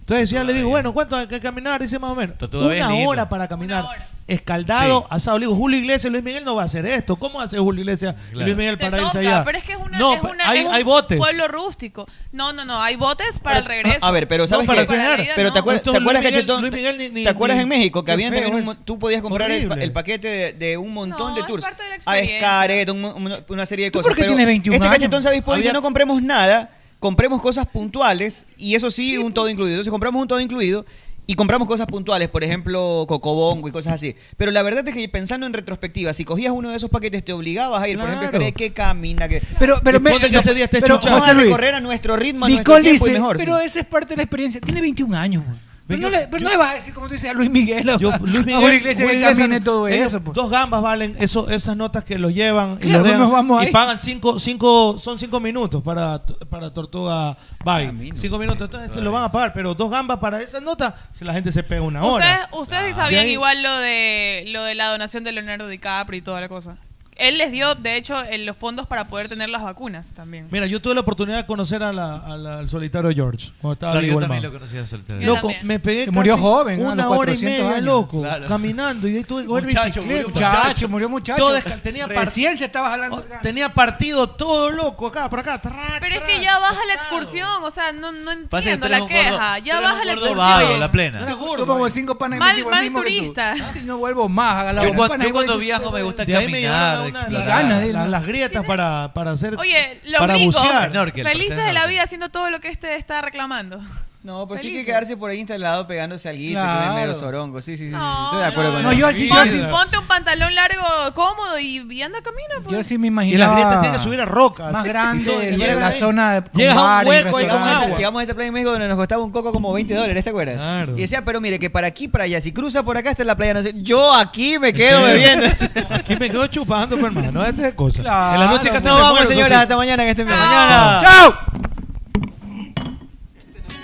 Speaker 18: Entonces ya le digo, bueno, ¿cuánto hay que caminar? Dice más o menos.
Speaker 19: Tortuga Bay es
Speaker 18: una
Speaker 19: lindo.
Speaker 18: hora para caminar. Escaldado,
Speaker 19: Sí.
Speaker 18: asado. Le digo, Julio Iglesias, Luis Miguel no va a hacer esto. ¿Cómo hace Julio Iglesias y Luis Miguel
Speaker 15: Te
Speaker 18: para irse
Speaker 15: toca,
Speaker 18: allá?
Speaker 15: pero es que es una,
Speaker 18: No,
Speaker 15: es
Speaker 18: pero
Speaker 15: una-
Speaker 18: hay-
Speaker 15: es un
Speaker 18: hay botes.
Speaker 15: pueblo rústico. No, no, no, hay botes para el regreso.
Speaker 13: A ver, pero ¿sabes
Speaker 15: No,
Speaker 13: qué?
Speaker 15: para la ida,
Speaker 13: Pero
Speaker 15: no.
Speaker 13: ¿te acuerdas,
Speaker 18: Esto
Speaker 13: ¿te acuerdas
Speaker 18: Luis Miguel-
Speaker 13: cachetón?
Speaker 18: Luis Miguel ni- ni-
Speaker 13: ¿Te acuerdas
Speaker 18: ni-
Speaker 13: en México que
Speaker 18: ni
Speaker 13: habían
Speaker 18: feo
Speaker 13: también un
Speaker 18: es.
Speaker 13: mon- tú podías comprar el, pa-
Speaker 18: Horrible.
Speaker 13: el paquete de, de un montón de tours? a
Speaker 15: experiencia.
Speaker 13: Escaret, un, mon- un- una serie de cosas.
Speaker 21: por qué
Speaker 13: pero
Speaker 21: tienes 21
Speaker 13: este
Speaker 21: años?
Speaker 13: cachetón, ¿sabes? Pues, dice,
Speaker 21: Había-
Speaker 13: no compremos nada, compremos cosas puntuales y eso sí,
Speaker 17: pues.
Speaker 13: un todo incluido. Entonces compramos un todo incluido y compramos cosas puntuales, por ejemplo, cocobongo y cosas así. Pero la verdad es que pensando en retrospectiva, si cogías uno de esos paquetes te obligabas a ir, por ejemplo,
Speaker 17: Claro.
Speaker 13: cree que camina, que
Speaker 17: Pero, pero me-
Speaker 13: Ponte que ese día estés
Speaker 17: pero,
Speaker 13: chuchado.
Speaker 17: José
Speaker 13: Vamos este a
Speaker 17: Luis,
Speaker 13: recorrer a nuestro ritmo, a nuestro
Speaker 17: Nicole
Speaker 13: tiempo y
Speaker 17: dice,
Speaker 13: mejor,
Speaker 17: Pero
Speaker 13: sí.
Speaker 17: esa es parte de la experiencia. Tiene 21 años.
Speaker 18: pues.
Speaker 17: güey. Pero, no, le, pero no le vas a decir, como tú dices, a Luis Miguel. o a- a Julio Iglesias que camine todo
Speaker 18: ellos
Speaker 17: eso. pues.
Speaker 18: Dos gambas valen eso, esas notas que los llevan y,
Speaker 17: Claro,
Speaker 18: los dejan,
Speaker 17: nos vamos
Speaker 18: y
Speaker 17: ahí.
Speaker 18: pagan cinco, cinco, son cinco minutos para, para Tortuga Bay. cinco minutos, entonces te lo van a pagar, pero dos gambas para esas notas, si la gente se pega una hora.
Speaker 13: Ah,
Speaker 15: Ustedes, ustedes sí
Speaker 18: De
Speaker 15: sabían
Speaker 18: ahí-
Speaker 15: igual lo de lo de la donación de Leonardo DiCaprio y toda la cosa. Él les dio, de hecho, el- los fondos para poder tener las vacunas también.
Speaker 18: Mira, yo tuve la oportunidad de conocer a la- a la- al solitario George. Cuando estaba
Speaker 14: Claro,
Speaker 18: vivo
Speaker 14: yo
Speaker 18: el
Speaker 14: también
Speaker 18: man.
Speaker 14: lo conocí al solitario. Yo
Speaker 18: Loco,
Speaker 14: también.
Speaker 18: me pegué
Speaker 14: Que murió
Speaker 18: casi
Speaker 14: joven, ¿no? A
Speaker 18: una
Speaker 14: los
Speaker 18: hora y
Speaker 14: 400
Speaker 18: media,
Speaker 14: años.
Speaker 18: loco,
Speaker 14: Claro.
Speaker 18: caminando. Y de ahí tuve que coger
Speaker 17: Muchacho,
Speaker 18: bicicleta.
Speaker 17: murió muchacho, murió muchacho.
Speaker 18: Todo descal- tenía
Speaker 17: Recién se
Speaker 18: estaba jalando. tenía partido todo loco, acá, por acá. tra-
Speaker 15: Pero es que ya baja la excursión, o sea, no, no entiendo
Speaker 18: Pasa que tú eres
Speaker 15: la
Speaker 18: un gordo-
Speaker 15: queja.
Speaker 18: tú
Speaker 15: Ya
Speaker 18: eres
Speaker 15: baja
Speaker 18: un
Speaker 15: la
Speaker 18: gordo
Speaker 15: excursión.
Speaker 14: vago, la plena.
Speaker 17: Yo
Speaker 13: eh.
Speaker 17: como cinco panes
Speaker 15: Mal-
Speaker 17: digo el
Speaker 15: mal
Speaker 17: mismo que tú.
Speaker 15: turista.
Speaker 17: Ah, No vuelvo más a
Speaker 14: cuando-
Speaker 17: la hora.
Speaker 14: yo
Speaker 17: Panes
Speaker 14: cuando
Speaker 17: igual-
Speaker 14: viajo me gusta
Speaker 18: De ahí me
Speaker 14: caminar,
Speaker 18: llegaron a una de
Speaker 14: explorar.
Speaker 18: las-
Speaker 14: Ganas de ir,
Speaker 18: las-
Speaker 14: ¿no?
Speaker 18: las grietas para, para hacer.
Speaker 15: Oye, los
Speaker 18: para
Speaker 15: ricos,
Speaker 18: bucear.
Speaker 15: felices de la vida haciendo todo lo que este está reclamando.
Speaker 13: No,
Speaker 15: pues
Speaker 13: sí que quedarse por ahí instalado pegándose al guito,
Speaker 18: Claro.
Speaker 13: que medio zorongo. Sí, sí, sí. sí.
Speaker 15: No.
Speaker 13: Estoy de acuerdo con
Speaker 17: No,
Speaker 13: él.
Speaker 17: yo así- yo así-
Speaker 15: Ponte un pantalón largo, cómodo y, y anda camina. Pues.
Speaker 17: Yo sí me imagino.
Speaker 18: Y las grietas tienen que subir a rocas. ¿eh?
Speaker 17: Más grande,
Speaker 18: Y
Speaker 17: la,
Speaker 18: llegas
Speaker 17: la
Speaker 18: ahí.
Speaker 17: zona de. con
Speaker 13: Llegas a un
Speaker 17: bares,
Speaker 13: hueco y vamos a, esa-
Speaker 17: restaurantes.
Speaker 13: llegamos a ese playa en México donde nos costaba un coco como 20 dólares, ¿te acuerdas? Y decía, pero mire, que para aquí, para allá, si cruza por acá está la playa, no sé, yo aquí me
Speaker 14: (laughs)
Speaker 13: quedo bebiendo.
Speaker 18: Aquí me quedo chupando, pues, hermano. Este es cosa. (laughs) En la noche
Speaker 13: Claro,
Speaker 18: casi
Speaker 13: Ah, no,
Speaker 18: me
Speaker 13: vamos,
Speaker 18: muero, entonces-
Speaker 13: señoras, hasta mañana que estén bien.
Speaker 18: Mañana.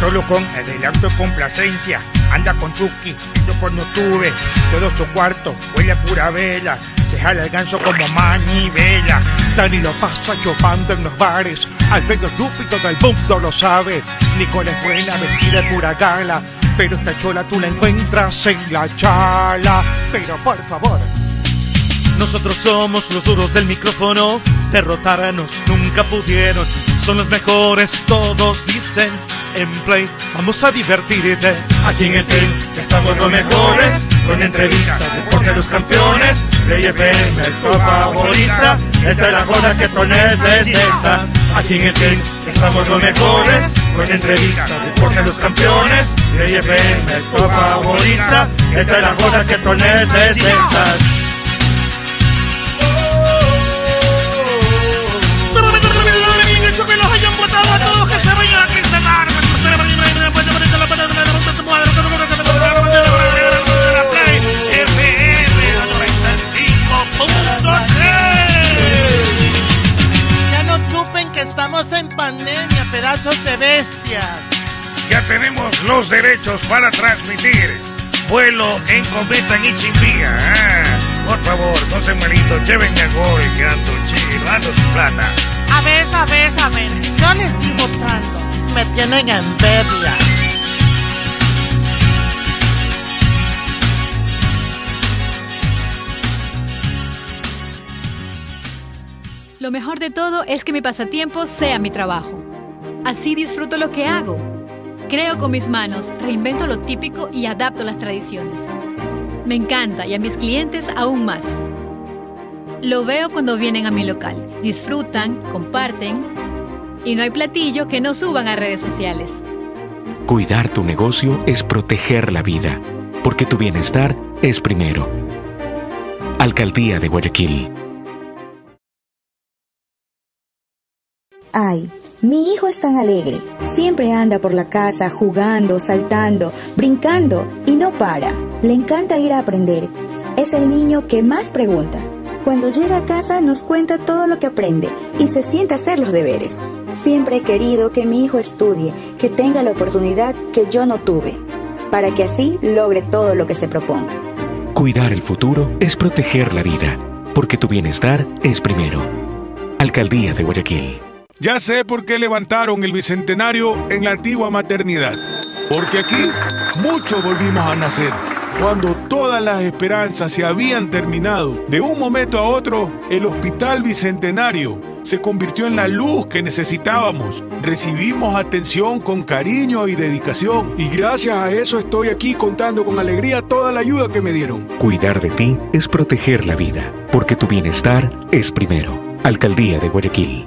Speaker 7: Solo con adelanto y complacencia. Anda con Chucky, yo cuando tuve todo su cuarto, huele a pura vela. Se jala el ganso como manivela. Dani lo pasa chupando en los bares. Alfredo estúpido del mundo lo sabe. Nicole es buena, vestida de pura gala. Pero esta chola tú la encuentras en la chala. Pero por favor,
Speaker 10: Nosotros somos los duros del micrófono, derrotarnos nunca pudieron. Son los mejores, todos dicen. En Play, vamos a divertirte. Aquí en el Play estamos los mejores, con entrevistas, deporte de los campeones. Play FM, tu favorita, esta es la joda que tú necesitas. Aquí en el Play estamos los mejores, con entrevistas, deporte de los campeones. Play FM, tu favorita, esta es la joda que tú necesitas.
Speaker 16: Eso que los hayan votado a todos que se vayan a encerrar. La Play FM, la 95.3.
Speaker 19: Ya no chupen que estamos en pandemia, pedazos de bestias.
Speaker 7: Ya tenemos los derechos para transmitir vuelo en cometa en Ichimbía. Ah, por favor, no se malito, llévenme a gol, que ando chido, ando sin plata.
Speaker 19: A ver, a ver, a ver. Yo les estoy votando. Me tienen envidia.
Speaker 6: Lo mejor de todo es que mi pasatiempo sea mi trabajo. Así disfruto lo que hago. Creo con mis manos, reinvento lo típico y adapto las tradiciones. Me encanta y a mis clientes aún más. Lo veo cuando vienen a mi local. Disfrutan, comparten y no hay platillo que no suban a redes sociales. Cuidar tu negocio es proteger la vida, porque tu bienestar es primero. Alcaldía de Guayaquil.
Speaker 3: Ay, mi hijo es tan alegre. Siempre anda por la casa jugando, saltando, brincando y no para. Le encanta ir a aprender. Es el niño que más pregunta. Cuando llega a casa nos cuenta todo lo que aprende y se sienta a hacer los deberes. Siempre he querido que mi hijo estudie, que tenga la oportunidad que yo no tuve, para que así logre todo lo que se proponga.
Speaker 6: Cuidar el futuro es proteger la vida, porque tu bienestar es primero. Alcaldía de Guayaquil.
Speaker 4: Ya sé por qué levantaron el bicentenario en la antigua maternidad. Porque aquí muchos volvimos a nacer. Cuando todas las esperanzas se habían terminado, de un momento a otro, el Hospital Bicentenario se convirtió en la luz que necesitábamos. Recibimos atención con cariño y dedicación.
Speaker 22: Y gracias a eso estoy aquí contando con alegría toda la ayuda que me dieron.
Speaker 6: Cuidar de ti es proteger la vida, porque tu bienestar es primero. Alcaldía de Guayaquil.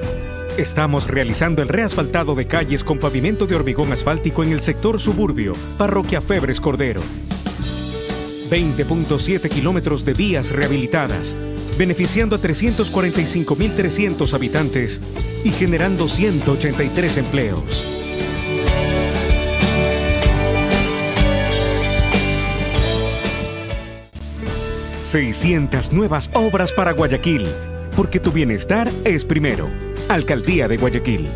Speaker 6: Estamos realizando el reasfaltado de calles con pavimento de hormigón asfáltico en el sector suburbio, Parroquia Febres Cordero. 20.7 kilómetros de vías rehabilitadas, beneficiando a 345.300 habitantes y generando 183 empleos. ...600 nuevas obras para Guayaquil... ...porque tu bienestar es primero... ...Alcaldía de Guayaquil...